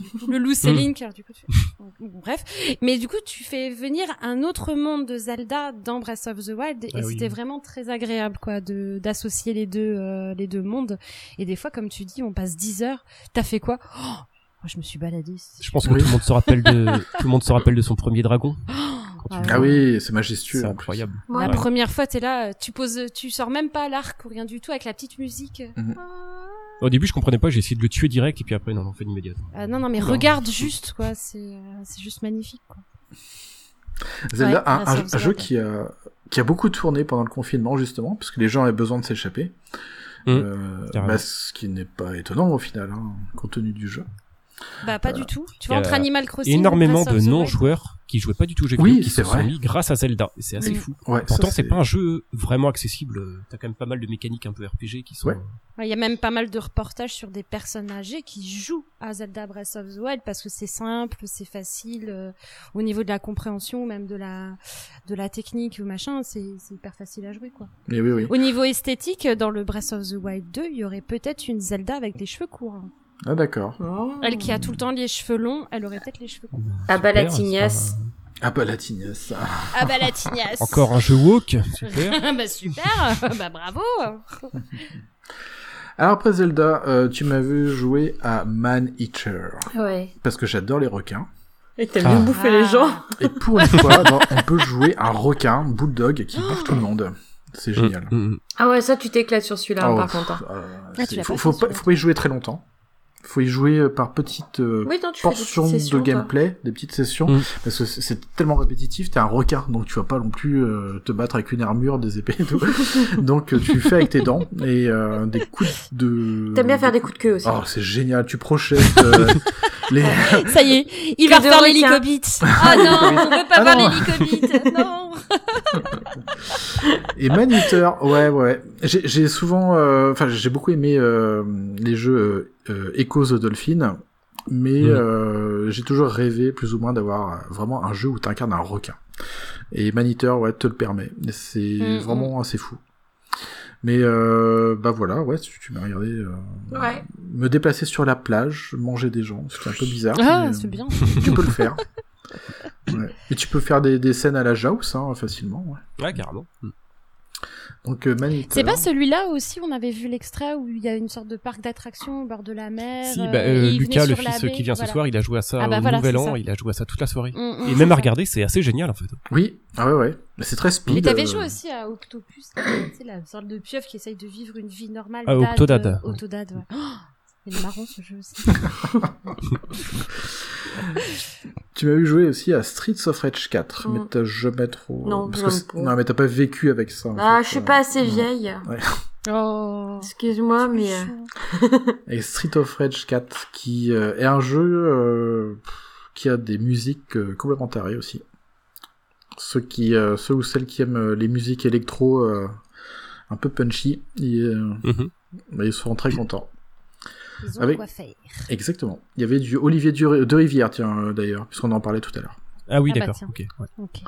Speaker 4: Du coup, le loup c'est
Speaker 5: Mm.
Speaker 4: Link, alors du coup tu- Bon, bref. Mais du coup, tu fais venir un autre monde de Zelda dans Breath of the Wild
Speaker 5: Ah
Speaker 4: et
Speaker 5: oui.
Speaker 4: c'était vraiment très agréable quoi de d'associer les deux euh, les deux mondes et des fois comme tu dis, on passe 10 heures, t'as fait quoi Oh, moi, je me suis baladée.
Speaker 5: Je pense que
Speaker 7: Oui.
Speaker 5: tout le monde se rappelle de tout le monde se rappelle de son premier dragon. Quand tu
Speaker 4: ouais.
Speaker 5: joues,
Speaker 7: Ah oui, c'est
Speaker 5: c'est
Speaker 7: majestueux. en plus.
Speaker 5: incroyable.
Speaker 4: La
Speaker 6: Ouais.
Speaker 4: première fois, t'es là, euh, tu poses, tu sors même pas à l'arc ou rien du tout avec la petite musique.
Speaker 7: Mhm.
Speaker 5: Au début, je comprenais pas, j'ai essayé de le tuer direct et puis après non, on fait immédiatement.
Speaker 4: Ah, non non, mais regarde juste quoi, c'est euh, c'est juste magnifique quoi.
Speaker 7: Zelda,
Speaker 4: Ouais,
Speaker 7: un,
Speaker 4: Breath
Speaker 7: un-
Speaker 4: of the
Speaker 7: un jeu
Speaker 4: Wild.
Speaker 7: qui a, qui a beaucoup tourné pendant le confinement, justement, parce que les gens avaient besoin de s'échapper.
Speaker 5: Mm,
Speaker 7: Euh,
Speaker 5: carrément.
Speaker 7: bah, ce qui n'est pas étonnant au final, hein, compte tenu du jeu.
Speaker 4: Bah pas du tout. Tu
Speaker 5: Il
Speaker 4: vois
Speaker 5: y
Speaker 4: entre
Speaker 5: a
Speaker 4: Animal Crossing et
Speaker 5: Énormément
Speaker 4: Breath
Speaker 5: de
Speaker 4: of the Wild.
Speaker 5: non-joueurs qui jouaient pas du tout aux jeux
Speaker 7: Oui,
Speaker 5: vidéo qui se
Speaker 7: c'est
Speaker 5: sont
Speaker 7: vrai.
Speaker 5: mis grâce à Zelda. Et C'est assez
Speaker 4: Mm.
Speaker 5: fou.
Speaker 7: Ouais,
Speaker 5: Pourtant,
Speaker 7: ça,
Speaker 5: c'est pas un jeu vraiment accessible. euh, T'as quand même pas mal de mécaniques un peu RPG qui sont.
Speaker 7: Ouais.
Speaker 4: Ouais, Il y a même pas mal de reportages sur des personnes âgées qui jouent à Zelda Breath of the Wild parce que c'est simple, c'est facile euh, au niveau de la compréhension, même de la de la technique ou machin, c'est c'est hyper facile à jouer quoi.
Speaker 7: Mais oui, oui.
Speaker 4: Au niveau esthétique, dans le Breath of the Wild 2, il y aurait peut-être une Zelda avec des cheveux courts. hein.
Speaker 7: Ah, d'accord.
Speaker 6: Oh.
Speaker 4: Elle qui a tout le temps les cheveux longs, elle aurait peut-être les cheveux courts.
Speaker 6: Ah bah la
Speaker 5: Super, c'est
Speaker 6: tignasse.
Speaker 5: pas-
Speaker 7: Ah, bah, la tignasse. Ah,
Speaker 4: Ah bah la tignasse.
Speaker 5: Encore un jeu woke. Super.
Speaker 4: bah super, bah bravo.
Speaker 7: Alors, après Zelda, euh, tu m'as vu jouer à Man Eater,
Speaker 6: Ah Ouais.
Speaker 7: parce que j'adore les requins.
Speaker 6: Et t'as
Speaker 5: Ah.
Speaker 6: bien bouffé les gens.
Speaker 7: Et pour une fois, dans- on peut jouer un requin, bulldog, qui bat tout le monde. C'est génial.
Speaker 5: Mm, mm, mm.
Speaker 6: Ah ouais, ça, tu t'éclates sur celui-là,
Speaker 7: Ah
Speaker 6: hein,
Speaker 7: ouais,
Speaker 6: par contre. hein.
Speaker 7: Euh,
Speaker 4: Ah, tu
Speaker 7: c'est-
Speaker 4: l'as
Speaker 7: faut,
Speaker 4: pas
Speaker 7: faut
Speaker 4: fait,
Speaker 7: pas,
Speaker 4: celui-là.
Speaker 7: faut pas y jouer très longtemps. faut y jouer par petites euh,
Speaker 6: Oui, non, tu fais des petites
Speaker 7: portions
Speaker 6: sessions,
Speaker 7: de
Speaker 6: toi.
Speaker 7: gameplay, des petites sessions,
Speaker 5: Mm.
Speaker 7: parce que c'est- c'est tellement répétitif, t'es un requin, donc tu vas pas non plus euh, te battre avec une armure, des épées et tout. donc euh, tu fais avec tes dents et euh, des coups euh, de...
Speaker 6: T'aimes bien faire des coups de queue aussi.
Speaker 7: Oh, c'est génial, tu projettes euh, les...
Speaker 4: Ça y est, il
Speaker 6: Que
Speaker 4: va
Speaker 6: de
Speaker 4: refaire
Speaker 6: requins.
Speaker 4: l'hélicobite. Ah non, on veut pas
Speaker 7: Ah
Speaker 4: voir
Speaker 7: non.
Speaker 4: l'hélicobite. Non.
Speaker 7: Et Maniteur, ouais, ouais. J'ai j'ai souvent, euh, enfin, j'ai beaucoup aimé euh, les jeux euh, euh, Echo the Dolphin, mais
Speaker 4: Mm.
Speaker 5: Mhm.
Speaker 7: euh, j'ai toujours rêvé plus ou moins d'avoir euh, vraiment un jeu où t'incarnes un requin. Et Maniteur, ouais, te le permet. C'est
Speaker 4: Mhm.
Speaker 7: vraiment assez fou. Mais euh, bah voilà, ouais, tu, tu m'as regardé euh,
Speaker 6: Ouais.
Speaker 7: me déplacer sur la plage, manger des gens, c'est un peu bizarre.
Speaker 4: Ah,
Speaker 7: mais, euh,
Speaker 4: c'est bien.
Speaker 7: Tu peux le faire. Ouais. Et tu peux faire des, des scènes à la Jaws, hein, facilement. Ouais.
Speaker 5: Ouais, carrément. Mm.
Speaker 7: Donc euh, Maniteur.
Speaker 4: C'est pas celui-là aussi, on avait vu l'extrait où il y a une sorte de parc d'attractions au bord de la mer.
Speaker 5: Si,
Speaker 4: euh,
Speaker 5: bah, euh,
Speaker 4: et il venait
Speaker 5: Lucas, le
Speaker 4: sur la
Speaker 5: fils
Speaker 4: baie,
Speaker 5: qui vient
Speaker 4: voilà.
Speaker 5: ce soir, il a joué à ça
Speaker 4: Ah bah
Speaker 5: au
Speaker 4: voilà,
Speaker 5: Nouvel
Speaker 4: c'est
Speaker 5: An,
Speaker 4: ça.
Speaker 5: il a joué à ça toute la soirée.
Speaker 4: Mm, mm,
Speaker 5: Et
Speaker 4: c'est
Speaker 5: même à
Speaker 4: ça.
Speaker 5: regarder, c'est assez génial en fait.
Speaker 7: Oui, ah ouais, ouais. Mais C'est très speed.
Speaker 4: Mais t'avais
Speaker 7: euh,
Speaker 4: joué aussi à Octopus, c'est la sorte de pieuvre qui essaye de vivre une vie normale.
Speaker 5: Ah,
Speaker 4: dad,
Speaker 5: Octodad.
Speaker 4: euh, Octodad, ouais. Oh, c'est marrant ce jeu aussi.
Speaker 7: Tu m'as eu jouer aussi à Streets of Rage 4, mais
Speaker 6: Mm.
Speaker 7: t'as jamais trop.
Speaker 6: Non,
Speaker 7: parce
Speaker 6: j'aime
Speaker 7: que c'est-
Speaker 6: pas.
Speaker 7: non mais t'as pas vécu avec ça. en
Speaker 6: Ah,
Speaker 7: fait,
Speaker 6: je suis
Speaker 7: euh.
Speaker 6: pas assez
Speaker 7: non.
Speaker 6: vieille.
Speaker 4: Oh.
Speaker 6: Excuse-moi, mais euh,
Speaker 7: Et Street of Rage 4, qui euh, est un jeu euh, pff, qui a des musiques euh, complètement tarées aussi. Ceux qui, euh, ceux ou celles qui aiment euh, les musiques électro, euh, un peu punchy, ils, euh,
Speaker 5: Mhm.
Speaker 7: bah, ils seront très contents.
Speaker 4: Ils ont
Speaker 7: Avec-
Speaker 4: quoi faire.
Speaker 7: Exactement. Il y avait du Olivier Dur- de Rivière, tiens euh, d'ailleurs, puisqu'on en parlait tout à l'heure.
Speaker 5: Ah oui,
Speaker 4: Ah bah
Speaker 5: d'accord.
Speaker 4: tiens.
Speaker 5: ok. ouais.
Speaker 4: Ok.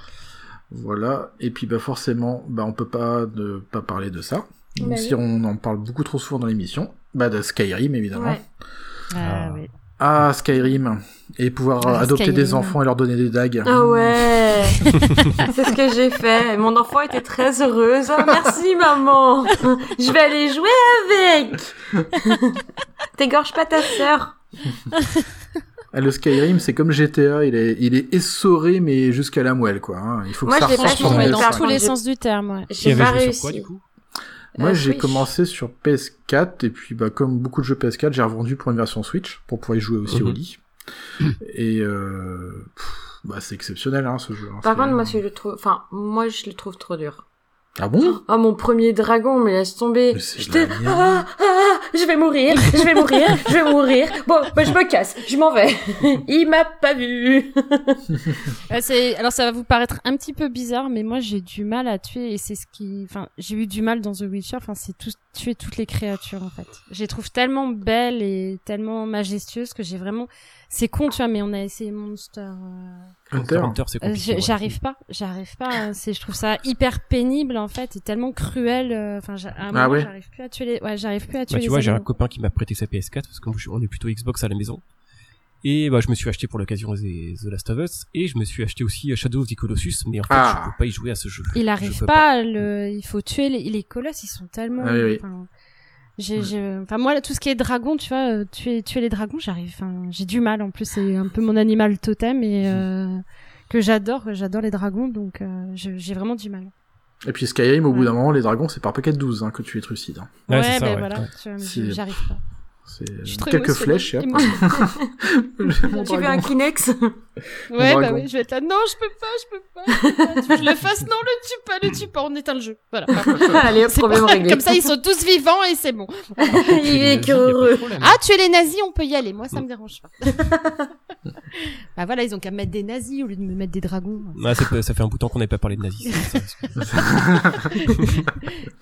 Speaker 7: Voilà, et puis bah forcément, bah on peut pas ne pas parler de ça, même
Speaker 6: Bah oui.
Speaker 7: si on en parle beaucoup trop souvent dans l'émission. Bah de Skyrim évidemment.
Speaker 6: ouais.
Speaker 4: Ah,
Speaker 5: Ah.
Speaker 4: ouais.
Speaker 7: Ah Skyrim et pouvoir euh,
Speaker 4: Ah,
Speaker 7: adopter des
Speaker 4: Skyrim.
Speaker 7: enfants et leur donner des dagues.
Speaker 6: Ah ouais. C'est ce que j'ai fait. Mon enfant était très heureuse. Ah, merci maman. Je vais aller jouer avec. T'égorges pas ta sœur.
Speaker 7: Ah, Le Skyrim c'est comme GTA, il est il est essoré mais jusqu'à la moelle quoi. hein. Il faut que
Speaker 6: Moi,
Speaker 7: ça
Speaker 6: je l'ai pas joué,
Speaker 7: ressorte sur
Speaker 4: Franchement, mais
Speaker 6: mais
Speaker 4: dans
Speaker 6: par
Speaker 7: PS5.
Speaker 4: tous les
Speaker 6: contre,
Speaker 4: sens du terme, ouais.
Speaker 5: Qui
Speaker 6: J'ai
Speaker 5: avait
Speaker 6: pas
Speaker 5: joué sur quoi
Speaker 6: réussi.
Speaker 5: du coup
Speaker 7: Moi
Speaker 6: Euh,
Speaker 7: j'ai
Speaker 6: Switch.
Speaker 7: commencé sur PS4 et puis bah comme beaucoup de jeux PS4 j'ai revendu pour une version Switch pour pouvoir y jouer aussi
Speaker 5: Mhm.
Speaker 7: au lit. Et euh, pff, bah c'est exceptionnel hein, ce jeu. hein.
Speaker 6: Par
Speaker 7: C'est-
Speaker 6: contre, moi, je le trouve, enfin, moi, je le trouve trop dur.
Speaker 7: ah bon
Speaker 6: Ah, mon premier dragon, mais laisse tomber.
Speaker 7: Mais c'est
Speaker 6: Je te-
Speaker 7: la merde.
Speaker 6: ah, ah, je vais mourir, je vais mourir, je vais mourir. Bon, bah, je me casse, je m'en vais. Il m'a pas vu.
Speaker 4: Euh, c'est- alors ça va vous paraître un petit peu bizarre, mais moi j'ai du mal à tuer et c'est ce qui, enfin j'ai eu du mal dans The Witcher. Enfin c'est tout... tuer toutes les créatures en fait. Je les trouve tellement belles et tellement majestueuses que j'ai vraiment, c'est con tu vois, mais on a essayé Monster. euh,
Speaker 6: Ah.
Speaker 7: Hunter.
Speaker 5: Hunter, c'est
Speaker 4: euh,
Speaker 5: compliqué.
Speaker 4: je-
Speaker 5: ouais.
Speaker 4: j'arrive pas, j'arrive pas. hein. C'est, je trouve ça hyper pénible en fait et tellement cruel. euh, Enfin j'a- à un
Speaker 7: Ah
Speaker 4: moment,
Speaker 7: ouais.
Speaker 4: j'arrive plus à tuer les, ouais j'arrive plus à tuer
Speaker 5: Bah,
Speaker 4: les
Speaker 5: tu vois, j'ai un
Speaker 4: animaux.
Speaker 5: copain qui m'a prêté sa PS4 parce qu'on on est plutôt Xbox à la maison. Et bah, je me suis acheté pour l'occasion The The Last of Us et je me suis acheté aussi euh, Shadow of the Colossus, mais en fait,
Speaker 7: Ah.
Speaker 5: je peux pas y jouer à ce jeu.
Speaker 4: Il
Speaker 5: Je
Speaker 4: arrive
Speaker 5: peux
Speaker 4: pas, le... il faut tuer les, les colosses, ils sont tellement.
Speaker 7: Ah oui, oui.
Speaker 4: Enfin, j'ai, j'ai- enfin, moi, là, tout ce qui est dragon, tu vois, euh, tuer, tuer les dragons, j'arrive. Enfin, j'ai du mal. En plus, c'est un peu mon animal totem et euh, que j'adore. J'adore les dragons, donc euh, je- j'ai vraiment du mal.
Speaker 7: Et puis Skyrim, au bout
Speaker 4: Ouais.
Speaker 7: d'un moment, les dragons, c'est par paquet 12 hein, que tu étrucides. hein.
Speaker 5: Ouais, c'est ça,
Speaker 4: ben
Speaker 5: ouais,
Speaker 4: voilà,
Speaker 5: ouais.
Speaker 4: tu vois,
Speaker 7: C'est-
Speaker 4: j'arrive pas.
Speaker 7: C'est
Speaker 4: Je suis trop
Speaker 7: quelques
Speaker 4: émotionnée,
Speaker 7: flèches et hop.
Speaker 4: émotionnée.
Speaker 7: mon
Speaker 6: Tu veux un
Speaker 7: dragon.
Speaker 6: Kleenex
Speaker 4: Ouais, bah
Speaker 7: dragon.
Speaker 4: oui, je vais être là. Non, je peux pas, je peux pas. Je, peux pas. Tu veux que je le fasse, non, le tue pas, le tue pas. On éteint le jeu. Voilà.
Speaker 6: Allez,
Speaker 4: C'est
Speaker 6: problème
Speaker 4: bon.
Speaker 6: réglé.
Speaker 4: Comme ça, ils sont tous vivants et c'est bon.
Speaker 6: il
Speaker 5: Chez les
Speaker 6: est
Speaker 5: nazis,
Speaker 6: que
Speaker 5: y a pas de
Speaker 6: heureux.
Speaker 5: problème.
Speaker 4: Ah, tuer les nazis, on peut y aller. Moi, ça me dérange pas. bah voilà, ils ont qu'à me mettre des nazis au lieu de me mettre des dragons.
Speaker 5: Ouais, Bah, c'est pas- ça fait un bout de temps qu'on n'avait pas parlé de nazis. c'est pour ça.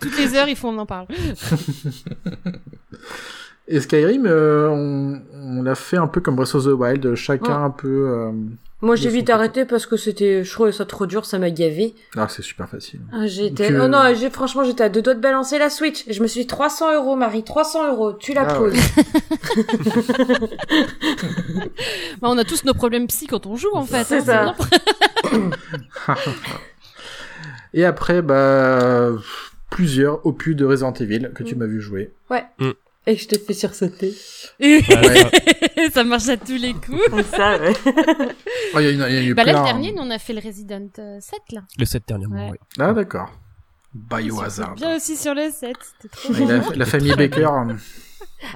Speaker 4: Toutes les heures, il faut on en parle.
Speaker 7: Et Skyrim, euh, on, on l'a fait un peu comme Breath of the Wild, chacun un peu... euh,
Speaker 6: Moi, j'ai
Speaker 7: De son
Speaker 6: vite
Speaker 7: côté.
Speaker 6: arrêté parce que c'était, je trouvais ça trop dur, ça m'a gavé.
Speaker 7: Ah, c'est super facile.
Speaker 6: Ah, J'étais,
Speaker 7: Que-
Speaker 6: oh non, j'ai, franchement, j'étais à deux doigts de balancer la Switch. Je me suis dit 300 euros, Marie, 300 euros, tu la
Speaker 7: Ah
Speaker 6: poses.
Speaker 4: Bah, on a tous nos problèmes psy quand on joue, en fait.
Speaker 6: C'est
Speaker 4: hein,
Speaker 6: ça.
Speaker 4: bien.
Speaker 7: Et après, bah... pff, Plusieurs opus de Resident Evil que
Speaker 4: Mm.
Speaker 7: tu m'as vu jouer.
Speaker 6: Et je t'ai fait sursauter.
Speaker 5: Ouais,
Speaker 4: ça marche à tous les coups.
Speaker 6: ça, ouais.
Speaker 7: Ah, il y, en a- il y en a eu
Speaker 4: Bah, là,
Speaker 7: plein.
Speaker 4: le
Speaker 7: hein.
Speaker 4: dernier, nous, on a fait le Resident euh, 7, là.
Speaker 5: Le 7 dernièrement,
Speaker 4: Ouais.
Speaker 5: ouais.
Speaker 7: Ah, d'accord.
Speaker 4: On s'est
Speaker 7: Biohazard.
Speaker 4: bien aussi sur le 7. C'était trop
Speaker 7: Avec
Speaker 4: bien.
Speaker 7: la, la famille Baker. hein.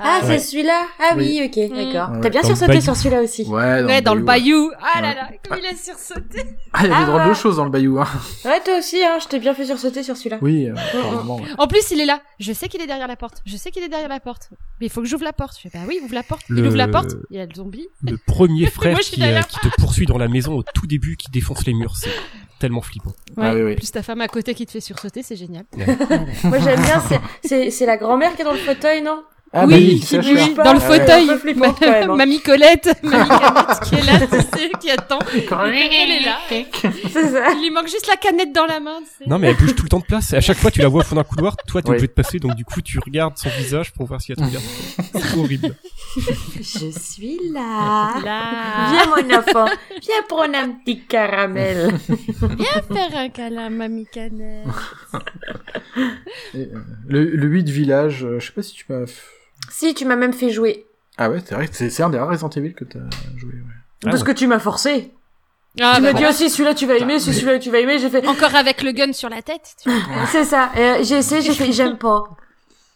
Speaker 6: Ah, c'est
Speaker 7: Ouais.
Speaker 6: celui-là Ah oui, ok,
Speaker 4: Mm.
Speaker 6: d'accord.
Speaker 7: Ouais,
Speaker 6: T'as bien
Speaker 5: dans le
Speaker 6: sursauté
Speaker 5: bayou.
Speaker 6: sur celui-là aussi.
Speaker 7: Ouais,
Speaker 4: Ouais, dans le
Speaker 7: bayou.
Speaker 4: bayou. Ah
Speaker 7: Ouais.
Speaker 4: là là, comme il a sursauté.
Speaker 7: Ah, il y a
Speaker 6: Ah,
Speaker 7: des drôles
Speaker 6: ouais.
Speaker 7: de choses dans le bayou, hein.
Speaker 6: Ouais, toi aussi, hein, je t'ai bien fait sursauter sur celui-là.
Speaker 7: Oui, euh,
Speaker 6: oh.
Speaker 7: heureusement, ouais.
Speaker 4: En plus, il est là. Je sais qu'il est derrière la porte. Je sais qu'il est derrière la porte. Mais il faut que j'ouvre la porte. Je fais, bah oui, ouvre la porte. Il
Speaker 5: Le-
Speaker 4: ouvre la porte. Il y a le zombie.
Speaker 5: Le premier frère
Speaker 4: Moi, je suis
Speaker 5: qui, euh,
Speaker 4: derrière.
Speaker 5: qui te poursuit dans la maison au tout début, qui défonce les murs, c'est tellement flippant.
Speaker 7: Ah oui, oui.
Speaker 4: Plus ta femme à côté qui te fait sursauter, c'est génial.
Speaker 6: Moi, j'aime bien, c'est- c'est c'est la grand-mère qui est dans le fauteuil, non
Speaker 7: Ah,
Speaker 4: Oui,
Speaker 7: bah oui,
Speaker 4: qui
Speaker 7: c'est
Speaker 6: bouge
Speaker 7: cher.
Speaker 6: pas. euh,
Speaker 4: dans le
Speaker 7: Ah ouais.
Speaker 4: fauteuil.
Speaker 6: Un peu flippant, quand même, hein.
Speaker 4: Mamie Colette, Mamie Canette qui est là, tu sais, qui attend. Et Elle est là.
Speaker 6: C'est ça.
Speaker 4: Il lui manque juste la canette dans la main. tu sais.
Speaker 5: Non, mais elle bouge tout le temps de place. À chaque fois, tu la vois au fond d'un couloir. Toi, t'es
Speaker 7: Oui.
Speaker 5: obligé de passer, donc du coup, tu regardes son visage pour voir s'il y a tout C'est horrible.
Speaker 6: Je suis là.
Speaker 4: Là,
Speaker 6: Viens, mon enfant. Viens prendre un petit caramel.
Speaker 4: faire un câlin, Mamie Canette.
Speaker 7: Et, euh, Le, le 8 village, euh, je sais pas si tu m'as. f-
Speaker 6: si, tu m'as même fait jouer.
Speaker 7: Ah ouais, c'est vrai, que c'est c'est un des rares Resident Evil que t'as joué. ouais.
Speaker 5: Ah
Speaker 6: Parce
Speaker 5: ouais.
Speaker 6: que tu m'as forcé.
Speaker 4: Ah,
Speaker 6: tu m'as
Speaker 4: bah,
Speaker 6: dit, oh, si, celui-là, tu vas aimer,
Speaker 7: Ah,
Speaker 6: si celui-là, tu vas aimer. J'ai fait,
Speaker 4: Encore avec le gun sur la tête. tu vois.
Speaker 6: c'est ça. Euh, j'ai essayé, j'ai fait, j'aime pas.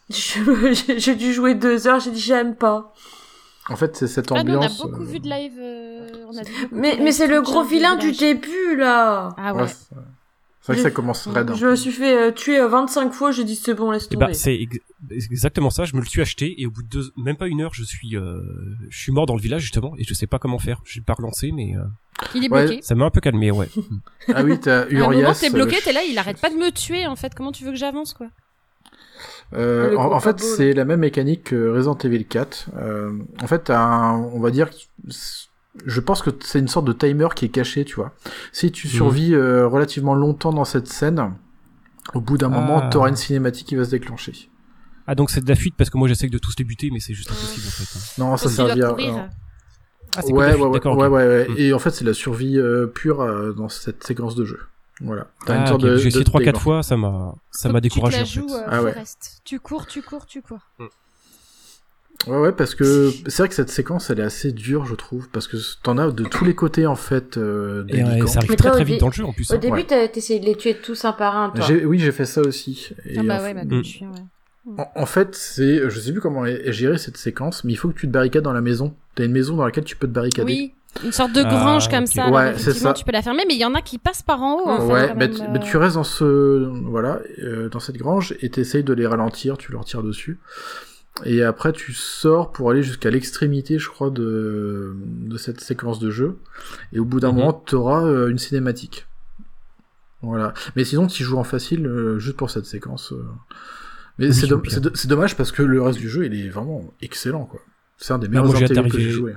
Speaker 6: Je- J'ai j'ai dû jouer deux heures, j'ai dit, j'aime pas.
Speaker 7: En fait, c'est cette
Speaker 4: Ah, nous, on a
Speaker 7: ambiance.
Speaker 4: beaucoup
Speaker 7: euh,
Speaker 4: vu de live. euh, on a vu beaucoup
Speaker 6: Mais,
Speaker 4: de
Speaker 6: mais
Speaker 4: live
Speaker 6: c'est le
Speaker 4: Twitch,
Speaker 6: gros
Speaker 4: hein,
Speaker 6: vilain du
Speaker 4: village.
Speaker 6: début, là.
Speaker 4: Ah
Speaker 7: ouais,
Speaker 4: ouais.
Speaker 7: c'est c'est vrai que ça commence raide. hein.
Speaker 6: Je me suis fait euh, tuer euh, 25 fois, j'ai dit, c'est bon, laisse
Speaker 5: Et
Speaker 6: tomber.
Speaker 5: bah, c'est ex- exactement ça. Je me le suis acheté et au bout de deux, même pas une heure, je suis, euh, je suis mort dans le village justement et je sais pas comment faire. J'ai pas relancé, mais euh,
Speaker 4: Il est
Speaker 7: Ouais.
Speaker 4: bloqué.
Speaker 5: ça m'a un peu calmé, ouais.
Speaker 7: Ah oui, t'as
Speaker 4: À un
Speaker 7: Urias.
Speaker 4: moment, t'es bloqué,
Speaker 7: euh,
Speaker 4: t'es là, il arrête pas de me tuer en fait. Comment tu veux que j'avance quoi
Speaker 7: Euh,
Speaker 6: Le
Speaker 7: en,
Speaker 6: gros
Speaker 7: en fait,
Speaker 6: tableau, là.
Speaker 7: c'est la même mécanique que Resident Evil 4. Euh, en fait, t'as un- on va dire, que c'est- je pense que c'est une sorte de timer qui est caché, tu vois. Si tu survis euh, relativement longtemps dans cette scène, au bout d'un
Speaker 5: Ah.
Speaker 7: moment, t'auras une cinématique qui va se déclencher.
Speaker 5: Ah donc c'est de la fuite parce que moi j'essaie de tous les buter, mais c'est juste impossible en fait.
Speaker 7: Non, ça
Speaker 4: Parce qu'il doit
Speaker 7: servira.
Speaker 4: courir.
Speaker 7: euh,
Speaker 5: Ah c'est que de la
Speaker 7: Ouais, ouais,
Speaker 5: fuite,
Speaker 7: ouais,
Speaker 5: d'accord.
Speaker 7: ouais,
Speaker 5: ok.
Speaker 7: ouais, ouais.
Speaker 5: Mm.
Speaker 7: Et en fait, c'est la survie euh, pure euh, dans cette séquence de jeu. Voilà. T'as
Speaker 5: Ah, ok. J'ai essayé trois
Speaker 7: timer.
Speaker 5: quatre fois, ça m'a, ça
Speaker 4: Faut
Speaker 5: m'a
Speaker 4: que
Speaker 5: découragé.
Speaker 4: Tu
Speaker 5: en
Speaker 4: te la joues,
Speaker 5: fait.
Speaker 4: euh,
Speaker 7: Ah ouais.
Speaker 4: Forest. Tu cours, tu cours, tu cours.
Speaker 7: Ouais, ouais, parce que c'est vrai que cette séquence, elle est assez dure, je trouve, parce que t'en as de tous les côtés, en fait, euh, des
Speaker 5: Et ouais,
Speaker 7: lycans.
Speaker 5: ça
Speaker 6: Mais
Speaker 5: arrive très
Speaker 6: toi,
Speaker 5: très
Speaker 6: au dé-
Speaker 5: vite dans le jeu en plus.
Speaker 6: Au
Speaker 5: hein.
Speaker 6: début,
Speaker 7: Ouais.
Speaker 6: t'as t'essayais de les tuer tous un par un, toi.
Speaker 7: J'ai- Oui, j'ai fait ça aussi. Et
Speaker 4: ah bah
Speaker 7: en,
Speaker 4: ouais, bah,
Speaker 5: Mm.
Speaker 4: comme je suis, ouais.
Speaker 7: en- en fait, c'est, je sais plus comment est est gérée cette séquence, mais il faut que tu te barricades dans la maison. T'as une maison dans laquelle tu peux te barricader.
Speaker 4: Oui, une sorte de
Speaker 5: Ah,
Speaker 4: grange comme
Speaker 5: ok.
Speaker 4: ça.
Speaker 7: Ouais,
Speaker 4: alors
Speaker 7: c'est
Speaker 4: effectivement,
Speaker 7: ça.
Speaker 4: tu peux la fermer, mais il y en a qui passent par en haut. en fait,
Speaker 7: ouais,
Speaker 4: quand
Speaker 7: mais,
Speaker 4: même,
Speaker 7: tu-
Speaker 4: euh.
Speaker 7: mais tu restes dans ce, voilà, euh, dans cette grange et t'essayes de les ralentir, tu leur tires dessus. Et après, tu sors pour aller jusqu'à l'extrémité, je crois, de, de cette séquence de jeu. Et au bout d'un
Speaker 5: Mhm.
Speaker 7: moment, t'auras euh, une cinématique. Voilà. Mais sinon, tu joues en facile euh, juste pour cette séquence. euh. Mais
Speaker 5: Oui,
Speaker 7: c'est,
Speaker 5: c'est
Speaker 7: dom-
Speaker 5: bien.
Speaker 7: c'est do- c'est dommage parce que le reste du jeu, il est vraiment excellent, quoi. C'est un des
Speaker 5: Bah,
Speaker 7: meilleurs
Speaker 5: moi, j'ai
Speaker 7: Resident Evil que
Speaker 5: atterri-
Speaker 7: j'ai joué.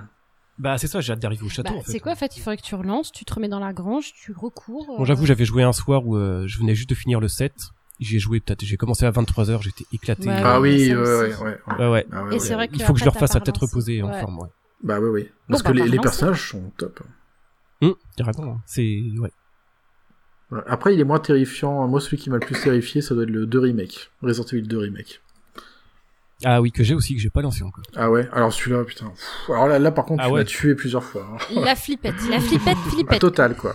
Speaker 5: Bah c'est ça, j'ai hâte d'arriver au château.
Speaker 4: Bah,
Speaker 5: en fait. hein.
Speaker 4: c'est quoi, en fait Il faudrait que tu relances, tu te remets dans la grange, tu recours. euh,
Speaker 5: Bon, j'avoue, j'avais joué un soir où euh, je venais juste de finir le set. J'ai joué peut-être, j'ai commencé à 23h, j'étais éclaté.
Speaker 4: Ouais,
Speaker 7: Ah oui,
Speaker 4: ça
Speaker 7: ouais,
Speaker 4: aussi.
Speaker 7: ouais, ouais, ouais.
Speaker 5: Ouais, ouais.
Speaker 7: Ah ouais,
Speaker 4: Et
Speaker 7: ouais.
Speaker 4: c'est vrai
Speaker 5: Il faut que
Speaker 4: après,
Speaker 5: je le
Speaker 4: t'as
Speaker 5: refasse
Speaker 4: pas
Speaker 5: à tête
Speaker 4: relancé.
Speaker 5: reposée hein, en
Speaker 4: Ouais.
Speaker 5: forme, ouais.
Speaker 7: Bah oui, oui. Parce
Speaker 4: bah,
Speaker 7: que les,
Speaker 4: par
Speaker 7: les
Speaker 4: lancer.
Speaker 7: personnages sont top.
Speaker 5: Hum, carrément, hein. c'est, ouais.
Speaker 7: Voilà. Après, il est moins terrifiant. Moi, celui qui m'a le plus terrifié, ça doit être le 2 remake. Resident Evil 2 remake.
Speaker 5: Ah oui, que j'ai aussi, que j'ai pas lancé encore.
Speaker 7: Ah ouais, alors celui-là, putain. Pff, Alors là, là par contre,
Speaker 5: Ah
Speaker 7: tu
Speaker 5: ouais.
Speaker 7: m'as tué plusieurs fois. hein.
Speaker 4: La flippette, la flippette,
Speaker 7: À
Speaker 4: flippette.
Speaker 7: total, quoi.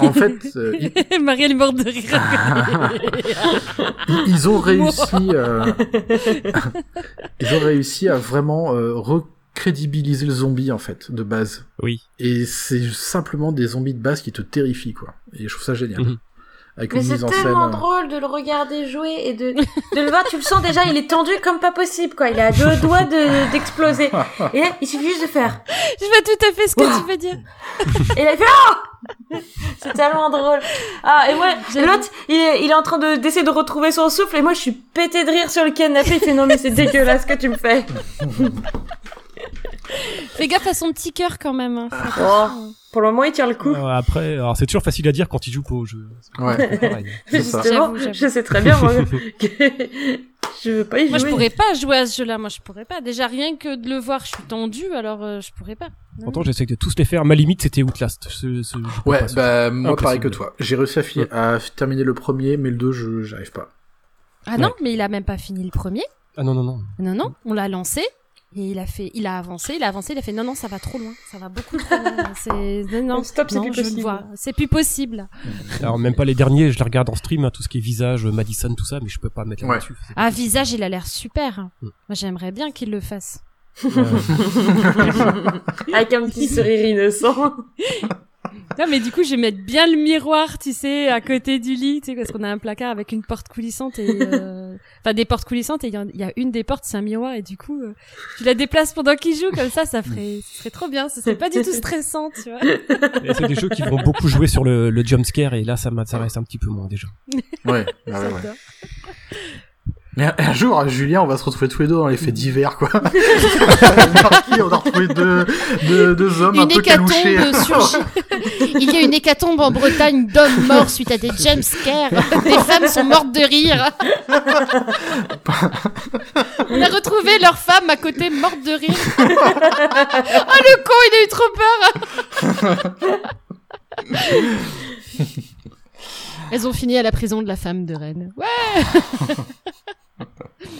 Speaker 7: en fait, euh, ils,
Speaker 4: Marie, elle est morte de
Speaker 5: Ah.
Speaker 4: rire.
Speaker 7: ils ont réussi. euh, ils ont réussi à vraiment euh, recrédibiliser le zombie, en fait, de base.
Speaker 5: Oui.
Speaker 7: Et c'est simplement des zombies de base qui te terrifient, quoi. Et je trouve ça génial.
Speaker 5: Mhm.
Speaker 7: Avec
Speaker 6: Mais
Speaker 7: une
Speaker 6: c'est
Speaker 7: mise en scène.
Speaker 6: tellement
Speaker 7: euh,
Speaker 6: drôle de le regarder jouer et de, de le voir. Tu le sens déjà, il est tendu comme pas possible, quoi. Il a deux doigts de- d'exploser. et là, il suffit juste de faire.
Speaker 4: Je vois tout à fait ce que tu veux dire.
Speaker 6: Et là, il fait Ah C'est tellement drôle. Ah, et moi, et l'autre, il est, il est en train de- d'essayer de, retrouver son souffle. Et moi, je suis pété de rire sur le canapé. Il fait Non, mais c'est dégueulasse ce que tu me fais.
Speaker 4: Fais gaffe à son petit cœur quand même. hein.
Speaker 7: Ah,
Speaker 4: Fais
Speaker 6: Oh.
Speaker 4: attention.
Speaker 6: Pour le moment, il tire le coup.
Speaker 5: Euh, après, alors c'est toujours facile à dire quand il joue pas au jeu.
Speaker 7: Ouais.
Speaker 5: C'est pareil.
Speaker 7: c'est ça.
Speaker 6: Justement,
Speaker 4: J'avoue, j'avoue.
Speaker 6: je sais très bien, moi, que je veux pas y
Speaker 4: Moi, je
Speaker 6: jouer.
Speaker 4: pourrais pas jouer à ce jeu-là. Moi, je pourrais pas. Déjà, rien que de le voir, je suis tendue, alors euh, je pourrais pas. Non.
Speaker 5: Pourtant, j'essaie de tous les faire. Ma limite, c'était Outlast. Ce, ce, je peux
Speaker 7: Ouais,
Speaker 5: pas, ce-
Speaker 7: bah moi
Speaker 5: Impossible.
Speaker 7: pareil que toi. J'ai réussi à, fi-
Speaker 5: Ouais.
Speaker 7: à terminer le premier, mais le deux, je j'arrive pas.
Speaker 4: Ah non, mais il a même pas fini le premier.
Speaker 5: Ah non, non, non.
Speaker 4: Non, non, on l'a lancé. Et il a fait, il a avancé, il a avancé, il a fait non non ça va trop loin, ça va beaucoup trop loin. C'est non, non
Speaker 3: Stop, c'est
Speaker 4: non,
Speaker 3: plus
Speaker 4: je le
Speaker 3: possible.
Speaker 4: vois. C'est plus possible.
Speaker 5: Alors même pas les derniers, je les regarde en stream, hein, tout ce qui est visage, euh, Madison, tout ça, mais je peux pas mettre la
Speaker 7: Ouais.
Speaker 5: dessus.
Speaker 4: Ah visage il a l'air super.
Speaker 7: Mm.
Speaker 4: Moi j'aimerais bien qu'il le fasse.
Speaker 6: Avec un petit sourire innocent.
Speaker 4: Non mais du coup je vais mettre bien le miroir tu sais à côté du lit tu sais parce qu'on a un placard avec une porte coulissante et euh, enfin des portes coulissantes et il y en- il y, a une des portes c'est un miroir et du coup euh, tu la déplaces pendant qu'il joue comme ça ça ferait ce serait trop bien ce serait pas du tout stressant tu vois.
Speaker 5: Et Euh, c'est des jeux qui vont beaucoup jouer sur le, le jump scare et là ça m'intéresse un petit peu moins déjà.
Speaker 7: Ouais, ah ouais, ouais. Mais un jour, Julien, on va se retrouver tous les deux dans les faits divers, quoi. Marquis, on a retrouvé deux, deux, deux hommes un
Speaker 8: Une
Speaker 7: peu
Speaker 8: hécatombe
Speaker 7: calouchés.
Speaker 8: surgit. Il y a une hécatombe en Bretagne d'hommes morts suite à des jumpscares. Des femmes sont mortes de rire. On a retrouvé leur femme à côté morte de rire. Oh le con, il a eu trop peur. Elles ont fini à la prison de la femme de Rennes. Ouais,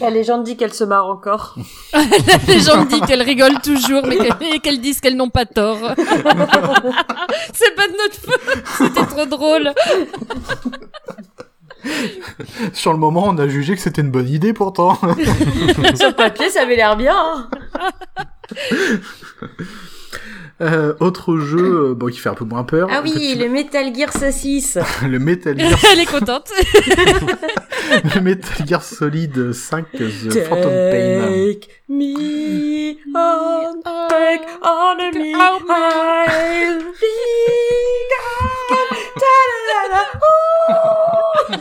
Speaker 6: La légende dit qu'elle se marre encore.
Speaker 8: les gens me disent qu'elles rigolent toujours, mais qu'elles- qu'elles disent qu'elles n'ont pas tort.
Speaker 4: C'est pas de notre faute c'était trop drôle.
Speaker 7: Sur le moment, on a jugé que c'était une bonne idée, pourtant.
Speaker 6: Sur le papier, ça avait l'air bien. hein.
Speaker 7: Euh, autre jeu, euh, bon, qui fait un peu moins peur.
Speaker 6: Ah oui,
Speaker 7: Peut-être
Speaker 6: le Metal Gear Saucisse.
Speaker 7: le... Metal Gear,
Speaker 4: Elle est contente.
Speaker 7: le Metal Gear Solid 5 The Phantom Pain.
Speaker 6: Take me on, take
Speaker 4: Oh,
Speaker 6: on me,
Speaker 4: on
Speaker 6: I'll be gone. Ta-da-da-da. Oh. Ouh.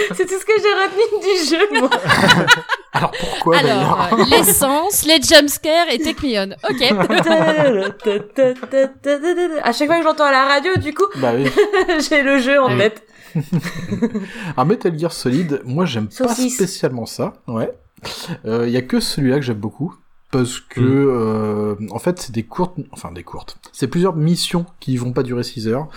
Speaker 6: C'est tout ce que j'ai retenu du jeu.
Speaker 7: Alors pourquoi d'ailleurs
Speaker 4: Alors euh, l'essence, les jumpscares et Take Me On. Ok.
Speaker 6: Ta-da-da-da-da-da-da-da-da. À chaque fois que j'entends à la radio, du coup,
Speaker 7: Bah oui.
Speaker 6: j'ai le jeu en
Speaker 7: Oui.
Speaker 6: tête.
Speaker 7: Un Metal Gear Solid, moi j'aime pas
Speaker 6: Saucisse.
Speaker 7: spécialement ça. Ouais. Il y a que celui-là que j'aime beaucoup. Parce que, euh, en fait, c'est des courtes, enfin des courtes, c'est plusieurs missions qui vont pas durer 6 heures.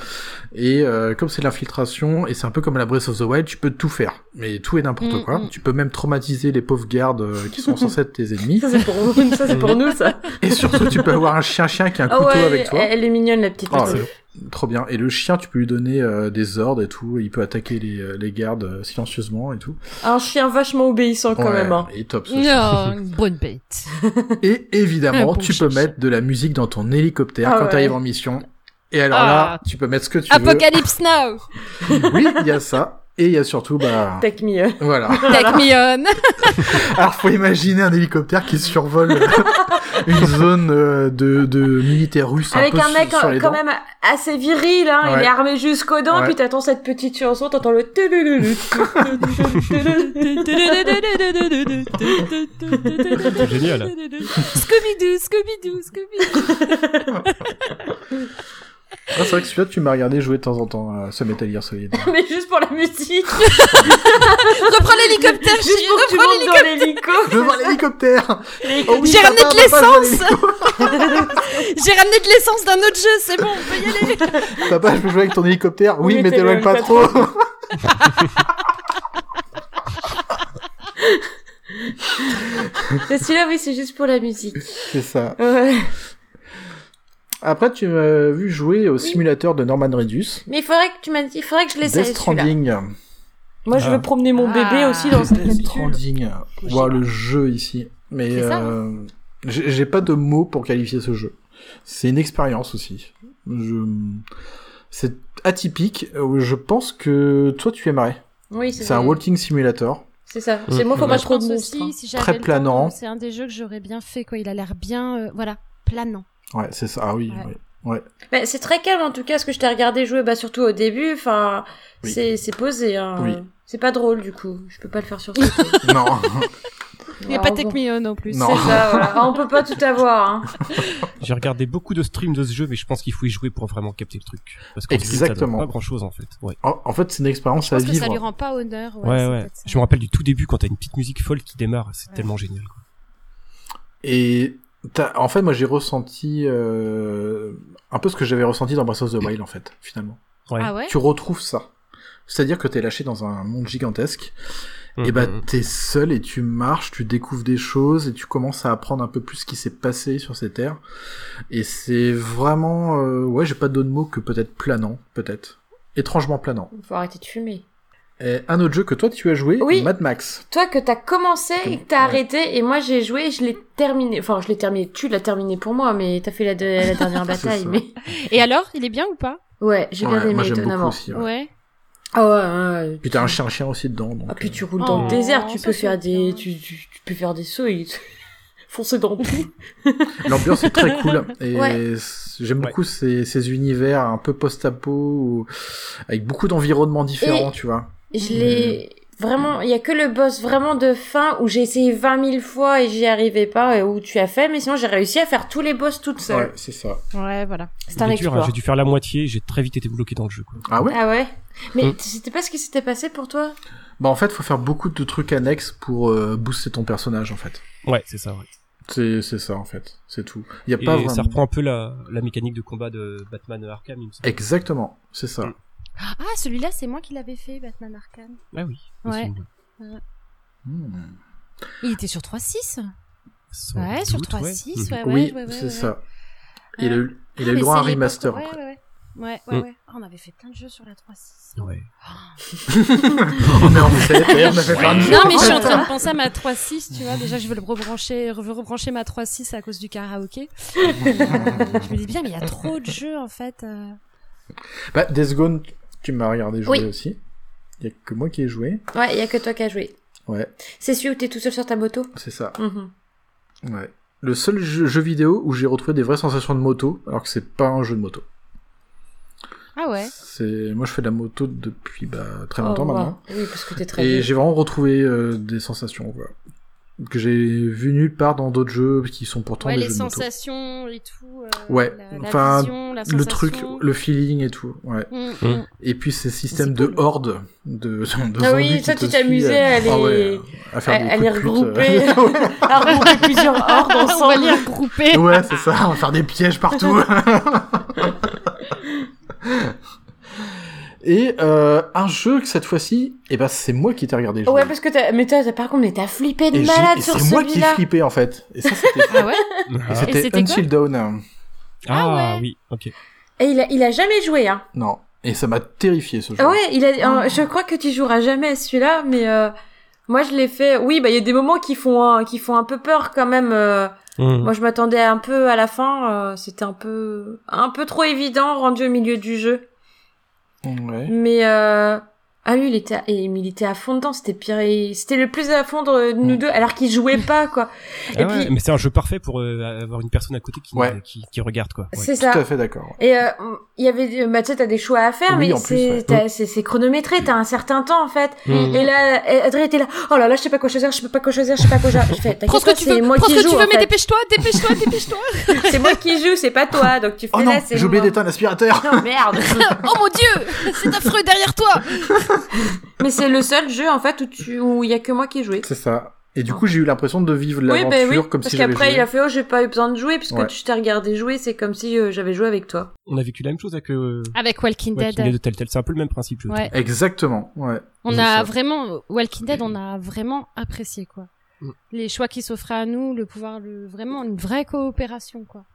Speaker 7: Et euh, comme c'est de l'infiltration, et c'est un peu comme à la Breath of the Wild, tu peux tout faire. Mais tout et n'importe
Speaker 8: Mm,
Speaker 7: quoi.
Speaker 8: mm.
Speaker 7: Tu peux même traumatiser les pauvres gardes euh, qui sont censés être tes ennemis.
Speaker 6: Ça, c'est pour, vous- ça, c'est pour nous, ça.
Speaker 7: Et surtout, tu peux avoir un chien-chien qui a un
Speaker 6: Ah
Speaker 7: couteau
Speaker 6: ouais,
Speaker 7: avec toi.
Speaker 6: Elle, elle est mignonne, la petite.
Speaker 7: Ah,
Speaker 6: Mathilde.
Speaker 7: Trop bien. Et le chien, tu peux lui donner euh, des ordres et tout. Il peut attaquer les, euh, les gardes euh, silencieusement et tout.
Speaker 6: Un chien vachement obéissant, quand
Speaker 7: Ouais,
Speaker 6: même. hein.
Speaker 7: Et top. ce
Speaker 4: Non, une bonne bête.
Speaker 7: Et évidemment,
Speaker 4: Un bon
Speaker 7: tu peux
Speaker 4: chichi.
Speaker 7: mettre de la musique dans ton hélicoptère
Speaker 6: Ah
Speaker 7: quand
Speaker 6: ouais.
Speaker 7: tu arrives en mission. Et alors
Speaker 4: Ah.
Speaker 7: là, tu peux mettre ce que tu
Speaker 4: Apocalypse Now.
Speaker 7: veux. Oui, il y a ça. Et il y a surtout, bah,
Speaker 6: Take me. euh.
Speaker 7: voilà.
Speaker 4: Take Me On.
Speaker 7: Alors, faut imaginer un hélicoptère qui survole euh, une zone euh, de, de militaires russes
Speaker 6: Avec
Speaker 7: un peu
Speaker 6: un
Speaker 7: su-
Speaker 6: mec
Speaker 7: sur les
Speaker 6: euh, quand
Speaker 7: dents.
Speaker 6: même assez viril, hein.
Speaker 7: Ouais.
Speaker 6: Il est armé jusqu'aux dents,
Speaker 7: Ouais.
Speaker 6: puis t'attends cette petite chanson, t'entends le. tulululu, tulululu.
Speaker 5: C'est génial.
Speaker 4: Scooby-Doo, Scooby-Doo, Scooby-Doo.
Speaker 7: Ah, c'est vrai que celui-là, tu m'as regardé jouer de temps en temps, euh, ce Metal Gear Solid.
Speaker 6: Mais juste pour la musique.
Speaker 4: Reprends l'hélicoptère,
Speaker 6: juste
Speaker 4: chérie,
Speaker 6: pour que tu
Speaker 4: reprends
Speaker 6: montes dans l'hélico.
Speaker 7: Je veux voir l'hélicoptère
Speaker 6: L'hélico.
Speaker 7: oh, oui,
Speaker 4: J'ai
Speaker 7: papa,
Speaker 4: ramené de
Speaker 7: papa, je veux
Speaker 4: l'essence J'ai ramené de l'essence d'un autre jeu, c'est bon, on peut y aller.
Speaker 7: Papa, je peux jouer avec ton hélicoptère Oui,
Speaker 6: Oui,
Speaker 7: mais
Speaker 6: mais
Speaker 7: t'éloigne pas
Speaker 6: t'éloigne
Speaker 7: trop
Speaker 6: Mais Celui-là, oui, c'est juste pour la musique.
Speaker 7: C'est ça.
Speaker 6: Ouais.
Speaker 7: Après, tu m'as vu jouer au simulateur de Norman Reedus.
Speaker 6: Mais il faudrait que tu m'as dit, il faudrait que je l'essaye.
Speaker 7: Death
Speaker 6: celui-là.
Speaker 7: Stranding.
Speaker 6: Moi, je
Speaker 5: Ah.
Speaker 6: veux promener mon bébé
Speaker 4: Ah.
Speaker 6: aussi dans cette
Speaker 7: Death
Speaker 6: capsule.
Speaker 7: Stranding. Wow, le jeu ici. Mais
Speaker 4: C'est ça,
Speaker 7: euh, j'ai j'ai pas de mots pour qualifier ce jeu. C'est une expérience aussi. Je... C'est atypique. Euh, Je pense que toi, tu aimerais.
Speaker 6: Oui, c'est
Speaker 7: C'est un
Speaker 6: ça.
Speaker 7: walking simulator.
Speaker 6: C'est ça.
Speaker 7: Mm.
Speaker 6: C'est moi, faut
Speaker 5: Ouais.
Speaker 6: pas
Speaker 4: je
Speaker 6: trop de
Speaker 4: pense
Speaker 6: monstres. hein.
Speaker 4: aussi, si
Speaker 7: Très
Speaker 4: j'avais le temps,
Speaker 7: planant.
Speaker 4: c'est un des jeux que j'aurais bien fait, quoi. Il a l'air bien, euh, voilà, planant.
Speaker 7: Ouais, c'est ça. Ah oui.
Speaker 4: Ouais.
Speaker 7: oui.
Speaker 6: Mais c'est très calme en tout cas, ce que je t'ai regardé jouer, bah surtout au début, enfin,
Speaker 7: Oui.
Speaker 6: c'est c'est posé. Hein.
Speaker 7: Oui.
Speaker 6: C'est pas drôle du coup, je peux pas le faire sur ce
Speaker 7: non.
Speaker 4: Il n'y a
Speaker 6: Ah,
Speaker 4: pas Take Me On en plus.
Speaker 7: Non.
Speaker 6: C'est ça, voilà. Ah, on peut pas tout avoir. Hein.
Speaker 5: J'ai regardé beaucoup de streams de ce jeu, mais je pense qu'il faut y jouer pour vraiment capter le truc. Parce que ça
Speaker 7: Exactement.
Speaker 5: donne pas grand chose en fait. Ouais.
Speaker 7: En, en fait, c'est une expérience
Speaker 4: Je
Speaker 7: à
Speaker 4: pense que ça lui
Speaker 7: vivre.
Speaker 4: rend pas honneur. Ouais,
Speaker 5: Ouais,
Speaker 4: c'est
Speaker 5: ouais.
Speaker 4: peut-être ça.
Speaker 5: Je me rappelle du tout début quand t'as une petite musique folle qui démarre, c'est tellement génial. quoi.
Speaker 7: Et t'as- en fait, moi, j'ai ressenti euh, un peu ce que j'avais ressenti dans Breath of the Wild, en fait, finalement.
Speaker 5: Ouais.
Speaker 4: Ah ouais
Speaker 7: tu retrouves ça. C'est-à-dire que t'es lâché dans un monde gigantesque
Speaker 5: Mm.
Speaker 7: et bah t'es seul et tu marches, tu découvres des choses et tu commences à apprendre un peu plus ce qui s'est passé sur ces terres. Et c'est vraiment, euh, ouais, j'ai pas d'autre mot que peut-être planant, peut-être étrangement planant.
Speaker 6: Faut arrêter de fumer.
Speaker 7: Et un autre jeu que toi tu as joué,
Speaker 6: Oui.
Speaker 7: Mad Max.
Speaker 6: Toi que t'as commencé
Speaker 7: Comme-
Speaker 6: et que t'as
Speaker 7: ouais.
Speaker 6: arrêté, et moi j'ai joué et je l'ai terminé. Enfin, je l'ai terminé. Tu l'as terminé pour moi, mais t'as fait la, de- la dernière
Speaker 7: C'est
Speaker 6: bataille.
Speaker 7: ça.
Speaker 6: mais
Speaker 4: Et alors, il est bien ou pas
Speaker 6: Ouais, j'ai bien
Speaker 7: Ouais, moi
Speaker 6: aimé,
Speaker 7: j'aime beaucoup
Speaker 6: étonnamment.
Speaker 7: aussi. ouais.
Speaker 4: Ouais.
Speaker 6: Ah ouais, ouais, ouais.
Speaker 7: Puis t'as un chien chien aussi dedans. Donc,
Speaker 6: Ah, puis tu
Speaker 7: euh,
Speaker 6: roules dans
Speaker 4: Oh,
Speaker 6: le désert, tu
Speaker 4: ça,
Speaker 6: peux
Speaker 4: c'est
Speaker 6: faire des,
Speaker 4: bien.
Speaker 6: tu, tu, tu peux faire des sauts et foncer dans tout.
Speaker 7: euh, L'ambiance est très cool et
Speaker 6: Ouais.
Speaker 7: c- j'aime beaucoup ces, ces univers un peu post-apo ou- avec beaucoup d'environnements différents,
Speaker 6: Et-
Speaker 7: tu vois.
Speaker 6: Je l'ai vraiment, il y a que le boss vraiment de fin où j'ai essayé 20 000 fois et j'y arrivais pas et où tu as fait, mais sinon j'ai réussi à faire tous les boss toute seule.
Speaker 7: Ouais, c'est ça.
Speaker 4: Ouais, voilà.
Speaker 6: C'est un
Speaker 5: Il est dur,
Speaker 6: exploit.
Speaker 5: hein, J'ai dû faire la moitié, j'ai très vite été bloqué dans le jeu. Quoi.
Speaker 7: Ah ouais.
Speaker 6: Ah ouais. Mais
Speaker 7: Hum.
Speaker 5: Mm.
Speaker 6: tu- c'était pas ce qui s'était passé pour toi
Speaker 7: Bah en fait, faut faire beaucoup de trucs annexes pour euh, booster ton personnage en fait.
Speaker 5: Ouais, c'est ça. Ouais.
Speaker 7: C'est c'est ça en fait, c'est tout. Il y a
Speaker 5: Et
Speaker 7: pas vraiment.
Speaker 5: ça reprend un peu la, la mécanique de combat de Batman Arkham, il me semble.
Speaker 7: Exactement, c'est ça.
Speaker 5: Mm.
Speaker 4: Ah, celui-là, c'est moi qui l'avais fait, Batman Arkham.
Speaker 5: Ah oui.
Speaker 4: Ouais.
Speaker 5: possible.
Speaker 7: Mm.
Speaker 4: Il était sur 3.6
Speaker 5: Sans
Speaker 4: Ouais, sur
Speaker 5: doute,
Speaker 4: 3.6,
Speaker 5: Mhm.
Speaker 4: Ah ouais, ouais,
Speaker 7: oui,
Speaker 4: ouais, ouais,
Speaker 7: c'est
Speaker 4: ouais.
Speaker 7: ça.
Speaker 4: Ouais.
Speaker 7: Il a eu, il a
Speaker 4: Ah,
Speaker 7: eu
Speaker 4: mais
Speaker 7: droit à un
Speaker 4: c'est l'époque-
Speaker 7: remaster.
Speaker 4: Ouais,
Speaker 7: après.
Speaker 4: ouais, ouais. Ouais, ouais,
Speaker 5: Mm.
Speaker 4: ouais. Ah, on avait fait plein de jeux sur la 3.6.
Speaker 5: Ouais.
Speaker 7: on est en fait, on a fait plein de
Speaker 4: Non,
Speaker 7: choses.
Speaker 4: mais je suis en train de penser à ma 3.6, tu vois. Déjà, je veux le rebrancher, je veux rebrancher ma 3.6 à cause du karaoké. Euh, je me dis bien, mais il y a trop de jeux, en fait. euh.
Speaker 7: Bah, Death Gone, tu m'as regardé jouer
Speaker 6: Oui.
Speaker 7: aussi. Il y a que moi qui ai joué.
Speaker 6: Ouais, il y a que toi qui as joué.
Speaker 7: Ouais,
Speaker 6: C'est celui où t'es tout seul sur ta moto
Speaker 7: c'est ça.
Speaker 6: Mhm.
Speaker 7: Ouais. Le seul jeu, jeu vidéo où j'ai retrouvé des vraies sensations de moto, alors que c'est pas un jeu de moto.
Speaker 4: Ah ouais.
Speaker 7: C'est moi je fais de la moto depuis bah, très
Speaker 6: Oh,
Speaker 7: longtemps
Speaker 6: wow.
Speaker 7: maintenant
Speaker 6: Oui, parce que t'es très
Speaker 7: et
Speaker 6: vieux.
Speaker 7: j'ai vraiment retrouvé euh, des sensations voilà. que j'ai vu nulle part dans d'autres jeux qui sont pourtant
Speaker 4: Ouais,
Speaker 7: des
Speaker 4: les
Speaker 7: jeux de moto.
Speaker 4: sensations et tout. euh,
Speaker 7: Ouais,
Speaker 4: la- la
Speaker 7: enfin,
Speaker 4: vision, la
Speaker 7: Le
Speaker 4: sensation.
Speaker 7: truc, le Hum. feeling et tout. Ouais.
Speaker 4: Mm,
Speaker 5: Mm.
Speaker 4: mm.
Speaker 7: Et puis ces systèmes
Speaker 4: C'est
Speaker 7: de
Speaker 4: cool.
Speaker 7: hordes de, de zombies
Speaker 6: Ah oui,
Speaker 7: qui
Speaker 6: ça,
Speaker 7: te
Speaker 6: tu
Speaker 7: suivent.
Speaker 6: t'amusais à les-
Speaker 7: Ah ouais, à faire
Speaker 6: à-
Speaker 7: des
Speaker 6: à
Speaker 7: coups
Speaker 6: les
Speaker 7: de pute.
Speaker 6: regrouper. à regrouper plusieurs hordes
Speaker 4: on va les
Speaker 6: ensemble.
Speaker 4: regrouper.
Speaker 7: euh. Ouais, c'est ça, on va faire des pièges partout. Et euh, un jeu que cette fois-ci, eh ben, c'est moi qui t'ai regardé jouer.
Speaker 6: Ouais, parce que t'as... Mais toi, t'as- par contre, mais t'as flippé de
Speaker 7: Et j'ai-
Speaker 6: malade
Speaker 7: et
Speaker 6: sur
Speaker 7: c'est moi qui
Speaker 6: celui-là.
Speaker 7: flippais en fait. Et ça, c'était
Speaker 4: Ah ouais
Speaker 7: et
Speaker 5: Ah,
Speaker 7: c'était
Speaker 4: c'était quoi
Speaker 7: Until Dawn.
Speaker 4: Ah
Speaker 5: ah
Speaker 4: ouais.
Speaker 5: oui, ok.
Speaker 6: Et il a, il a jamais joué, hein.
Speaker 7: Non. Et ça m'a terrifié ce jeu.
Speaker 6: Ah ouais, il a, euh, je crois que tu joueras jamais à celui-là, mais euh, moi, je l'ai fait... Oui, bah, il y a des moments qui font, un- qui font un peu peur, quand même. euh,
Speaker 5: Mhm.
Speaker 6: Moi, je m'attendais un peu à la fin. euh, C'était un peu... Un peu trop évident, rendu au milieu du jeu.
Speaker 7: Ouais.
Speaker 6: Mais... Euh... Ah lui il était à... et- mais il était à fond dedans c'était pire et- c'était le plus à fond de nous
Speaker 7: Mm.
Speaker 6: deux alors qu'il jouait pas quoi
Speaker 5: Ah ouais,
Speaker 6: puis-
Speaker 5: Mais c'est un jeu parfait pour euh, avoir une personne à côté qui,
Speaker 7: Ouais.
Speaker 5: qui, qui regarde quoi. Ouais.
Speaker 6: c'est
Speaker 7: Tout
Speaker 6: ça
Speaker 7: à fait d'accord.
Speaker 6: Et euh, il y avait, bah, tu sais, t'as des choix à faire,
Speaker 7: Oui,
Speaker 6: mais
Speaker 7: en plus, ouais.
Speaker 6: c'est t'as- c'est c'est chronométré, t'as un certain temps en fait.
Speaker 4: Mm.
Speaker 5: Mhm.
Speaker 6: Et là, et Adrien était là, oh là là, je sais pas quoi choisir, je sais pas quoi choisir, je sais pas quoi choisir. Je fais,
Speaker 4: Prends
Speaker 6: t'inquiète
Speaker 4: ce que
Speaker 6: pas,
Speaker 4: tu
Speaker 6: c'est
Speaker 4: veux,
Speaker 6: moi
Speaker 4: prends
Speaker 6: qui
Speaker 4: ce que
Speaker 6: joue.
Speaker 4: tu veux,
Speaker 6: en
Speaker 4: mais
Speaker 6: fait.
Speaker 4: dépêche-toi, dépêche-toi, dépêche-toi.
Speaker 6: C'est moi qui joue, c'est pas toi, donc tu fais
Speaker 7: Oh
Speaker 6: là,
Speaker 7: non,
Speaker 6: c'est
Speaker 7: j'ai oublié
Speaker 6: moi.
Speaker 7: d'éteindre l'aspirateur.
Speaker 6: Non, merde.
Speaker 4: Oh mon dieu, c'est affreux derrière toi.
Speaker 6: mais c'est le seul jeu en fait où tu, où il y a que moi qui ai joué.
Speaker 7: C'est ça. Et du coup, j'ai eu l'impression de vivre l'aventure
Speaker 6: bah oui,
Speaker 7: comme
Speaker 6: parce
Speaker 7: si j'avais
Speaker 6: qu'après
Speaker 7: joué.
Speaker 6: il a fait, oh j'ai pas eu besoin de jouer, puisque
Speaker 7: Ouais.
Speaker 6: tu t'es regardé jouer, c'est comme si euh, j'avais joué avec toi.
Speaker 5: On a vécu la même chose avec euh,
Speaker 4: Avec Walking
Speaker 5: Walking
Speaker 4: Dead.
Speaker 5: Dead de Telltale. C'est un peu le même principe. Je
Speaker 4: Ouais.
Speaker 7: Exactement. Ouais.
Speaker 4: On
Speaker 7: C'est
Speaker 4: a
Speaker 7: ça.
Speaker 4: vraiment Walking Dead, on a vraiment apprécié quoi.
Speaker 5: Mm.
Speaker 4: Les choix qui s'offraient à nous, le pouvoir, le vraiment une vraie coopération quoi.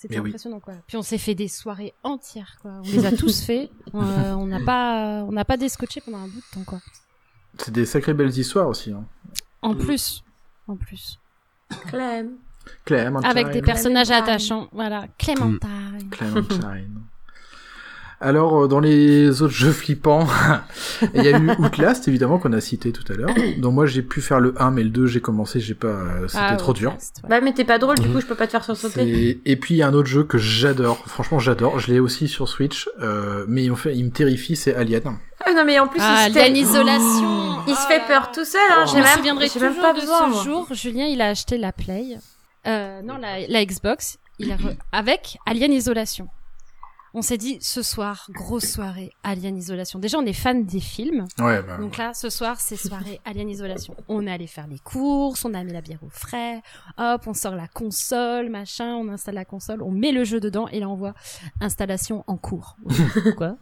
Speaker 4: C'était
Speaker 7: Mais oui.
Speaker 4: impressionnant quoi. Puis on s'est fait des soirées entières quoi. On les a tous fait. On, euh, on n'a pas, on n'a pas descotché pendant un bout de temps quoi.
Speaker 7: C'est des sacrées belles histoires aussi. Hein.
Speaker 4: En plus, en plus,
Speaker 6: Clem.
Speaker 7: Clémentine.
Speaker 4: avec des personnages
Speaker 6: Clémentine.
Speaker 4: attachants. Voilà, Clémentine.
Speaker 7: Clementine. Alors, euh, dans les autres jeux flippants, il y a eu Outlast, évidemment, qu'on a cité tout à l'heure. Donc, moi, j'ai pu faire le 1, mais le 2, j'ai commencé, j'ai pas, euh, c'était
Speaker 4: Ah,
Speaker 7: trop
Speaker 4: ouais,
Speaker 7: dur.
Speaker 4: reste, ouais.
Speaker 6: Bah mais t'es pas drôle, du coup je peux pas te faire sursauter.
Speaker 7: Mhm. C'est- Et puis, il y a un autre jeu que j'adore. Franchement, j'adore. Je l'ai aussi sur Switch, euh, mais il me fait, il me terrifie, c'est Alien.
Speaker 6: Ah non mais en plus
Speaker 4: ah,
Speaker 6: il se fait-
Speaker 4: Alien Isolation.
Speaker 6: Il se
Speaker 4: Oh
Speaker 6: fait
Speaker 4: là là.
Speaker 6: peur tout seul, hein.
Speaker 7: Oh.
Speaker 6: j'ai
Speaker 4: Je me
Speaker 6: même,
Speaker 4: souviendrai
Speaker 6: j'ai
Speaker 4: toujours
Speaker 6: même pas
Speaker 4: de
Speaker 6: besoin. moi.
Speaker 4: ce jour. Julien, il a acheté la Play, euh, non la, la Xbox, il a re- avec Alien Isolation. On on s'est dit ce soir, grosse soirée Alien Isolation. Déjà, on est fan des films.
Speaker 7: Ouais, bah,
Speaker 4: Donc là, ce soir, c'est soirée Alien Isolation. On est allé faire les courses, on a mis la bière au frais, hop, on sort la console, machin, on installe la console, on met le jeu dedans et là, on voit installation en cours. Quoi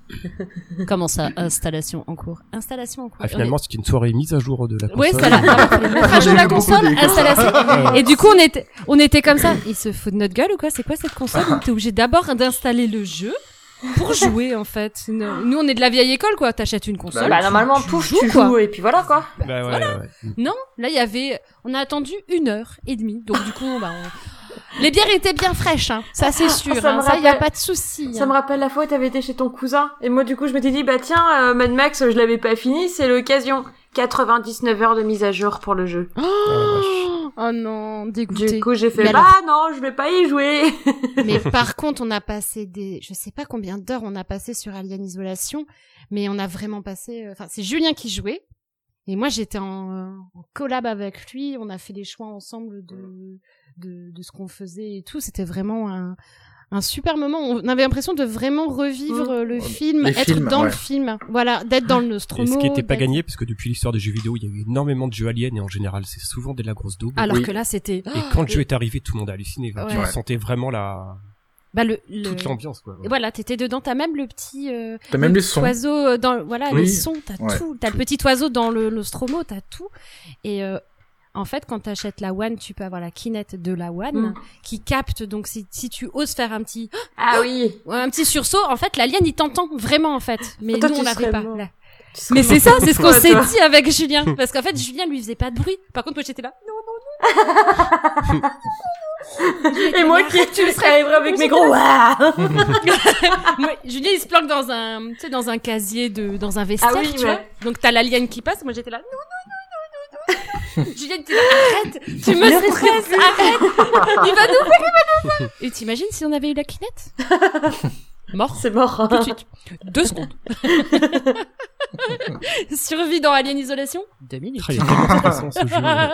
Speaker 4: Comment ça, installation en cours Installation en cours.
Speaker 5: Ah, finalement, c'est une soirée mise à jour de la console.
Speaker 4: Ouais, ça l'a. Mettre à jour la console, installation. Et du coup, on était, on était comme ça. Ils se foutent de notre gueule ou quoi C'est quoi cette console Donc, T'es obligé d'abord d'installer le jeu pour jouer en fait. Non. Nous, on est de la vieille école quoi. T'achètes une console.
Speaker 6: Bah,
Speaker 4: tu-
Speaker 6: normalement,
Speaker 4: tu
Speaker 6: pouf,
Speaker 4: joues,
Speaker 6: tu
Speaker 4: quoi.
Speaker 6: joues, et puis voilà, quoi.
Speaker 5: Bah, ouais, ouais.
Speaker 4: Non, là, il y avait. On a attendu une heure et demie. Donc du coup, bah, on- les bières étaient bien fraîches. Hein. Ça, c'est sûr.
Speaker 6: Ah, ça me
Speaker 4: hein. Ça, il y a
Speaker 6: rappelle-
Speaker 4: pas de souci.
Speaker 6: Ça
Speaker 4: hein.
Speaker 6: me rappelle la fois où t'avais été chez ton cousin. Et moi, du coup, je m'étais dit, bah tiens, euh, Mad Max, je l'avais pas fini, c'est l'occasion. 99 heures de mise à jour pour le jeu.
Speaker 4: Oh, oh non, dégoûté.
Speaker 6: Du coup, j'ai fait,
Speaker 8: Mais
Speaker 6: bah non, je vais pas y jouer.
Speaker 8: Mais par contre, on a passé des, je sais pas combien d'heures on a passé sur Alien Isolation, mais on a vraiment passé, euh, enfin, c'est Julien qui jouait. Et moi, j'étais en, euh, en collab avec lui. On a fait les choix ensemble de, de, de ce qu'on faisait et tout. C'était vraiment un, un super moment. On avait l'impression de vraiment revivre
Speaker 6: Mm.
Speaker 4: Mmh.
Speaker 8: euh, le film,
Speaker 7: Les
Speaker 8: être
Speaker 7: films,
Speaker 8: dans le
Speaker 7: ouais.
Speaker 8: film. Voilà, d'être dans le Nostromo.
Speaker 5: Et ce qui était pas
Speaker 8: d'être-
Speaker 5: gagné, parce que depuis l'histoire des jeux vidéo, il y a eu énormément de jeux aliens, et en général, c'est souvent de la grosse double.
Speaker 4: Alors
Speaker 7: Oui.
Speaker 4: que là, c'était.
Speaker 5: Et quand le jeu est arrivé, tout le monde a halluciné. Là. Tu
Speaker 4: Ah, Ouais.
Speaker 5: ressentais vraiment la...
Speaker 4: Bah, le, le-
Speaker 5: toute l'ambiance. Quoi.
Speaker 4: Et voilà, t'étais dedans, t'as même le petit euh,
Speaker 7: T'as même
Speaker 4: le
Speaker 7: les
Speaker 4: petit
Speaker 7: sons.
Speaker 4: oiseau euh, dans voilà
Speaker 7: Oui.
Speaker 4: les sons, t'as
Speaker 7: Ouais,
Speaker 4: tout, t'as le petit oiseau dans le nostromo, t'as tout. Et euh, en fait, quand t'achètes la One, tu peux avoir la kinette de la One
Speaker 6: Mm.
Speaker 4: qui capte. Donc si, si tu oses faire un petit
Speaker 6: ah oui.
Speaker 4: Ouais, un petit sursaut, en fait, l'alien, il t'entend vraiment, en fait. Mais
Speaker 6: Toi,
Speaker 4: nous,
Speaker 6: tu
Speaker 4: on l'avait
Speaker 6: serais
Speaker 4: pas.
Speaker 6: mort.
Speaker 4: là.
Speaker 6: Tu
Speaker 4: Mais
Speaker 6: serais
Speaker 4: c'est ça, c'est ce qu'on
Speaker 6: Ouais,
Speaker 4: s'est
Speaker 6: toi.
Speaker 4: dit avec Julien. Parce qu'en fait, Julien lui faisait pas de bruit. Par contre, moi, j'étais là.
Speaker 6: Et moi qui tu serais arrivé avec mes gros Ouah
Speaker 4: Moi, Julien, il se planque dans un, tu sais, dans un casier de, dans un vestiaire,
Speaker 6: Ah oui,
Speaker 4: tu
Speaker 6: ouais.
Speaker 4: vois. Donc, t'as l'alien qui passe. Moi, j'étais là. Non, non, non, non, non, non. Julien, était là, arrête, tu me stresses, arrête. Il va nous faire, il va nous faire. Et t'imagines si on avait eu la kinette? Mort.
Speaker 6: C'est mort.
Speaker 4: Tout de suite. Deux secondes. Survie dans Alien Isolation Deux minutes.
Speaker 5: Ah, il y a tellement de façons, ce jeu. ouais.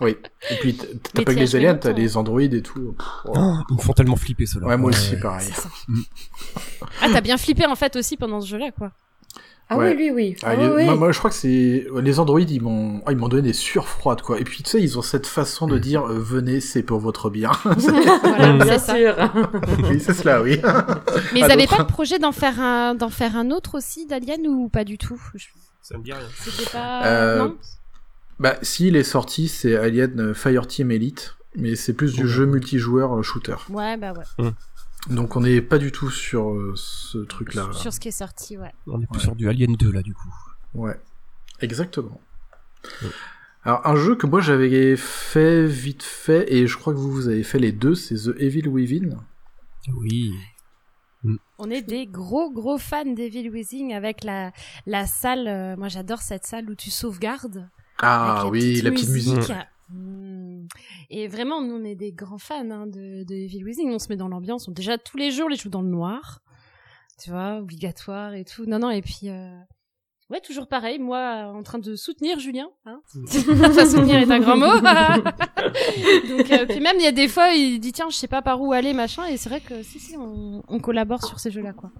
Speaker 7: Oui. Et puis, t- t'as
Speaker 4: Mais
Speaker 7: pas que
Speaker 4: t'y as
Speaker 7: les
Speaker 4: fait
Speaker 7: aliens, t'as
Speaker 4: longtemps.
Speaker 7: les androïdes et tout.
Speaker 5: Oh, ils me font tellement flipper, ceux-là.
Speaker 7: Ouais, moi aussi, pareil.
Speaker 4: C'est ça. Ah, t'as bien flippé en fait aussi pendant ce jeu-là, quoi.
Speaker 6: Ah
Speaker 7: Ouais.
Speaker 6: oui, lui, oui.
Speaker 7: Ah,
Speaker 6: Ah,
Speaker 7: les-
Speaker 6: oui, oui.
Speaker 7: Moi, moi, je crois que c'est les androïdes, ils m'ont, ah, ils m'ont donné des surfroides quoi. Et puis tu sais, ils ont cette façon de dire euh, venez, c'est pour votre bien.
Speaker 4: Voilà,
Speaker 6: Bien
Speaker 4: c'est ça.
Speaker 6: sûr.
Speaker 7: oui, c'est cela, oui.
Speaker 4: Mais
Speaker 7: À
Speaker 4: ils avaient
Speaker 7: d'autres.
Speaker 4: pas le projet d'en faire un, d'en faire un autre aussi d'Alien ou pas du tout Je-
Speaker 5: Ça me dit rien.
Speaker 4: C'était pas.
Speaker 7: Euh,
Speaker 4: Non
Speaker 7: bah, si il est sorti, c'est Alien euh, Fireteam Elite, mais c'est plus du
Speaker 5: Ouais.
Speaker 7: jeu multijoueur euh, shooter.
Speaker 4: Ouais, bah ouais.
Speaker 7: Donc on n'est pas du tout sur euh, ce truc-là.
Speaker 4: Sur ce qui est sorti, ouais.
Speaker 5: On est plus
Speaker 7: Ouais.
Speaker 5: sur du Alien 2, là, du coup.
Speaker 7: Ouais, exactement.
Speaker 5: Ouais.
Speaker 7: Alors un jeu que moi j'avais fait vite fait et je crois que vous vous avez fait les deux, c'est The Evil Within.
Speaker 5: Ah Oui.
Speaker 4: On est des gros gros fans d'Evil Within avec la, la salle. euh, moi j'adore cette salle où tu sauvegardes.
Speaker 7: Ah
Speaker 4: avec
Speaker 7: oui, la petite musique.
Speaker 4: Mm. Et vraiment, nous, on est des grands fans hein, de, de Evil Within. On se met dans l'ambiance. On, déjà, tous les jours, on les joue dans le noir. Tu vois, obligatoire et tout. Non, non, et puis... euh, Ouais, toujours pareil, moi, en train de soutenir Julien. Hein enfin, soutenir est un grand mot. Donc, euh, puis même, il y a des fois, il dit, tiens, je sais pas par où aller, machin. Et c'est vrai que, si, si, on, on collabore sur ces jeux-là, quoi.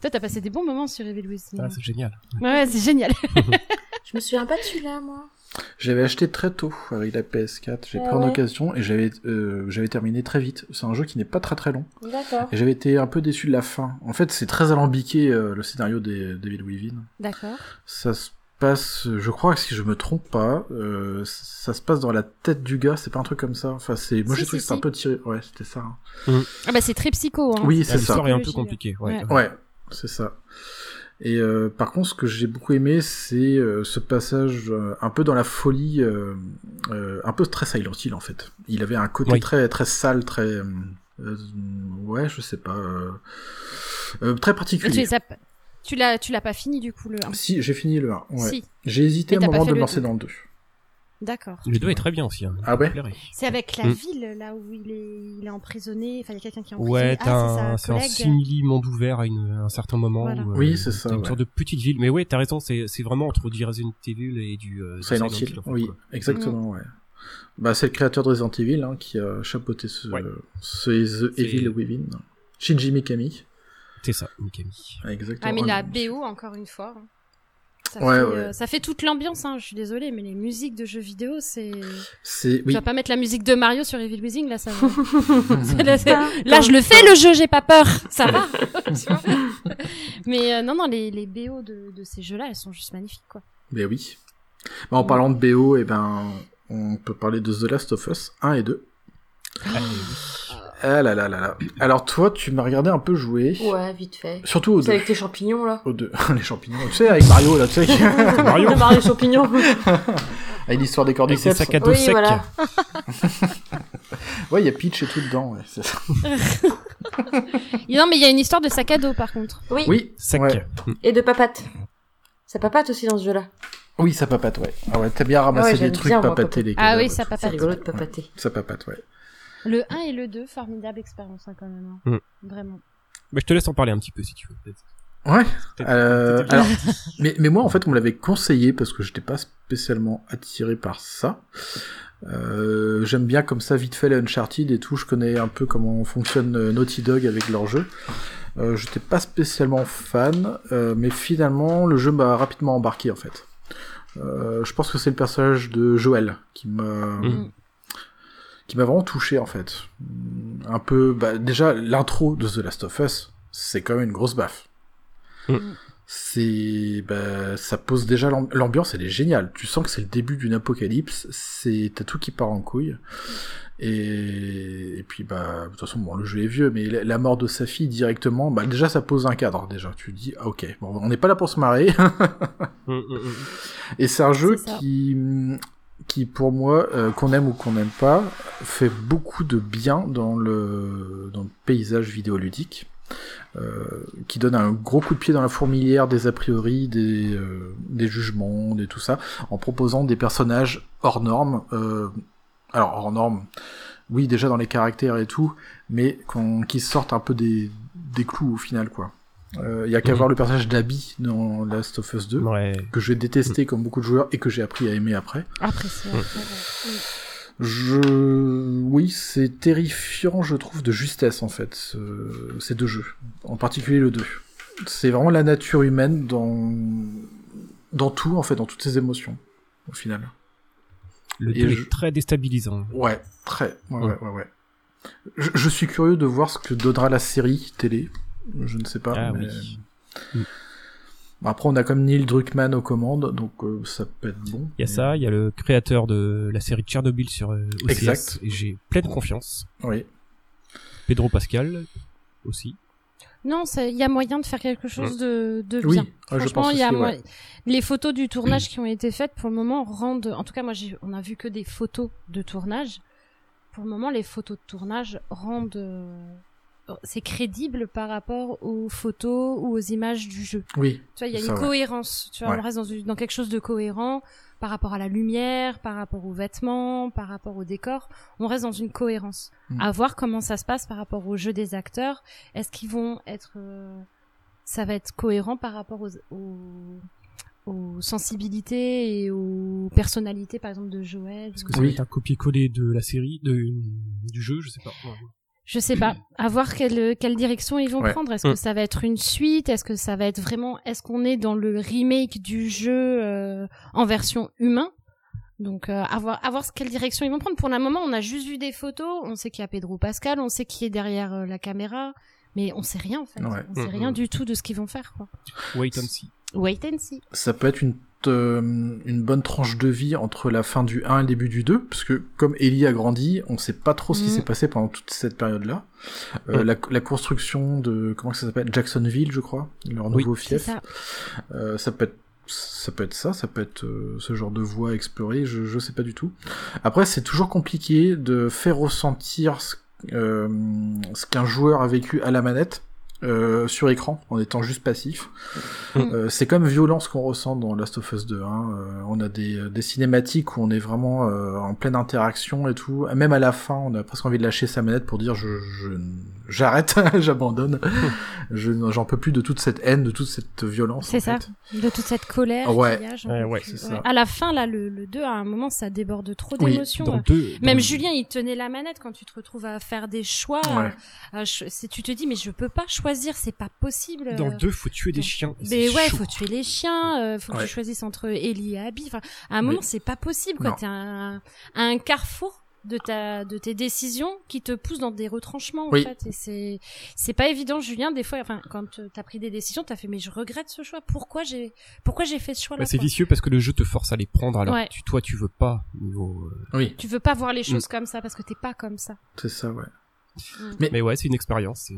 Speaker 4: Toi, t'as passé des bons moments sur Evil Within.
Speaker 5: Ah, c'est génial.
Speaker 4: ouais, ouais, c'est génial.
Speaker 6: Je me souviens pas de celui-là, moi.
Speaker 7: J'avais acheté très tôt avec la PS4, j'ai
Speaker 6: Ah
Speaker 7: pris en
Speaker 6: ouais.
Speaker 7: occasion et j'avais euh, j'avais terminé très vite. C'est un jeu qui n'est pas très très long
Speaker 6: D'accord.
Speaker 7: et j'avais été un peu déçu de la fin. En fait, c'est très alambiqué euh, le scénario des Devil Within.
Speaker 4: D'accord.
Speaker 7: Ça se passe, je crois que si je me trompe pas, euh, ça se passe dans la tête du gars, c'est pas un truc comme ça. Enfin, c'est moi
Speaker 4: Si,
Speaker 7: j'ai trouvé
Speaker 4: si, si.
Speaker 7: que c'était un peu tiré. Ouais, c'était ça. hein.
Speaker 4: Ah bah, c'est hein. très psycho, hein.
Speaker 7: Oui,
Speaker 5: Ah,
Speaker 7: c'est ça.
Speaker 5: L'histoire est un peu
Speaker 4: Logique.
Speaker 5: compliquée. Ouais.
Speaker 7: Ouais, c'est ça. Et euh, par contre, ce que j'ai beaucoup aimé, c'est euh, ce passage euh, un peu dans la folie, euh, euh, un peu très Silent Hill en fait. Il avait un côté
Speaker 5: Oui.
Speaker 7: très très sale, très euh, euh, ouais, je sais pas, euh, euh, très
Speaker 4: Et Ah, tu
Speaker 7: particulier.
Speaker 4: les as pas- Tu l'as, tu l'as pas fini du coup le 1.
Speaker 7: Si j'ai fini le 1, ouais.
Speaker 4: Si,
Speaker 7: j'ai hésité
Speaker 4: Mais
Speaker 7: à un
Speaker 4: t'as pas
Speaker 7: moment
Speaker 4: fait
Speaker 7: de me
Speaker 4: le
Speaker 7: lancer
Speaker 4: deux.
Speaker 7: dans le 2.
Speaker 4: d'accord.
Speaker 5: Le 2 est très bien aussi. Hein.
Speaker 7: Ah ouais
Speaker 5: Plairé.
Speaker 4: C'est avec la
Speaker 5: Mm.
Speaker 4: ville là où il est, il est emprisonné. Enfin, il y a quelqu'un qui est emprisonné.
Speaker 5: Ouais,
Speaker 4: ah,
Speaker 5: t'as un,
Speaker 4: c'est
Speaker 5: c'est
Speaker 4: sa
Speaker 5: un
Speaker 4: collègue.
Speaker 5: simili monde ouvert à, une- à un certain moment.
Speaker 4: Voilà.
Speaker 5: où,
Speaker 7: Oui, c'est ça,
Speaker 5: t'as Une
Speaker 7: ouais.
Speaker 5: sorte de petite ville. Mais ouais, t'as raison, c'est, c'est vraiment entre du Resident Evil et du. euh, du
Speaker 7: Silent Hill,
Speaker 5: en fait,
Speaker 7: oui,
Speaker 5: quoi.
Speaker 7: exactement, ouais. Bah, c'est le créateur de Resident Evil hein, qui a chapeauté ce,
Speaker 5: Ouais.
Speaker 7: ce The
Speaker 5: C'est-
Speaker 7: Evil Within, Shinji Mikami.
Speaker 5: C'est ça, Mikami.
Speaker 7: Exactement.
Speaker 4: Ah mais la BO encore une fois. hein. Ça,
Speaker 7: Ouais,
Speaker 4: fait,
Speaker 7: ouais.
Speaker 4: euh, ça fait toute l'ambiance, hein, je suis désolée, mais les musiques de jeux vidéo, c'est...
Speaker 7: C'est
Speaker 4: Tu
Speaker 7: oui.
Speaker 4: vas pas mettre la musique de Mario sur Evil Within, là, ça va. C'est- là, c'est- là, je le fais, le jeu, j'ai pas peur, ça va. tu vois mais euh, non, non, les, les BO de, de ces jeux-là, elles sont juste magnifiques, quoi.
Speaker 7: Ben oui. Ben, en parlant de BO, et ben on peut parler de The Last of Us 1 et 2. Ah là là là là. Alors toi, tu m'as regardé un peu jouer.
Speaker 6: Ouais, vite fait.
Speaker 7: Surtout aux
Speaker 6: C'est
Speaker 7: deux.
Speaker 6: avec tes champignons là.
Speaker 7: Aux deux. les champignons. Tu sais, avec Mario là, tu sais, qui-
Speaker 5: Mario.
Speaker 6: Le Mario champignon.
Speaker 7: avec l'histoire des
Speaker 5: Avec ses
Speaker 7: cordyceps.
Speaker 5: sacs à dos
Speaker 6: Oui,
Speaker 5: secs.
Speaker 6: voilà.
Speaker 7: Ouais, il y a Peach et tout dedans. Ouais, c'est ça.
Speaker 4: Non, mais il y a une histoire de sac à dos, par contre.
Speaker 6: Oui.
Speaker 7: Oui.
Speaker 5: Sec. Mm.
Speaker 7: Ouais.
Speaker 6: Et de papate. Ça papate aussi dans ce jeu-là.
Speaker 7: Oui, ça papate, ouais. Ah ouais, t'as bien ramassé
Speaker 6: Ouais,
Speaker 7: des
Speaker 6: j'aime
Speaker 7: trucs
Speaker 6: bien, moi,
Speaker 7: papatés, les
Speaker 4: Ah
Speaker 7: cadavres.
Speaker 4: oui, ça pas
Speaker 6: C'est rigolo de papater.
Speaker 7: Ça papate, ouais.
Speaker 4: Le 1 et le 2, formidable expérience, hein, quand même. hein. Vraiment.
Speaker 5: Bah, je te laisse en parler un petit peu si tu veux. peut-être.
Speaker 7: Ouais.
Speaker 5: Peut-être-
Speaker 7: Euh,
Speaker 5: peut-être-
Speaker 7: alors, mais, mais moi, en fait, on me l'avait conseillé parce que j'étais pas spécialement attiré par ça. Euh, J'aime bien comme ça, vite fait, les Uncharted et tout. Je connais un peu comment fonctionne euh, Naughty Dog avec leur jeu. Euh, j'étais pas spécialement fan, euh, mais finalement, le jeu m'a rapidement embarqué, en fait. Euh, je pense que c'est le personnage de Joël qui m'a
Speaker 5: Mhm.
Speaker 7: qui m'a vraiment touché en fait. Un peu, bah, déjà l'intro de The Last of Us, c'est quand même une grosse baffe.
Speaker 5: Mhm.
Speaker 7: C'est, bah, ça pose déjà l'amb- l'ambiance, elle est géniale. Tu sens que c'est le début d'une apocalypse. C'est t'as tout qui part en couille. Et, et puis bah de toute façon bon le jeu est vieux, mais la, la mort de sa fille directement, bah déjà ça pose un cadre déjà. Tu te dis ah, ok, bon, on n'est pas là pour se marrer. Mm,
Speaker 5: Hum, hum, hum.
Speaker 7: Et c'est un jeu
Speaker 4: C'est ça.
Speaker 7: qui, qui, pour moi, euh, qu'on aime ou qu'on n'aime pas, fait beaucoup de bien dans le, dans le paysage vidéoludique, euh, qui donne un gros coup de pied dans la fourmilière des a priori, des, euh, des jugements, de tout ça, en proposant des personnages hors normes. euh, alors, hors normes, oui, déjà dans les caractères et tout, mais qu'on- qui sortent un peu des, des clous au final, quoi. Euh, Il y a qu'à
Speaker 5: Mhm.
Speaker 7: voir le personnage d'Abby dans Last of Us 2
Speaker 5: Mm. Ouais.
Speaker 7: que j'ai détesté comme beaucoup de joueurs et que j'ai appris à aimer après.
Speaker 4: Après, c'est...
Speaker 7: Je, oui, c'est terrifiant, je trouve, de justesse en fait, ce- ces deux jeux, en particulier le 2. C'est vraiment la nature humaine dans dans tout en fait, dans toutes ses émotions au final.
Speaker 5: Le
Speaker 7: Et
Speaker 5: deux
Speaker 7: je-
Speaker 5: est très déstabilisant.
Speaker 7: Ouais, très. Ouais, ouais, ouais. ouais. Je, je suis curieux de voir ce que donnera la série télé. Je ne sais pas.
Speaker 5: Ah
Speaker 7: mais-
Speaker 5: oui.
Speaker 7: Bon, Après, on a comme Neil Druckmann aux commandes, donc euh, ça peut être bon.
Speaker 5: Il y a
Speaker 7: mais-
Speaker 5: ça, il y a le créateur de la série Tchernobyl sur euh, OCS.
Speaker 7: Exact.
Speaker 5: Et j'ai pleine confiance.
Speaker 7: Oui.
Speaker 5: Pedro Pascal aussi.
Speaker 4: Non, c'est- il y a moyen de faire quelque chose de, de
Speaker 7: Oui,
Speaker 4: bien.
Speaker 7: ouais, je
Speaker 4: Franchement,
Speaker 7: pense
Speaker 4: il y a
Speaker 7: aussi,
Speaker 4: mo-
Speaker 7: ouais.
Speaker 4: les photos du tournage qui ont été faites pour le moment rendent. En tout cas, moi, j'ai- on a vu que des photos de tournage. Pour le moment, les photos de tournage rendent. euh, C'est crédible par rapport aux photos ou aux images du jeu.
Speaker 7: Oui,
Speaker 4: Tu vois, il y a
Speaker 7: Ça,
Speaker 4: une
Speaker 7: ouais.
Speaker 4: cohérence. Tu vois,
Speaker 7: Ouais.
Speaker 4: on reste dans, une- dans quelque chose de cohérent par rapport à la lumière, par rapport aux vêtements, par rapport au décor. On reste dans une cohérence.
Speaker 7: Mm.
Speaker 4: À voir comment ça se passe par rapport au jeu des acteurs. Est-ce qu'ils vont être, euh, ça va être cohérent par rapport aux, aux, aux sensibilités et aux personnalités, par exemple de Joël.
Speaker 5: Parce
Speaker 4: ou-
Speaker 5: que ça
Speaker 7: Oui.
Speaker 5: va être un copier-coller de la série, de, du jeu, je sais pas. Ouais, ouais.
Speaker 4: Je sais pas. À voir quelle, quelle direction ils vont
Speaker 7: Ouais. Mm.
Speaker 4: prendre. Est-ce que ça va être une suite Est-ce que ça va être vraiment Est-ce qu'on est dans le remake du jeu euh, en version humain Donc, euh, à voir, à voir ce- quelle direction ils vont prendre. Pour le moment, on a juste vu des photos. On sait qu'il y a Pedro Pascal. On sait qui est derrière euh, la caméra. Mais on sait rien en fait.
Speaker 7: Ouais.
Speaker 4: On sait
Speaker 5: Mm,
Speaker 4: rien
Speaker 5: mm.
Speaker 4: du tout de ce qu'ils vont faire. Quoi.
Speaker 5: Wait and see.
Speaker 4: Wait and see.
Speaker 7: ça peut être une, euh, une bonne tranche de vie entre la fin du 1 et le début du 2, parce que comme Ellie a grandi, on sait pas trop ce qui
Speaker 4: Mhm.
Speaker 7: s'est passé pendant toute cette période-là. Euh,
Speaker 5: Mm.
Speaker 7: la, la construction de, comment ça s'appelle Jacksonville, je crois, leur
Speaker 5: Oui.
Speaker 7: nouveau
Speaker 4: C'est
Speaker 7: fief.
Speaker 4: ça.
Speaker 7: Euh, ça peut être ça peut être ça, ça peut être euh, ce genre de voie explorée, je, je sais pas du tout. Après, c'est toujours compliqué de faire ressentir ce, euh, ce qu'un joueur a vécu à la manette euh, sur écran en étant juste passif.
Speaker 5: Mm.
Speaker 7: Euh, c'est comme violent ce qu'on ressent dans Last of Us 2. hein. Euh, on a des, des cinématiques où on est vraiment euh, en pleine interaction et tout. Même à la fin, on a presque envie de lâcher sa manette pour dire je, je, j'arrête, j'abandonne. Je j'en peux plus de toute cette haine, de toute cette violence.
Speaker 4: C'est
Speaker 7: en
Speaker 4: ça,
Speaker 7: fait.
Speaker 4: de toute cette colère hein.
Speaker 7: Ouais.
Speaker 4: qu'il y a. j'en
Speaker 5: Ouais,
Speaker 4: peux
Speaker 5: ouais,
Speaker 4: plus.
Speaker 7: c'est ça.
Speaker 4: euh, À la fin, là, le, le 2, à un moment, ça déborde trop
Speaker 7: Oui,
Speaker 4: d'émotions.
Speaker 5: Dans deux.
Speaker 4: euh, Même
Speaker 5: dans-
Speaker 4: Julien, il tenait la manette quand tu te retrouves à faire des choix.
Speaker 7: Ouais.
Speaker 4: à- à cho- c'est- tu te dis, mais je peux pas choisir, c'est pas possible.
Speaker 5: Dans
Speaker 4: euh.
Speaker 5: le 2, faut tuer des
Speaker 4: dans-
Speaker 5: chiens. et
Speaker 4: Mais
Speaker 5: c'est
Speaker 4: ouais,
Speaker 5: chaud.
Speaker 4: faut tuer les chiens, euh, faut que
Speaker 7: Ouais.
Speaker 4: tu choisisses entre Ellie et Abby. Enfin, à un moment, c'est pas possible, quoi.
Speaker 7: Non.
Speaker 4: T'es à un, à un carrefour de ta, de tes décisions qui te poussent dans des retranchements,
Speaker 7: Oui.
Speaker 4: en fait. Et c'est, c'est pas évident, Julien. Des fois, enfin, quand euh, t'as pris des décisions, t'as fait, mais je regrette ce choix. Pourquoi j'ai, pourquoi j'ai fait ce choix-là?
Speaker 5: Bah, c'est
Speaker 4: quoi
Speaker 5: vicieux parce que le jeu te force à les prendre alors
Speaker 4: Ouais.
Speaker 5: que tu, toi tu veux pas niveau, euh,
Speaker 7: Oui,
Speaker 4: tu veux pas voir les choses comme ça parce que t'es pas comme ça.
Speaker 7: c'est ça, ouais.
Speaker 5: mais ouais c'est une expérience c'est-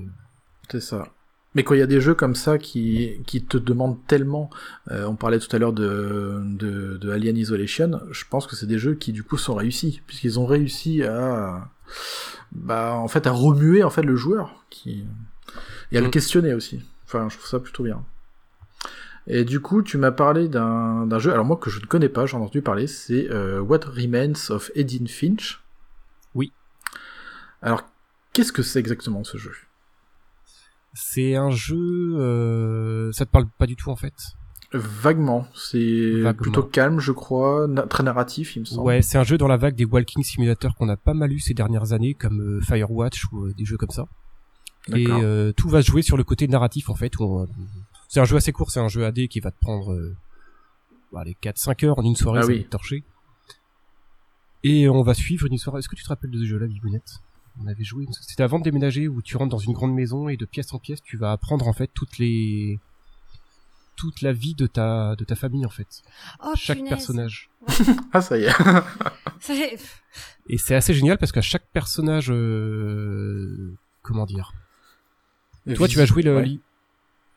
Speaker 7: C'est ça. Mais quand il y a des jeux comme ça qui, qui te demandent tellement, euh, on parlait tout à l'heure de, de, de Alien Isolation, je pense que c'est des jeux qui du coup sont réussis, puisqu'ils ont réussi à, bah, en fait, à remuer en fait le joueur, qui, et à le
Speaker 5: Mm.
Speaker 7: questionner aussi. Enfin, je trouve ça plutôt bien. Et du coup, tu m'as parlé d'un d'un jeu, alors moi que je ne connais pas, j'en ai entendu parler, c'est euh, What Remains of Edith Finch.
Speaker 5: Oui.
Speaker 7: Alors, qu'est-ce que c'est exactement ce jeu
Speaker 5: c'est un jeu euh, ça te parle pas du tout en fait
Speaker 7: Vaguement, c'est
Speaker 5: Vaguement.
Speaker 7: plutôt calme, je crois, na- très narratif, il me semble.
Speaker 5: ouais c'est un jeu dans la vague des walking simulators qu'on a pas mal eu ces dernières années comme euh, Firewatch ou euh, des jeux comme ça et
Speaker 7: D'accord.
Speaker 5: euh, tout va se jouer sur le côté narratif en fait où on- c'est un jeu assez court c'est un jeu AD qui va te prendre euh, bah, les 4-5 heures en une soirée
Speaker 7: Ah
Speaker 5: ça
Speaker 7: oui.
Speaker 5: va te torcher et on va suivre une histoire est-ce que tu te rappelles de ce jeu là Bibounette on avait joué une- c'était avant de déménager où tu rentres dans une grande maison et de pièce en pièce tu vas apprendre en fait toutes les toute la vie de ta de ta famille en fait
Speaker 4: Oh,
Speaker 5: chaque
Speaker 4: punaise.
Speaker 5: personnage
Speaker 7: Ah, ça y est.
Speaker 4: Ça fait-
Speaker 5: et c'est assez génial parce qu'à chaque personnage euh, comment dire toi, tu vas jouer le,
Speaker 7: Ouais.
Speaker 5: li-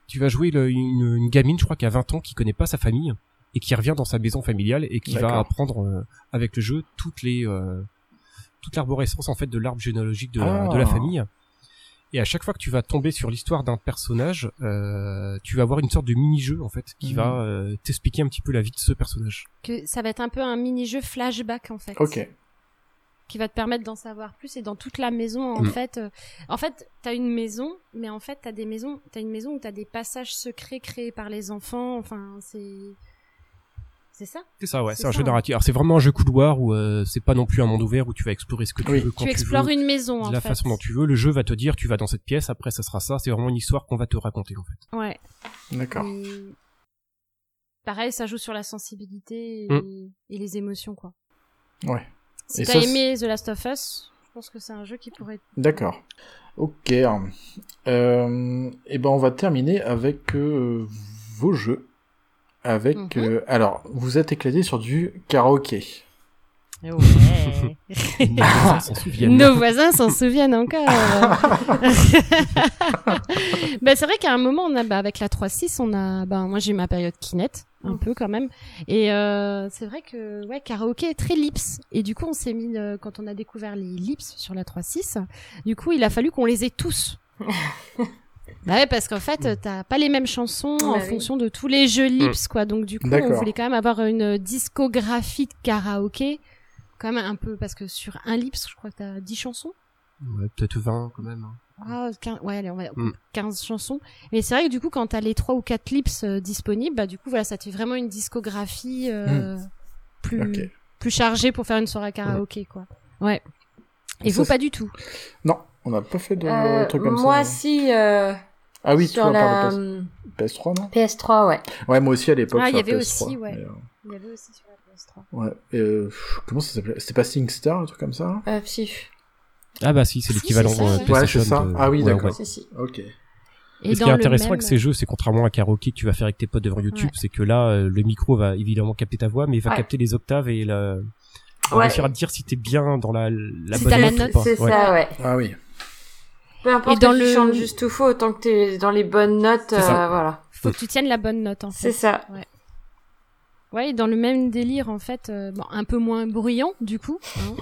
Speaker 5: tu vas jouer le- une, une gamine, je crois, qui a 20 ans, qui connaît pas sa famille et qui revient dans sa maison familiale et qui va
Speaker 7: D'accord.
Speaker 5: apprendre euh, avec le jeu toutes les euh, toute l'arborescence en fait de l'arbre généalogique de, la-
Speaker 7: Ah.
Speaker 5: de la famille. Et à chaque fois que tu vas tomber sur l'histoire d'un personnage, euh, tu vas avoir une sorte de mini-jeu en fait qui
Speaker 7: Mhm.
Speaker 5: va euh, t'expliquer un petit peu la vie de ce personnage.
Speaker 4: que ça va être un peu un mini-jeu flashback en fait.
Speaker 7: Ok.
Speaker 4: Qui va te permettre d'en savoir plus et dans toute la maison en
Speaker 5: Mm.
Speaker 4: fait. euh, en fait, t'as une maison, mais en fait t'as des maisons, t'as une maison où t'as des passages secrets créés par les enfants. Enfin, c'est c'est ça.
Speaker 5: C'est ça, ouais.
Speaker 4: C'est
Speaker 5: C'est un
Speaker 4: ça.
Speaker 5: jeu narratif. Alors c'est vraiment un jeu couloir où euh, c'est pas non plus un monde ouvert où tu vas explorer ce que tu
Speaker 7: Oui.
Speaker 5: veux quand
Speaker 4: tu
Speaker 5: tu
Speaker 4: explores
Speaker 5: veux.
Speaker 4: une maison en
Speaker 5: de la
Speaker 4: fait.
Speaker 5: façon dont tu veux. Le jeu va te dire, tu vas dans cette pièce, après ça sera ça. C'est vraiment une histoire qu'on va te raconter en fait.
Speaker 4: Ouais.
Speaker 7: D'accord.
Speaker 4: Et- Pareil, ça joue sur la sensibilité et,
Speaker 5: Mm.
Speaker 4: et les émotions quoi.
Speaker 7: Ouais.
Speaker 4: Si
Speaker 7: Et
Speaker 4: t'as
Speaker 7: ça,
Speaker 4: aimé The Last of Us, je pense que c'est un jeu qui pourrait.
Speaker 7: D'accord. Ok. Euh, et ben, on va terminer avec euh, vos jeux. Avec,
Speaker 8: Mhm.
Speaker 7: euh, alors, vous êtes éclatés sur du karaoké.
Speaker 4: Ouais.
Speaker 5: Ils s'en souviennent.
Speaker 8: Nos voisins s'en souviennent encore.
Speaker 4: bah, c'est vrai qu'à un moment, on a, bah, avec la 3.6, on a, bah, moi j'ai eu ma période kinette, un peu quand même. Et euh, c'est vrai que, ouais, karaoké est très lips. Et du coup, on s'est mis, euh, quand on a découvert les lips sur la 3.6, du coup, il a fallu qu'on les ait tous. Bah ouais, parce qu'en fait, euh, t'as pas les mêmes chansons
Speaker 6: Bah
Speaker 4: en
Speaker 6: oui. Mm.
Speaker 4: fonction de tous les jeux lips, quoi. Donc du coup, on
Speaker 7: D'accord.
Speaker 4: voulait quand même avoir une discographie de karaoké, quand même un peu, parce que sur un lips, je crois que t'as 10 chansons.
Speaker 5: Ouais, peut-être 20 quand même. hein.
Speaker 4: Ah, 15, ouais, allez, on va,
Speaker 5: Mm.
Speaker 4: 15 chansons. Mais c'est vrai que du coup, quand t'as les 3 ou 4 clips euh, disponibles, bah, du coup, voilà, ça te fait vraiment une discographie euh,
Speaker 5: Hmm.
Speaker 4: plus,
Speaker 7: Ok.
Speaker 4: plus chargée pour faire une soirée karaoké, quoi. Ouais. Et
Speaker 7: Ça,
Speaker 4: vous,
Speaker 7: c'est-
Speaker 4: pas du tout.
Speaker 7: Non, on n'a pas fait de
Speaker 6: Euh,
Speaker 7: trucs comme
Speaker 6: moi,
Speaker 7: ça.
Speaker 6: si, euh,
Speaker 7: Ah oui, tu
Speaker 6: sur
Speaker 7: en
Speaker 6: la
Speaker 7: parles de PS... 3 non
Speaker 6: PS3, ouais.
Speaker 7: Ouais, moi aussi à l'époque.
Speaker 4: Ah, il y
Speaker 7: sur la
Speaker 4: avait
Speaker 7: PS3,
Speaker 4: aussi, ouais.
Speaker 7: mais, euh,
Speaker 4: Il y avait aussi sur la PS3.
Speaker 7: ouais. Et, euh, pff, comment ça s'appelait C'était pas SingStar, un truc comme ça
Speaker 6: Euh, psif.
Speaker 5: Ah bah si, c'est
Speaker 4: Si,
Speaker 5: l'équivalent.
Speaker 4: c'est ça,
Speaker 5: euh,
Speaker 4: ouais.
Speaker 7: Ouais, c'est
Speaker 5: PlayStation
Speaker 7: ça.
Speaker 5: de-
Speaker 7: Ah oui,
Speaker 5: ouais,
Speaker 7: d'accord.
Speaker 6: Si,
Speaker 5: ouais.
Speaker 6: si.
Speaker 7: Ok.
Speaker 5: Et ce qui est intéressant avec ces jeux, c'est contrairement à karaoké que tu vas faire avec tes potes devant YouTube,
Speaker 4: Ouais.
Speaker 5: c'est que là, euh, le micro va évidemment capter ta voix, mais il va
Speaker 6: Ouais.
Speaker 5: capter les octaves et la... va
Speaker 6: Ouais.
Speaker 5: réussir à te dire si t'es bien dans la, la
Speaker 4: Si
Speaker 5: bonne
Speaker 4: t'as la
Speaker 5: note
Speaker 4: note,
Speaker 5: ou pas.
Speaker 6: C'est
Speaker 5: Ouais.
Speaker 6: ça, ouais.
Speaker 7: Ah oui.
Speaker 6: Peu importe
Speaker 4: Et dans
Speaker 6: que
Speaker 4: le-
Speaker 6: tu chantes juste ou faux, tant que t'es dans les bonnes notes,
Speaker 5: C'est ça.
Speaker 6: euh, voilà.
Speaker 4: Faut que tu tiennes la bonne note, en fait.
Speaker 6: C'est ça.
Speaker 4: Ouais, et dans le même délire en fait, euh, bon, un peu moins bruyant du coup. hein.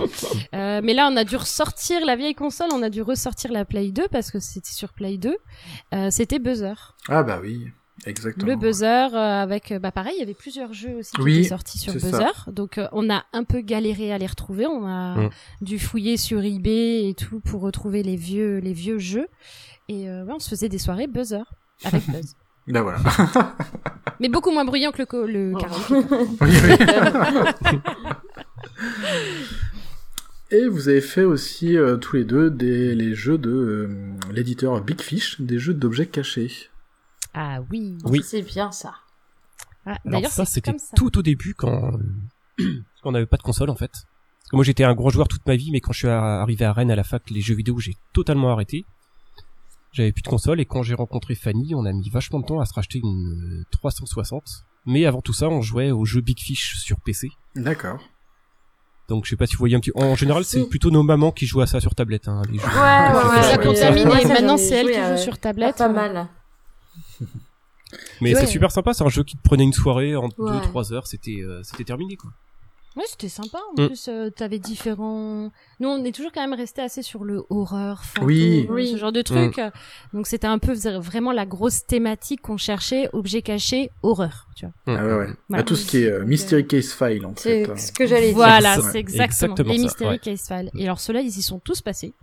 Speaker 4: Euh, mais là, on a dû ressortir la vieille console, on a dû ressortir la Play 2 parce que c'était sur Play 2. Euh, c'était Buzzer.
Speaker 7: Ah bah oui. Exactement.
Speaker 4: le buzzer euh, avec euh, bah pareil il y avait plusieurs jeux aussi qui
Speaker 7: Oui,
Speaker 4: étaient sortis sur
Speaker 7: c'est ça.
Speaker 4: buzzer donc euh, on a un peu galéré à les retrouver on a
Speaker 5: Mm.
Speaker 4: dû fouiller sur eBay et tout pour retrouver les vieux les vieux jeux et euh, ouais, on se faisait des soirées buzzer avec buzz
Speaker 7: Là Ben voilà.
Speaker 4: mais beaucoup moins bruyant que le, co-
Speaker 7: Oh.
Speaker 4: le karaoké.
Speaker 7: Oui, oui. Et vous avez fait aussi euh, tous les deux des, les jeux de euh, l'éditeur Big Fish, des jeux d'objets cachés.
Speaker 4: ah oui
Speaker 5: Oui.
Speaker 6: C'est bien ça.
Speaker 4: Ah,
Speaker 5: Alors
Speaker 4: d'ailleurs
Speaker 5: ça,
Speaker 4: c'est
Speaker 5: c'était
Speaker 4: comme ça
Speaker 5: tout au début quand parce qu'on n'avait pas de console en fait. Parce que moi j'étais un gros joueur toute ma vie, mais quand je suis à- arrivé à Rennes à la fac, les jeux vidéo j'ai totalement arrêté. J'avais plus de console et quand j'ai rencontré Fanny, on a mis vachement de temps à se racheter une euh, 360. Mais avant tout ça, on jouait aux jeux Big Fish sur PC.
Speaker 7: D'accord.
Speaker 5: Donc je sais pas si vous voyez un petit. En général, c'est
Speaker 6: Si.
Speaker 5: plutôt nos mamans qui jouent à ça sur tablette. Hein, les jeux.
Speaker 6: Ouais, ouais, ouais.
Speaker 7: Ça
Speaker 4: ça
Speaker 7: Ouais,
Speaker 4: contamine
Speaker 6: Ouais,
Speaker 4: et
Speaker 6: ça,
Speaker 4: maintenant
Speaker 6: j'avais
Speaker 4: c'est elle
Speaker 6: joué
Speaker 4: qui
Speaker 6: à-
Speaker 4: joue sur
Speaker 6: Ah,
Speaker 4: tablette euh
Speaker 6: Pas mal.
Speaker 5: Mais
Speaker 4: Ouais.
Speaker 5: c'est super sympa. C'est un jeu qui te prenait une soirée en
Speaker 6: Ouais.
Speaker 5: 2-3 heures. C'était euh, c'était terminé quoi.
Speaker 4: Ouais, c'était sympa. En
Speaker 5: Mm.
Speaker 4: plus, euh, t'avais différents. Nous, on est toujours quand même resté assez sur le horreur, fantôme,
Speaker 7: Oui.
Speaker 6: Oui.
Speaker 4: ce genre de truc. Donc, c'était un peu vraiment la grosse thématique qu'on cherchait objet caché, horreur. Tu vois.
Speaker 7: Ah ouais, ouais.
Speaker 4: Voilà.
Speaker 7: Bah, tout ce qui est euh, Mystery Case File en fait.
Speaker 6: C'est ce que j'allais dire.
Speaker 4: Voilà,
Speaker 7: ça, ouais.
Speaker 4: c'est exactement,
Speaker 5: Exactement
Speaker 4: les
Speaker 5: ça,
Speaker 4: Mystery
Speaker 5: ouais.
Speaker 4: Case Files. Et alors, ceux-là, ils y sont tous passés,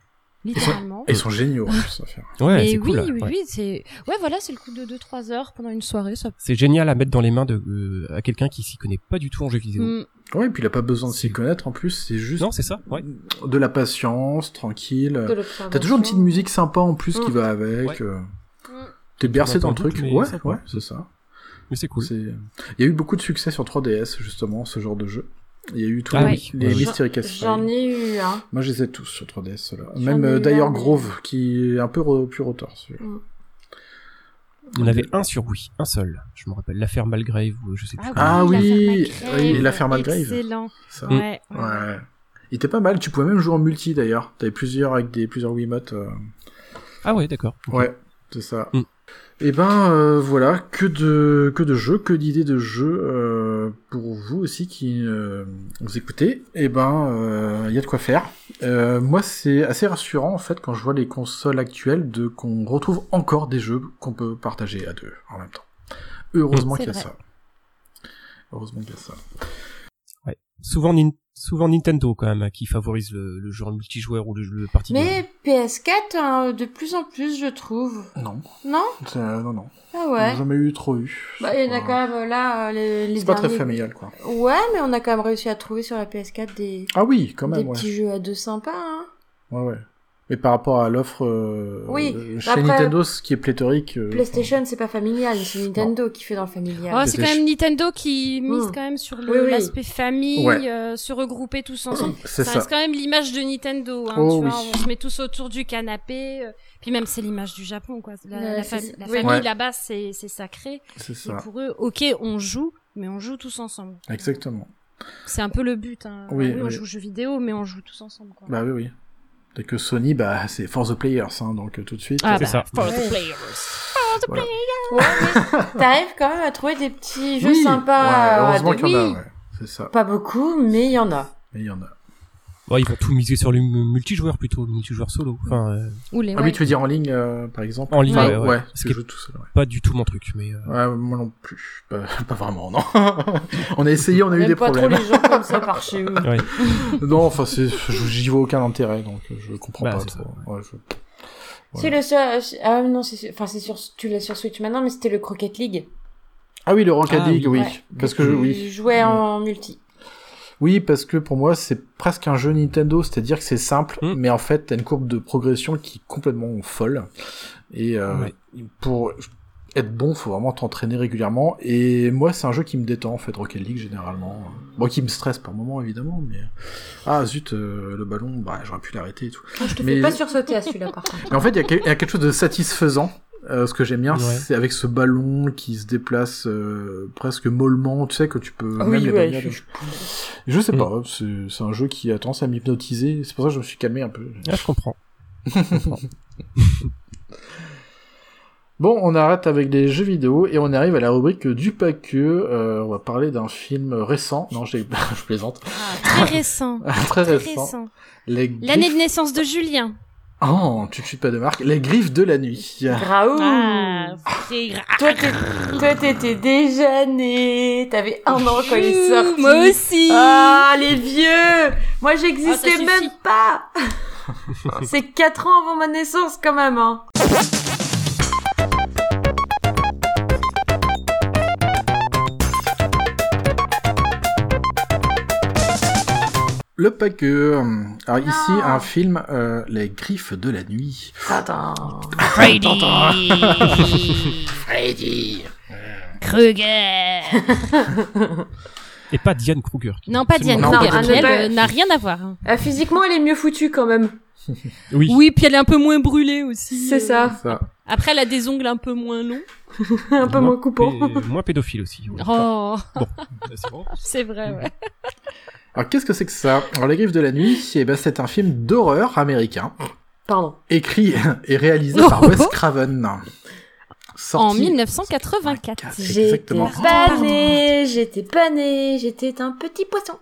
Speaker 4: littéralement.
Speaker 7: Ils sont géniaux hein, pour ça faire.
Speaker 5: Ouais,
Speaker 4: Et
Speaker 5: c'est
Speaker 4: oui,
Speaker 5: cool.
Speaker 4: oui,
Speaker 5: ouais.
Speaker 4: oui, c'est. Ouais, voilà, c'est le coup de 2-3 heures pendant une soirée, ça.
Speaker 5: C'est génial à mettre dans les mains de euh, à quelqu'un qui s'y connaît pas du tout en jeux vidéo.
Speaker 4: Mm.
Speaker 7: Ouais, et puis il a pas besoin de
Speaker 5: C'est-
Speaker 7: s'y connaître en plus, c'est
Speaker 6: Mm.
Speaker 7: juste
Speaker 5: Non, c'est ça. Ouais.
Speaker 7: de la patience, tranquille.
Speaker 6: de l'observation.
Speaker 7: T'as toujours une petite musique sympa en plus qui
Speaker 6: Mm.
Speaker 7: va avec.
Speaker 5: Ouais.
Speaker 7: euh, T'es bercé dans le
Speaker 5: Entendu,
Speaker 7: truc.
Speaker 5: mais
Speaker 7: Ouais,
Speaker 5: ça, quoi.
Speaker 7: ouais, c'est ça.
Speaker 5: Mais c'est cool.
Speaker 7: C'est- Il y a eu beaucoup de succès sur 3DS, justement, ce genre de jeu. Il y a eu tous
Speaker 5: Ah
Speaker 7: les,
Speaker 5: oui.
Speaker 7: les
Speaker 5: Ouais.
Speaker 7: Mystery Cast
Speaker 6: J'en
Speaker 7: Files.
Speaker 6: ai eu un.
Speaker 7: Moi, je les ai tous sur 3DS, là.
Speaker 6: J'en
Speaker 7: Même
Speaker 6: ai
Speaker 7: euh,
Speaker 6: eu
Speaker 7: d'ailleurs
Speaker 6: un, mais-
Speaker 7: Grove, qui est un peu re- plus retard, celui-là.
Speaker 5: On avait un sur Wii, un seul. Je me rappelle l'affaire Malgrave ou je sais plus.
Speaker 7: Ah oui,
Speaker 4: l'affaire
Speaker 7: oui,
Speaker 4: Malgrave,
Speaker 7: l'affaire Malgrave.
Speaker 4: Excellent.
Speaker 7: Ça.
Speaker 5: Mm.
Speaker 4: Ouais, ouais.
Speaker 7: Ouais. Il était pas mal. Tu pouvais même jouer en multi, d'ailleurs. T'avais plusieurs avec des plusieurs Wiimotes. euh.
Speaker 5: Ah ouais, d'accord. Ok.
Speaker 7: Ouais, c'est ça.
Speaker 5: Mm.
Speaker 7: Et ben euh, voilà, que de que de jeux, que d'idées de jeux euh, pour vous aussi qui euh, vous écoutez. Et ben euh, il y a de quoi faire. Euh, moi c'est assez rassurant en fait quand je vois les consoles actuelles de qu'on retrouve encore des jeux qu'on peut partager à deux en même temps. Heureusement
Speaker 4: C'est
Speaker 7: qu'il y a
Speaker 4: vrai.
Speaker 7: ça. Heureusement qu'il y a ça.
Speaker 5: Souvent, Nin- souvent Nintendo quand même hein, qui favorise le, le jeu en multijoueur ou le jeu party game.
Speaker 6: Mais PS4, hein, de plus en plus, je trouve.
Speaker 7: Non,
Speaker 6: Non
Speaker 7: c'est- euh, non, non.
Speaker 6: Ah
Speaker 7: J'en
Speaker 6: ouais.
Speaker 7: ai jamais eu trop eu.
Speaker 6: Bah, il y en a quand même là, euh, les, les
Speaker 7: C'est pas très
Speaker 6: derniers-
Speaker 7: familial quoi.
Speaker 6: Ouais, mais on a quand même réussi à trouver sur la PS4 des,
Speaker 7: Ah oui, quand même.
Speaker 6: des
Speaker 7: ouais.
Speaker 6: petits jeux à deux sympas. Hein.
Speaker 7: Ouais, ouais. Mais par rapport à l'offre euh,
Speaker 6: Oui,
Speaker 7: euh, chez
Speaker 6: après-
Speaker 7: Nintendo, ce qui est pléthorique. euh,
Speaker 6: PlayStation, c'est pas familial, c'est Nintendo qui fait dans le familial.
Speaker 4: Oh, c'est
Speaker 7: C'était
Speaker 4: quand même
Speaker 7: ch-
Speaker 4: Nintendo qui mise
Speaker 6: Mm.
Speaker 4: quand même sur
Speaker 6: Oui,
Speaker 4: le-
Speaker 6: oui.
Speaker 4: l'aspect famille,
Speaker 7: Ouais.
Speaker 4: euh, se regrouper tous ensemble.
Speaker 7: enfin, C'est
Speaker 4: Ça,
Speaker 7: ça.
Speaker 4: reste quand même l'image de Nintendo. Hein,
Speaker 7: Oh,
Speaker 4: tu vois,
Speaker 7: oui.
Speaker 4: on se met tous autour du canapé. euh, puis même, c'est l'image du Japon. quoi. La,
Speaker 6: Ouais,
Speaker 4: la
Speaker 6: c'est
Speaker 4: fam-
Speaker 6: ça.
Speaker 4: la
Speaker 6: Oui.
Speaker 4: famille
Speaker 7: Ouais.
Speaker 4: là-bas, c'est c'est sacré.
Speaker 7: C'est
Speaker 4: Et
Speaker 7: ça.
Speaker 4: pour eux, ok, on joue, mais on joue tous ensemble.
Speaker 7: Exactement.
Speaker 4: C'est un peu le but. Hein.
Speaker 7: Oui,
Speaker 4: on
Speaker 7: oui.
Speaker 4: joue aux jeux vidéo, mais on joue tous ensemble. Quoi.
Speaker 7: Bah oui, oui. Et que Sony, bah, c'est for the players, hein, donc euh, tout de suite.
Speaker 4: Ah
Speaker 5: C'est
Speaker 4: bah,
Speaker 5: ça.
Speaker 6: Ouais.
Speaker 7: Voilà.
Speaker 6: Ouais, mais t'arrives quand même à trouver des petits jeux
Speaker 7: Oui,
Speaker 6: sympas.
Speaker 7: ouais,
Speaker 6: euh,
Speaker 7: heureusement
Speaker 6: de-
Speaker 7: qu'il y en a,
Speaker 6: Oui,
Speaker 7: ouais. C'est ça.
Speaker 6: Pas beaucoup, mais il y en a.
Speaker 7: Mais il y en a.
Speaker 5: Ouais, ils vont tout miser sur le mu- multijoueur plutôt, le multijoueur solo. Enfin, euh,
Speaker 4: Ou les,
Speaker 7: Ah
Speaker 4: ouais.
Speaker 7: oui, tu veux dire en ligne, euh, par exemple
Speaker 5: En ligne,
Speaker 7: Ah,
Speaker 5: ouais, ouais.
Speaker 7: ouais.
Speaker 5: Ce qui
Speaker 7: Parce que
Speaker 5: est-
Speaker 7: je joue tout seul, ouais.
Speaker 5: pas du tout mon truc, mais euh,
Speaker 7: Ouais, moi non plus. Pas, pas vraiment, non. on a essayé, on a eu
Speaker 6: Même
Speaker 7: des
Speaker 6: pas
Speaker 7: problèmes.
Speaker 6: trop les gens comme ça par chez eux.
Speaker 5: ouais.
Speaker 7: Non, enfin, c'est- j'y vois aucun intérêt, donc euh, je comprends
Speaker 5: Bah,
Speaker 7: pas
Speaker 5: c'est
Speaker 7: trop. Ouais, je-
Speaker 6: C'est le seul. Ah non, c'est sur- enfin c'est sur tu l'as sur Switch maintenant, mais c'était le Croquet League.
Speaker 7: Ah oui, le Rocket
Speaker 5: Ah,
Speaker 7: League,
Speaker 5: oui.
Speaker 7: oui.
Speaker 6: Ouais.
Speaker 7: Parce que, oui.
Speaker 6: Tu jouais
Speaker 7: Mm.
Speaker 6: en multi.
Speaker 7: Oui, parce que pour moi, c'est presque un jeu Nintendo, c'est-à-dire que c'est simple,
Speaker 5: Mm.
Speaker 7: mais en fait, t'as une courbe de progression qui est complètement folle. Et euh,
Speaker 5: Ouais.
Speaker 7: pour être bon, faut vraiment t'entraîner régulièrement. Et moi, c'est un jeu qui me détend, en fait, Rocket League, généralement. Bon, qui me stresse par moment, évidemment, mais... Ah, zut, euh, le ballon, bah, j'aurais pu l'arrêter et tout.
Speaker 6: Ah, je te
Speaker 7: Mais-
Speaker 6: fais pas sursauter à celui-là par contre.
Speaker 7: Mais en fait, il y a quel- il y, a quelque chose de satisfaisant. Euh, ce que j'aime bien,
Speaker 5: Ouais.
Speaker 7: c'est avec ce ballon qui se déplace euh, presque mollement, tu sais, que tu
Speaker 6: Ah
Speaker 7: peux... même les bagnoles-
Speaker 6: je- je-
Speaker 7: je sais
Speaker 5: Mm.
Speaker 7: pas, c'est c'est un jeu qui a tendance à m'hypnotiser, c'est pour ça que je me suis calmé un peu.
Speaker 5: Ah, je comprends.
Speaker 7: Bon, on arrête avec les jeux vidéo et on arrive à la rubrique du paqueux. Euh, on va parler d'un film récent. Non, j'ai- je plaisante.
Speaker 4: Très récent.
Speaker 7: Très
Speaker 4: Très
Speaker 7: récent.
Speaker 4: récent.
Speaker 7: Les
Speaker 4: L'année
Speaker 7: griffes...
Speaker 4: de naissance de Julien.
Speaker 7: Oh, tu te suis pas de marque. Les griffes de la nuit.
Speaker 6: Graou.
Speaker 4: Ah, écrire.
Speaker 6: Toi, t'es- toi, t'étais déjà né. T'avais un an quand il est sorti.
Speaker 4: Moi aussi.
Speaker 6: Ah, les vieux Moi,
Speaker 4: Ah, ça
Speaker 6: j'existais
Speaker 4: suffit.
Speaker 6: même pas C'est 4 ans avant ma naissance, quand même, hein.
Speaker 7: Le paqueur. Alors ici, un film, euh, Les Griffes de la Nuit.
Speaker 6: Attends.
Speaker 4: Kruger.
Speaker 5: Et pas Diane Kruger. qui-
Speaker 4: Non, pas Diane
Speaker 5: absolument-
Speaker 7: Non,
Speaker 4: Kruger.
Speaker 7: pas
Speaker 4: qui,
Speaker 6: Diane.
Speaker 4: elle euh, n'a rien à voir. hein.
Speaker 6: Ah, physiquement, elle est mieux foutue, quand même.
Speaker 5: Oui.
Speaker 4: Oui, puis elle est un peu moins brûlée aussi.
Speaker 6: C'est
Speaker 4: euh.
Speaker 6: ça.
Speaker 7: Ça.
Speaker 4: Après, elle a des ongles un peu moins longs.
Speaker 6: Un peu moins coupant.
Speaker 5: pé- moins pédophile aussi. ouais.
Speaker 4: Oh,
Speaker 5: C'est bon.
Speaker 4: c'est vrai, ouais.
Speaker 7: Alors qu'est-ce que c'est que ça Alors Les Griffes de la Nuit, eh ben, c'est un film d'horreur américain,
Speaker 6: Pardon.
Speaker 7: écrit et réalisé
Speaker 4: Oh.
Speaker 7: par Wes Craven.
Speaker 4: En
Speaker 7: Sorti
Speaker 4: 1984.
Speaker 7: Ah, C'est exactement.
Speaker 6: J'étais pas née, j'étais pas née, j'étais un petit poisson.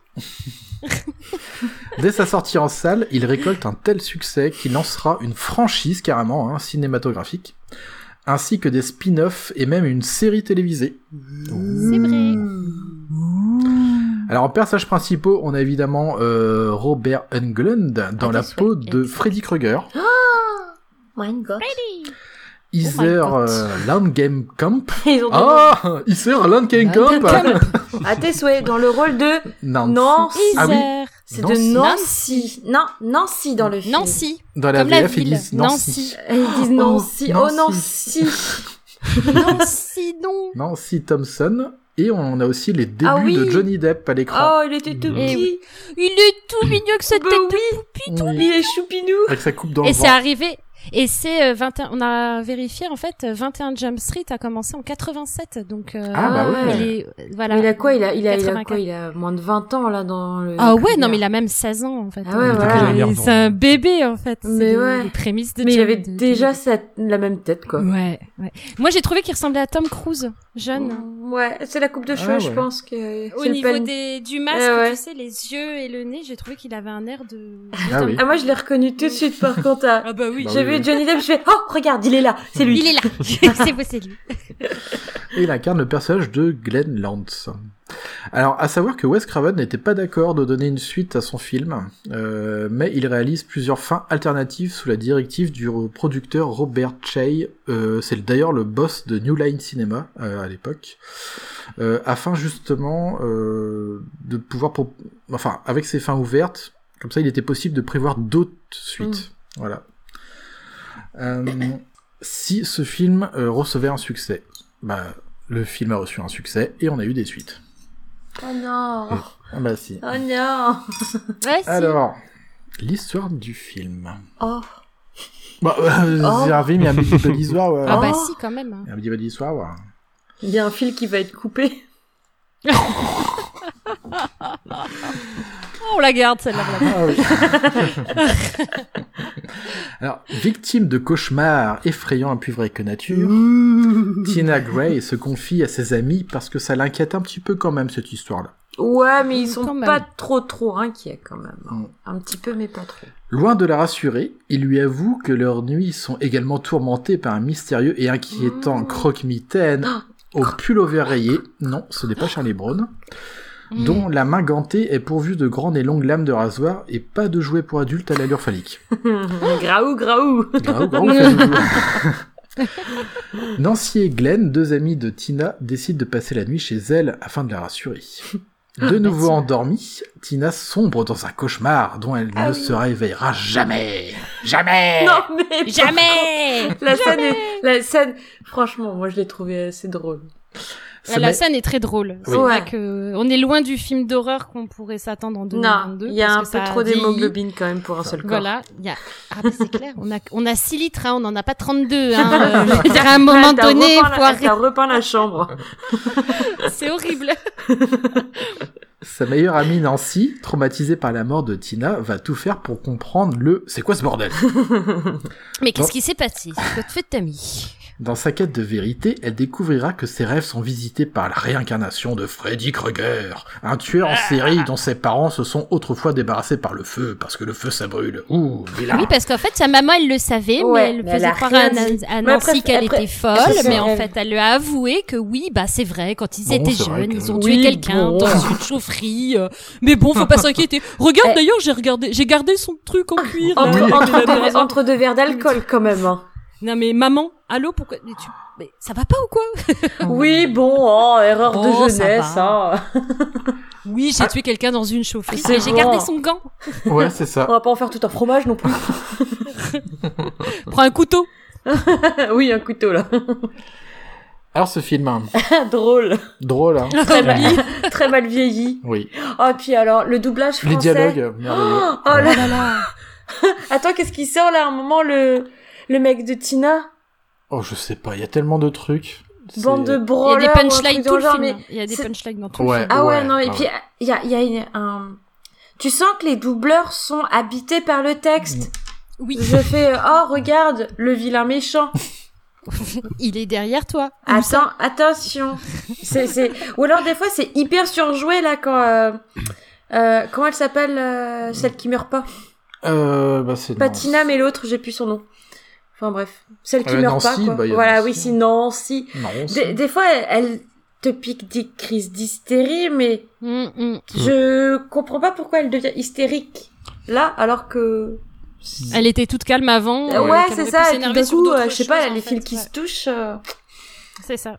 Speaker 7: Dès sa sortie en salle, il récolte un tel succès qu'il lancera une franchise carrément hein, cinématographique, ainsi que des spin-offs et même une série télévisée.
Speaker 4: C'est vrai.
Speaker 7: Alors en personnages principaux, on a évidemment euh, Robert Englund dans
Speaker 4: Ah,
Speaker 7: la
Speaker 4: t'es
Speaker 7: peau
Speaker 4: chouette.
Speaker 7: de Freddy Krueger,
Speaker 4: Oh
Speaker 6: Mein Gott.
Speaker 7: Iser
Speaker 4: God. Oh
Speaker 7: euh, Landgemkamp.
Speaker 6: Ils ont demandé
Speaker 7: Ah, Iser Landgemkamp.
Speaker 6: Landgemkamp. à tes souhaits dans le rôle de
Speaker 7: Non,
Speaker 6: Nancy.
Speaker 7: Ah oui.
Speaker 4: Iser.
Speaker 6: C'est
Speaker 7: Nancy.
Speaker 6: de Nancy. Non, Nancy dans le film.
Speaker 4: Nancy.
Speaker 7: dans la
Speaker 4: Comme la
Speaker 7: VF ils
Speaker 4: ville.
Speaker 7: disent Nancy.
Speaker 6: Et Ils disent
Speaker 7: Oh,
Speaker 6: Nancy. Oh
Speaker 7: Nancy.
Speaker 6: Nancy.
Speaker 4: Nancy, oh, non.
Speaker 7: Nancy Thompson. Et on a aussi les débuts
Speaker 6: Ah oui.
Speaker 7: de Johnny Depp à l'écran.
Speaker 6: Oh, il était tout
Speaker 4: Eh
Speaker 6: petit.
Speaker 4: Il est tout mignon que cette
Speaker 6: Bah
Speaker 4: tête de
Speaker 6: oui,
Speaker 7: Oui.
Speaker 6: il est choupinou.
Speaker 7: Avec sa coupe Bah dans
Speaker 4: Et
Speaker 7: le
Speaker 4: c'est
Speaker 7: vent.
Speaker 4: arrivé. Et c'est euh, 21. On a vérifié en fait. euh, 21 Jump Street a commencé en 87. Donc euh,
Speaker 7: Ah bah ouais.
Speaker 4: il est euh, voilà.
Speaker 6: Mais il a quoi il a, il, a, il a
Speaker 4: 84.
Speaker 6: quoi Il a moins de 20 ans là dans le.
Speaker 4: Ah ouais, non mais il a même 16 ans en fait.
Speaker 6: Ah ouais,
Speaker 4: Donc,
Speaker 6: voilà.
Speaker 4: euh,
Speaker 5: Il a l'air
Speaker 4: C'est un bébé en fait. C'est
Speaker 6: Mais
Speaker 4: les-
Speaker 6: ouais.
Speaker 4: les prémices de
Speaker 6: Mais il
Speaker 4: Jump-
Speaker 6: avait
Speaker 4: de- de-
Speaker 6: déjà sa- la même tête quoi.
Speaker 4: Ouais, ouais. Moi j'ai trouvé qu'il ressemblait à Tom Cruise, jeune.
Speaker 6: Ouais, c'est la coupe de cheveux,
Speaker 7: Ah
Speaker 6: je
Speaker 7: ouais.
Speaker 6: pense que.
Speaker 4: Au
Speaker 6: c'est le
Speaker 4: niveau
Speaker 6: pan-
Speaker 4: des, du masque,
Speaker 6: Euh, ouais.
Speaker 4: tu sais, les yeux et le nez, j'ai trouvé qu'il avait un air de...
Speaker 7: Ah oui.
Speaker 6: Ah moi je l'ai reconnu tout de suite par contre. à-
Speaker 4: Ah bah oui.
Speaker 7: Bah
Speaker 6: J'ai
Speaker 7: oui,
Speaker 6: vu
Speaker 7: oui.
Speaker 6: Johnny Depp, je fais oh regarde il est là, c'est lui.
Speaker 4: Il est là. c'est vous, c'est lui.
Speaker 7: Et il incarne le personnage de Glenn Lance. Alors, à savoir que Wes Craven n'était pas d'accord de donner une suite à son film, euh, mais il réalise plusieurs fins alternatives sous la directive du producteur Robert Chey, euh, c'est d'ailleurs le boss de New Line Cinema euh, à l'époque, euh, afin justement euh, de pouvoir, pro- enfin, avec ses fins ouvertes, comme ça, il était possible de prévoir d'autres suites. Voilà. Euh, si ce film euh, recevait un succès, bah, le film a reçu un succès et on a eu des suites.
Speaker 6: Oh non.
Speaker 7: Ah bah si.
Speaker 6: Oh non.
Speaker 4: Ouais, si.
Speaker 7: Alors, l'histoire du film.
Speaker 6: Oh.
Speaker 7: Bah, euh,
Speaker 6: Oh.
Speaker 7: c'est un film, il y a un petit peu d'histoire, ouais.
Speaker 4: Ah bah
Speaker 6: Oh.
Speaker 4: si, quand même. hein.
Speaker 7: Il y a un petit peu d'histoire, ouais.
Speaker 6: Il y a un fil qui va être coupé.
Speaker 4: Oh, on la garde, celle-là. on la garde.
Speaker 7: Ah Alors, victime de cauchemars effrayants et plus vrais que nature, Tina Gray se confie à ses amis parce que ça l'inquiète un petit peu quand même, cette histoire-là.
Speaker 6: Ouais, mais ils sont
Speaker 4: Quand même.
Speaker 6: pas trop trop inquiets quand même.
Speaker 7: Mm.
Speaker 6: Un petit peu, mais pas trop.
Speaker 7: Loin de la rassurer, il lui avoue que leurs nuits sont également tourmentées par un mystérieux et inquiétant
Speaker 6: Mmh.
Speaker 7: croque-mitaine au pull au vert rayé. Non, ce n'est pas Charlie Brown. dont la main gantée est pourvue de grandes et longues lames de rasoir et pas de jouets pour adultes à l'allure phallique.
Speaker 6: graou, graou.
Speaker 7: Graou, graou, fais doudou. Nancy et Glenn, deux amis de Tina, décident de passer la nuit chez elle afin de la rassurer. De nouveau endormie, Tina sombre dans un cauchemar dont elle ne se réveillera jamais.
Speaker 4: Eh,
Speaker 9: Jamais
Speaker 6: Non, mais.
Speaker 4: Jamais
Speaker 6: La scène, est- la scène, franchement, moi je l'ai trouvé assez drôle.
Speaker 4: La, la scène est très drôle. C'est
Speaker 6: Oui.
Speaker 4: vrai
Speaker 6: Ouais.
Speaker 4: que euh, on est loin du film d'horreur qu'on pourrait s'attendre en
Speaker 6: Non,
Speaker 4: 2022.
Speaker 6: il y a un
Speaker 4: parce
Speaker 6: peu
Speaker 4: que ça
Speaker 6: trop
Speaker 4: vieillit.
Speaker 6: d'hémoglobine quand même pour un seul corps.
Speaker 4: Voilà, il y a... Ah bah c'est clair, on a, on a 6 litres, hein, on en a pas 32. Hein. Euh, je veux dire, à un moment
Speaker 6: Elle t'a
Speaker 4: donné,
Speaker 6: repeint la-
Speaker 4: faut
Speaker 6: elle
Speaker 4: arrêter.
Speaker 6: t'a repeint la chambre.
Speaker 4: C'est horrible.
Speaker 7: Sa meilleure amie Nancy, traumatisée par la mort de Tina, va tout faire pour comprendre le c'est quoi ce bordel.
Speaker 4: Mais qu'est-ce
Speaker 7: Bon.
Speaker 4: qui s'est passé Quoi de fait de ta mie
Speaker 7: Dans sa quête de vérité, elle découvrira que ses rêves sont visités par la réincarnation de Freddy Krueger, un tueur en série dont ses parents se sont autrefois débarrassés par le feu parce que le feu ça brûle. Ouh, vilain.
Speaker 4: Oui, parce qu'en fait, sa maman, elle le savait,
Speaker 6: Ouais,
Speaker 4: mais elle
Speaker 6: mais elle
Speaker 4: faisait
Speaker 6: a
Speaker 4: croire à,
Speaker 6: rien
Speaker 4: Nan-
Speaker 6: dit.
Speaker 4: à
Speaker 6: Mais après,
Speaker 4: Nancy qu'elle
Speaker 6: après,
Speaker 4: était folle,
Speaker 6: c'est
Speaker 4: mais
Speaker 6: son
Speaker 4: en
Speaker 6: rêve.
Speaker 4: fait, elle lui a avoué que oui, bah c'est vrai, quand ils
Speaker 7: Bon,
Speaker 4: étaient
Speaker 7: c'est vrai
Speaker 4: jeunes,
Speaker 7: que-
Speaker 4: ils ont
Speaker 6: Oui,
Speaker 4: tué quelqu'un
Speaker 6: bon.
Speaker 4: dans une chaufferie. euh, mais bon, faut pas s'inquiéter.
Speaker 6: Eh.
Speaker 4: Regarde,
Speaker 6: Ah,
Speaker 4: d'ailleurs, j'ai regardé, j'ai gardé son truc en cuir. là.
Speaker 6: Entre,
Speaker 7: Oui.
Speaker 6: entre deux, entre deux verres d'alcool, quand même. hein.
Speaker 4: Non mais maman, allô, pourquoi mais tu... mais ça va pas ou quoi
Speaker 6: Oui, bon, oh, erreur
Speaker 4: Oh,
Speaker 6: de
Speaker 4: ça
Speaker 6: jeunesse.
Speaker 4: va.
Speaker 6: hein.
Speaker 4: Oui,
Speaker 7: Ah.
Speaker 4: j'ai tué quelqu'un dans une chaufferie,
Speaker 6: C'est
Speaker 4: mais j'ai
Speaker 6: bon.
Speaker 4: gardé son gant.
Speaker 7: Ouais, c'est ça.
Speaker 6: On va pas en faire tout un fromage non plus.
Speaker 4: Prends un couteau.
Speaker 6: oui, un couteau, là.
Speaker 7: Alors ce film, hein.
Speaker 6: Drôle.
Speaker 7: drôle, hein.
Speaker 6: Très mal, très mal vieilli.
Speaker 7: Oui.
Speaker 6: Oh, puis alors, le doublage français.
Speaker 7: Les dialogues, euh, merveilleux.
Speaker 6: Oh là là Attends, qu'est-ce qui sort là à un moment le le mec de Tina
Speaker 7: Oh, je sais pas, il y a tellement de trucs. C'est-
Speaker 6: bande de
Speaker 4: Il y a
Speaker 6: brawlers
Speaker 4: des
Speaker 6: ou un
Speaker 4: punchlines
Speaker 6: truc
Speaker 4: tout
Speaker 6: dans
Speaker 4: le
Speaker 6: genre,
Speaker 4: film.
Speaker 6: mais-
Speaker 4: Il y a des
Speaker 6: c'est-
Speaker 4: punchlines dans tout le
Speaker 7: Ouais.
Speaker 4: film.
Speaker 6: Ah ouais,
Speaker 7: ouais,
Speaker 6: non et
Speaker 7: ah
Speaker 6: puis il y a il y a une- un tu sens que les doubleurs sont habités par le
Speaker 7: Mm.
Speaker 6: texte.
Speaker 4: Oui.
Speaker 6: Je fais euh, oh regarde le vilain méchant.
Speaker 8: Il est derrière toi.
Speaker 6: Attends, attention. C'est c'est ou alors des fois c'est hyper surjoué là quand euh, euh, comment elle s'appelle euh, celle qui meurt pas
Speaker 7: Euh, bah c'est
Speaker 6: Pas
Speaker 7: non.
Speaker 6: Tina, mais l'autre, j'ai plus son nom. Enfin bref, celle qui
Speaker 7: Euh,
Speaker 6: meurt
Speaker 7: Nancy,
Speaker 6: pas. Quoi.
Speaker 7: bah, il y a
Speaker 6: voilà,
Speaker 7: Nancy.
Speaker 6: oui, c'est Nancy.
Speaker 7: Non,
Speaker 6: Des,
Speaker 7: c'est-
Speaker 6: des fois, elle, elle te pique des crises d'hystérie, mais
Speaker 8: Hum,
Speaker 4: Mm,
Speaker 8: hum.
Speaker 6: je comprends pas pourquoi elle devient hystérique là, alors que.
Speaker 4: Elle était toute calme avant.
Speaker 6: Ouais,
Speaker 4: euh, qu'elle
Speaker 6: c'est
Speaker 4: aurait
Speaker 6: ça.
Speaker 4: pu
Speaker 6: Et puis
Speaker 4: s'énerver
Speaker 6: d'un
Speaker 4: sur
Speaker 6: coup,
Speaker 4: d'autres
Speaker 6: euh, je sais pas,
Speaker 4: choses, en
Speaker 6: les
Speaker 4: fait,
Speaker 6: fils qui
Speaker 4: ouais.
Speaker 6: se touchent. euh.
Speaker 4: C'est ça.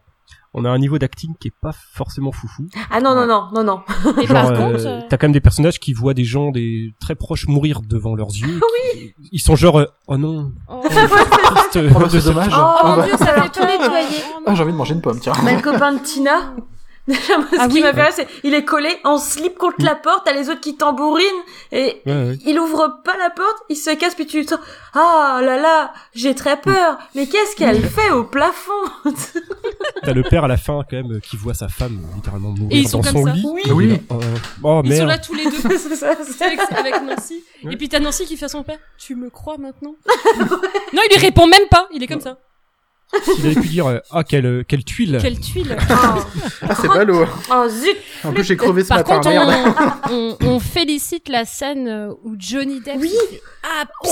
Speaker 5: On a un niveau d'acting qui est pas forcément foufou.
Speaker 6: Ah non, non, non, non, non.
Speaker 4: Et
Speaker 5: Genre,
Speaker 4: par contre,
Speaker 5: euh,
Speaker 4: euh,
Speaker 5: t'as quand même des personnages qui voient des gens des très proches mourir devant leurs yeux.
Speaker 4: Ah
Speaker 5: oui. Ils sont genre, euh, oh non,
Speaker 4: oh,
Speaker 5: oh, triste, euh,
Speaker 7: Oh, bah,
Speaker 5: de
Speaker 7: c'est dommage.
Speaker 6: Oh,
Speaker 7: Ah,
Speaker 6: mon
Speaker 7: bah-
Speaker 6: Dieu, ça va tout nettoyer.
Speaker 7: Ah, j'ai envie de manger une pomme, tiens.
Speaker 6: Mais le copain de Tina. Déjà, moi, ce
Speaker 4: Ah
Speaker 6: qui
Speaker 4: oui.
Speaker 6: m'a fait rire, c'est il est collé en slip contre la porte, t'as les autres qui tambourinent, et
Speaker 5: Ouais, ouais.
Speaker 6: Il ouvre pas la porte, il se casse, puis tu sens « Ah là là, j'ai très peur, mais qu'est-ce qu'elle fait au plafond ?»
Speaker 5: T'as le père à la fin quand même euh, qui voit sa femme euh, littéralement
Speaker 4: Et
Speaker 5: mourir
Speaker 4: ils sont
Speaker 5: dans
Speaker 4: comme
Speaker 5: son
Speaker 4: ça.
Speaker 5: lit.
Speaker 6: Oui.
Speaker 5: Et
Speaker 7: Oui.
Speaker 5: il est là, Oh, oh,
Speaker 4: ils sont là
Speaker 5: merde.
Speaker 4: tous les deux.
Speaker 6: C'est ça, c'est-
Speaker 4: avec, avec Nancy.
Speaker 5: Ouais.
Speaker 4: Et puis t'as Nancy qui fait à son père Tu me crois maintenant Non, il lui répond même pas. Il est comme ça.
Speaker 5: Il avait pu dire euh, ah quelle euh, quelle tuile.
Speaker 4: Quelle tuile
Speaker 6: oh,
Speaker 7: Ah, c'est ballot.
Speaker 6: oh, zut
Speaker 7: En plus, j'ai crevé ce
Speaker 4: Par
Speaker 7: matin,
Speaker 4: contre,
Speaker 7: merde.
Speaker 4: on, on, on félicite la scène euh, où Johnny Depp
Speaker 6: Oui.
Speaker 4: se fait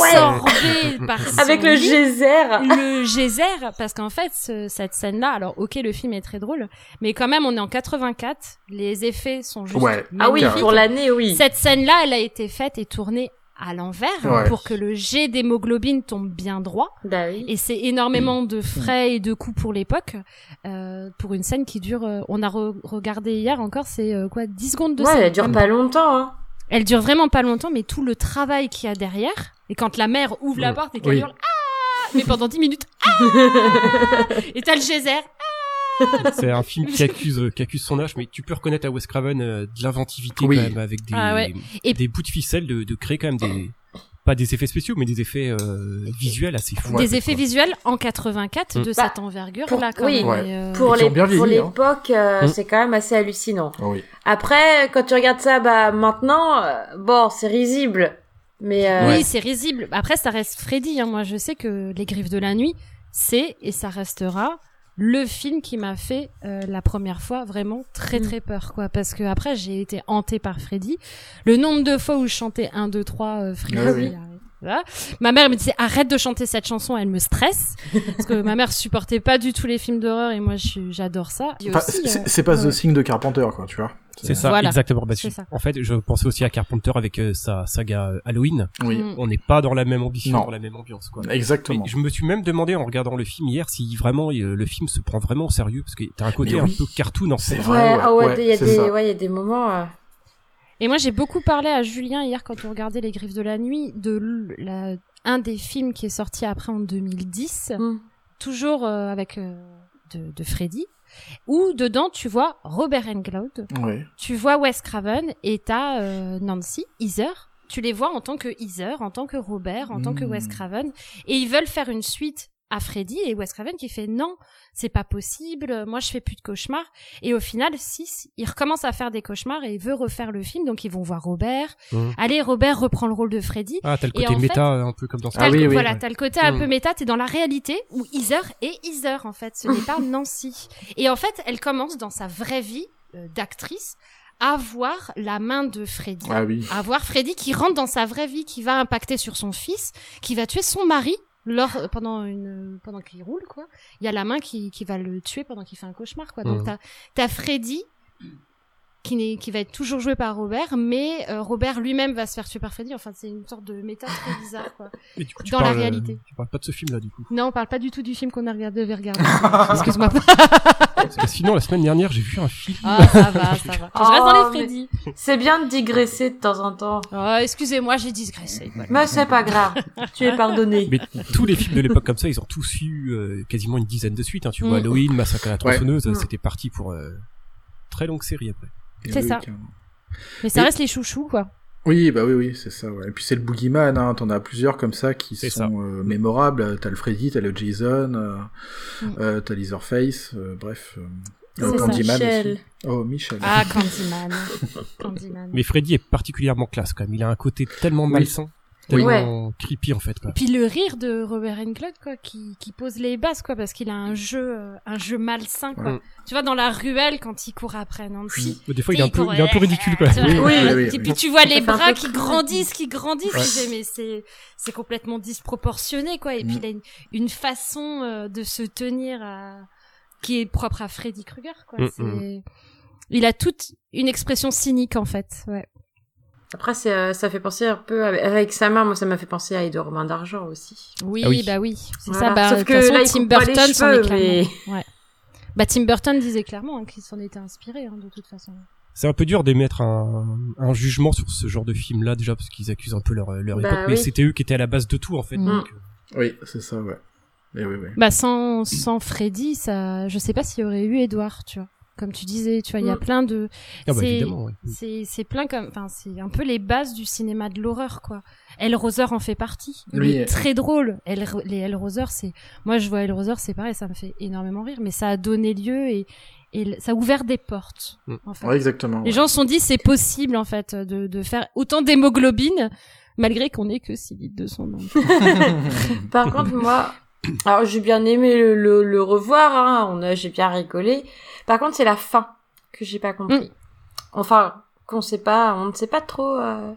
Speaker 4: absorber par son
Speaker 6: Avec le
Speaker 4: lit.
Speaker 6: geyser
Speaker 4: le geyser, parce qu'en fait, ce- cette scène-là, alors ok, le film est très drôle, mais quand même, on est en 84, les effets sont juste
Speaker 7: Ouais.
Speaker 6: Ah oui,
Speaker 4: magnifiques.
Speaker 6: pour l'année, oui.
Speaker 4: Cette scène-là, elle a été faite et tournée à l'envers hein,
Speaker 7: Ouais.
Speaker 4: pour que le jet d'hémoglobine tombe bien droit.
Speaker 6: Bah oui.
Speaker 4: Et c'est énormément de frais et de coûts pour l'époque, euh, pour une scène qui dure, euh, on a re- regardé hier encore, c'est euh, quoi, 10 secondes de
Speaker 6: Ouais,
Speaker 4: scène.
Speaker 6: elle dure
Speaker 4: même
Speaker 6: pas longtemps, hein.
Speaker 4: elle dure vraiment pas longtemps, mais tout le travail qu'il y a derrière, et quand la mère ouvre la
Speaker 7: Oui.
Speaker 4: porte et qu'elle
Speaker 7: Oui.
Speaker 4: hurle Ah Mais pendant 10 minutes Ah Et t'as le geyser
Speaker 5: C'est un film qui accuse euh, qui accuse son âge, mais tu peux reconnaître à Wes Craven euh, de l'inventivité
Speaker 7: Oui.
Speaker 5: quand même avec des
Speaker 4: Ah ouais. Et-
Speaker 5: des bouts de ficelle de, de créer quand même des pas des effets spéciaux mais des effets euh, visuels assez fous.
Speaker 4: Des effets visuels en 84 de
Speaker 5: Mm.
Speaker 4: cette envergure là,
Speaker 6: pour-
Speaker 4: quand
Speaker 6: oui.
Speaker 4: même.
Speaker 7: Ouais.
Speaker 4: et, euh,
Speaker 6: Pour
Speaker 7: Ils ont
Speaker 6: les-
Speaker 7: bien
Speaker 6: pour
Speaker 7: vieilli, hein.
Speaker 6: l'époque, euh,
Speaker 5: Mm.
Speaker 6: c'est quand même assez hallucinant.
Speaker 7: Ah oui.
Speaker 6: Après, quand tu regardes ça, bah, maintenant, euh, bon, c'est risible. Mais, euh,
Speaker 4: Oui, c'est risible. Après, ça reste Freddy. hein. Moi, je sais que Les Griffes de la Nuit, c'est et ça restera le film qui m'a fait euh, la première fois vraiment très
Speaker 6: Mm.
Speaker 4: très peur quoi parce que après j'ai été hantée par Freddy le nombre de fois où je chantais 1 2 3 euh, Freddy
Speaker 7: Ah oui.
Speaker 4: euh, voilà. ma mère me disait arrête de chanter cette chanson elle me stresse parce que ma mère supportait pas du tout les films d'horreur et moi je- j'adore ça Et
Speaker 7: Pas-
Speaker 4: aussi, euh,
Speaker 7: c'est c'est pas
Speaker 4: ouais.
Speaker 7: The Thing de Carpenter, quoi, tu vois.
Speaker 5: C'est ça,
Speaker 4: Voilà.
Speaker 5: exactement. Bah,
Speaker 4: C'est
Speaker 5: je-
Speaker 4: ça.
Speaker 5: En fait, je pensais aussi à Carpenter avec euh, sa saga euh, Halloween.
Speaker 7: Oui.
Speaker 4: Mm.
Speaker 5: On n'est pas dans la même ambition,
Speaker 7: Non.
Speaker 5: dans la même ambiance, quoi. Mais
Speaker 7: Exactement.
Speaker 5: je me suis même demandé en regardant le film hier si vraiment euh, le film se prend vraiment au sérieux parce que t'as un côté
Speaker 7: Mais
Speaker 5: un
Speaker 7: oui.
Speaker 5: peu cartoon en fait.
Speaker 7: C'est
Speaker 6: ouais,
Speaker 7: vrai.
Speaker 6: ah ouais, il y a
Speaker 7: c'est
Speaker 6: des,
Speaker 7: ça.
Speaker 6: ouais, il y a des moments, euh,
Speaker 4: Et moi, j'ai beaucoup parlé à Julien hier quand on regardait Les Griffes de la Nuit de l- la, un des films qui est sorti après en 2010,
Speaker 6: Mm.
Speaker 4: toujours euh, avec euh, de, de Freddy, où dedans tu vois Robert Englund,
Speaker 7: Ouais.
Speaker 4: tu vois Wes Craven et t'as euh, Nancy, Heather. Tu les vois en tant que Heather, en tant que Robert, en tant que
Speaker 7: Mm.
Speaker 4: Wes Craven, et ils veulent faire une suite à Freddy et Wes Craven qui fait non, c'est pas possible, moi je fais plus de cauchemars. Et au final, si, si, il recommence à faire des cauchemars et il veut refaire le film, donc ils vont voir Robert.
Speaker 5: Mhm.
Speaker 4: Allez, Robert reprend le rôle de Freddy.
Speaker 5: Ah, t'as le
Speaker 4: Et
Speaker 5: côté
Speaker 4: en
Speaker 5: méta
Speaker 4: fait-
Speaker 5: un peu comme dans Star
Speaker 4: T'as le-
Speaker 7: oui, oui,
Speaker 4: voilà,
Speaker 5: ouais.
Speaker 4: t'as le côté un
Speaker 5: Ah Mm.
Speaker 4: peu méta, t'es dans la réalité où Heather est Heather en fait, ce n'est pas Nancy. Et en fait, elle commence dans sa vraie vie euh, d'actrice à voir la main de Freddy,
Speaker 7: Ah oui.
Speaker 8: Ah,
Speaker 4: à voir Freddy qui rentre dans sa vraie vie, qui va impacter sur son fils, qui va tuer son mari lors euh, pendant une pendant qu'il roule quoi. Il y a la main qui, qui va le tuer pendant qu'il fait un cauchemar quoi. Donc
Speaker 5: Mm.
Speaker 4: t'as t'as Freddy qui n'est qui va être toujours joué par Robert, mais euh, Robert lui-même va se faire tuer par Freddy. Enfin, c'est une sorte de méta très bizarre quoi.
Speaker 5: Et du coup, tu
Speaker 4: dans la
Speaker 5: parles, euh,
Speaker 4: réalité.
Speaker 5: Tu parles pas de ce film là du coup.
Speaker 4: Non, on parle pas du tout du film qu'on a regardé, devait regarder. Excuse-moi.
Speaker 5: Parce que sinon, la semaine dernière, j'ai vu un film.
Speaker 4: Ah, ça va, ça va. je reste dans les Freddy.
Speaker 6: C'est bien de digresser de temps en temps.
Speaker 4: Oh, excusez-moi, j'ai digressé. voilà.
Speaker 6: Mais c'est pas grave. tu es pardonné.
Speaker 5: Mais tous les films de l'époque comme ça, ils ont tous eu euh, quasiment une dizaine de suites. Hein. Tu vois,
Speaker 4: Mm.
Speaker 5: Halloween, Massacre à la tronçonneuse,
Speaker 6: Mm.
Speaker 5: c'était parti pour euh, très longue série après.
Speaker 4: C'est ça. Mais ça reste les chouchous, quoi.
Speaker 7: Oui, bah oui, oui, c'est ça. ouais. Et puis c'est le Boogeyman, hein. t'en as plusieurs comme ça qui
Speaker 5: C'est
Speaker 7: sont
Speaker 5: ça.
Speaker 7: euh, mémorables. T'as le Freddy, t'as le Jason, euh,
Speaker 4: Mm.
Speaker 7: euh, t'as l'Etherface, euh, bref. euh,
Speaker 6: C'est
Speaker 7: euh,
Speaker 4: ça,
Speaker 7: Candyman
Speaker 6: Michel.
Speaker 7: aussi. Oh, Michel.
Speaker 4: Ah, Candyman. Candyman.
Speaker 5: Mais Freddy est particulièrement classe quand même. Il a un côté tellement
Speaker 7: Oui.
Speaker 5: malsain,
Speaker 7: Oui.
Speaker 5: tellement creepy en fait. Quoi.
Speaker 4: Puis le rire de Robert Englund, quoi, qui, qui pose les bases, quoi, parce qu'il a un jeu, euh, un jeu malsain, quoi.
Speaker 5: Mm.
Speaker 4: Tu vois, dans la ruelle, quand il court après Nancy.
Speaker 5: Des fois, Oh, il est un
Speaker 4: Il
Speaker 5: peu,
Speaker 4: court-
Speaker 5: il est un peu ridicule quoi.
Speaker 4: Tu vois,
Speaker 7: Oui, oui,
Speaker 4: euh,
Speaker 7: oui,
Speaker 4: et
Speaker 7: oui.
Speaker 4: puis tu vois
Speaker 6: Ça fait
Speaker 4: les
Speaker 6: un peu
Speaker 4: bras qui
Speaker 6: creepy.
Speaker 4: grandissent, qui grandissent.
Speaker 5: Ouais.
Speaker 4: tu fais, mais c'est, c'est complètement disproportionné, quoi. Et puis
Speaker 7: Mm.
Speaker 4: il a une, une façon euh, de se tenir à... qui est propre à Freddy Krueger, quoi.
Speaker 5: Mm,
Speaker 4: C'est- Il a toute une expression cynique, en fait. Ouais.
Speaker 6: Après, c'est, euh, ça fait penser un peu à- avec sa main. Moi, ça m'a fait penser à Edouard Romain d'Argent aussi.
Speaker 4: Oui,
Speaker 5: Ah oui.
Speaker 4: bah oui. C'est
Speaker 6: Voilà.
Speaker 4: ça. Bah,
Speaker 6: Sauf
Speaker 4: de toute
Speaker 6: que
Speaker 4: façon,
Speaker 6: là, il
Speaker 4: Tim
Speaker 6: coupe pas les
Speaker 4: Burton s'en
Speaker 6: cheveux,
Speaker 4: est clairement.
Speaker 6: mais-
Speaker 4: Ouais. Bah, Tim Burton disait clairement hein, qu'il s'en était inspiré, hein, de toute façon.
Speaker 5: C'est un peu dur d'émettre un, un jugement sur ce genre de film là déjà parce qu'ils accusent un peu leur, leur
Speaker 6: Bah
Speaker 5: époque. Mais
Speaker 6: oui.
Speaker 5: c'était eux qui étaient à la base de tout en fait.
Speaker 4: Mm.
Speaker 5: donc, euh,
Speaker 7: Oui, c'est ça, ouais. Et oui, oui.
Speaker 4: Bah sans sans Freddy, ça, je sais pas s'il y aurait eu Edouard, tu vois. Comme tu disais, tu vois, il y a
Speaker 6: Mm.
Speaker 4: plein de
Speaker 5: Ah bah
Speaker 4: C'est-
Speaker 5: évidemment. ouais.
Speaker 7: Mm.
Speaker 4: c'est c'est plein comme enfin c'est un peu les bases du cinéma de l'horreur quoi. El Roseur en fait partie. Il
Speaker 7: Oui.
Speaker 4: est très drôle. El, les El Roseur, c'est moi je vois El Roseur, c'est pareil, ça me fait énormément rire, mais ça a donné lieu et et ça a ouvert des portes
Speaker 5: Mm.
Speaker 4: en fait.
Speaker 7: Ouais, exactement.
Speaker 4: Les
Speaker 7: ouais.
Speaker 4: gens se sont dit c'est possible en fait de, de faire autant d'hémoglobine malgré qu'on ait que 6 litres de sang. dans le sang.
Speaker 6: Par contre, moi, alors j'ai bien aimé le, le, le revoir. Hein, on a, j'ai bien rigolé. Par contre, c'est la fin que j'ai pas
Speaker 4: Mm.
Speaker 6: compris. Enfin, qu'on sait pas, on ne sait pas trop. euh,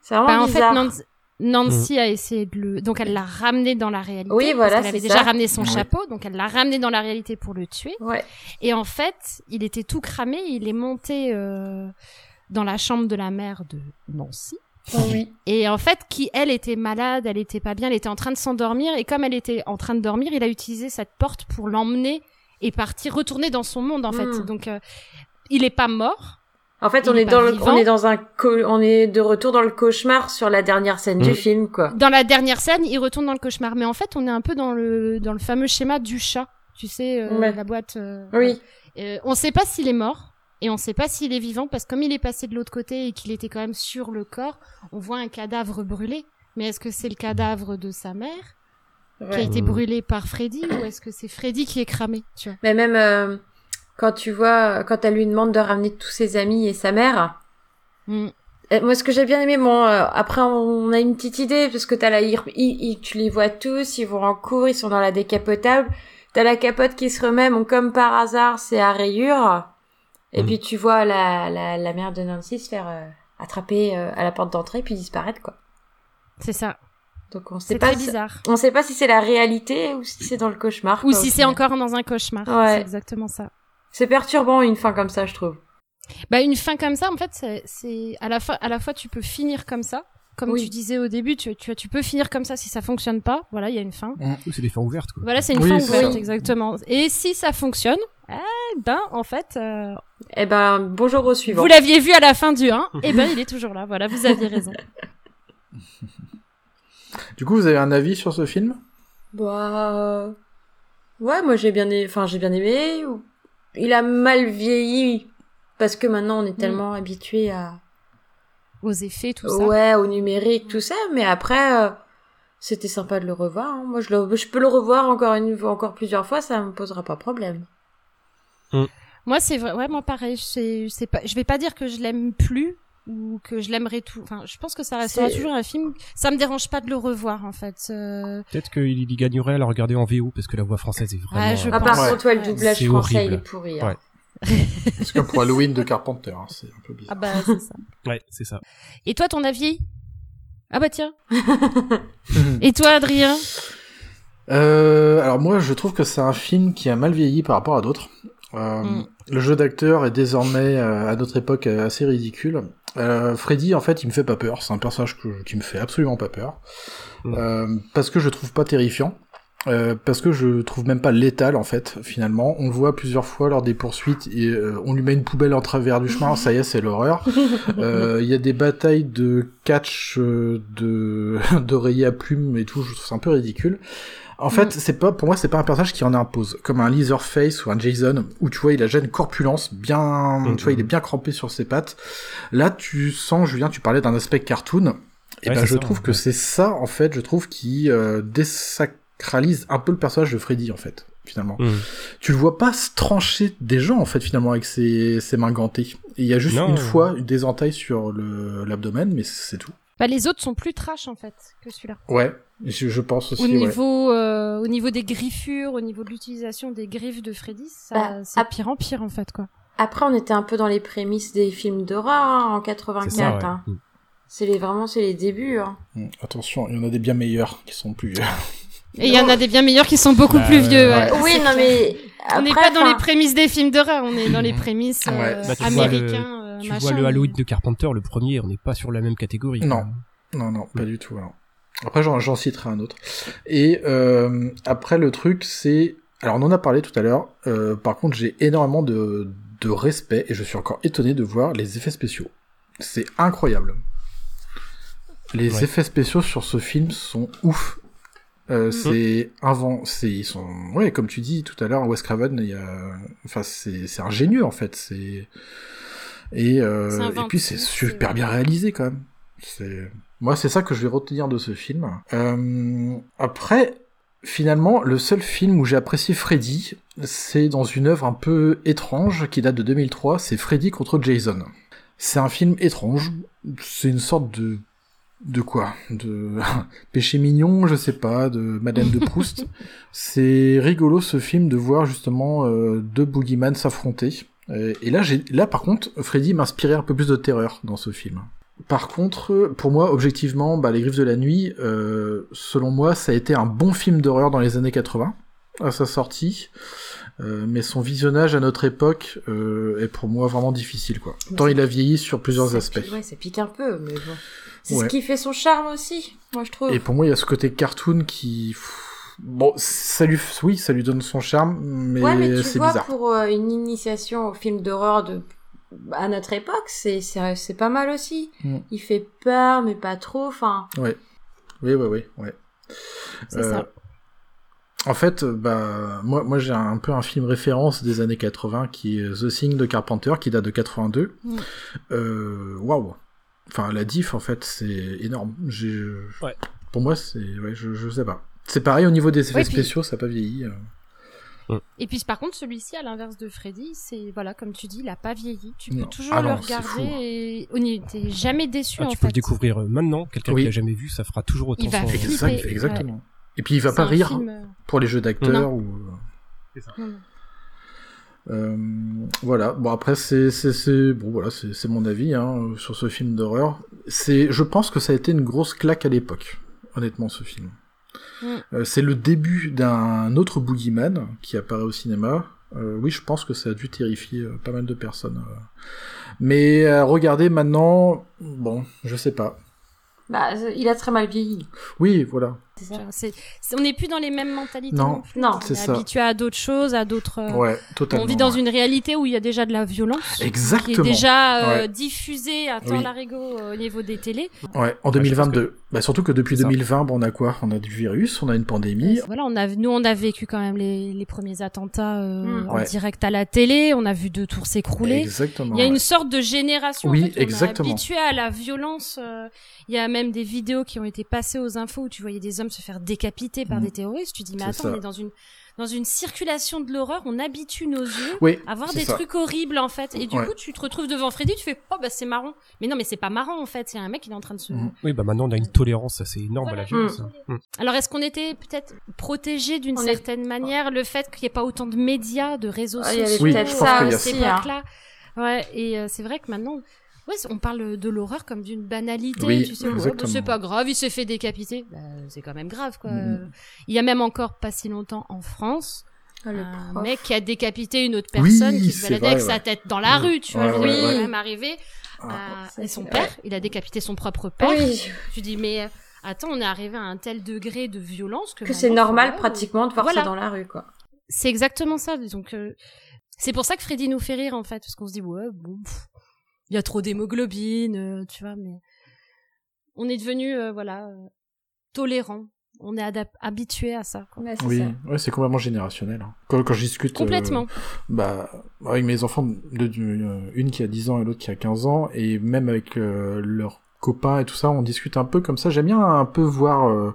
Speaker 6: C'est vraiment
Speaker 4: Bah, en fait
Speaker 6: bizarre.
Speaker 4: Nancy,
Speaker 7: Mm.
Speaker 4: Nancy a essayé de le donc elle l'a ramené dans la réalité.
Speaker 6: Oui, voilà,
Speaker 4: Elle avait
Speaker 6: c'est
Speaker 4: déjà
Speaker 6: ça.
Speaker 4: ramené son
Speaker 7: Ouais.
Speaker 4: chapeau, donc elle l'a ramené dans la réalité pour le tuer.
Speaker 6: Ouais.
Speaker 4: Et en fait, il était tout cramé. Il est monté euh, dans la chambre de la mère de Nancy.
Speaker 6: Oh Oui.
Speaker 4: Et en fait, qui elle était malade, elle était pas bien, elle était en train de s'endormir. Et comme elle était en train de dormir, il a utilisé cette porte pour l'emmener et partir, retourner dans son monde en fait.
Speaker 6: Mm.
Speaker 4: Donc, euh, il est pas mort.
Speaker 6: En fait,
Speaker 4: Il
Speaker 6: on
Speaker 4: est
Speaker 6: est, dans
Speaker 4: pas
Speaker 6: le,
Speaker 4: vivant.
Speaker 6: on est dans un, co- on est de retour dans le cauchemar sur la dernière scène
Speaker 5: Mm.
Speaker 6: du film, quoi.
Speaker 4: Dans la dernière scène, il retourne dans le cauchemar. Mais en fait, on est un peu dans le dans le fameux schéma du chat. Tu sais, euh,
Speaker 6: Ouais.
Speaker 4: la boîte. euh,
Speaker 6: Oui.
Speaker 4: Euh, on sait pas s'il est mort et on sait pas s'il est vivant parce que comme il est passé de l'autre côté et qu'il était quand même sur le corps, on voit un cadavre brûlé. Mais est-ce que c'est le cadavre de sa mère qui a
Speaker 6: Ouais.
Speaker 4: été
Speaker 5: Mhm.
Speaker 4: brûlé par Freddy ou est-ce que c'est Freddy qui est cramé Tu vois
Speaker 6: Mais même euh, quand tu vois, quand elle lui demande de ramener tous ses amis et sa mère.
Speaker 4: Mm.
Speaker 6: Euh, Moi, ce que j'ai bien aimé, bon, euh, après, on a une petite idée, parce que t'as la, ils- ils- ils- tu les vois tous, ils vont en cours, ils sont dans la décapotable. T'as la capote qui se remet, bon, comme par hasard, c'est à rayures. Et
Speaker 5: Mm.
Speaker 6: puis, tu vois la, la, la mère de Nancy se faire euh, attraper euh, à la porte d'entrée, puis disparaître, quoi.
Speaker 4: C'est ça.
Speaker 6: Donc, on sait
Speaker 4: C'est
Speaker 6: pas.
Speaker 4: très
Speaker 6: si-
Speaker 4: bizarre.
Speaker 6: On sait pas si c'est la réalité ou si c'est dans le cauchemar.
Speaker 4: Ou
Speaker 6: quoi, au
Speaker 4: si c'est
Speaker 6: final.
Speaker 4: encore dans un cauchemar.
Speaker 6: Ouais.
Speaker 4: C'est exactement ça.
Speaker 6: C'est perturbant, une fin comme ça, je trouve.
Speaker 4: Bah une fin comme ça, en fait, c'est- c'est à la fois à la fois tu peux finir comme ça, comme
Speaker 6: Oui.
Speaker 4: tu disais au début, tu tu, tu peux finir comme ça si ça fonctionne pas. Voilà, il y a une fin.
Speaker 5: Eux, C'est des fins ouvertes quoi.
Speaker 4: Voilà, c'est une
Speaker 7: Oui,
Speaker 4: fin
Speaker 7: c'est
Speaker 4: ouverte
Speaker 7: ça.
Speaker 4: exactement. Et si ça fonctionne, eh ben en fait, euh,
Speaker 6: Eh ben, bonjour au suivant.
Speaker 4: vous l'aviez vu à la fin du 1, et ben il est toujours là. Voilà, vous aviez raison.
Speaker 7: Du coup, vous avez un avis sur ce film
Speaker 6: Bah euh, ouais, moi j'ai bien aimé, enfin j'ai bien aimé. ou- Il a mal vieilli parce que maintenant on
Speaker 8: Mm.
Speaker 6: est tellement habitué à
Speaker 4: Aux effets, tout ça.
Speaker 8: Mm.
Speaker 6: ouais au numérique tout ça, mais après euh, C'était sympa de le revoir. hein. Moi, je, le- je peux le revoir encore une fois, encore plusieurs fois, ça me posera pas problème.
Speaker 4: Moi, c'est vrai. Ouais, moi, pareil. C'est, c'est pas. Je vais pas dire que je l'aime plus ou que je l'aimerais tout. Enfin, je pense que ça restera
Speaker 6: C'est-
Speaker 4: toujours un film. Ça me dérange pas de le revoir, en fait. Euh,
Speaker 5: Peut-être qu'il y gagnerait à la regarder en VO parce que la voix française est vraiment.
Speaker 4: Ouais, je
Speaker 5: euh,
Speaker 6: Ah,
Speaker 4: pense.
Speaker 6: par contre, ouais, le
Speaker 4: Ouais.
Speaker 6: doublage
Speaker 5: C'est
Speaker 6: français,
Speaker 5: horrible.
Speaker 6: il est pourri. hein.
Speaker 5: Ouais.
Speaker 7: C'est comme pour Halloween de Carpenter, hein, c'est un peu
Speaker 4: Ah
Speaker 7: bizarre.
Speaker 4: bah c'est ça.
Speaker 5: Ouais, c'est ça.
Speaker 4: Et toi, ton avis Ah bah tiens. Et toi, Adrien
Speaker 7: Euh, alors moi, je trouve que c'est un film qui a mal vieilli par rapport à d'autres. Euh,
Speaker 4: Mm.
Speaker 7: Le jeu d'acteur est désormais, euh, à notre époque, euh, assez ridicule. Euh, Freddy, en fait, il me fait pas peur. C'est un personnage que- qui me fait absolument pas peur.
Speaker 5: Mm.
Speaker 7: Euh, parce que je le trouve pas terrifiant. Euh, parce que je le trouve même pas létal en fait finalement on le voit plusieurs fois lors des poursuites et euh, on lui met une poubelle en travers du chemin ça y est c'est l'horreur Euh, il y a des batailles de catch euh, de d'oreiller à plumes et tout je trouve ça un peu ridicule en fait,
Speaker 5: Mmh.
Speaker 7: c'est pas pour moi, c'est pas un personnage qui en impose, comme un Leatherface ou un Jason, où tu vois, il a déjà une corpulence bien,
Speaker 5: Mhm.
Speaker 7: tu vois, il est bien crampé sur ses pattes. Là, tu sens, Julien, tu parlais d'un aspect cartoon. Et
Speaker 5: Ouais,
Speaker 7: ben,
Speaker 5: c'est
Speaker 7: je
Speaker 5: ça,
Speaker 7: trouve
Speaker 5: ouais.
Speaker 7: que c'est ça, en fait, je trouve qui euh, désacralise un peu le personnage de Freddy, en fait, finalement.
Speaker 5: Mhm.
Speaker 7: Tu le vois pas se trancher des gens, en fait, finalement, avec ses, ses mains gantées. Et Il y a juste
Speaker 5: Non.
Speaker 7: une fois des entailles sur le- l'abdomen, mais c'est tout.
Speaker 4: Bah les autres sont plus trash en fait que celui-là.
Speaker 7: Ouais, je, je pense aussi.
Speaker 4: Au
Speaker 7: ouais.
Speaker 4: niveau, euh, au niveau des griffures, au niveau de l'utilisation des griffes de Freddy, ça
Speaker 6: Bah,
Speaker 4: c'est
Speaker 6: à-
Speaker 4: pire en pire en fait quoi.
Speaker 6: Après, on était un peu dans les prémices des films d'horreur hein, en
Speaker 5: C'est
Speaker 6: 84.
Speaker 5: ça, ouais.
Speaker 6: hein.
Speaker 5: Mm.
Speaker 6: C'est les, vraiment, c'est les débuts. hein.
Speaker 7: Mm, Attention, il y en a des bien meilleurs qui sont plus. euh,
Speaker 8: Et il y en a des bien meilleurs qui sont beaucoup
Speaker 5: Bah,
Speaker 8: plus
Speaker 5: ouais,
Speaker 8: vieux.
Speaker 5: ouais.
Speaker 8: ouais,
Speaker 6: Oui,
Speaker 8: Ah, c'est
Speaker 6: non
Speaker 8: clair.
Speaker 6: mais
Speaker 8: On n'est
Speaker 6: après,
Speaker 8: pas dans les
Speaker 6: enfin,
Speaker 8: prémices des films d'horreur, on est dans les prémices euh,
Speaker 7: Ouais.
Speaker 5: Bah, tu vois le-
Speaker 8: américains. euh,
Speaker 5: Tu
Speaker 8: machin,
Speaker 5: vois le
Speaker 8: mais-
Speaker 5: Halloween de Carpenter, le premier, on n'est pas sur la même catégorie.
Speaker 7: Non. Non, non, pas du tout. non. Après, j'en, j'en citerai un autre. Et euh, après, le truc, c'est. Alors, on en a parlé tout à l'heure. euh, par contre, j'ai énormément de, de respect et je suis encore étonné de voir les effets spéciaux. C'est incroyable. Les
Speaker 5: Ouais.
Speaker 7: effets spéciaux sur ce film sont ouf. Euh,
Speaker 8: Mm.
Speaker 7: C'est invent, c'est ils sont ouais comme tu dis tout à l'heure Wes Craven, il y a enfin c'est c'est ingénieux en fait c'est et euh,
Speaker 8: C'est
Speaker 7: et puis c'est
Speaker 8: inventif,
Speaker 7: super
Speaker 8: c'est-
Speaker 7: bien réalisé quand même. C'est moi c'est ça que je vais retenir de ce film. Euh, après finalement le seul film où j'ai apprécié Freddy, c'est dans une œuvre un peu étrange qui date de 2003, c'est Freddy contre Jason. C'est un film étrange, c'est une sorte de de quoi De péché mignon, je sais pas, de Madame de Proust. c'est rigolo ce film de voir justement euh, deux boogeyman s'affronter. Euh, et là, j'ai, là par contre, Freddy m'inspirait un peu plus de terreur dans ce film. Par contre, pour moi, objectivement, bah, Les Griffes de la Nuit, euh, selon moi, ça a été un bon film d'horreur dans les années 80 à sa sortie, Euh, mais son visionnage à notre époque euh, est pour moi vraiment difficile quoi. Tant il a vieilli sur plusieurs
Speaker 6: ça
Speaker 7: aspects.
Speaker 6: pique- ouais, ça pique un peu, mais bon. C'est
Speaker 7: Ouais.
Speaker 6: ce qui fait son charme aussi, moi je trouve.
Speaker 7: Et pour moi, il y a ce côté cartoon qui. pff, Bon, ça lui, oui, ça lui donne son charme, mais,
Speaker 6: ouais, mais tu
Speaker 7: c'est
Speaker 6: vois,
Speaker 7: bizarre.
Speaker 6: pour euh, une initiation au film d'horreur de à notre époque, c'est c'est c'est pas mal aussi.
Speaker 7: Mm.
Speaker 6: Il fait peur, mais pas trop. Enfin,
Speaker 7: Oui, oui, oui, ouais.
Speaker 4: C'est
Speaker 7: Euh.
Speaker 4: ça.
Speaker 7: En fait, euh, bah, moi, moi j'ai un peu un film référence des années 80 qui est The Thing de Carpenter, qui date de 82.
Speaker 8: Mm.
Speaker 7: Euh, Waouh! Enfin, la diff, en fait, c'est énorme. J'ai-
Speaker 5: Ouais.
Speaker 7: Pour moi, c'est. Ouais, je, je sais pas. C'est pareil au niveau des effets
Speaker 8: Oui, puis-
Speaker 7: spéciaux, ça n'a pas vieilli. euh.
Speaker 4: Et puis par contre, celui-ci, à l'inverse de Freddy, c'est voilà comme tu dis, il a pas vieilli. Tu peux
Speaker 7: Non.
Speaker 4: toujours
Speaker 7: Ah
Speaker 4: le
Speaker 7: non, c'est
Speaker 4: regarder
Speaker 7: fou.
Speaker 4: et on y- t'es jamais déçu
Speaker 5: Ah,
Speaker 4: en
Speaker 5: tu peux
Speaker 4: fait.
Speaker 5: le découvrir euh, maintenant. Quelqu'un
Speaker 7: Oui.
Speaker 5: qui l'a jamais vu, ça fera toujours autant
Speaker 8: Il va
Speaker 5: son-
Speaker 8: flipper.
Speaker 7: Exact-
Speaker 8: ouais.
Speaker 7: exactement. Et puis, il va
Speaker 4: C'est
Speaker 7: pas
Speaker 4: un
Speaker 7: rire.
Speaker 4: film, euh,
Speaker 7: pour les jeux d'acteurs ou Euh, voilà bon après c'est c'est c'est bon voilà c'est c'est mon avis hein, euh, sur ce film d'horreur c'est je pense que ça a été une grosse claque à l'époque honnêtement ce film
Speaker 4: Mm.
Speaker 7: Euh, c'est le début d'un autre boogeyman qui apparaît au cinéma Euh, oui je pense que ça a dû terrifier euh, pas mal de personnes euh. mais euh, regardez maintenant bon je sais pas
Speaker 6: bah, il a très mal vieilli.
Speaker 7: oui voilà
Speaker 6: C'est ça.
Speaker 4: genre, c'est- c'est- on n'est plus dans les mêmes mentalités.
Speaker 7: Non.
Speaker 4: plus.
Speaker 6: Non,
Speaker 4: on
Speaker 7: c'est
Speaker 4: est
Speaker 7: ça.
Speaker 4: habitué à d'autres choses, à d'autres. euh,
Speaker 7: ouais totalement
Speaker 4: on vit dans
Speaker 7: ouais.
Speaker 4: une réalité où il y a déjà de la violence. qui est
Speaker 7: exactement
Speaker 4: déjà euh,
Speaker 7: Ouais.
Speaker 4: diffusée à temps
Speaker 7: Oui.
Speaker 4: larigot euh, au niveau des télés.
Speaker 7: Ouais, en
Speaker 5: Ouais, je pense
Speaker 7: 2022. Bah, surtout que depuis
Speaker 5: C'est ça.
Speaker 7: 2020, bon, on a quoi On a du virus, on a une pandémie.
Speaker 4: Voilà, on a, nous, on a vécu quand même les, les premiers attentats euh,
Speaker 6: Mm.
Speaker 4: en
Speaker 7: Ouais.
Speaker 4: direct à la télé. On a vu deux tours s'écrouler.
Speaker 7: Exactement.
Speaker 4: Il y a
Speaker 7: ouais.
Speaker 4: une sorte de génération
Speaker 7: Oui,
Speaker 4: en fait, où
Speaker 7: exactement.
Speaker 4: on est habitué à la violence. euh, Il y a même des vidéos qui ont été passées aux infos où tu voyais des hommes se faire décapiter par
Speaker 7: Mm.
Speaker 4: des terroristes. Tu dis, mais
Speaker 7: C'est
Speaker 4: attends,
Speaker 7: ça.
Speaker 4: on est dans une, dans une circulation de l'horreur, on habitue nos yeux
Speaker 7: Oui,
Speaker 4: à voir
Speaker 7: c'est
Speaker 4: des
Speaker 7: ça.
Speaker 4: trucs horribles, en fait. Et du
Speaker 7: Ouais.
Speaker 4: coup, tu te retrouves devant Freddy, tu fais, oh, bah, c'est marrant. Mais non, mais c'est pas marrant, en fait. Il y a un mec, il est en train de se.
Speaker 7: Mm.
Speaker 5: Oui, bah maintenant on a une tolérance assez énorme à
Speaker 4: Voilà.
Speaker 5: la violence. hein. Mm.
Speaker 4: Alors, est-ce qu'on était peut-être protégés d'une
Speaker 6: On est-
Speaker 4: certaine manière, le fait qu'il n'y ait pas autant de médias, de réseaux
Speaker 6: Ah, il y
Speaker 4: sociaux
Speaker 6: avait
Speaker 7: Oui,
Speaker 6: peut-être
Speaker 7: je pense
Speaker 6: ça
Speaker 7: qu'il y a
Speaker 6: aussi. hein.
Speaker 4: là Ouais, et euh, c'est vrai que maintenant, ouais, on parle de l'horreur comme d'une banalité,
Speaker 7: Oui,
Speaker 4: tu sais, ouais,
Speaker 7: exactement.
Speaker 4: bah, c'est pas grave, il s'est fait décapiter, Bah, c'est quand même grave quoi.
Speaker 7: Mm.
Speaker 4: Il y a même encore pas si longtemps en France,
Speaker 6: Ah, le
Speaker 4: un
Speaker 6: prof.
Speaker 4: mec qui a décapité une autre
Speaker 7: Oui,
Speaker 4: personne qui se
Speaker 7: c'est
Speaker 4: baladait
Speaker 7: vrai,
Speaker 4: avec
Speaker 7: ouais.
Speaker 4: sa tête dans la
Speaker 7: Mm.
Speaker 4: rue, tu vois,
Speaker 7: Ouais,
Speaker 4: je veux dire,
Speaker 6: ouais,
Speaker 4: c'est
Speaker 6: ouais.
Speaker 4: quand même arrivé à-
Speaker 6: Ah, ça,
Speaker 4: et son
Speaker 6: c'est-
Speaker 4: père, il a décapité son propre père.
Speaker 6: Oui,
Speaker 4: Tu dis mais euh, attends, on est arrivé à un tel degré de violence que
Speaker 6: que c'est
Speaker 4: maintenant, faut
Speaker 6: normal
Speaker 4: voir où-
Speaker 6: pratiquement de voir
Speaker 4: Voilà.
Speaker 6: ça dans la rue, quoi.
Speaker 4: c'est exactement ça. Donc, euh, c'est pour ça que Freddy nous fait rire, en fait, parce qu'on se dit, ouais, bon, pff, il y a trop d'hémoglobine, euh, tu vois, mais on est devenu, euh, voilà, euh, tolérant. On est adap- habitué à ça. quoi.
Speaker 6: Ouais, Bah, c'est
Speaker 7: Oui,
Speaker 6: ça.
Speaker 7: ouais, c'est complètement générationnel. hein. Quand, quand je discute euh,
Speaker 4: Complètement.
Speaker 7: bah, avec mes enfants, de, du- euh, une qui a 10 ans et l'autre qui a 15 ans, et même avec euh, leurs copains et tout ça, on discute un peu comme ça. J'aime bien un peu voir euh,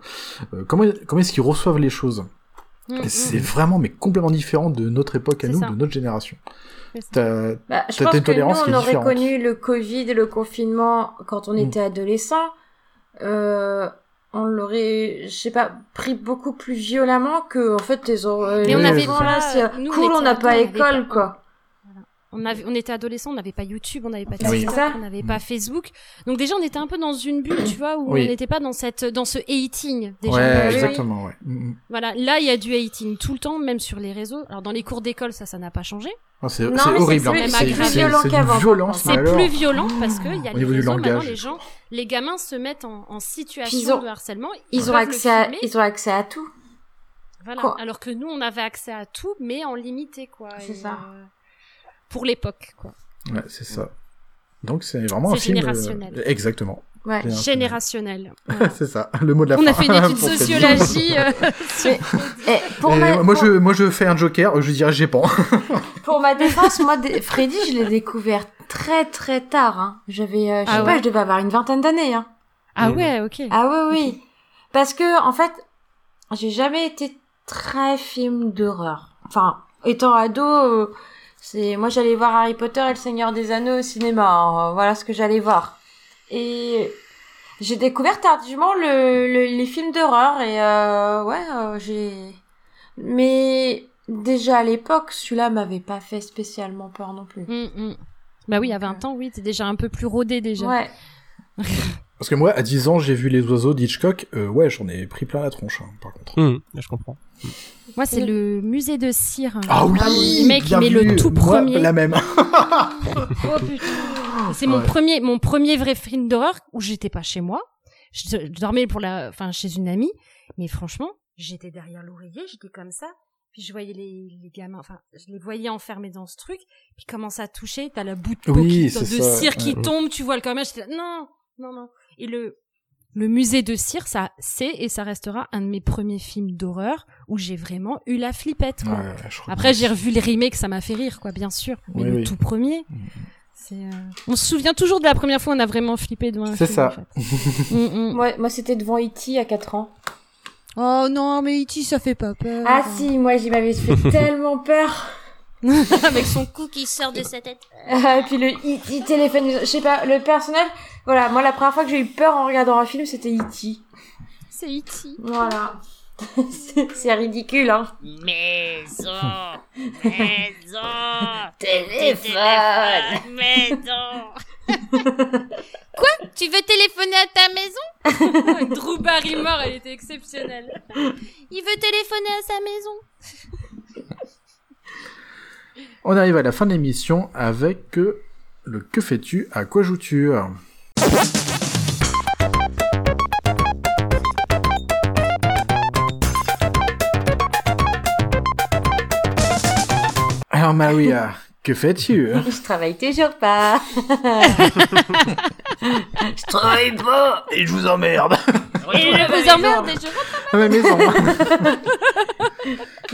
Speaker 7: euh, comment, comment est-ce qu'ils reçoivent les choses.
Speaker 4: Mm,
Speaker 7: Et
Speaker 4: mm,
Speaker 7: c'est vraiment mais complètement différent de notre époque à
Speaker 4: C'est
Speaker 7: nous,
Speaker 4: ça.
Speaker 7: de notre génération.
Speaker 4: c'est ça.
Speaker 7: T'as-
Speaker 6: Bah, je pense
Speaker 7: T'as une
Speaker 6: que nous,
Speaker 7: tolérance qui est
Speaker 6: on aurait
Speaker 7: différente.
Speaker 6: connu le Covid, le confinement quand on
Speaker 7: Mm.
Speaker 6: était adolescent. Euh, on l'aurait, je sais pas, pris beaucoup plus violemment que, en fait, les autres.
Speaker 4: Mais on
Speaker 7: avait
Speaker 4: pas- nous, on
Speaker 6: euh, cool, on
Speaker 4: était
Speaker 6: n'a pas
Speaker 4: ados, on avait
Speaker 6: école,
Speaker 4: pas-
Speaker 6: quoi.
Speaker 4: On, avait- on était adolescent, on n'avait pas YouTube, on n'avait pas
Speaker 7: Oui.
Speaker 4: TikTok,
Speaker 6: Ah C'est ça.
Speaker 4: on n'avait pas Facebook. Donc déjà, on était un peu dans une bulle, tu vois, où
Speaker 7: Oui.
Speaker 4: on n'était pas dans cette, dans ce hating déjà.
Speaker 7: ouais,
Speaker 6: oui,
Speaker 7: exactement, ouais. Mm, mm.
Speaker 4: Voilà, là, il y a du hating tout le temps, même sur les réseaux. Alors dans les cours d'école, ça, ça n'a pas changé.
Speaker 7: Ah, c'est
Speaker 6: Non,
Speaker 7: c'est
Speaker 6: mais c'est
Speaker 7: horrible. hein.
Speaker 4: plus-
Speaker 7: C'est
Speaker 4: plus
Speaker 7: c'est-
Speaker 6: violent
Speaker 7: c'est une
Speaker 6: qu'avant, par
Speaker 7: violence,
Speaker 6: contre.
Speaker 7: mais
Speaker 4: C'est
Speaker 7: alors-
Speaker 4: plus violent parce que il y a
Speaker 7: Au
Speaker 4: les
Speaker 7: niveau du
Speaker 4: réseaux, maintenant,
Speaker 7: langage.
Speaker 4: les gens, les gamins se mettent en, en situation
Speaker 6: Puis ils ont-
Speaker 4: de harcèlement.
Speaker 6: Ils ont
Speaker 4: peuvent le
Speaker 6: accès à,
Speaker 4: filmer,
Speaker 6: ils ont accès à tout.
Speaker 4: voilà.
Speaker 6: quoi.
Speaker 4: Alors que nous, on avait accès à tout, mais en limité, quoi.
Speaker 6: C'est
Speaker 4: Et,
Speaker 6: ça.
Speaker 4: euh, pour l'époque, quoi.
Speaker 7: Ouais, c'est ça. Donc c'est vraiment un
Speaker 4: C'est
Speaker 7: film. euh,
Speaker 4: générationnel.
Speaker 7: Exactement.
Speaker 6: Ouais.
Speaker 7: Bien.
Speaker 4: Générationnel. Voilà.
Speaker 7: c'est ça, le mot de la
Speaker 4: On
Speaker 7: fin.
Speaker 4: a fait une étude
Speaker 7: pour cette vidéo.
Speaker 4: sociologie. euh,
Speaker 6: Et Eh, pour,
Speaker 7: Et
Speaker 6: ma,
Speaker 7: moi,
Speaker 6: pour,
Speaker 7: je, moi, je fais un joker, je dirais j'ai pas.
Speaker 6: pour ma défense, moi, dé- Freddy, je l'ai découvert très très tard. Hein. J'avais, euh, je sais
Speaker 4: Ah
Speaker 6: pas,
Speaker 4: ouais.
Speaker 6: je devais avoir une vingtaine d'années. Hein.
Speaker 4: Ah ouais, ok.
Speaker 6: Ah oui, oui. Parce que, en fait, j'ai jamais été très film d'horreur. Enfin, étant ado, euh, c'est moi j'allais voir Harry Potter et le Seigneur des Anneaux au cinéma. hein. Voilà ce que j'allais voir. Et j'ai découvert tardivement le, le- les films d'horreur et euh, ouais, euh, j'ai. Mais déjà à l'époque, celui-là m'avait pas fait spécialement peur non plus.
Speaker 4: Hum, hum. Bah oui, à 20 ans, oui, t'es déjà un peu plus rodé déjà.
Speaker 6: Ouais.
Speaker 7: Parce que moi, à 10 ans, j'ai vu Les Oiseaux d'Hitchcock. Euh, ouais, j'en ai pris plein la tronche, hein, par contre.
Speaker 5: Mm, là, je comprends.
Speaker 4: Moi, c'est le musée de cire.
Speaker 7: Ah oui,
Speaker 4: le mec, il
Speaker 7: bien
Speaker 4: met le
Speaker 7: vu.
Speaker 4: tout
Speaker 7: Moi,
Speaker 4: premier.
Speaker 7: la même.
Speaker 4: Oh putain. C'est mon premier, mon premier vrai film d'horreur où j'étais pas chez moi. Je, je dormais pour la, enfin, chez une amie. Mais franchement, j'étais derrière l'oreiller, j'étais comme ça. Puis je voyais les, les gamins, enfin, je les voyais enfermés dans ce truc. Puis comment ça touchait, t'as la boue de, peau
Speaker 7: Oui,
Speaker 4: qui-
Speaker 7: c'est
Speaker 4: de
Speaker 7: ça,
Speaker 4: cire qui
Speaker 7: ouais.
Speaker 4: tombe, tu vois le corps. J'étais là, non, non, non. Et le, le musée de cire, ça, c'est et ça restera un de mes premiers films d'horreur où j'ai vraiment eu la flippette,
Speaker 7: Ouais,
Speaker 4: quoi.
Speaker 7: ouais, je crois.
Speaker 4: Après, j'ai revu les remakes, ça m'a fait rire, quoi, bien sûr. Mais
Speaker 7: Oui,
Speaker 4: le
Speaker 7: oui.
Speaker 4: tout premier,
Speaker 7: Mhm.
Speaker 5: Mm.
Speaker 4: c'est. euh, On se souvient toujours de la première fois où on a vraiment flippé devant un
Speaker 7: C'est
Speaker 4: film,
Speaker 7: ça.
Speaker 4: en fait. Mm, mm.
Speaker 6: Moi, moi c'était devant E.T. à 4 ans.
Speaker 4: Oh non, mais E.T., ça fait pas peur.
Speaker 6: Ah si, moi j'y m'avais fait tellement peur.
Speaker 4: Avec son cou qui sort de sa tête.
Speaker 6: Ah, et puis le E.T. téléphone, je sais pas, le personnage. Voilà, moi la première fois que j'ai eu peur en regardant un film, c'était E.T.
Speaker 4: C'est E E.T.
Speaker 6: Voilà. C'est- C'est ridicule, hein.
Speaker 10: Maison, maison,
Speaker 6: Téléphone
Speaker 10: maison.
Speaker 4: Tu veux téléphoner à ta maison Drew Barrymore, elle était exceptionnelle. Il veut téléphoner à sa maison.
Speaker 7: On arrive à la fin de l'émission avec euh, le Que fais-tu À quoi joues-tu Alors Maria, que fais-tu
Speaker 6: Je travaille toujours pas.
Speaker 9: Je travaille pas et je vous emmerde.
Speaker 4: Et je vous emmerde et je rentre
Speaker 7: à ma maison.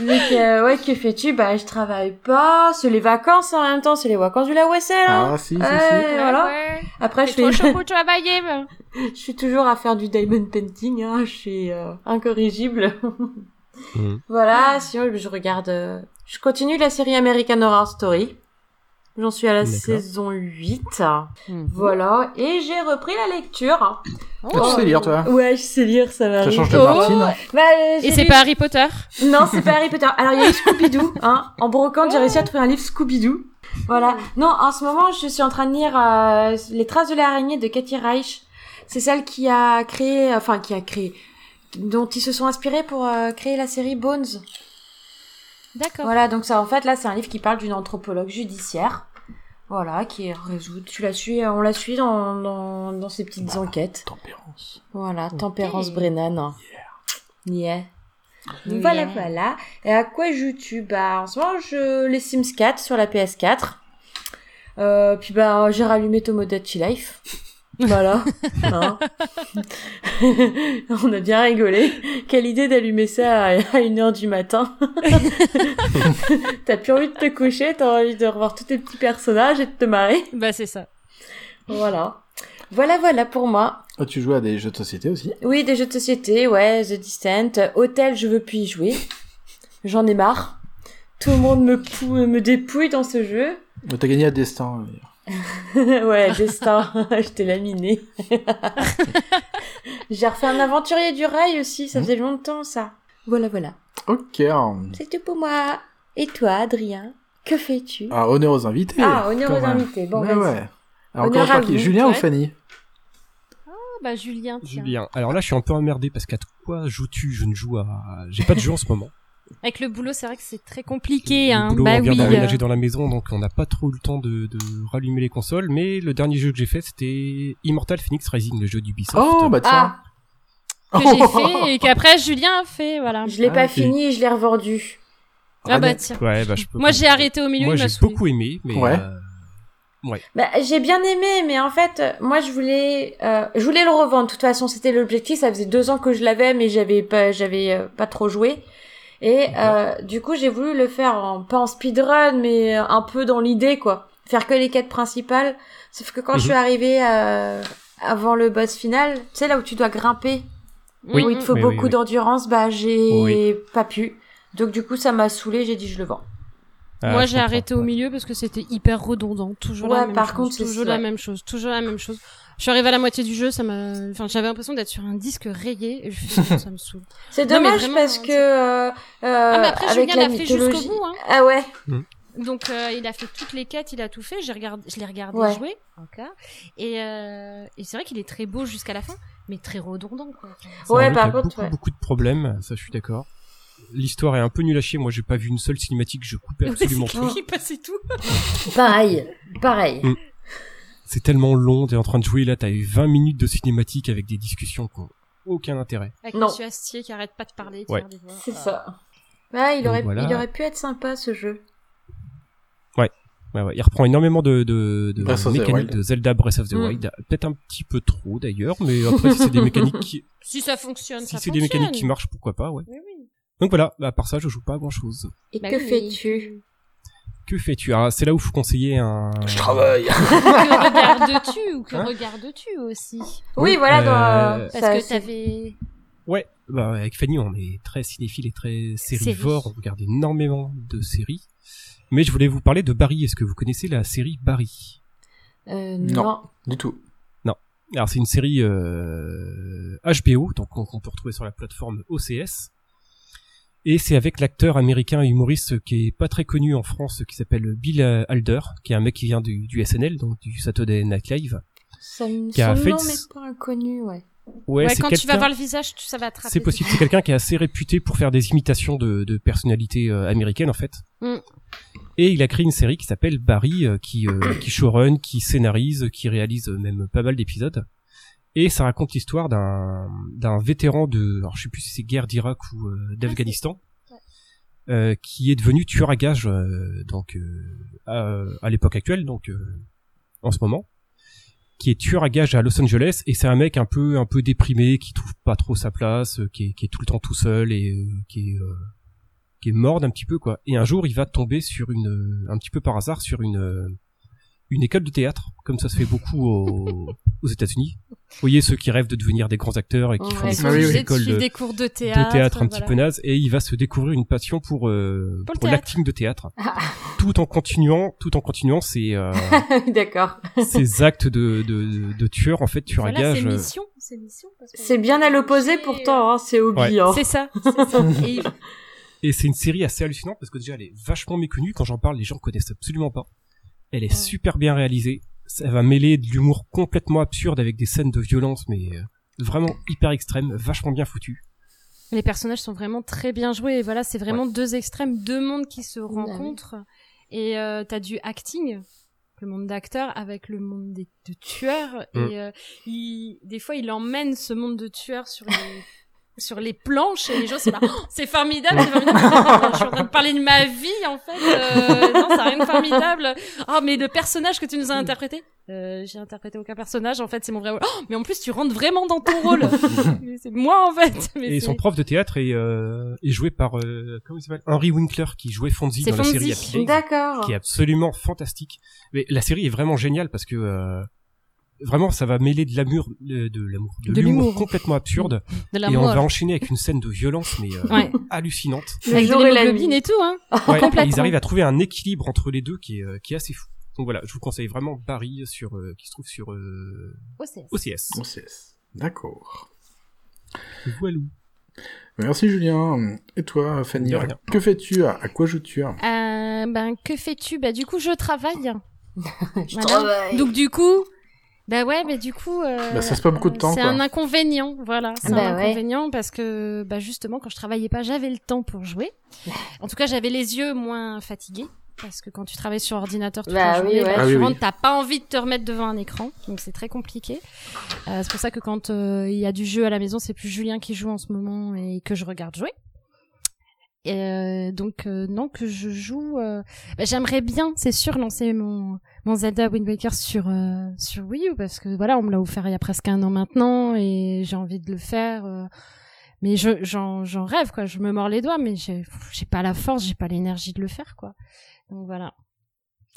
Speaker 6: Donc, euh, ouais, que fais-tu Bah, je travaille pas. C'est les vacances en même temps, c'est les vacances du La Wessel. hein.
Speaker 7: Ah, si, si, si.
Speaker 6: Ouais, voilà.
Speaker 8: Ouais.
Speaker 6: Après, je
Speaker 8: C'est trop chaud
Speaker 6: fais,
Speaker 8: pour travailler. mais-
Speaker 6: je suis toujours à faire du diamond painting. Hein. Je suis euh, incorrigible.
Speaker 7: Mm.
Speaker 5: Mhm.
Speaker 6: Voilà, sinon je regarde. euh, Je continue la série American Horror Story. J'en suis à la
Speaker 5: D'accord.
Speaker 6: saison 8.
Speaker 4: Mhm.
Speaker 6: Voilà, et j'ai repris la lecture.
Speaker 7: Ah, tu sais lire, toi.
Speaker 6: Ouais, je sais lire, ça
Speaker 7: Ça
Speaker 6: m'arrive.
Speaker 7: change de
Speaker 4: Oh.
Speaker 7: Martine.
Speaker 6: Bah, euh, j'ai
Speaker 4: Et c'est
Speaker 6: lu-
Speaker 4: pas Harry Potter
Speaker 6: Non, c'est pas Harry Potter. Alors, il y a eu Scooby-Doo, hein. En brocante, j'ai réussi à trouver un livre Scooby-Doo. Voilà. Non, en ce moment, je suis en train de lire euh, Les traces de l'araignée de Cathy Reich. C'est celle qui a créé, euh, enfin, qui a créé, dont ils se sont inspirés pour euh, créer la série Bones.
Speaker 4: D'accord.
Speaker 6: Voilà, donc ça, en fait, là, c'est un livre qui parle d'une anthropologue judiciaire. Voilà, qui résout. Tu la suis, euh, on la suit dans, dans, dans ses petites enquêtes.
Speaker 7: Tempérance.
Speaker 6: Voilà, Tempérance Brennan. Yeah. Donc Voilà, voilà. Et à quoi joues-tu Bah, en ce moment, je les Sims 4 sur la PS4. Euh, puis bah, j'ai rallumé Tomodachi Life. Voilà. Hein. On a bien rigolé. Quelle idée d'allumer ça à 1h du matin. t'as plus envie de te coucher, t'as envie de revoir tous tes petits personnages et de te marrer.
Speaker 4: Bah c'est ça.
Speaker 6: Voilà. Voilà, voilà pour moi.
Speaker 7: Ah, tu joues à des jeux de société aussi
Speaker 6: Oui, des jeux de société, ouais, The Distant, euh, Hôtel, je veux plus y jouer. J'en ai marre. Tout le monde me, pou- me dépouille dans ce jeu.
Speaker 7: Mais T'as gagné à destin. euh,
Speaker 6: ouais, Destin, je t'ai laminé. J'ai refait un aventurier du rail aussi,
Speaker 5: Mmh.
Speaker 6: ça faisait longtemps ça. Voilà, voilà.
Speaker 7: Ok. Alors,
Speaker 6: C'est tout pour moi. Et toi, Adrien, que fais-tu
Speaker 7: Ah, honneur aux invités.
Speaker 6: Ah, honneur
Speaker 7: quand
Speaker 6: aux
Speaker 7: même.
Speaker 6: invités, bon,
Speaker 7: Ouais,
Speaker 6: vas-y.
Speaker 7: ouais. Alors, on
Speaker 6: Honneur
Speaker 7: commence
Speaker 6: à
Speaker 7: par qui
Speaker 6: vous,
Speaker 7: Julien ou
Speaker 6: ouais.
Speaker 7: Fanny
Speaker 4: Ah bah Julien. tiens.
Speaker 5: Julien. Alors là, je suis un peu emmerdé parce qu'à quoi joues-tu Je ne joue à. J'ai pas de jeu en ce moment.
Speaker 4: Avec le boulot, c'est vrai que c'est très compliqué.
Speaker 5: Le
Speaker 4: Hein.
Speaker 5: boulot,
Speaker 4: bah
Speaker 5: on vient
Speaker 4: oui.
Speaker 5: d'emménager
Speaker 4: euh,
Speaker 5: dans la maison, donc on n'a pas trop eu le temps de, de rallumer les consoles. Mais le dernier jeu que j'ai fait, c'était Immortal Phoenix Rising, le jeu d'Ubisoft.
Speaker 7: Oh, bah tiens.
Speaker 6: Ah,
Speaker 4: Que j'ai fait et qu'après Julien a fait. Voilà.
Speaker 6: je l'ai
Speaker 5: Ah,
Speaker 6: pas
Speaker 5: ok.
Speaker 6: fini, je l'ai revendu.
Speaker 4: Ah bah
Speaker 7: Radette.
Speaker 4: tiens.
Speaker 5: Ouais, bah je peux.
Speaker 4: Moi j'ai arrêté au milieu.
Speaker 5: Moi
Speaker 4: il m'a
Speaker 5: j'ai
Speaker 4: saoulé.
Speaker 5: beaucoup aimé, mais
Speaker 7: Ouais.
Speaker 5: euh,
Speaker 6: Bah, j'ai bien aimé, mais en fait, euh, moi, je voulais, euh, je voulais le revendre. De toute façon, c'était l'objectif. Ça faisait deux ans que je l'avais, mais j'avais pas, j'avais euh, pas trop joué. Et euh, du coup, j'ai voulu le faire en, pas en speedrun, mais euh, un peu dans l'idée, quoi. Faire que les quêtes principales. Sauf que quand je suis
Speaker 4: Mhm.
Speaker 6: arrivée euh, avant le boss final, tu sais là où tu dois grimper,
Speaker 4: Oui.
Speaker 6: où il te faut
Speaker 5: Oui, oui,
Speaker 6: beaucoup
Speaker 5: oui.
Speaker 6: d'endurance, bah j'ai
Speaker 5: Oui.
Speaker 6: pas pu. Donc du coup, ça m'a saoulé. J'ai dit, je le vends.
Speaker 5: ah,
Speaker 4: Moi
Speaker 5: je
Speaker 4: j'ai
Speaker 5: comprends.
Speaker 4: arrêté au milieu parce que c'était hyper redondant. Toujours
Speaker 6: Ouais,
Speaker 4: la même
Speaker 6: par
Speaker 4: chose.
Speaker 6: contre, c'est-
Speaker 4: toujours la
Speaker 6: ouais.
Speaker 4: même chose. Toujours la même chose. Je suis arrivée à la moitié du jeu, ça m'a. Enfin, j'avais l'impression d'être sur un disque rayé. Et je fais, ça me saoule.
Speaker 6: C'est
Speaker 4: Non, mais
Speaker 6: dommage
Speaker 4: vraiment,
Speaker 6: parce
Speaker 4: hein,
Speaker 6: que euh,
Speaker 4: ah, mais
Speaker 6: euh,
Speaker 4: après,
Speaker 6: avec
Speaker 4: Julien
Speaker 6: la
Speaker 4: l'a fait jusqu'au
Speaker 6: mythologie.
Speaker 4: bout. Hein.
Speaker 6: Ah ouais.
Speaker 4: Donc euh, il a fait toutes les quêtes, il a tout fait. J'ai regardé, je l'ai regardé
Speaker 6: Ouais.
Speaker 4: jouer encore. Et, euh, et c'est vrai qu'il est très beau jusqu'à la fin, mais très redondant quoi.
Speaker 5: Ça
Speaker 6: Ouais,
Speaker 5: rajoute
Speaker 6: par
Speaker 5: à
Speaker 6: contre,
Speaker 5: beaucoup,
Speaker 6: ouais.
Speaker 5: beaucoup de problèmes, ça je suis d'accord. L'histoire est un peu nulle à chier. Moi, j'ai pas vu une seule cinématique. Je coupais absolument tout.
Speaker 4: Il passait tout.
Speaker 6: Pareil, pareil.
Speaker 5: Mm. C'est tellement long. T'es en train de jouer là. T'as eu 20 minutes de cinématique avec des discussions qui ont aucun intérêt.
Speaker 4: Avec
Speaker 6: Non.
Speaker 4: Monsieur Astier qui arrête pas de parler, et de
Speaker 5: Ouais.
Speaker 4: faire des voix.
Speaker 6: C'est ça. Ouais, il
Speaker 5: Donc
Speaker 6: aurait,
Speaker 5: voilà.
Speaker 6: il aurait pu être sympa ce jeu.
Speaker 5: Ouais, ouais, il reprend énormément de, de, de
Speaker 7: Breath of the
Speaker 5: mécaniques
Speaker 7: Wild.
Speaker 5: de Zelda Breath of the
Speaker 6: Mm.
Speaker 4: Hmm.
Speaker 5: Wild. Peut-être un petit peu trop d'ailleurs, mais après si c'est des mécaniques qui,
Speaker 4: Si ça fonctionne,
Speaker 5: si
Speaker 4: ça
Speaker 5: c'est
Speaker 4: fonctionne.
Speaker 5: des mécaniques qui marchent, pourquoi pas, ouais. Donc voilà, bah, à part ça, je joue pas à grand chose.
Speaker 6: Et
Speaker 4: Bah
Speaker 6: que
Speaker 4: oui,
Speaker 6: fais-tu
Speaker 5: Que fais-tu Ah, c'est là où faut conseiller un.
Speaker 9: Je travaille.
Speaker 4: Que regardes-tu ou que
Speaker 5: Hein
Speaker 4: regardes-tu aussi
Speaker 6: Oui,
Speaker 5: Oui,
Speaker 6: voilà, dans,
Speaker 5: euh,
Speaker 6: euh,
Speaker 4: Parce
Speaker 6: ça,
Speaker 4: que
Speaker 6: c'est-
Speaker 4: t'avais.
Speaker 5: Ouais, bah, avec Fanny, on est très cinéphile et très sérivore. On regarde énormément de séries. Mais je voulais vous parler de Barry. Est-ce que vous connaissez la série Barry
Speaker 6: euh,
Speaker 7: Non.
Speaker 6: non.
Speaker 7: Du tout.
Speaker 5: Alors c'est une série euh, HBO, donc qu'on qu'on peut retrouver sur la plateforme OCS. Et c'est avec l'acteur américain et humoriste qui est pas très connu en France, qui s'appelle Bill euh, Halder, qui est un mec qui vient du, du SNL, donc du Saturday Night Live.
Speaker 6: Ça me
Speaker 5: Qui a
Speaker 6: semble
Speaker 5: fait-
Speaker 6: non, mais pas inconnu, ouais.
Speaker 5: Ouais,
Speaker 4: ouais,
Speaker 5: c'est
Speaker 4: quand tu vas
Speaker 5: quelqu'un-
Speaker 4: voir le visage, tu- ça va attraper.
Speaker 5: C'est possible. C'est quelqu'un qui est assez réputé pour faire des imitations de, de personnalités euh, américaines, en fait.
Speaker 4: Mm.
Speaker 5: Et il a créé une série qui s'appelle Barry, euh, qui, euh, qui showrun, qui scénarise, qui réalise euh, même pas mal d'épisodes. Et ça raconte l'histoire d'un, d'un vétéran de, alors je sais plus si c'est guerre d'Irak ou
Speaker 4: Ah,
Speaker 5: euh, d'Afghanistan, euh, qui est devenu tueur à gages, euh, donc euh, à, à l'époque actuelle, donc euh, en ce moment qui est tueur à gage à Los Angeles et c'est un mec un peu un peu déprimé qui trouve pas trop sa place, euh, qui, est, qui est tout le temps tout seul et euh, qui est euh, qui est mort d'un petit peu quoi. Et un jour il va tomber sur une euh, un petit peu par hasard sur une euh, une école de théâtre comme ça se fait beaucoup aux, aux États-Unis. Vous voyez ceux qui rêvent de devenir des grands acteurs et qui
Speaker 4: Ouais,
Speaker 5: font
Speaker 4: ils
Speaker 5: des,
Speaker 4: sont obligés de
Speaker 5: écoles
Speaker 4: suivre
Speaker 5: de-
Speaker 4: des cours de théâtre,
Speaker 5: un
Speaker 4: voilà.
Speaker 5: petit peu naze et il va se découvrir une passion pour euh,
Speaker 4: Pour le
Speaker 5: pour
Speaker 4: théâtre. Ah.
Speaker 5: l'acting de théâtre tout en continuant tout en continuant ses euh,
Speaker 6: D'accord.
Speaker 5: ses actes de de, de tueur en fait tueur à
Speaker 4: Voilà, c'est
Speaker 5: gage euh,
Speaker 4: mission, c'est mission. parce qu'on-
Speaker 6: C'est bien à l'opposé pourtant, hein, c'est
Speaker 5: Ouais.
Speaker 6: oubliant.
Speaker 4: C'est ça. c'est ça. Et
Speaker 5: Et c'est une série assez hallucinante parce que déjà elle est vachement méconnue. Quand j'en parle, les gens connaissent absolument pas. Elle est super bien réalisée. Ça va mêler de l'humour complètement absurde avec des scènes de violence, mais euh, vraiment hyper extrêmes, vachement bien foutues.
Speaker 4: Les personnages sont vraiment très bien joués. Et voilà, c'est vraiment deux extrêmes, deux mondes qui se rencontrent. Et euh, t'as du acting, le monde d'acteurs, avec le monde des, de tueurs.
Speaker 5: Mm.
Speaker 4: Et euh, il- des fois, il emmène ce monde de tueurs sur les, sur les planches. Et les gens sont là, Oh, c'est formidable, c'est formidable. Je suis en train de parler de ma vie, en fait. Euh, non, ça n'a rien de formidable. Oh, mais le personnage que tu nous as interprété Euh, J'ai interprété aucun personnage, en fait, c'est mon vrai rôle. Oh, mais en plus, tu rentres vraiment dans ton rôle. Mais c'est moi, en fait. Mais
Speaker 5: et
Speaker 4: c'est-
Speaker 5: son prof de théâtre est, euh, est joué par euh, comment il s'appelle Henry Winkler qui jouait Fonzie
Speaker 4: C'est
Speaker 5: dans
Speaker 4: Fonzie.
Speaker 5: la série Happy Days,
Speaker 6: D'accord.
Speaker 5: qui est absolument fantastique. Mais la série est vraiment géniale parce que euh, vraiment ça va mêler de l'amour de, de l'amour de,
Speaker 4: De
Speaker 5: l'humour
Speaker 4: l'humour.
Speaker 5: complètement absurde
Speaker 4: De la
Speaker 5: et on
Speaker 4: mort.
Speaker 5: va enchaîner avec une scène de violence mais euh,
Speaker 4: Ouais.
Speaker 5: hallucinante.
Speaker 6: Le
Speaker 4: Avec de
Speaker 6: jour et la
Speaker 4: l'hémoglobine
Speaker 6: nuit.
Speaker 4: et tout, hein.
Speaker 5: Ouais,
Speaker 4: Complètement.
Speaker 5: et ils arrivent à trouver un équilibre entre les deux qui est, euh, qui est assez fou. Donc voilà, je vous conseille vraiment Barry sur euh, qui se trouve sur euh,
Speaker 4: OCS.
Speaker 5: OCS.
Speaker 7: Bon, c'est- D'accord.
Speaker 5: Voilà.
Speaker 7: Merci Julien. Et toi, Fanny
Speaker 5: De rien.
Speaker 7: Que fais-tu à, à quoi joues-tu hein
Speaker 4: Euh, ben, que fais-tu Bah, du coup, je travaille.
Speaker 6: Je
Speaker 4: Voilà.
Speaker 6: travaille.
Speaker 4: Donc, du coup. Bah ouais, mais du coup. euh,
Speaker 7: Bah, ça se pas beaucoup de
Speaker 4: euh,
Speaker 7: temps,
Speaker 4: C'est
Speaker 7: quoi.
Speaker 4: un inconvénient, voilà. C'est
Speaker 6: Bah
Speaker 4: un
Speaker 6: ouais.
Speaker 4: inconvénient parce que, bah, justement, quand je travaillais pas, j'avais le temps pour jouer. En tout cas, j'avais les yeux moins fatigués. Parce que quand tu travailles sur ordinateur toute
Speaker 6: Bah
Speaker 4: la
Speaker 6: oui,
Speaker 4: journée,
Speaker 6: ouais.
Speaker 4: bah,
Speaker 7: Ah
Speaker 4: tu
Speaker 7: oui, oui.
Speaker 4: rentres, t'as pas envie de te remettre devant un écran, donc c'est très compliqué. Euh, c'est pour ça que quand euh, il y a du jeu à la maison, c'est plus Julien qui joue en ce moment et que je regarde jouer. Et, euh, donc euh, non que je joue, euh, bah, j'aimerais bien, c'est sûr, lancer mon mon Zelda Wind Waker sur euh, sur Wii U parce que voilà, on me l'a offert il y a presque un an maintenant et j'ai envie de le faire. euh, mais je j'en j'en rêve quoi, je me mords les doigts, mais j'ai pff, j'ai pas la force, j'ai pas l'énergie de le faire quoi. Donc voilà.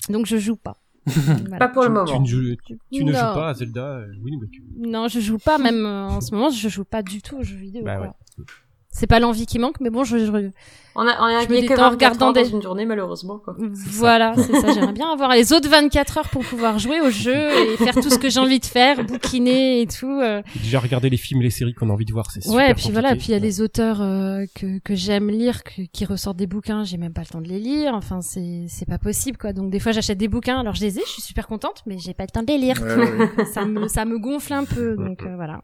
Speaker 4: Donc je joue pas. Voilà.
Speaker 6: Pas pour le
Speaker 5: Tu- Tu,
Speaker 6: moment.
Speaker 5: ne joues, tu ne joues
Speaker 4: Non.
Speaker 5: pas à Zelda euh, Wind Waker.
Speaker 4: Non, je joue pas, même euh, en ce moment, je joue pas du tout aux jeux vidéo.
Speaker 5: Bah
Speaker 4: quoi.
Speaker 5: ouais.
Speaker 4: C'est pas l'envie qui manque, mais bon, je, je-
Speaker 6: On a, on a
Speaker 4: Je me
Speaker 6: gagné que
Speaker 4: détends
Speaker 6: 24
Speaker 4: en regardant
Speaker 6: heures dans
Speaker 4: des-
Speaker 6: une journée malheureusement quoi.
Speaker 4: voilà, c'est ça. J'aimerais bien avoir les autres 24 heures pour pouvoir jouer au jeu et faire tout ce que j'ai envie de faire, bouquiner et tout. euh.
Speaker 5: Déjà regarder les films et les séries qu'on a envie de voir, c'est super
Speaker 4: Ouais, et puis voilà, et
Speaker 5: compliqué.
Speaker 4: puis il y a les auteurs euh, que, que j'aime lire, que- qui ressortent des bouquins, j'ai même pas le temps de les lire. Enfin, c'est c'est pas possible quoi. Donc des fois, j'achète des bouquins, alors je les ai, je suis super contente, mais j'ai pas le temps de les lire.
Speaker 7: Ouais, ouais, ouais.
Speaker 4: ça me ça me gonfle un peu donc euh, voilà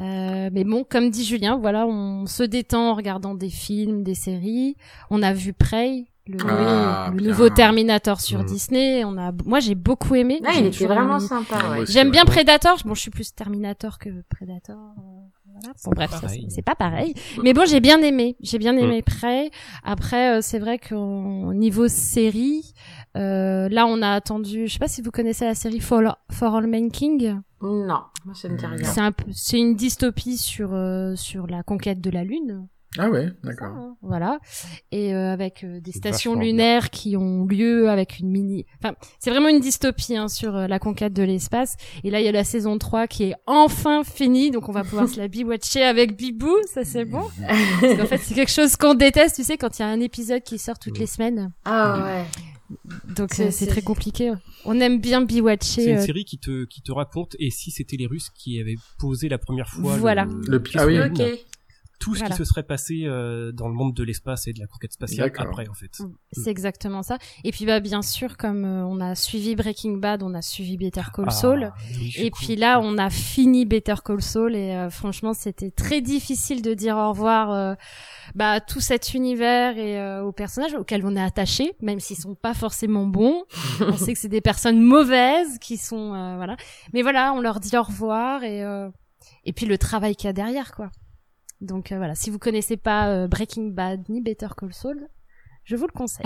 Speaker 4: Euh, mais bon comme dit Julien voilà on se détend en regardant des films des séries on a vu Prey le,
Speaker 7: Ah,
Speaker 4: le
Speaker 7: bien. Mm.
Speaker 4: nouveau Terminator sur
Speaker 5: Mhm.
Speaker 4: Disney on a moi j'ai beaucoup aimé
Speaker 6: Ah,
Speaker 4: J'ai
Speaker 6: il était
Speaker 4: toujours
Speaker 6: vraiment
Speaker 4: aimé.
Speaker 6: sympa.
Speaker 7: Moi
Speaker 6: Ouais.
Speaker 7: aussi,
Speaker 4: J'aime
Speaker 7: ouais.
Speaker 4: bien Predator. Bon, je suis plus Terminator que Predator. euh, Voilà. Bon, bref, ça,
Speaker 5: pareil.
Speaker 4: c'est c'est pas pareil. Mais bon, j'ai bien aimé. J'ai bien aimé Prey. Après, euh, c'est vrai qu'au niveau série, euh, là, on a attendu. Je sais pas si vous connaissez la série For, For All Manking.
Speaker 6: Non, moi ça me dit rien.
Speaker 4: C'est un peu, c'est une dystopie sur euh, sur la conquête de la lune.
Speaker 7: Ah ouais,
Speaker 4: Ça,
Speaker 7: d'accord.
Speaker 4: hein, Voilà. Et euh, avec euh, des
Speaker 5: C'est
Speaker 4: stations
Speaker 5: vachement bien.
Speaker 4: lunaires qui ont lieu avec une mini... Enfin, c'est vraiment une dystopie hein, sur euh, la conquête de l'espace. Et là, il y a la saison 3 qui est enfin finie. Donc, on va pouvoir se la bi-watcher avec Bibou. Ça, c'est bon. Parce qu'en fait, c'est quelque chose qu'on déteste, tu sais, quand il y a un épisode qui sort
Speaker 5: Mm.
Speaker 4: toutes les semaines.
Speaker 6: Ah ouais.
Speaker 4: Donc,
Speaker 6: C'est-
Speaker 4: euh, c'est
Speaker 6: c'est-
Speaker 4: très compliqué. On aime bien
Speaker 5: C'est
Speaker 4: bi-watcher.
Speaker 5: une
Speaker 4: euh,
Speaker 5: série qui te qui te raconte et si c'était les Russes qui avaient posé la première fois
Speaker 4: Voilà.
Speaker 5: le,
Speaker 7: Le
Speaker 5: le
Speaker 7: pi-
Speaker 5: pied
Speaker 7: ah
Speaker 5: sur
Speaker 7: oui.
Speaker 5: la
Speaker 6: Ok.
Speaker 5: Lune, tout ce
Speaker 4: Voilà.
Speaker 5: qui se serait passé euh, dans le monde de l'espace et de la conquête spatiale
Speaker 7: D'accord.
Speaker 5: après en fait.
Speaker 4: C'est exactement ça. Et puis, bah, bien sûr, comme euh, on a suivi Breaking Bad, on a suivi Better Call
Speaker 5: Ah,
Speaker 4: Saul.
Speaker 5: oui, je suis
Speaker 4: Et
Speaker 5: con.
Speaker 4: puis là, on a fini Better Call Saul et euh, franchement, c'était très difficile de dire au revoir euh, bah, à tout cet univers et euh, aux personnages auxquels on est attaché, même s'ils sont pas forcément bons. on sait que c'est des personnes mauvaises qui sont euh, voilà. Mais voilà, on leur dit au revoir et euh, et puis le travail qu'il y a derrière quoi. Donc euh, voilà, si vous connaissez pas euh, Breaking Bad ni Better Call Saul, Je vous le conseille.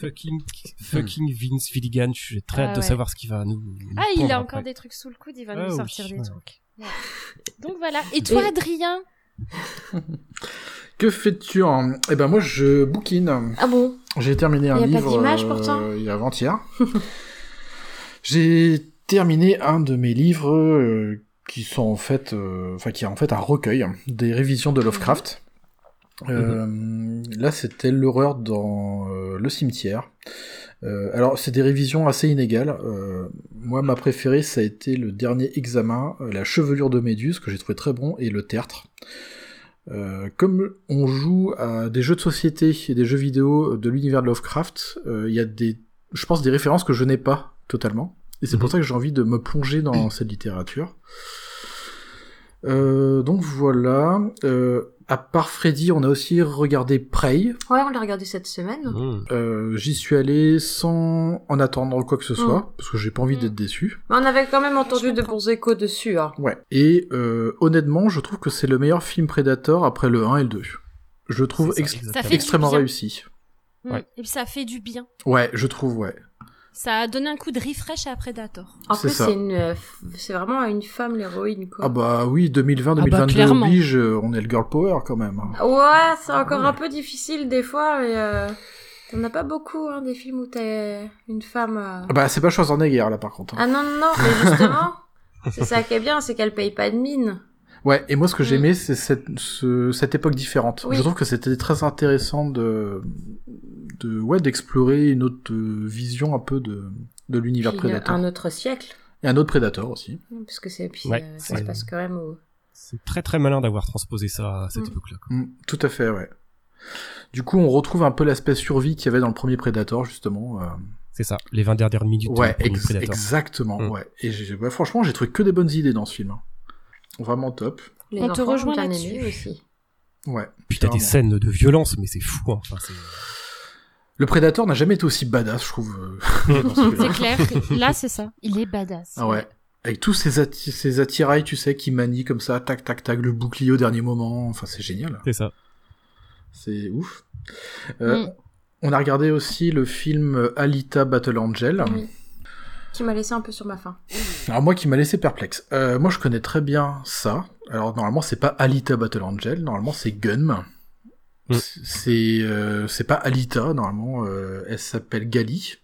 Speaker 5: fucking,
Speaker 7: Hmm.
Speaker 5: fucking Vince Villigan, je suis très hâte
Speaker 4: Ah
Speaker 5: de
Speaker 4: ouais.
Speaker 5: savoir ce qu'il va nous. nous
Speaker 4: Ah, il
Speaker 5: pondre
Speaker 4: a
Speaker 5: après.
Speaker 4: encore des trucs sous le coude, il va
Speaker 5: Ah
Speaker 4: nous
Speaker 5: oui,
Speaker 4: sortir des
Speaker 5: ouais.
Speaker 4: trucs. Ouais. Donc voilà. Et toi,
Speaker 6: Et-
Speaker 4: Adrien
Speaker 7: Que fais-tu en... Eh ben moi je bouquine.
Speaker 6: Ah bon
Speaker 7: J'ai terminé un
Speaker 6: Y a pas
Speaker 7: livre
Speaker 6: d'image,
Speaker 7: euh,
Speaker 6: pourtant
Speaker 7: il y a avant-hier. J'ai terminé un de mes livres euh, qui sont en fait, euh, enfin qui est en fait un recueil des révisions de
Speaker 6: Mhm.
Speaker 7: Lovecraft. Euh, Là, c'était l'horreur dans euh, le cimetière. Euh, alors, c'est des révisions assez inégales. Euh, moi, ma préférée, ça a été le dernier examen, euh, la chevelure de Méduse, que j'ai trouvé très bon, et le tertre. Euh, comme on joue à des jeux de société et des jeux vidéo de l'univers de Lovecraft, euh, il y a des, je pense, des références que je n'ai pas totalement. Et c'est pour
Speaker 5: Mhm.
Speaker 7: ça que j'ai envie de me plonger dans cette littérature. Euh, donc voilà. Euh, à part Freddy, on a aussi regardé Prey.
Speaker 6: Ouais, on l'a regardé cette semaine.
Speaker 5: Mmh.
Speaker 7: Euh, J'y suis allé sans en attendre quoi que ce soit, parce que j'ai pas envie d'être déçu.
Speaker 6: Mais on avait quand même entendu de bons échos dessus. Hein.
Speaker 7: Ouais. Et euh, honnêtement, je trouve que c'est le meilleur film Predator après le 1 et le 2. Je trouve
Speaker 5: C'est ça,
Speaker 7: ex-
Speaker 5: exactement.
Speaker 4: Ça fait du
Speaker 7: extrêmement
Speaker 4: bien.
Speaker 7: réussi.
Speaker 4: Hmm.
Speaker 5: Ouais.
Speaker 4: Et puis ça fait du bien.
Speaker 7: Ouais, je trouve, ouais.
Speaker 4: Ça a donné un coup de refresh à Predator.
Speaker 6: En
Speaker 7: C'est
Speaker 6: plus,
Speaker 7: ça.
Speaker 6: c'est une, euh, f- c'est vraiment une femme l'héroïne quoi. Ah
Speaker 7: Ah bah oui, 2020,
Speaker 4: bah,
Speaker 7: 2022
Speaker 4: clairement.
Speaker 7: oblige, euh, on est le girl power quand même. hein.
Speaker 6: Ouais, c'est
Speaker 7: Ah
Speaker 6: encore un peu difficile des fois, mais euh, t'en as pas beaucoup hein, des films où t'es une femme. euh.
Speaker 7: Ah Bah c'est pas Schwarzenegger là par contre. hein.
Speaker 6: Ah non non non, mais justement, c'est ça qui est bien, c'est qu'elle paye pas de mine.
Speaker 7: Ouais, et moi ce que
Speaker 6: Mm.
Speaker 7: j'aimais c'est cette, ce- cette époque différente.
Speaker 6: Oui.
Speaker 7: Je trouve que c'était très intéressant de, de ouais d'explorer une autre euh, vision un peu de, de l'univers
Speaker 6: Puis, euh,
Speaker 7: Predator.
Speaker 6: un autre siècle,
Speaker 7: Et un autre Predator aussi.
Speaker 6: parce que c'est puis
Speaker 5: Ouais,
Speaker 6: euh, ça
Speaker 5: c'est-
Speaker 6: se passe quand même au.
Speaker 5: C'est très très malin d'avoir transposé ça à cette
Speaker 4: Hmm.
Speaker 6: Mm.
Speaker 5: époque-là. quoi.
Speaker 7: Mm, tout à fait, ouais. Du coup, on retrouve un peu l'aspect survie qu'il y avait dans le premier Predator justement. euh.
Speaker 5: C'est ça, les 20 dernières minutes
Speaker 7: Ouais,
Speaker 5: du premier
Speaker 7: ex-
Speaker 5: Predator.
Speaker 7: exactement.
Speaker 5: Mm.
Speaker 7: Ouais. Et j'ai- ouais, franchement, j'ai trouvé que des bonnes idées dans ce film. hein. Vraiment top.
Speaker 6: Les
Speaker 4: On te
Speaker 6: enfants ont
Speaker 4: rejoint
Speaker 6: bien
Speaker 4: là-dessus.
Speaker 6: aimé aussi.
Speaker 7: Ouais.
Speaker 5: Puis t'as des
Speaker 7: clairement.
Speaker 5: scènes de violence, mais c'est fou. hein. Enfin, c'est-
Speaker 7: Le Predator n'a jamais été aussi badass, je trouve. euh, dans ce film.
Speaker 8: C'est clair. Là, c'est ça. Il est badass.
Speaker 7: ah ouais. Avec tous ces, atti- ces attirails, tu sais, qui manient comme ça, tac, tac, tac, le bouclier au dernier moment. Enfin, c'est génial.
Speaker 5: C'est ça.
Speaker 7: C'est ouf. Euh, On a regardé aussi le film euh, Alita Battle Angel.
Speaker 6: Oui. Qui m'a laissé un peu sur ma faim.
Speaker 7: Alors moi qui m'a laissé perplexe. Euh, moi je connais très bien ça. Alors normalement c'est pas Alita Battle Angel, normalement c'est Gunm.
Speaker 5: Mm.
Speaker 7: C'est euh, c'est pas Alita normalement, euh, elle s'appelle Gali.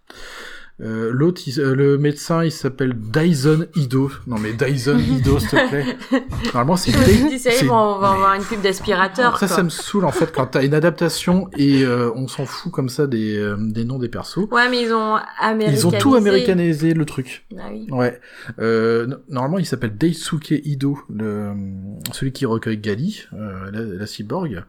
Speaker 7: Euh, L'autre, il- euh, le médecin, il s'appelle Dyson Ido. Non mais Dyson Ido, s'il te plaît. Normalement c'est
Speaker 6: Je me suis
Speaker 7: Dy-
Speaker 6: dit, ça y est,
Speaker 7: c'est-
Speaker 6: bon, on va avoir une pub d'aspirateur.
Speaker 7: ça,
Speaker 6: quoi.
Speaker 7: ça me saoule en fait quand t'as une adaptation et euh, on s'en fout comme ça des, euh, des noms des persos.
Speaker 6: Ouais, mais ils ont américanisé.
Speaker 7: Ils ont tout américanisé le truc.
Speaker 6: Ah oui.
Speaker 7: Ouais. Euh, no- normalement, il s'appelle Daisuke Ido, le- celui qui recueille Gali, euh, la, la cyborg.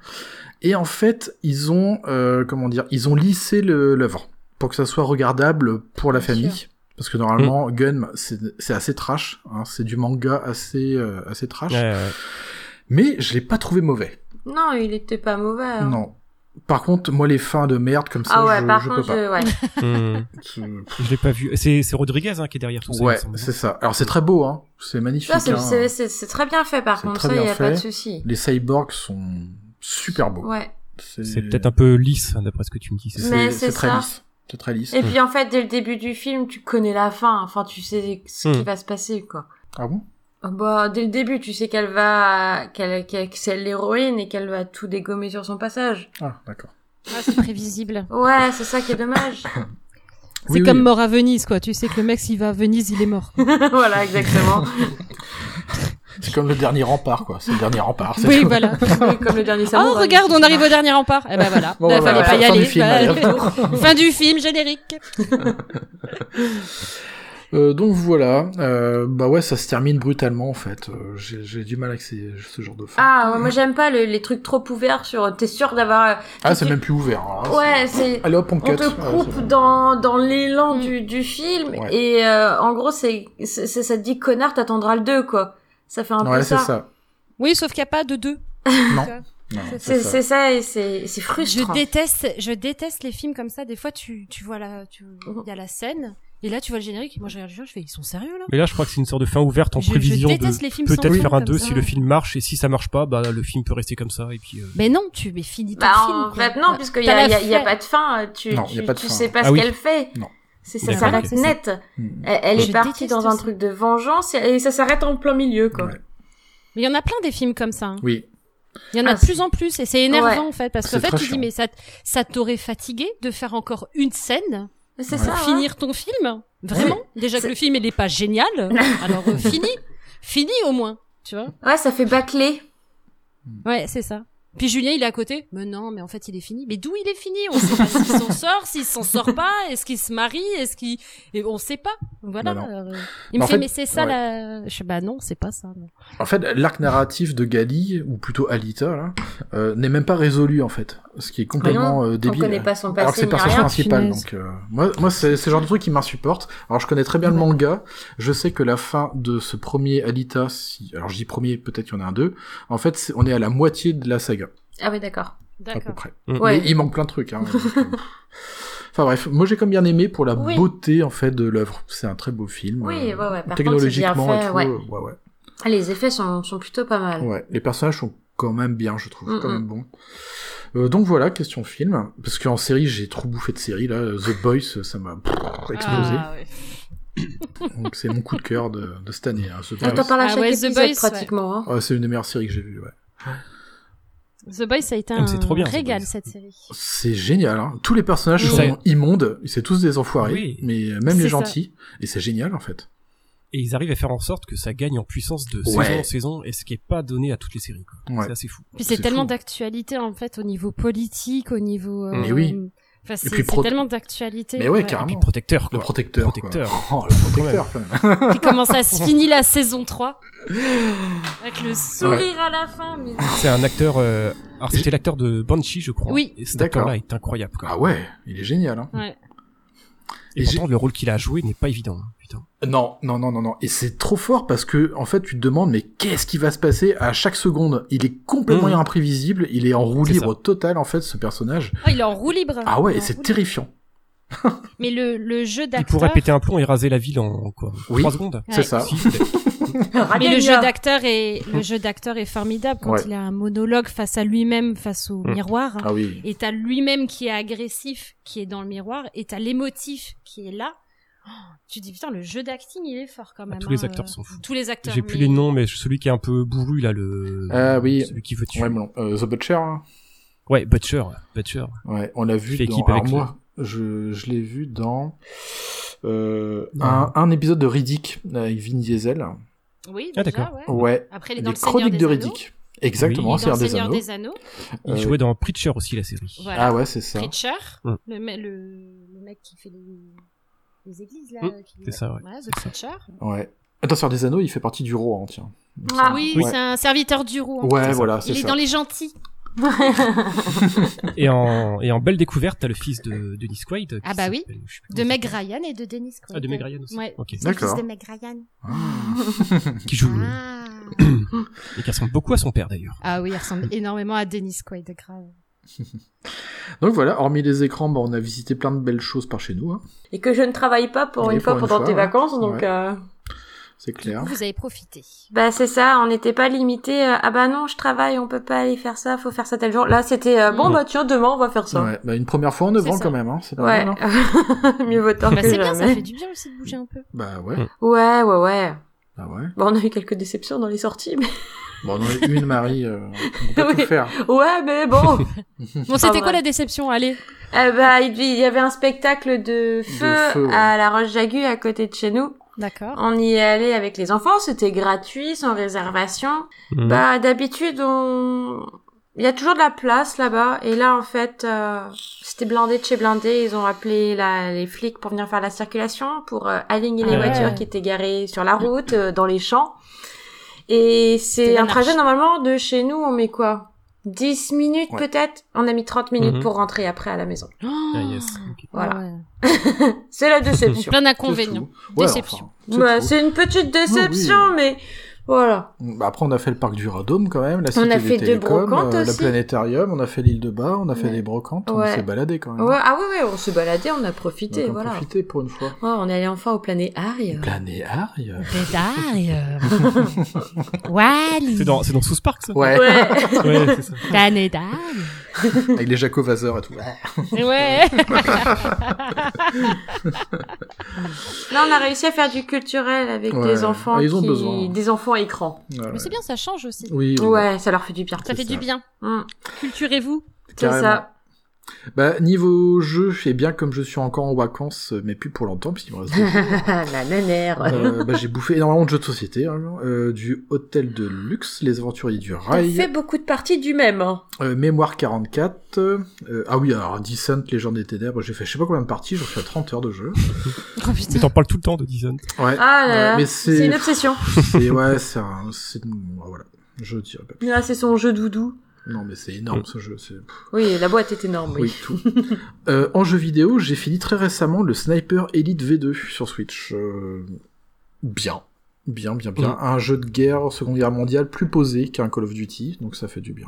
Speaker 7: Et en fait, ils ont, euh, comment dire, ils ont lissé le- l'œuvre pour que ça soit regardable pour la
Speaker 6: Bien
Speaker 7: famille. Parce que normalement, Gun, c'est c'est assez trash. hein, c'est du manga assez, euh, assez trash.
Speaker 5: Ouais, ouais.
Speaker 7: Mais je l'ai pas trouvé mauvais.
Speaker 6: Non, il était pas mauvais. hein.
Speaker 7: Non. Par contre, moi, les fins de merde comme ça,
Speaker 6: Ah ouais,
Speaker 7: je,
Speaker 6: par
Speaker 7: je
Speaker 6: contre,
Speaker 7: peux pas.
Speaker 6: je- ouais.
Speaker 5: Mm. Je l'ai pas vu. C'est c'est Rodriguez hein, qui est derrière tout ça. il me
Speaker 7: Ouais,
Speaker 5: semble.
Speaker 7: c'est ça. Alors, c'est très beau, hein. C'est magnifique.
Speaker 6: Ça, Ah, c'est-
Speaker 7: hein.
Speaker 6: c'est- c'est c'est très bien fait, par
Speaker 7: C'est
Speaker 6: contre,
Speaker 7: très
Speaker 6: ça, il
Speaker 7: bien
Speaker 6: n'y a pas de
Speaker 7: fait.
Speaker 6: souci.
Speaker 7: Les cyborgs sont super beaux.
Speaker 6: Ouais.
Speaker 5: C'est peut-être un peu lisse, hein, d'après ce que tu me dis. c'est ça
Speaker 6: Mais c'est
Speaker 7: c'est très
Speaker 6: ça.
Speaker 7: lisse. C'est très lisse.
Speaker 6: Et puis, en fait, dès le début du film, tu connais la fin. Enfin, tu sais ce qui
Speaker 5: Hmm.
Speaker 6: va se passer, quoi.
Speaker 7: Ah bon
Speaker 6: Ah Bah, dès le début, tu sais qu'elle va, qu'elle, qu'elle- que c'est l'héroïne et qu'elle va tout dégommer sur son passage.
Speaker 7: Ah, d'accord.
Speaker 8: Ah, c'est prévisible.
Speaker 6: Ouais, c'est ça qui est dommage.
Speaker 4: C'est
Speaker 7: Oui,
Speaker 4: comme
Speaker 7: oui.
Speaker 4: mort à Venise, quoi. Tu sais que le mec, s'il va à Venise, il est mort.
Speaker 6: voilà, exactement.
Speaker 7: C'est comme le dernier rempart, quoi. C'est le dernier rempart. c'est
Speaker 4: oui,
Speaker 7: tout.
Speaker 4: voilà.
Speaker 6: Oui, comme le dernier
Speaker 4: Oh,
Speaker 6: samouraï.
Speaker 4: regarde, on arrive au dernier rempart. Eh ben voilà,
Speaker 7: Bon,
Speaker 4: Bah, fallait
Speaker 7: bah, voilà,
Speaker 4: pas y
Speaker 7: fin
Speaker 4: aller.
Speaker 7: du film,
Speaker 4: Bah, fin du film, générique.
Speaker 7: Euh, donc voilà. Euh, bah ouais, ça se termine brutalement, en fait. Euh, J'ai j'ai du mal avec ces- ce genre de fin.
Speaker 6: Ah, ouais, moi, j'aime pas le- les trucs trop ouverts sur, t'es sûr d'avoir,
Speaker 7: Ah, c'est
Speaker 6: tu-
Speaker 7: même plus ouvert. alors là,
Speaker 6: ouais,
Speaker 7: c'est-
Speaker 6: c'est,
Speaker 7: Allez hop, on, cut.
Speaker 6: On te
Speaker 7: Ouais,
Speaker 6: coupe
Speaker 7: c'est bon.
Speaker 6: dans, dans l'élan
Speaker 4: Mm.
Speaker 6: du, du film
Speaker 7: Ouais.
Speaker 6: et euh, en gros c'est, c'est, c'est- ça te dit connard t'attendras le 2 quoi. Ça fait un peu
Speaker 7: Ouais, c'est
Speaker 6: ça.
Speaker 7: ça.
Speaker 4: Oui, sauf qu'il n'y a pas de deux.
Speaker 7: Non. Non,
Speaker 6: C'est,
Speaker 7: c'est ça.
Speaker 6: c'est ça et c'est, c'est frustrant.
Speaker 8: Je déteste, je déteste les films comme ça. Des fois, tu, tu vois la, tu, il y a la scène,
Speaker 4: Et là, tu vois le générique, et moi je regarde le générique, je fais, ils sont sérieux là
Speaker 5: Mais là, je crois que c'est une sorte de fin ouverte en
Speaker 4: Je- je
Speaker 5: prévision
Speaker 4: déteste les
Speaker 5: de
Speaker 4: films
Speaker 5: peut-être
Speaker 4: sans
Speaker 5: faire
Speaker 4: fin,
Speaker 5: un
Speaker 4: comme
Speaker 5: 2
Speaker 4: ça.
Speaker 5: si le film marche et si ça marche pas, bah le film peut rester comme ça et puis. euh,
Speaker 4: Mais non, tu mais finis ton
Speaker 6: Bah,
Speaker 4: film.
Speaker 6: en
Speaker 4: quoi.
Speaker 6: fait, non,
Speaker 4: Ouais.
Speaker 6: puisqu'il n'y
Speaker 4: T'as
Speaker 6: a,
Speaker 4: la
Speaker 6: il y a- il y a
Speaker 4: fin.
Speaker 6: pas de fin. euh, Tu,
Speaker 7: Non, il y
Speaker 6: tu,
Speaker 7: a pas de
Speaker 6: tu
Speaker 7: fin.
Speaker 6: sais pas
Speaker 5: Ah
Speaker 6: ce
Speaker 5: oui.
Speaker 6: qu'elle fait.
Speaker 7: Non.
Speaker 6: C'est ça
Speaker 5: D'accord,
Speaker 6: s'arrête
Speaker 5: ok.
Speaker 6: net.
Speaker 7: Hmm.
Speaker 6: Elle, elle
Speaker 4: Je
Speaker 6: est partie
Speaker 4: déteste
Speaker 6: dans un
Speaker 4: ça.
Speaker 6: truc de vengeance et et ça s'arrête en plein milieu, quoi.
Speaker 7: Ouais.
Speaker 4: Mais il y en a plein des films comme ça. hein.
Speaker 7: Oui.
Speaker 4: Il y en a
Speaker 6: Ah,
Speaker 4: de plus en plus et c'est énervant
Speaker 6: Ouais.
Speaker 4: en fait parce qu'en
Speaker 7: C'est
Speaker 4: fait
Speaker 7: très
Speaker 4: tu dis
Speaker 7: chiant.
Speaker 4: mais ça t- ça t'aurait fatigué de faire encore une scène
Speaker 6: C'est
Speaker 7: Ouais.
Speaker 6: ça.
Speaker 4: pour
Speaker 6: ouais.
Speaker 4: finir ton film Vraiment Déjà que le film il est pas génial, alors euh, fini, fini au moins, tu vois
Speaker 6: Ouais, ça fait bâclé.
Speaker 7: Mm.
Speaker 4: Ouais, c'est ça. Puis Julien, il est à côté. Mais non, mais en fait, il est fini. Mais d'où il est fini On sait pas s'il s'en sort, s'il s'en sort pas. Est-ce qu'il se marie Est-ce qu'il Et on sait pas. Voilà.
Speaker 7: Bah non.
Speaker 4: alors, euh, il
Speaker 7: Bah,
Speaker 4: me
Speaker 7: en
Speaker 4: fait,
Speaker 7: fait,
Speaker 4: mais c'est ça
Speaker 7: ouais.
Speaker 4: la. Je sais bah non, c'est pas ça. non.
Speaker 7: En fait, l'arc narratif de Gali, ou plutôt Alita, là, euh, n'est même pas résolu, en fait. Ce qui est complètement euh,
Speaker 6: On
Speaker 7: débile.
Speaker 6: connaît pas son
Speaker 7: Alors que
Speaker 6: passé
Speaker 7: c'est le
Speaker 6: ni
Speaker 7: personnage
Speaker 6: rien.
Speaker 7: principal,
Speaker 4: punaise.
Speaker 7: donc euh, moi, moi c'est c'est le genre de truc qui m'insupporte. Alors je connais très bien le manga, je sais que la fin de ce premier Alita, si alors je dis premier, peut-être qu'il y en a un deux. En fait, c'est- on est à la moitié de la saga
Speaker 6: Ah oui, d'accord.
Speaker 7: à peu
Speaker 4: D'accord.
Speaker 7: près.
Speaker 5: Mm.
Speaker 6: Ouais.
Speaker 7: Mais il manque plein de trucs. Hein, donc, euh. Enfin bref, moi j'ai comme bien aimé pour la
Speaker 6: Oui.
Speaker 7: beauté en fait de l'œuvre. C'est un très beau film.
Speaker 6: Oui,
Speaker 7: euh,
Speaker 6: ouais, ouais. Par contre,
Speaker 7: technologiquement
Speaker 6: c'est bien fait,
Speaker 7: et tout.
Speaker 6: ouais.
Speaker 7: euh, Ouais. ouais,
Speaker 6: Ah, Les effets sont, sont plutôt pas mal.
Speaker 7: ouais. Les personnages sont quand même bien, je trouve,
Speaker 6: Mm,
Speaker 7: quand
Speaker 6: mm.
Speaker 7: même bon. donc voilà, question film. Parce qu'en série, j'ai trop bouffé de série là. The Boys, ça m'a pff, explosé.
Speaker 4: Ah, ouais.
Speaker 7: Donc c'est mon coup de cœur de, de cette année. hein, ce
Speaker 6: On t'en
Speaker 7: Boys.
Speaker 6: parle à
Speaker 4: Ah
Speaker 6: chaque
Speaker 4: ouais, The
Speaker 6: épisode
Speaker 4: Boys, ouais.
Speaker 6: pratiquement. hein.
Speaker 7: Ouais, c'est une des meilleures séries que j'ai vues. Ouais.
Speaker 4: The Boys, ça a été
Speaker 5: Ah, mais
Speaker 4: un
Speaker 5: c'est trop bien, The
Speaker 4: régal
Speaker 5: Boys.
Speaker 4: cette série.
Speaker 7: C'est génial. hein. Tous les personnages
Speaker 5: Oui.
Speaker 7: sont
Speaker 5: Ça-
Speaker 7: immondes. C'est tous des enfoirés,
Speaker 5: Oui.
Speaker 7: mais même
Speaker 4: C'est
Speaker 7: les
Speaker 4: ça.
Speaker 7: gentils. Et c'est génial en fait.
Speaker 5: Et ils arrivent à faire en sorte que ça gagne en puissance de
Speaker 7: Ouais.
Speaker 5: saison en saison et ce qui est pas donné à toutes les séries. quoi.
Speaker 7: Ouais.
Speaker 5: C'est assez fou.
Speaker 4: Puis c'est
Speaker 7: C'est
Speaker 4: tellement
Speaker 7: fou.
Speaker 4: d'actualité en fait au niveau politique, au niveau. euh,
Speaker 7: Mais oui.
Speaker 4: Enfin, c'est
Speaker 7: puis
Speaker 4: c'est
Speaker 7: pro-
Speaker 4: tellement d'actualité.
Speaker 7: Mais ouais,
Speaker 5: Et puis
Speaker 4: Oh.
Speaker 7: carrément.
Speaker 5: protecteur,
Speaker 7: Le
Speaker 5: quoi.
Speaker 7: protecteur. quoi.
Speaker 5: Protecteur.
Speaker 7: Oh, le protecteur. quand même.
Speaker 4: Puis comment ça se finit la saison 3 Avec le sourire à la fin. Mais...
Speaker 5: C'est un acteur. euh, Alors c'était l'acteur de Banshee, je crois.
Speaker 4: Oui.
Speaker 5: Et cet acteur-là est incroyable. Quoi.
Speaker 7: Ah ouais, il est génial. Hein.
Speaker 4: Ouais.
Speaker 5: Et
Speaker 7: Et j'ai-
Speaker 5: pourtant, le rôle qu'il a joué n'est pas évident. hein. Putain.
Speaker 7: Non, non, non, non, non. Et c'est trop fort parce que, en fait, tu te demandes, mais qu'est-ce qui va se passer à chaque seconde Il est complètement
Speaker 5: Mhm.
Speaker 7: imprévisible. Il est en roue
Speaker 5: C'est
Speaker 7: libre totale, en fait, ce personnage.
Speaker 4: Oh, il est en roue libre.
Speaker 7: Ah ouais,
Speaker 4: Il est
Speaker 7: et
Speaker 4: en
Speaker 7: c'est
Speaker 4: roue
Speaker 7: terrifiant.
Speaker 4: libre. Mais le, le jeu
Speaker 5: Il
Speaker 4: d'acteur.
Speaker 5: pourrait péter un plomb et raser la ville en quoi
Speaker 7: Oui. Ah.
Speaker 5: 3 secondes.
Speaker 7: C'est ça.
Speaker 5: Si, peut-être.
Speaker 4: Mais le
Speaker 6: Radelia.
Speaker 4: jeu d'acteur est le jeu d'acteur est formidable quand
Speaker 7: Ouais.
Speaker 4: il a un monologue face à lui-même, face au
Speaker 5: Mm.
Speaker 4: miroir.
Speaker 7: Ah oui.
Speaker 4: Et t'as lui-même qui est agressif, qui est dans le miroir, et t'as l'émotif qui est là. Oh, tu te dis putain, le jeu d'acting il est fort quand même.
Speaker 5: Bah, tous les
Speaker 4: hein,
Speaker 5: acteurs
Speaker 4: euh,
Speaker 5: sont fous.
Speaker 4: Tous les acteurs.
Speaker 5: J'ai plus
Speaker 4: mais-
Speaker 5: les noms, mais celui qui est un peu bourru là, le.
Speaker 7: Ah oui.
Speaker 5: Celui qui veut tuer.
Speaker 7: Ouais, bon, euh, The Butcher, hein.
Speaker 5: Ouais, Butcher. Butcher.
Speaker 7: Ouais, on l'a vu
Speaker 5: Fait
Speaker 7: dans...
Speaker 5: équipe avec
Speaker 7: alors moi, je, je l'ai vu dans euh,
Speaker 5: Non.
Speaker 7: un, un épisode de Riddick euh, avec Vin Diesel.
Speaker 4: Oui,
Speaker 5: Ah,
Speaker 4: déjà,
Speaker 5: d'accord.
Speaker 4: ouais.
Speaker 7: Ouais,
Speaker 4: Après, il est
Speaker 7: les
Speaker 4: dans le Seigneur
Speaker 7: chroniques
Speaker 4: des
Speaker 7: de
Speaker 4: Anneaux.
Speaker 7: Riddick. Exactement,
Speaker 4: Il est dans
Speaker 7: Seigneur
Speaker 4: le
Speaker 7: des
Speaker 4: Seigneur
Speaker 7: Anneaux.
Speaker 4: des Anneaux.
Speaker 5: Il
Speaker 7: Euh,
Speaker 5: jouait dans Preacher aussi la série.
Speaker 4: Voilà.
Speaker 7: Ah ouais, c'est ça.
Speaker 4: Preacher,
Speaker 5: Mm.
Speaker 4: le, me- le, le mec qui fait les, les églises là.
Speaker 5: Mm,
Speaker 4: qui-
Speaker 5: c'est ça, ouais.
Speaker 4: Voilà, The Preacher.
Speaker 7: Ouais. Attends, Seigneur des Anneaux, il fait partie du Rohan, tiens.
Speaker 6: Ah,
Speaker 4: oui,
Speaker 7: Ouais.
Speaker 4: c'est un serviteur du roi.
Speaker 7: Ouais, voilà, c'est
Speaker 4: Il est
Speaker 7: ça.
Speaker 4: dans les gentils.
Speaker 5: Et en, et en belle découverte, t'as le fils de Denis Quaid. qui
Speaker 8: Ah bah oui.
Speaker 5: s'appelle- je sais plus
Speaker 8: De
Speaker 5: comment
Speaker 8: Meg
Speaker 5: il s'appelle.
Speaker 8: Ryan et de Dennis Quaid.
Speaker 5: Ah, de Meg Ryan aussi.
Speaker 8: Ouais.
Speaker 5: Ok.
Speaker 8: C'est le fils
Speaker 7: D'accord.
Speaker 8: de Meg Ryan.
Speaker 5: Qui joue.
Speaker 8: Ah.
Speaker 5: Et qui ressemble beaucoup à son père d'ailleurs.
Speaker 8: ah oui, il ressemble énormément à Dennis Quaid, grave.
Speaker 7: Donc voilà, hormis les écrans, bah, on a visité plein de belles choses par chez nous, hein.
Speaker 6: Et que je ne travaille pas pour
Speaker 7: Et
Speaker 6: une
Speaker 7: pour
Speaker 6: fois
Speaker 7: une
Speaker 6: pendant
Speaker 7: fois,
Speaker 6: tes
Speaker 7: ouais.
Speaker 6: vacances, donc.
Speaker 7: Ouais.
Speaker 6: euh,
Speaker 7: c'est clair.
Speaker 8: Vous avez profité.
Speaker 6: Bah c'est ça, on n'était pas limité. euh, ah bah non, je travaille, on peut pas aller faire ça, faut faire ça tel jour. Là, c'était euh, bon
Speaker 5: Mm.
Speaker 6: bah tiens, demain on va faire ça.
Speaker 7: Ouais, bah, une première fois en 9
Speaker 4: C'est
Speaker 7: ans
Speaker 4: ça.
Speaker 7: quand même, hein. c'est pas
Speaker 6: Ouais,
Speaker 7: mal. hein.
Speaker 6: mieux vaut tard
Speaker 4: Bah,
Speaker 6: que
Speaker 4: c'est bien, ça
Speaker 6: jamais.
Speaker 4: fait du bien aussi de bouger un peu.
Speaker 7: Bah ouais,
Speaker 5: Mm.
Speaker 6: Ouais, ouais, ouais.
Speaker 7: bah ouais.
Speaker 6: Bon, on a eu quelques déceptions dans les sorties, mais
Speaker 7: Bon, on en a une, Marie, euh, on peut pas tout
Speaker 6: Oui.
Speaker 7: faire.
Speaker 6: ouais, mais bon.
Speaker 7: Hum.
Speaker 4: Bon,
Speaker 7: Ah,
Speaker 4: c'était quoi
Speaker 6: ouais.
Speaker 4: la déception Allez.
Speaker 6: Eh bah il il y avait un spectacle de feu,
Speaker 7: feu, ouais.
Speaker 6: à la Roche Jagu à côté de chez nous.
Speaker 4: D'accord.
Speaker 6: On y est allé avec les enfants, c'était gratuit, sans réservation. Bah d'habitude on il y a toujours de la place là-bas et là en fait euh, c'était blindé de chez blindé, ils ont appelé la... les flics pour venir faire la circulation pour euh, aligner les
Speaker 5: Ah ouais.
Speaker 6: voitures qui étaient garées sur la route euh, dans les champs. Et c'est un
Speaker 4: l'anarchie.
Speaker 6: trajet normalement de chez nous, on met quoi 10 minutes
Speaker 7: Ouais.
Speaker 6: peut-être On a mis 30 minutes
Speaker 5: Mhm.
Speaker 6: pour rentrer après à la maison.
Speaker 5: Ah, yes. Ok.
Speaker 6: Voilà.
Speaker 4: Ah ouais.
Speaker 6: C'est la déception.
Speaker 4: Plein
Speaker 7: C'est
Speaker 4: d'inconvénients.
Speaker 7: tout. Ouais,
Speaker 4: Déception.
Speaker 7: enfin,
Speaker 6: Bah,
Speaker 7: c'est tout.
Speaker 5: Ah
Speaker 6: c'est une petite déception, mais Voilà.
Speaker 7: Bah, Après, on a fait le parc du Radôme quand même, la
Speaker 6: On
Speaker 7: cité
Speaker 6: a
Speaker 7: des
Speaker 6: fait deux
Speaker 7: télécoms,
Speaker 6: brocantes
Speaker 7: euh, le
Speaker 6: aussi.
Speaker 7: planétarium, on a fait l'île de Bar, on a fait
Speaker 6: Ouais.
Speaker 7: des brocantes,
Speaker 6: Ouais.
Speaker 7: on s'est baladé quand même.
Speaker 6: Ouais, ah ouais, ouais, on s'est baladé, on a
Speaker 7: on
Speaker 6: profité,
Speaker 7: a
Speaker 6: voilà.
Speaker 7: profité pour une fois.
Speaker 6: Ouais, Oh, on est allé enfin au planétarium.
Speaker 7: Planéarie
Speaker 4: Planétarium.
Speaker 8: Wally.
Speaker 5: C'est dans, c'est dans South Park, ça
Speaker 7: Ouais.
Speaker 5: Ouais, c'est ça.
Speaker 8: Planétarium.
Speaker 7: Avec les Jaco Vaseur et tout.
Speaker 4: Ouais.
Speaker 6: Là, on a réussi à faire du culturel avec
Speaker 7: Ouais.
Speaker 6: des enfants
Speaker 7: Ah, ils ont
Speaker 6: qui-
Speaker 7: besoin.
Speaker 6: des enfants à écran.
Speaker 7: Ouais.
Speaker 4: Mais c'est bien, ça change aussi.
Speaker 7: Oui, oui.
Speaker 6: Ouais, ça leur fait du bien.
Speaker 4: Ça fait
Speaker 7: ça.
Speaker 4: du bien.
Speaker 6: Mm.
Speaker 4: Culturez-vous.
Speaker 6: C'est
Speaker 7: Carrément.
Speaker 6: ça.
Speaker 7: Bah, niveau jeu, et bien comme je suis encore en vacances, euh, mais plus pour longtemps, puisqu'il me reste deux jours,
Speaker 6: La nanère.
Speaker 7: euh, bah, j'ai bouffé énormément de jeux de société, hein, euh, du Hôtel de Luxe, Les Aventuriers du
Speaker 6: T'as
Speaker 7: Rail,
Speaker 6: fait beaucoup de parties du même. hein.
Speaker 7: euh, Mémoire 44, euh, euh, ah oui, alors Descent, Légende des Ténèbres, j'ai fait je sais pas combien de parties, j'en suis à 30 heures de jeu.
Speaker 4: Oh
Speaker 5: Mais
Speaker 4: putain.
Speaker 5: t'en parles tout le temps de Dizon.
Speaker 7: Ouais,
Speaker 6: Ah là
Speaker 7: ouais,
Speaker 6: là,
Speaker 7: mais
Speaker 6: c'est une obsession.
Speaker 7: c'est- ouais, c'est un, c'est, voilà, je dirais pas.
Speaker 6: Là, c'est son jeu doudou.
Speaker 7: Non, mais c'est énorme ce jeu, c'est...
Speaker 6: Oui, la boîte est énorme.
Speaker 7: Oui, tout. Euh, en jeu vidéo, j'ai fini très récemment le Sniper Elite V2 sur Switch. Euh, bien. Bien, bien, bien.
Speaker 5: Mm.
Speaker 7: Un jeu de guerre, Seconde Guerre mondiale, plus posé qu'un Call of Duty, donc ça fait du bien.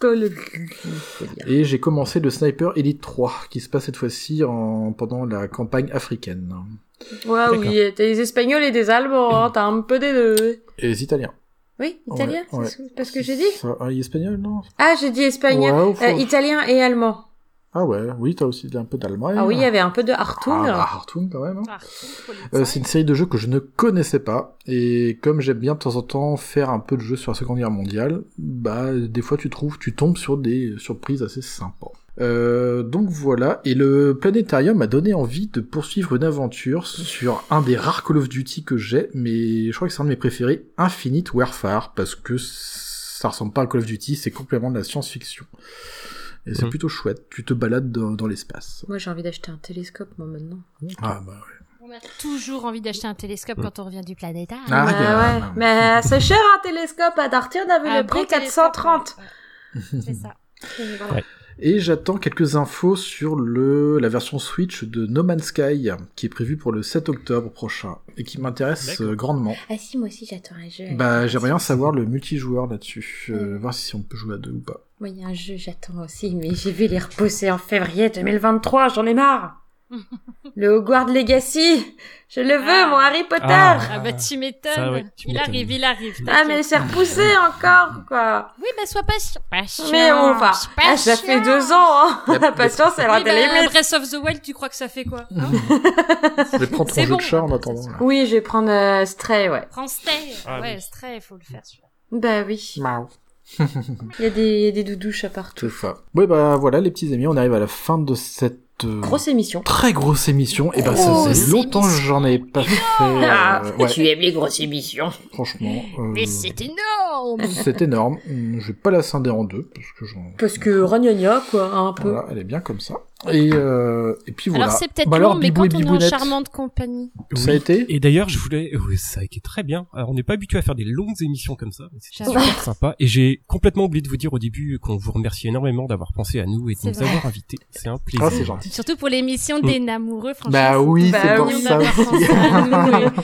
Speaker 6: Call of Duty, faut dire.
Speaker 7: Et j'ai commencé le Sniper Elite 3, qui se passe cette fois-ci en... pendant la campagne africaine.
Speaker 6: Ouais, oui, t'as des Espagnols et des Allemands, hein, t'as un peu des deux.
Speaker 7: Et les Italiens.
Speaker 6: Oui, italien,
Speaker 7: Ouais, ouais.
Speaker 6: c'est ce- parce que j'ai dit.
Speaker 7: Ça, ah, espagnol, non
Speaker 6: Ah, j'ai dit espagnol,
Speaker 7: Ouais, au fond.
Speaker 6: euh, italien et allemand.
Speaker 7: Ah ouais, oui, t'as aussi un peu d'Allemagne.
Speaker 6: Ah oui, il y avait un peu de Hartung.
Speaker 7: Ah, bah, Hartung, quand même. hein. Euh,
Speaker 4: Euh,
Speaker 7: c'est une série de jeux que je ne connaissais pas, et comme j'aime bien de temps en temps faire un peu de jeux sur la Seconde Guerre mondiale, bah des fois tu trouves, tu tombes sur des surprises assez sympas. Euh, donc voilà, et le planétarium m'a donné envie de poursuivre une aventure sur un des rares Call of Duty que j'ai, mais je crois que c'est un de mes préférés, Infinite Warfare, parce que ça ressemble pas à Call of Duty, c'est complètement de la science-fiction. Et c'est
Speaker 5: Mhm.
Speaker 7: plutôt chouette, tu te balades dans, dans l'espace.
Speaker 6: Moi, j'ai envie d'acheter un télescope, moi, maintenant.
Speaker 7: Ah bah
Speaker 8: On a toujours envie d'acheter un télescope quand on revient du planétarium.
Speaker 7: Ah,
Speaker 6: Ouais,
Speaker 7: il y a-
Speaker 6: ouais. Mais c'est cher, un télescope. À Darty, on avait
Speaker 8: Un
Speaker 6: le
Speaker 8: bon
Speaker 6: prix
Speaker 8: télescope,
Speaker 6: 430.
Speaker 8: ouais. C'est ça.
Speaker 7: Et j'attends quelques infos sur le, la version Switch de No Man's Sky, qui est prévue pour le 7 octobre prochain, et qui m'intéresse
Speaker 5: D'accord.
Speaker 7: euh, grandement.
Speaker 6: Ah si, moi aussi, j'attends un jeu.
Speaker 7: Bah, j'aimerais bien savoir le multijoueur là-dessus, euh, voir si on peut jouer à deux ou pas.
Speaker 6: Moi, il y a un jeu, j'attends aussi, mais j'ai vais les repousser en février 2023, j'en ai marre. le Hogwarts Legacy, je le veux,
Speaker 4: Ah.
Speaker 6: mon Harry Potter.
Speaker 5: Ah.
Speaker 6: Ah,
Speaker 4: Ah bah tu
Speaker 5: Ça,
Speaker 4: m'étonnes.
Speaker 5: ouais, tu
Speaker 4: il
Speaker 5: m'étonnes.
Speaker 4: arrive, il arrive.
Speaker 6: mais c'est repoussé encore, quoi.
Speaker 4: Oui, bah sois patient. Patient.
Speaker 6: Mais on va. Ah, ça
Speaker 4: patient.
Speaker 6: fait deux ans, hein. La patience, elle a
Speaker 4: Oui,
Speaker 6: des
Speaker 4: bah,
Speaker 6: limites.
Speaker 4: Breath of the Wild, tu crois que ça fait quoi hein
Speaker 7: Je vais prendre ton
Speaker 4: C'est
Speaker 7: jeu
Speaker 4: bon,
Speaker 7: de chat en
Speaker 4: bah,
Speaker 7: attendant. là.
Speaker 6: Oui, je vais prendre euh, Stray, ouais.
Speaker 4: Prends Stray.
Speaker 5: Ah,
Speaker 4: ouais,
Speaker 5: oui.
Speaker 4: Stray, faut le faire. celui-là.
Speaker 6: Bah oui. Il y a des, il y a des doudouches à partout.
Speaker 7: C'est ça. Ouais, bah voilà, les petits amis, on arrive à la fin de cette euh,
Speaker 6: Grosse émission.
Speaker 7: très grosse émission. Et bah, ça
Speaker 8: Grosse
Speaker 7: faisait longtemps que j'en ai pas fait.
Speaker 6: Ah,
Speaker 7: euh, ouais,
Speaker 6: Tu aimes les grosses émissions.
Speaker 7: franchement. euh,
Speaker 10: Mais c'est énorme
Speaker 7: c'est énorme. Hum, Je vais pas la scinder en deux, parce que j'en.
Speaker 6: Parce que ragnagna, quoi, un peu.
Speaker 7: Voilà, elle est bien comme ça. Et, euh, et puis voilà.
Speaker 4: Alors c'est peut-être
Speaker 7: Bah
Speaker 4: long,
Speaker 7: alors,
Speaker 4: mais quand
Speaker 7: Bibou
Speaker 4: on est
Speaker 7: et
Speaker 4: en
Speaker 7: Bibounette,
Speaker 4: charmante compagnie.
Speaker 7: Ça a
Speaker 5: Oui.
Speaker 7: été Ah,
Speaker 5: Et d'ailleurs, je voulais, oui, ça a été très bien. Alors, on n'est pas habitué à faire des longues émissions comme ça, mais c'était
Speaker 4: J'avoue.
Speaker 5: super sympa. Et j'ai complètement oublié de vous dire au début qu'on vous remercie énormément d'avoir pensé à nous et de
Speaker 4: C'est
Speaker 5: nous
Speaker 4: vrai.
Speaker 5: avoir invités. C'est un plaisir.
Speaker 7: Ah, c'est gentil.
Speaker 4: Surtout pour l'émission des Namoureux, franchement.
Speaker 7: Bah oui,
Speaker 6: Bah
Speaker 7: c'est pour
Speaker 6: oui,
Speaker 7: ça
Speaker 4: on a
Speaker 7: aussi.
Speaker 4: pensé à nous, oui.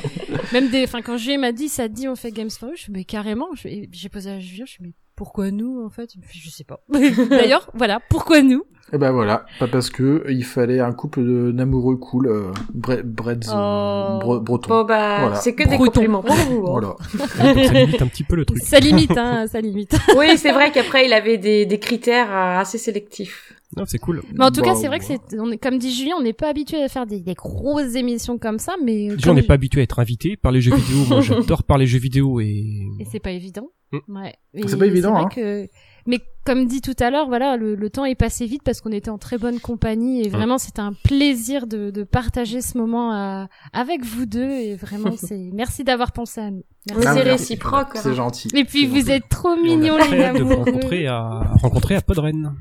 Speaker 4: Même des, enfin, quand Julien m'a dit, ça te dit, on fait Games for You, je fais, mais carrément, je- et j'ai posé à Julien, je fais, mais pourquoi nous, en fait? Il me fait, Je sais pas. D'ailleurs, voilà, pourquoi nous?
Speaker 7: Et ben voilà, pas parce que il fallait un couple de- d'amoureux cool, euh, bre Breds, euh,
Speaker 4: Oh.
Speaker 7: Bre- Breton.
Speaker 6: Bon, bah,
Speaker 7: Voilà.
Speaker 6: c'est que des
Speaker 4: Breton.
Speaker 6: compliments pour vous. hein.
Speaker 7: Voilà.
Speaker 5: Ouais, donc ça limite un petit peu le truc.
Speaker 4: Ça limite, hein, ça limite.
Speaker 6: Oui, c'est vrai qu'après, il avait des, des critères euh, assez sélectifs.
Speaker 5: Non, c'est cool.
Speaker 4: Mais en tout
Speaker 7: Bah,
Speaker 4: cas, c'est vrai que c'est, on est, comme dit Julien, on n'est pas habitué à faire des, des grosses émissions comme ça, mais.
Speaker 5: Déjà,
Speaker 4: comme
Speaker 5: on n'est
Speaker 4: je-
Speaker 5: pas habitué à être invité par les jeux vidéo. Moi, j'adore par les jeux vidéo et...
Speaker 4: Et c'est pas évident.
Speaker 5: Mm.
Speaker 4: Ouais.
Speaker 7: C'est
Speaker 4: Et
Speaker 7: pas évident,
Speaker 4: vrai
Speaker 7: hein.
Speaker 4: que- Mais comme dit tout à l'heure, voilà, le, le temps est passé vite parce qu'on était en très bonne compagnie et vraiment c'était un plaisir de, de partager ce moment à- avec vous deux et vraiment c'est merci d'avoir pensé à nous. Merci.
Speaker 6: Mais
Speaker 7: Ah,
Speaker 6: c'est
Speaker 7: merci.
Speaker 6: réciproque,
Speaker 7: C'est
Speaker 6: hein.
Speaker 7: gentil.
Speaker 4: Et puis
Speaker 7: C'est
Speaker 4: vous
Speaker 7: gentil.
Speaker 4: êtes trop
Speaker 5: Et on a
Speaker 4: mignons
Speaker 5: très
Speaker 4: les
Speaker 5: hâte de vous
Speaker 4: amoureux.
Speaker 5: rencontrer à, à rencontrer à Podren.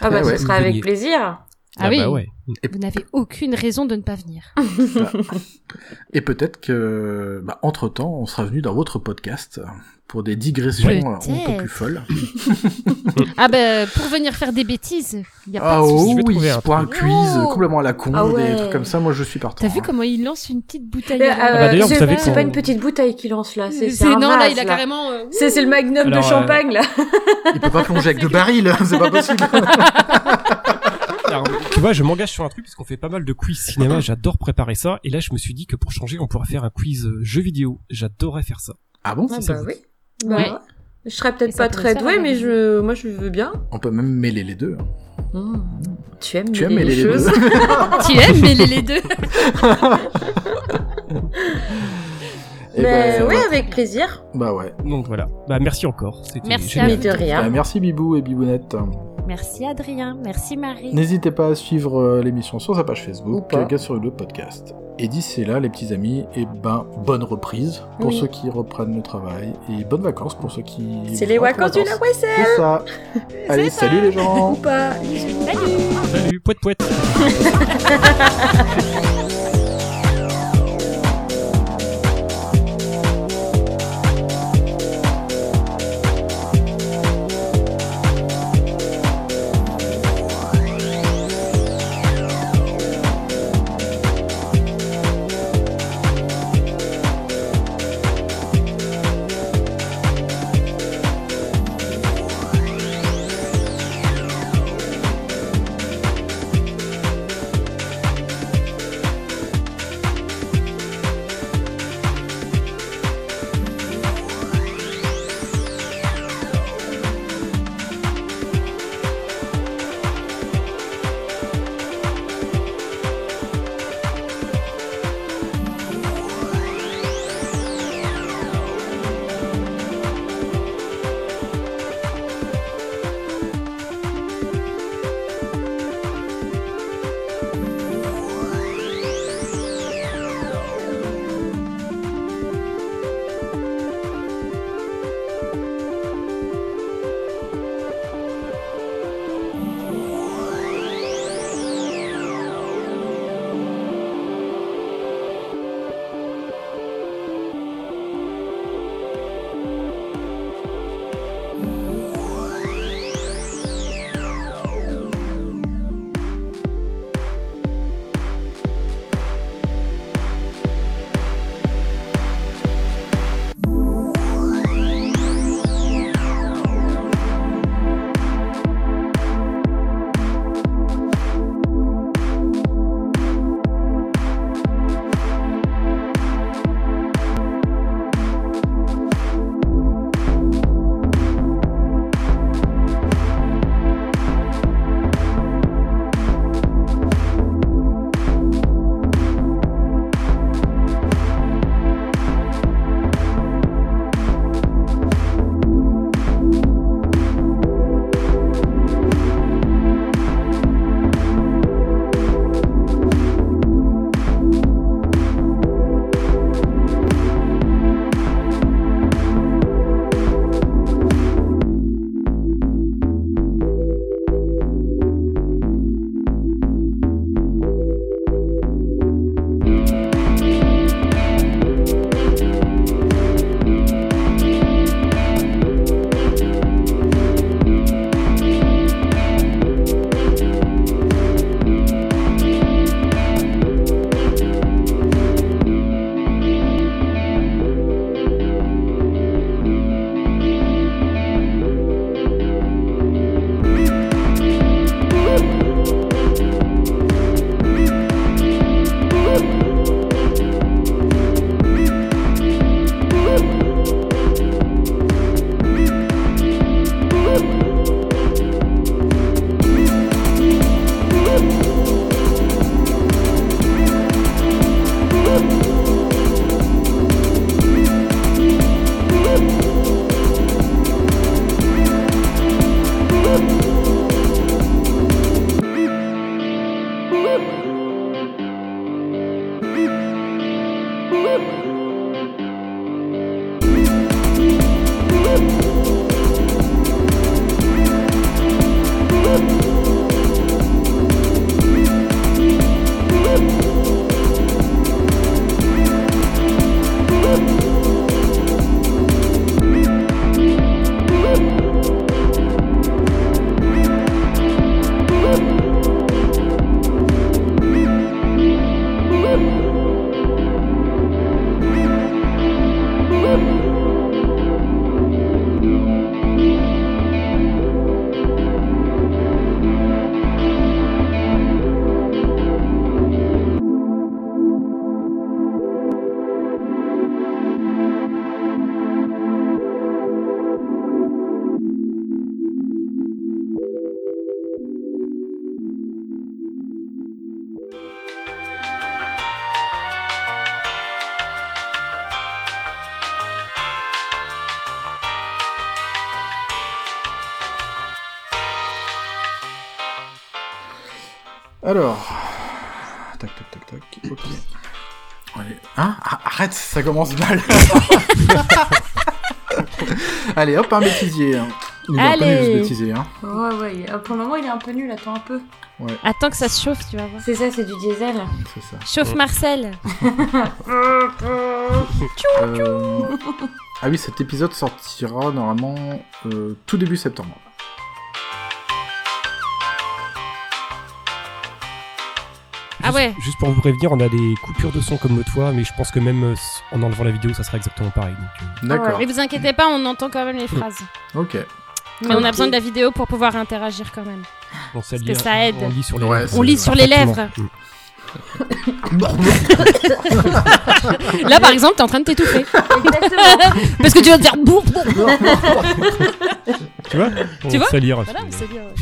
Speaker 6: Ah bah,
Speaker 7: Eh ouais,
Speaker 6: ce sera
Speaker 5: vous
Speaker 6: avec
Speaker 5: veniez.
Speaker 6: plaisir.
Speaker 4: Ah,
Speaker 5: Ah
Speaker 4: oui.
Speaker 5: bah ouais.
Speaker 4: Vous n'avez aucune raison de ne pas venir.
Speaker 7: Et peut-être que, bah, entre temps, on sera venu dans votre podcast pour des digressions
Speaker 4: Peut-être.
Speaker 7: euh, un peu plus folles.
Speaker 4: bah,
Speaker 8: Ah ben, pour venir faire des bêtises, il y a pas
Speaker 7: Ah
Speaker 8: de souci.
Speaker 7: oh, oui, pour un quiz
Speaker 8: Oh.
Speaker 7: complètement à la con,
Speaker 8: Ah ouais.
Speaker 7: des trucs comme ça. Moi, je suis partant. hein.
Speaker 8: T'as vu comment il lance une petite bouteille
Speaker 6: Euh,
Speaker 8: à la-
Speaker 6: euh,
Speaker 7: bah, d'ailleurs, vous
Speaker 6: c'est
Speaker 7: savez
Speaker 6: c'est
Speaker 7: qu'on-
Speaker 6: pas une petite bouteille qu'il lance là, c'est
Speaker 8: C'est-
Speaker 6: c'est un
Speaker 8: non, là,
Speaker 6: vase,
Speaker 8: il a carrément, euh,
Speaker 6: c'est c'est le magnum
Speaker 5: Alors,
Speaker 6: de
Speaker 5: euh,
Speaker 6: champagne là.
Speaker 7: Il peut pas plonger avec deux barils, c'est pas possible.
Speaker 5: Alors, tu vois, je m'engage sur un truc parce qu'on fait pas mal de quiz cinéma. J'adore préparer ça. Et là, je me suis dit que pour changer, on pourrait faire un quiz euh, jeu vidéo. J'adorerais faire ça.
Speaker 7: Ah bon
Speaker 6: Ah
Speaker 5: Ça, ça
Speaker 6: bah
Speaker 5: vous-
Speaker 6: oui. Bah,
Speaker 8: Ouais.
Speaker 6: Je serais
Speaker 8: Et
Speaker 6: peut-être
Speaker 8: ça
Speaker 6: pas
Speaker 8: pourrait
Speaker 6: très
Speaker 8: se faire
Speaker 6: douée,
Speaker 8: avec
Speaker 6: mais
Speaker 8: des-
Speaker 6: je, moi je veux bien.
Speaker 7: On peut même mêler les deux. hein.
Speaker 6: Mmh. Tu aimes
Speaker 7: Tu as
Speaker 6: mêler
Speaker 7: mêlé
Speaker 6: les
Speaker 7: les
Speaker 6: choses.
Speaker 7: deux.
Speaker 8: Tu aimes mêler les deux
Speaker 7: Eh
Speaker 6: Mais
Speaker 7: ben,
Speaker 6: oui, avec plaisir.
Speaker 7: Bah ouais.
Speaker 5: Donc voilà. Bah merci encore. C'était
Speaker 8: Merci
Speaker 5: génial.
Speaker 8: à
Speaker 6: Mais de
Speaker 7: Bah,
Speaker 6: rien.
Speaker 7: merci Bibou et Bibounette.
Speaker 8: Merci Adrien, merci Marie.
Speaker 7: N'hésitez pas à suivre euh, l'émission sur sa page
Speaker 6: Ou
Speaker 7: Facebook,
Speaker 6: pas.
Speaker 7: Gars sur le podcast. Et d'ici là, les petits amis, et ben bonne reprise pour
Speaker 6: Oui.
Speaker 7: ceux qui reprennent le travail et bonnes vacances pour ceux qui.
Speaker 6: C'est les
Speaker 7: rentrent en
Speaker 6: vacances du la Wessel
Speaker 7: C'est ça. Allez, salut les gens.
Speaker 6: ou pas.
Speaker 5: Salut, poète poète.
Speaker 7: Alors. Tac, tac, tac, tac. Ok. Allez. Hein Ah, Arrête, ça commence mal. Allez, hop, un bêtisier. hein. Il est un peu
Speaker 6: Allez.
Speaker 7: nul, ce bêtisier. Hein.
Speaker 6: Ouais, ouais, il- euh, pour le moment il est un peu nul, attends un peu.
Speaker 7: Ouais,
Speaker 4: Attends que ça se chauffe, tu vas voir.
Speaker 6: C'est ça, c'est du diesel.
Speaker 7: c'est ça.
Speaker 4: Chauffe Marcel.
Speaker 7: Euh, Ah oui, cet épisode sortira normalement euh, tout début septembre.
Speaker 8: Ah ouais.
Speaker 5: Juste pour vous prévenir, on a des coupures de son comme le toit, mais je pense que même euh, s- en enlevant la vidéo, ça sera exactement pareil. donc, euh,
Speaker 7: D'accord.
Speaker 4: Mais vous inquiétez pas, on entend quand même les
Speaker 7: Mmh.
Speaker 4: phrases.
Speaker 7: Ok.
Speaker 4: Mais on a
Speaker 6: Ok.
Speaker 4: besoin de la vidéo pour pouvoir interagir quand même.
Speaker 5: on sait
Speaker 4: Parce
Speaker 5: lire-
Speaker 4: que ça aide.
Speaker 5: On lit sur les
Speaker 7: Ouais,
Speaker 5: lèvres.
Speaker 7: c'est-
Speaker 4: On lit sur les lèvres.
Speaker 5: Exactement.
Speaker 4: Là, par exemple, t'es en train de t'étouffer.
Speaker 6: Exactement.
Speaker 4: Parce que tu vas te dire boum, boum.
Speaker 5: Tu vois
Speaker 4: Tu
Speaker 5: On
Speaker 4: vois
Speaker 5: sait lire.
Speaker 4: Voilà, mais
Speaker 5: c'est-
Speaker 4: c'est bien. ouais.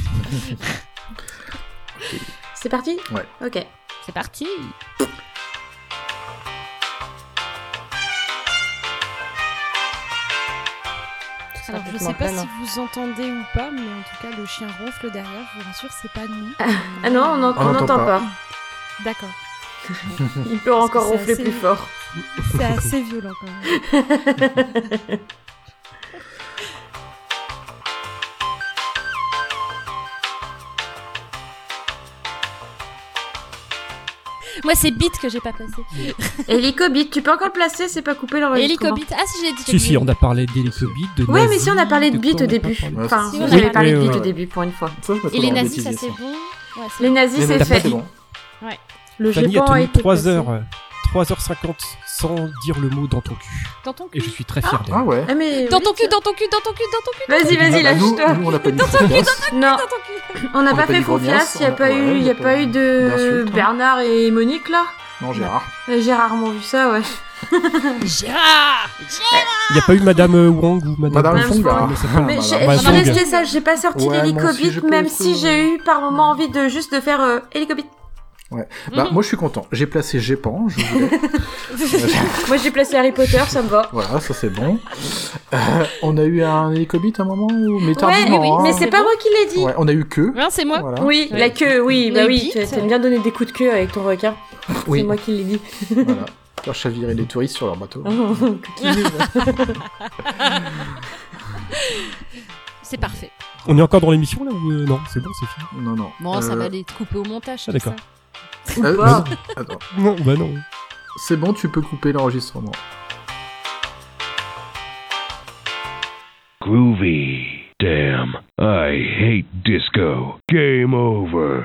Speaker 6: c'est parti
Speaker 7: Ouais.
Speaker 6: Ok.
Speaker 4: C'est parti. Alors, je sais pas si vous entendez ou pas, mais en tout cas, le chien ronfle derrière. Je vous rassure, c'est pas nous.
Speaker 6: Ah non, on n'entend
Speaker 7: On n'entend
Speaker 6: pas.
Speaker 7: pas.
Speaker 4: D'accord.
Speaker 6: Il peut
Speaker 4: Parce que
Speaker 6: encore
Speaker 4: c'est
Speaker 6: ronfler
Speaker 4: assez-
Speaker 6: plus fort.
Speaker 4: C'est assez violent quand même. Moi, c'est Bit que j'ai pas passé.
Speaker 6: Hélicobite, tu peux encore le placer, c'est pas coupé l'enregistrement.
Speaker 4: Hélicobite. Ah, si, je l'ai dit. je l'ai
Speaker 5: Si, si,
Speaker 4: dit.
Speaker 5: on a parlé d'hélicobite, de
Speaker 6: Ouais, mais
Speaker 5: nazis,
Speaker 6: si on a parlé de bite
Speaker 5: quoi,
Speaker 6: au
Speaker 5: on a pas
Speaker 6: début.
Speaker 5: parlé.
Speaker 6: Enfin,
Speaker 4: Si,
Speaker 6: on
Speaker 4: on
Speaker 6: avait
Speaker 4: a
Speaker 6: parlé de
Speaker 5: parlé,
Speaker 6: bite
Speaker 5: ouais,
Speaker 6: au
Speaker 5: ouais.
Speaker 6: début pour une fois.
Speaker 7: Ça, je mettrai
Speaker 4: Et
Speaker 7: dans
Speaker 4: les
Speaker 7: le
Speaker 4: nazis, ça
Speaker 7: bêtisier,
Speaker 4: c'est bon. Ouais, c'est
Speaker 6: Les
Speaker 4: bon.
Speaker 6: nazis,
Speaker 7: Mais
Speaker 6: c'est
Speaker 7: t'as pas,
Speaker 6: fait.
Speaker 7: c'est bon.
Speaker 6: Le
Speaker 5: Fanny a
Speaker 6: Japon a
Speaker 5: tenu
Speaker 6: été
Speaker 5: 3
Speaker 6: placé.
Speaker 5: heures, euh, 3h50 sans dire le mot dans ton cul.
Speaker 4: Dans ton cul.
Speaker 5: Et je suis très fier d'elle.
Speaker 7: Ah ouais.
Speaker 6: Ah, mais.
Speaker 4: Dans
Speaker 6: oui,
Speaker 4: ton cul,
Speaker 6: ça-
Speaker 4: dans ton cul, dans ton cul, dans ton cul,
Speaker 6: Vas-y, vas-y,
Speaker 7: Bah, nous,
Speaker 6: lâche-toi.
Speaker 7: nous, on l'a pas dit. Confiance.
Speaker 6: Non,
Speaker 4: dans ton cul.
Speaker 6: on n'a pas
Speaker 7: pas
Speaker 6: fait
Speaker 7: dit grognasse,
Speaker 6: confiance, il n'y a
Speaker 7: on a-
Speaker 6: pas
Speaker 7: ouais,
Speaker 6: eu, y a pas eu de
Speaker 7: d'insulte, hein.
Speaker 6: Bernard et Monique là
Speaker 7: Non, Gérard.
Speaker 6: Euh, J'ai rarement vu ça, ouais.
Speaker 4: Gérard
Speaker 5: Il n'y a pas eu Madame euh, Wang ou Madame,
Speaker 7: Madame bah.
Speaker 6: Madame
Speaker 7: Fong,
Speaker 6: Fong.
Speaker 7: là.
Speaker 5: Comment ça s'appelle
Speaker 6: Mais j'ai- je
Speaker 5: Madame
Speaker 6: suis
Speaker 5: Fong.
Speaker 6: restée sage, j'ai pas sorti
Speaker 7: Ouais, moi aussi, j'ai
Speaker 6: l'hélicobite,
Speaker 7: pas
Speaker 6: même
Speaker 7: eu
Speaker 6: si
Speaker 7: trop-
Speaker 6: j'ai eu par moment envie de juste de faire euh, hélicobite.
Speaker 7: Bah,
Speaker 4: Mhm.
Speaker 7: moi, je suis content. J'ai placé Gépan. Je voulais.
Speaker 6: Moi j'ai placé Harry Potter, ça me va.
Speaker 7: voilà, ça c'est bon. Euh, on a eu un hélicobite à un moment ou Mais
Speaker 6: Ouais,
Speaker 7: tardivement. hein.
Speaker 6: mais c'est pas moi qui l'ai dit.
Speaker 7: Ouais, hein. on a eu que.
Speaker 4: Non, c'est moi.
Speaker 7: Voilà.
Speaker 6: Oui,
Speaker 4: Ouais.
Speaker 6: la queue, oui, bah
Speaker 4: Les
Speaker 6: oui,
Speaker 4: bites.
Speaker 6: tu aimes bien donner des coups de queue avec ton requin.
Speaker 7: Oui.
Speaker 6: C'est moi qui Hein l'ai dit.
Speaker 7: voilà. Faire chavirer les touristes sur leur bateau.
Speaker 8: C'est parfait.
Speaker 5: On est encore dans l'émission là ou euh, non C'est bon, c'est fini.
Speaker 7: Non, non.
Speaker 8: Bon, ça
Speaker 7: Euh,
Speaker 8: va aller te couper au montage.
Speaker 5: Ah,
Speaker 8: tout
Speaker 5: d'accord.
Speaker 8: ça.
Speaker 7: euh,
Speaker 6: Ou
Speaker 7: vas-y.
Speaker 6: pas.
Speaker 7: Attends.
Speaker 5: Non, bah non.
Speaker 7: C'est bon, tu peux couper l'enregistrement.
Speaker 1: Groovy. Damn. I hate disco. Game over.